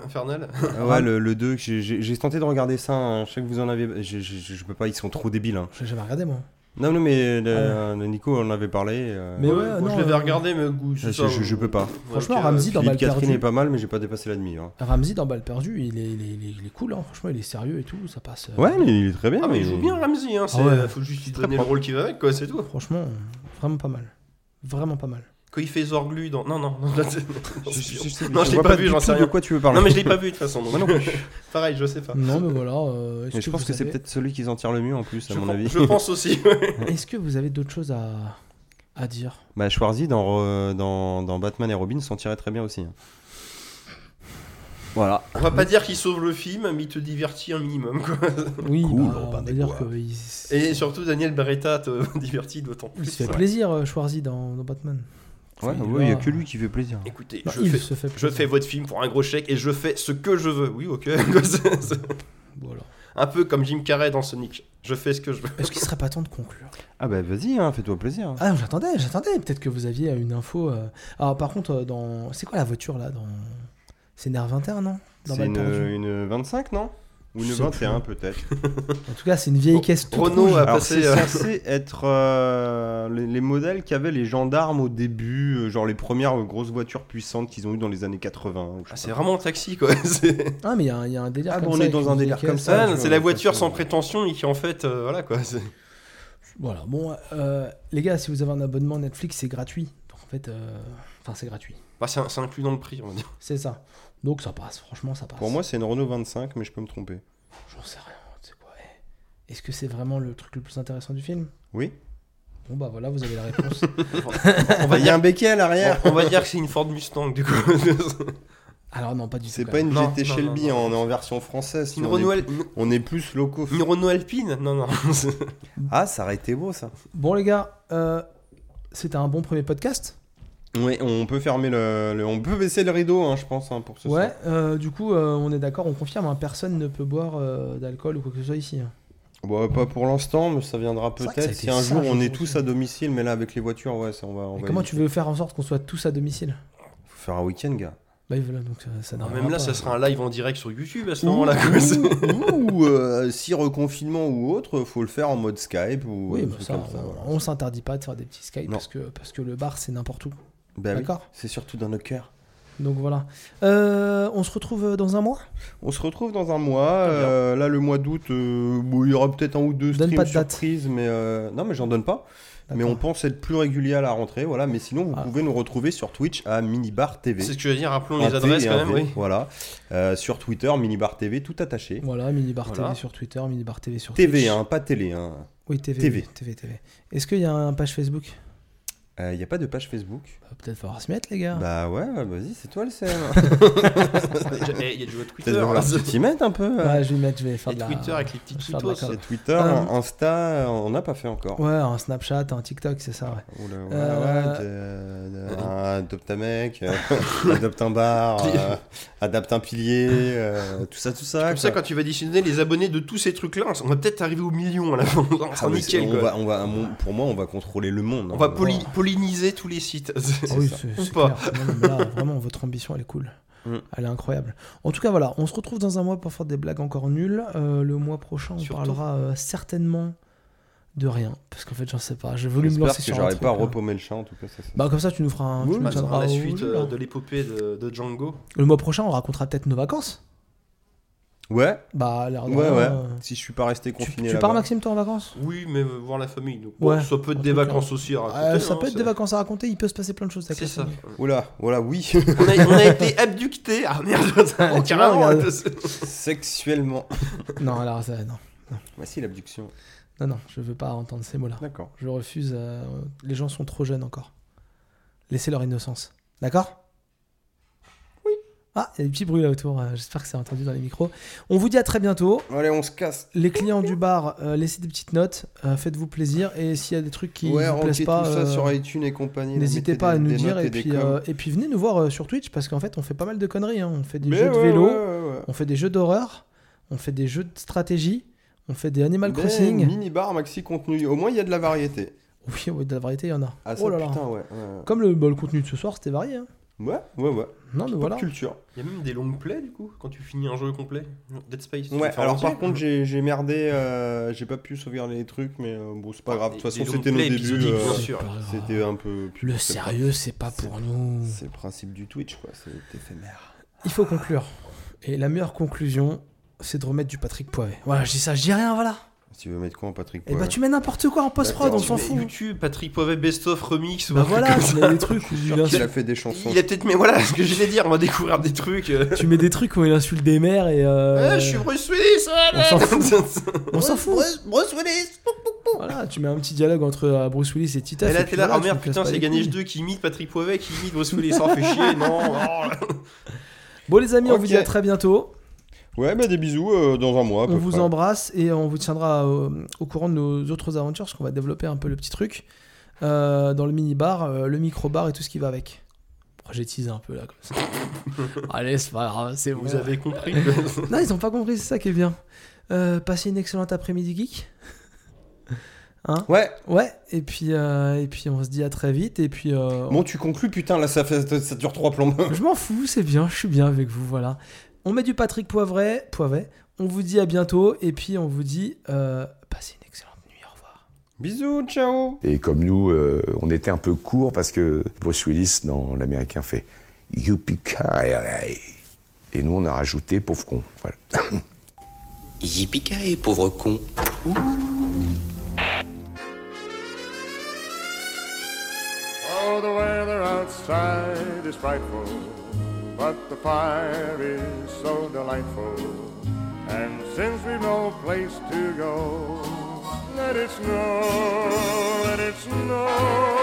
Speaker 2: Infernal.
Speaker 1: Ah ouais, le, le 2, que j'ai- j'ai j'ai tenté de regarder ça, hein, je sais que vous en avez... j'ai- j'ai- j'ai- Je peux pas, ils sont trop débiles. hein.
Speaker 4: J'ai jamais regardé, moi.
Speaker 1: Non, non, mais
Speaker 2: Ah
Speaker 1: euh, Nico en avait parlé. euh, Ah,
Speaker 4: Mais ouais,
Speaker 2: moi,
Speaker 4: non,
Speaker 2: je l'avais
Speaker 4: euh,
Speaker 2: regardé, mais goût,
Speaker 1: je- je- je peux pas.
Speaker 4: Franchement, Ramsey, dans
Speaker 1: Philippe
Speaker 4: Balle
Speaker 1: Catherine
Speaker 4: perdue...
Speaker 1: est pas mal, mais j'ai pas dépassé la demi. hein.
Speaker 4: Ramsey dans Balle perdue, il est, il est, il est- il est cool, hein. franchement, il est sérieux et tout, ça passe... euh,
Speaker 1: Ouais, mais il est très bien.
Speaker 2: Ah, mais
Speaker 1: mais-
Speaker 2: il joue bien Ramsey, hein. c'est-
Speaker 4: Ah ouais.
Speaker 2: faut juste lui
Speaker 1: très
Speaker 2: donner le
Speaker 1: propre.
Speaker 2: rôle qui va avec, quoi, c'est tout.
Speaker 4: Franchement, euh, vraiment pas mal. Vraiment pas mal.
Speaker 2: Quand il fait Zorglu dans. Non, non, non, là, c'est- non,
Speaker 1: Je,
Speaker 2: c'est sûr.
Speaker 1: je- je-
Speaker 2: Non, je l'ai
Speaker 1: vois
Speaker 2: pas vu,
Speaker 1: du
Speaker 2: j'en
Speaker 1: tout
Speaker 2: sais
Speaker 1: De
Speaker 2: rien.
Speaker 1: quoi tu veux parler
Speaker 2: Non, mais je l'ai pas vu de toute façon. donc.
Speaker 1: Moi non plus.
Speaker 2: Pareil, je sais pas.
Speaker 4: Non, mais voilà. euh, est-ce
Speaker 1: Ah. Mais je pense
Speaker 4: vous
Speaker 1: que c'est
Speaker 4: avez-
Speaker 1: peut-être celui qu'ils en tirent le mieux en plus, à
Speaker 2: je,
Speaker 1: mon
Speaker 2: pense,
Speaker 1: avis.
Speaker 2: je pense aussi. ouais.
Speaker 4: Est-ce que vous avez d'autres choses à, à dire
Speaker 1: Bah, Schwarzy dans, euh, dans, dans Batman et Robin s'en tirait très bien aussi. hein. Voilà.
Speaker 2: On va pas dire qu'il sauve le film, mais il te divertit un minimum. Quoi.
Speaker 4: Oui,
Speaker 1: Cool,
Speaker 4: bah,
Speaker 1: on
Speaker 4: on
Speaker 1: parle
Speaker 4: va
Speaker 1: des
Speaker 4: dire
Speaker 1: quoi.
Speaker 4: qu'il
Speaker 2: Et surtout, Daniel Beretta te divertit d'autant plus.
Speaker 4: se fait plaisir, euh, Schwarzy, dans, dans Batman.
Speaker 1: Ouais,
Speaker 4: il
Speaker 1: ouais, il y a
Speaker 4: va-
Speaker 1: que lui qui fait plaisir.
Speaker 2: Écoutez,
Speaker 4: Bah,
Speaker 2: je,
Speaker 4: il
Speaker 2: fais,
Speaker 4: se fait
Speaker 2: je
Speaker 4: plaisir.
Speaker 2: fais votre film pour un gros chèque et je fais ce que je veux. Oui, ok. C'est- c'est-
Speaker 4: Voilà.
Speaker 2: un peu comme Jim Carrey dans Sonic. Je fais ce que je veux.
Speaker 4: Est-ce qu'il serait pas temps de conclure
Speaker 1: Ah bah vas-y, hein, fais-toi plaisir.
Speaker 4: Ah non, j'attendais, j'attendais. Peut-être que vous aviez une info. euh. Alors par contre, euh, dans c'est quoi la voiture là dans... C'est Nerf 21, non Dans
Speaker 1: C'est
Speaker 4: Balle
Speaker 1: une,
Speaker 4: perdue.
Speaker 1: une 25, non Ou une
Speaker 4: Je sais
Speaker 1: 21 peut-être.
Speaker 4: En tout cas, c'est une vieille caisse toute
Speaker 2: Renault
Speaker 4: rouge.
Speaker 2: a-
Speaker 1: Alors,
Speaker 2: passer,
Speaker 1: c'est
Speaker 2: euh,
Speaker 1: censé être euh, les, les modèles qu'avaient les gendarmes au début, euh, genre les premières euh, grosses voitures puissantes qu'ils ont eues dans les années 80. ou je
Speaker 2: Ah,
Speaker 1: sais
Speaker 2: c'est
Speaker 1: pas.
Speaker 2: vraiment un taxi quoi. C'est
Speaker 4: Ah mais il y, a un- il y a un délire
Speaker 1: Ah,
Speaker 4: comme
Speaker 1: bon, on
Speaker 4: ça
Speaker 1: est
Speaker 4: avec
Speaker 1: dans
Speaker 4: une
Speaker 1: un
Speaker 4: vieille
Speaker 1: délire
Speaker 4: caisse,
Speaker 1: comme
Speaker 4: euh,
Speaker 1: ça.
Speaker 2: Ah, non,
Speaker 1: tu
Speaker 2: c'est
Speaker 1: vois,
Speaker 2: la
Speaker 1: de toute
Speaker 2: voiture
Speaker 1: façon,
Speaker 2: sans
Speaker 1: ouais.
Speaker 2: prétention et qui en fait, euh, voilà quoi. c'est-
Speaker 4: Voilà, bon, euh, les gars, si vous avez un abonnement Netflix, c'est gratuit. Donc en fait, euh, enfin, c'est gratuit.
Speaker 2: Bah, c'est un- c'est inclus dans le prix, on va dire.
Speaker 4: C'est ça. Donc ça passe, franchement, ça passe.
Speaker 1: Pour moi, c'est une Renault 25, mais je peux me tromper.
Speaker 4: j'en sais rien. tu sais quoi, eh. Est-ce que c'est vraiment le truc le plus intéressant du film
Speaker 1: Oui
Speaker 4: Bon, bah voilà, vous avez la réponse.
Speaker 2: On
Speaker 1: Bah, Il
Speaker 2: va
Speaker 1: y a
Speaker 2: dire,
Speaker 1: un béquet à l'arrière
Speaker 2: on va dire que c'est une Ford Mustang du coup.
Speaker 4: Alors, non, pas du tout.
Speaker 1: C'est
Speaker 4: quand
Speaker 1: pas
Speaker 4: même.
Speaker 1: une
Speaker 2: Non,
Speaker 1: GT
Speaker 2: non,
Speaker 1: Shelby,
Speaker 2: non, non.
Speaker 1: on est en version française.
Speaker 2: une
Speaker 1: on,
Speaker 2: Renault,
Speaker 1: est,
Speaker 2: Al- une-
Speaker 1: on est plus locaux.
Speaker 2: une Renault Alpine Non, non.
Speaker 1: Ah, ça aurait été beau ça.
Speaker 4: Bon, les gars, euh, c'était un bon premier podcast.
Speaker 1: Oui, on peut fermer le, le- on peut baisser le rideau, hein, je pense, hein, pour ce
Speaker 4: ouais,
Speaker 1: soir.
Speaker 4: euh, du coup, euh, on est d'accord, on confirme, hein, personne ne peut boire euh, d'alcool ou quoi que ce soit ici. hein.
Speaker 1: Bah, pas pour l'instant, mais ça viendra
Speaker 4: C'est vrai que ça a
Speaker 1: peut-être.
Speaker 4: été
Speaker 1: Si un jour
Speaker 4: sage
Speaker 1: on est
Speaker 4: aujourd'hui.
Speaker 1: tous à domicile, mais là avec les voitures, ouais, ça, on va. On
Speaker 4: Mais
Speaker 1: va
Speaker 4: comment
Speaker 1: éviter.
Speaker 4: tu veux faire en sorte qu'on soit tous à domicile
Speaker 1: Faut faire un week-end, gars.
Speaker 4: Bah voilà, donc ça, ça n'arrivera
Speaker 2: Même là,
Speaker 4: pas.
Speaker 2: ça sera un live en direct sur YouTube à ce
Speaker 1: Ou-
Speaker 2: moment-là. quoi. C'est-
Speaker 1: ou ou, euh, si reconfinement ou autre, faut le faire en mode Skype ou un
Speaker 4: Oui, bah
Speaker 1: truc
Speaker 4: ça,
Speaker 1: comme ça,
Speaker 4: on-
Speaker 1: voilà.
Speaker 4: on s'interdit pas de faire des petits Skype
Speaker 1: Non.
Speaker 4: parce que, parce que le bar c'est n'importe où.
Speaker 1: Bah oui,
Speaker 4: D'accord.
Speaker 1: c'est surtout dans nos cœurs.
Speaker 4: Donc voilà. Euh, on se retrouve dans un mois
Speaker 1: On se retrouve dans un mois. euh, là, le mois d'août, euh, bon, il y aura peut-être un ou deux
Speaker 4: Donne
Speaker 1: streams
Speaker 4: pas de date.
Speaker 1: surprises, mais euh, non, mais j'en donne pas. Mais
Speaker 4: D'accord.
Speaker 1: on pense être plus régulier à la rentrée, voilà. Mais sinon, vous
Speaker 4: Ah.
Speaker 1: pouvez nous retrouver sur Twitch à Minibar TV.
Speaker 2: C'est ce que je veux dire, rappelons
Speaker 1: Un
Speaker 2: les
Speaker 1: T
Speaker 2: adresses
Speaker 1: et
Speaker 2: quand
Speaker 1: un
Speaker 2: même.
Speaker 1: V,
Speaker 2: oui.
Speaker 1: Voilà. Euh, sur Twitter, Minibar TV, tout attaché.
Speaker 4: Voilà, Minibar
Speaker 2: Voilà.
Speaker 4: TV sur Twitter, Minibar TV sur
Speaker 1: TV,
Speaker 4: Twitch.
Speaker 1: hein, pas télé. Hein.
Speaker 4: Oui, TV.
Speaker 1: TV.
Speaker 4: oui, TV, TV. Est-ce qu'il y a un page Facebook
Speaker 1: Il n'y Euh, a pas de page Facebook.
Speaker 4: Bah, Peut-être falloir se mettre, les gars.
Speaker 1: Bah ouais, ouais, vas-y, c'est toi le CM.
Speaker 2: Eh, Il y a du jeu Twitter.
Speaker 1: Peut-être falloir que tu t'y mettes un peu. euh.
Speaker 4: Ouais, je vais mettre, je vais faire
Speaker 2: Et
Speaker 4: de la-
Speaker 2: Twitter avec les petits
Speaker 4: je vais faire de la
Speaker 2: tutos.
Speaker 4: com.
Speaker 1: C'est Twitter,
Speaker 4: Euh,
Speaker 1: Insta, on n'a pas fait encore.
Speaker 4: Ouais, un Snapchat, un TikTok, c'est ça, ouais.
Speaker 1: Oula, ouais,
Speaker 4: Euh,
Speaker 1: ouais, t'es, euh, adopte un mec, euh, adopte un bar, euh, adapte un pilier, euh, tout ça, tout ça.
Speaker 2: Comme ça,
Speaker 1: quoi.
Speaker 2: quand tu vas additionner les abonnés de tous ces trucs-là, on va peut-être arriver au million à la fin.
Speaker 1: Ah,
Speaker 2: C'est
Speaker 1: mais
Speaker 2: nickel,
Speaker 1: c'est- on
Speaker 2: quoi.
Speaker 1: va, on va, mon- pour moi, on va contrôler le monde.
Speaker 2: On
Speaker 1: hein.
Speaker 2: va poly- polliniser tous les sites.
Speaker 4: Ah oui,
Speaker 1: ça.
Speaker 4: c'est
Speaker 2: Ou
Speaker 4: c'est
Speaker 2: pas.
Speaker 4: clair. Non, non, mais là, vraiment, votre ambition, elle est cool.
Speaker 1: Mm.
Speaker 4: Elle est incroyable. En tout cas, voilà, on se retrouve dans un mois pour faire des blagues encore nulles. Euh, le mois prochain, on
Speaker 2: Surtout.
Speaker 4: parlera euh, certainement de rien. Parce qu'en fait, j'en sais pas. J'ai voulu me
Speaker 1: J'espère
Speaker 4: lancer
Speaker 1: que
Speaker 4: sur un
Speaker 1: j'aurai
Speaker 4: truc,
Speaker 1: pas à
Speaker 4: là.
Speaker 1: repaumer le chat, en tout cas. Ça, c'est-
Speaker 4: Bah, comme ça, tu nous feras un.
Speaker 1: Oui,
Speaker 4: tu nous
Speaker 2: Bah, ça
Speaker 4: tiendras
Speaker 2: sera la
Speaker 4: au
Speaker 2: suite
Speaker 4: jus,
Speaker 2: euh,
Speaker 4: là.
Speaker 2: de l'épopée de, de Django.
Speaker 4: Le mois prochain, on racontera peut-être nos vacances.
Speaker 1: Ouais,
Speaker 4: Bah, l'air de
Speaker 1: ouais,
Speaker 4: rien,
Speaker 1: ouais.
Speaker 4: euh,
Speaker 1: Si je suis pas resté
Speaker 4: Tu,
Speaker 1: confiné
Speaker 4: tu
Speaker 1: là
Speaker 4: pars, Maxime, toi, en vacances
Speaker 2: Oui, mais euh, voir la famille. donc, bon,
Speaker 4: Ouais,
Speaker 2: ça peut être
Speaker 4: un
Speaker 2: des
Speaker 4: truc
Speaker 2: vacances aussi à raconter.
Speaker 4: Euh, Ça
Speaker 2: hein,
Speaker 4: peut être des
Speaker 2: c'est-
Speaker 4: vacances à raconter, il peut se passer plein de choses avec
Speaker 2: C'est
Speaker 4: la
Speaker 2: ça.
Speaker 4: famille.
Speaker 1: Oula, oula, oh oui,
Speaker 2: On a, on a été abductés. Ah merde, oh,
Speaker 4: vois,
Speaker 2: carrément.
Speaker 4: regarde.
Speaker 1: sexuellement.
Speaker 4: Non, alors, ça, non.
Speaker 1: Voici l'abduction.
Speaker 4: Non, non, je veux pas entendre ces mots-là.
Speaker 1: D'accord.
Speaker 4: Je refuse. euh, les gens sont trop jeunes encore. Laissez leur innocence. D'accord Oui. Ah, il y a des petits bruits là autour. euh, J'espère que c'est entendu dans les micros. On vous dit à très bientôt.
Speaker 1: Allez, on se casse.
Speaker 4: Les clients du bar, euh, laissez des petites notes. euh, Faites-vous plaisir. Et s'il y a des trucs qui
Speaker 1: ouais,
Speaker 4: vous
Speaker 1: ranquez
Speaker 4: plaisent
Speaker 1: tout
Speaker 4: pas,
Speaker 1: ça
Speaker 4: euh,
Speaker 1: sur iTunes et compagnie. là,
Speaker 4: n'hésitez
Speaker 1: mettez
Speaker 4: pas à
Speaker 1: des-
Speaker 4: nous
Speaker 1: des
Speaker 4: dire.
Speaker 1: notes
Speaker 4: Et
Speaker 1: des
Speaker 4: puis,
Speaker 1: coms.
Speaker 4: euh, et puis venez nous voir euh, sur Twitch parce qu'en fait, on fait pas mal de conneries. hein. On fait des
Speaker 1: Mais
Speaker 4: jeux de
Speaker 1: ouais,
Speaker 4: vélo,
Speaker 1: ouais, ouais, ouais.
Speaker 4: on fait des jeux d'horreur, on fait des jeux de stratégie, on fait des Animal
Speaker 1: Ben,
Speaker 4: Crossing.
Speaker 1: Mini bar, maxi contenu. Au moins, il y a de la variété.
Speaker 4: Oui, ouais, de la variété, il y en a.
Speaker 1: Ah, ça,
Speaker 4: oh là là.
Speaker 1: putain, ouais. ouais.
Speaker 4: Comme le, bah, le contenu de ce soir, c'était varié. hein.
Speaker 1: Ouais, ouais, ouais.
Speaker 4: Non, mais
Speaker 1: Pop
Speaker 4: voilà.
Speaker 1: culture.
Speaker 2: Il y a même des longues plays du coup, quand tu finis un jeu complet. Dead Space. tu
Speaker 1: Ouais,
Speaker 2: peux faire
Speaker 1: alors
Speaker 2: entier.
Speaker 1: par contre, j'ai j'ai merdé. euh, j'ai pas pu sauvegarder les trucs, mais euh, bon, c'est pas
Speaker 2: Ah,
Speaker 1: grave. De toute
Speaker 2: des-
Speaker 1: façon,
Speaker 2: des
Speaker 1: c'était nos
Speaker 2: replays
Speaker 1: débuts.
Speaker 2: épisodiques,
Speaker 1: euh,
Speaker 2: bien sûr.
Speaker 1: C'était un peu.
Speaker 2: euh,
Speaker 1: puis
Speaker 4: Le
Speaker 1: c'est pas-
Speaker 4: sérieux, c'est pas pour nous.
Speaker 1: C'est le principe du Twitch, quoi. C'est éphémère.
Speaker 4: Il faut conclure. Et la meilleure conclusion, c'est de remettre du Patrick Poivet. Voilà, je dis ça, je dis rien, voilà.
Speaker 1: Si tu veux mettre quoi en Patrick
Speaker 4: Et bah
Speaker 1: Poivet
Speaker 4: tu mets n'importe quoi en post-prod, on
Speaker 1: D'accord,
Speaker 4: s'en
Speaker 2: Mais
Speaker 4: fout.
Speaker 2: YouTube, Patrick Poivet Best of Remix. ou
Speaker 4: Bah
Speaker 2: un truc
Speaker 4: voilà,
Speaker 2: comme ça.
Speaker 4: tu mets des trucs où il
Speaker 1: Il a
Speaker 4: insulte-
Speaker 1: fait des chansons.
Speaker 2: Il a peut-être, mais voilà ce que j'allais dire, on va découvrir des trucs. euh.
Speaker 4: tu mets des trucs où il insulte des mères et euh,
Speaker 2: Eh, je suis Bruce Willis, ouais,
Speaker 4: on s'en
Speaker 2: ouais.
Speaker 4: on s'en fout.
Speaker 1: Bruce Willis
Speaker 4: Voilà, tu mets un petit dialogue entre euh, Bruce Willis et Tita.
Speaker 2: Et là, t'es là, oh merde, putain, c'est Ganesh 2 qui imite Patrick Poivet, qui imite Bruce Willis, ça fait chier, non. oh.
Speaker 4: Bon les amis, on vous
Speaker 1: Ok.
Speaker 4: dit à très bientôt.
Speaker 1: Ouais, bah des bisous euh, dans un mois. à
Speaker 4: on
Speaker 1: peu
Speaker 4: vous
Speaker 1: près.
Speaker 4: embrasse et on vous tiendra au, au courant de nos autres aventures parce qu'on va développer un peu le petit truc. euh, dans le mini-bar, euh, le micro-bar et tout ce qui va avec. Pourquoi j'ai teasé un peu là comme ça Allez, c'est pas grave, c'est
Speaker 2: Vous
Speaker 4: bon.
Speaker 2: avez compris
Speaker 4: non, ils ont pas compris, c'est ça qui est bien. Euh, passez une excellente après-midi geek. Hein
Speaker 1: ouais.
Speaker 4: Ouais, et puis, euh, et puis on se dit à très vite. Et puis, euh,
Speaker 1: Bon, tu conclus, putain, là, ça, fait- ça dure trois plombes.
Speaker 4: je m'en fous, c'est bien, je suis bien avec vous, voilà. On met du Patrick Poivret, Poivret. On vous dit à bientôt, et puis on vous dit euh, passez une excellente nuit, au revoir.
Speaker 1: Bisous, ciao
Speaker 10: Et comme nous, euh, on était un peu court parce que Bruce Willis dans l'américain fait Yippee-ki-yay. Et nous, on a rajouté pauvre con. Voilà.
Speaker 6: Yippee-ki-yay, pauvre con.
Speaker 11: Oh, the weather outside is frightful, but the fire is so delightful. And since we've no place to go, let it snow, let it snow.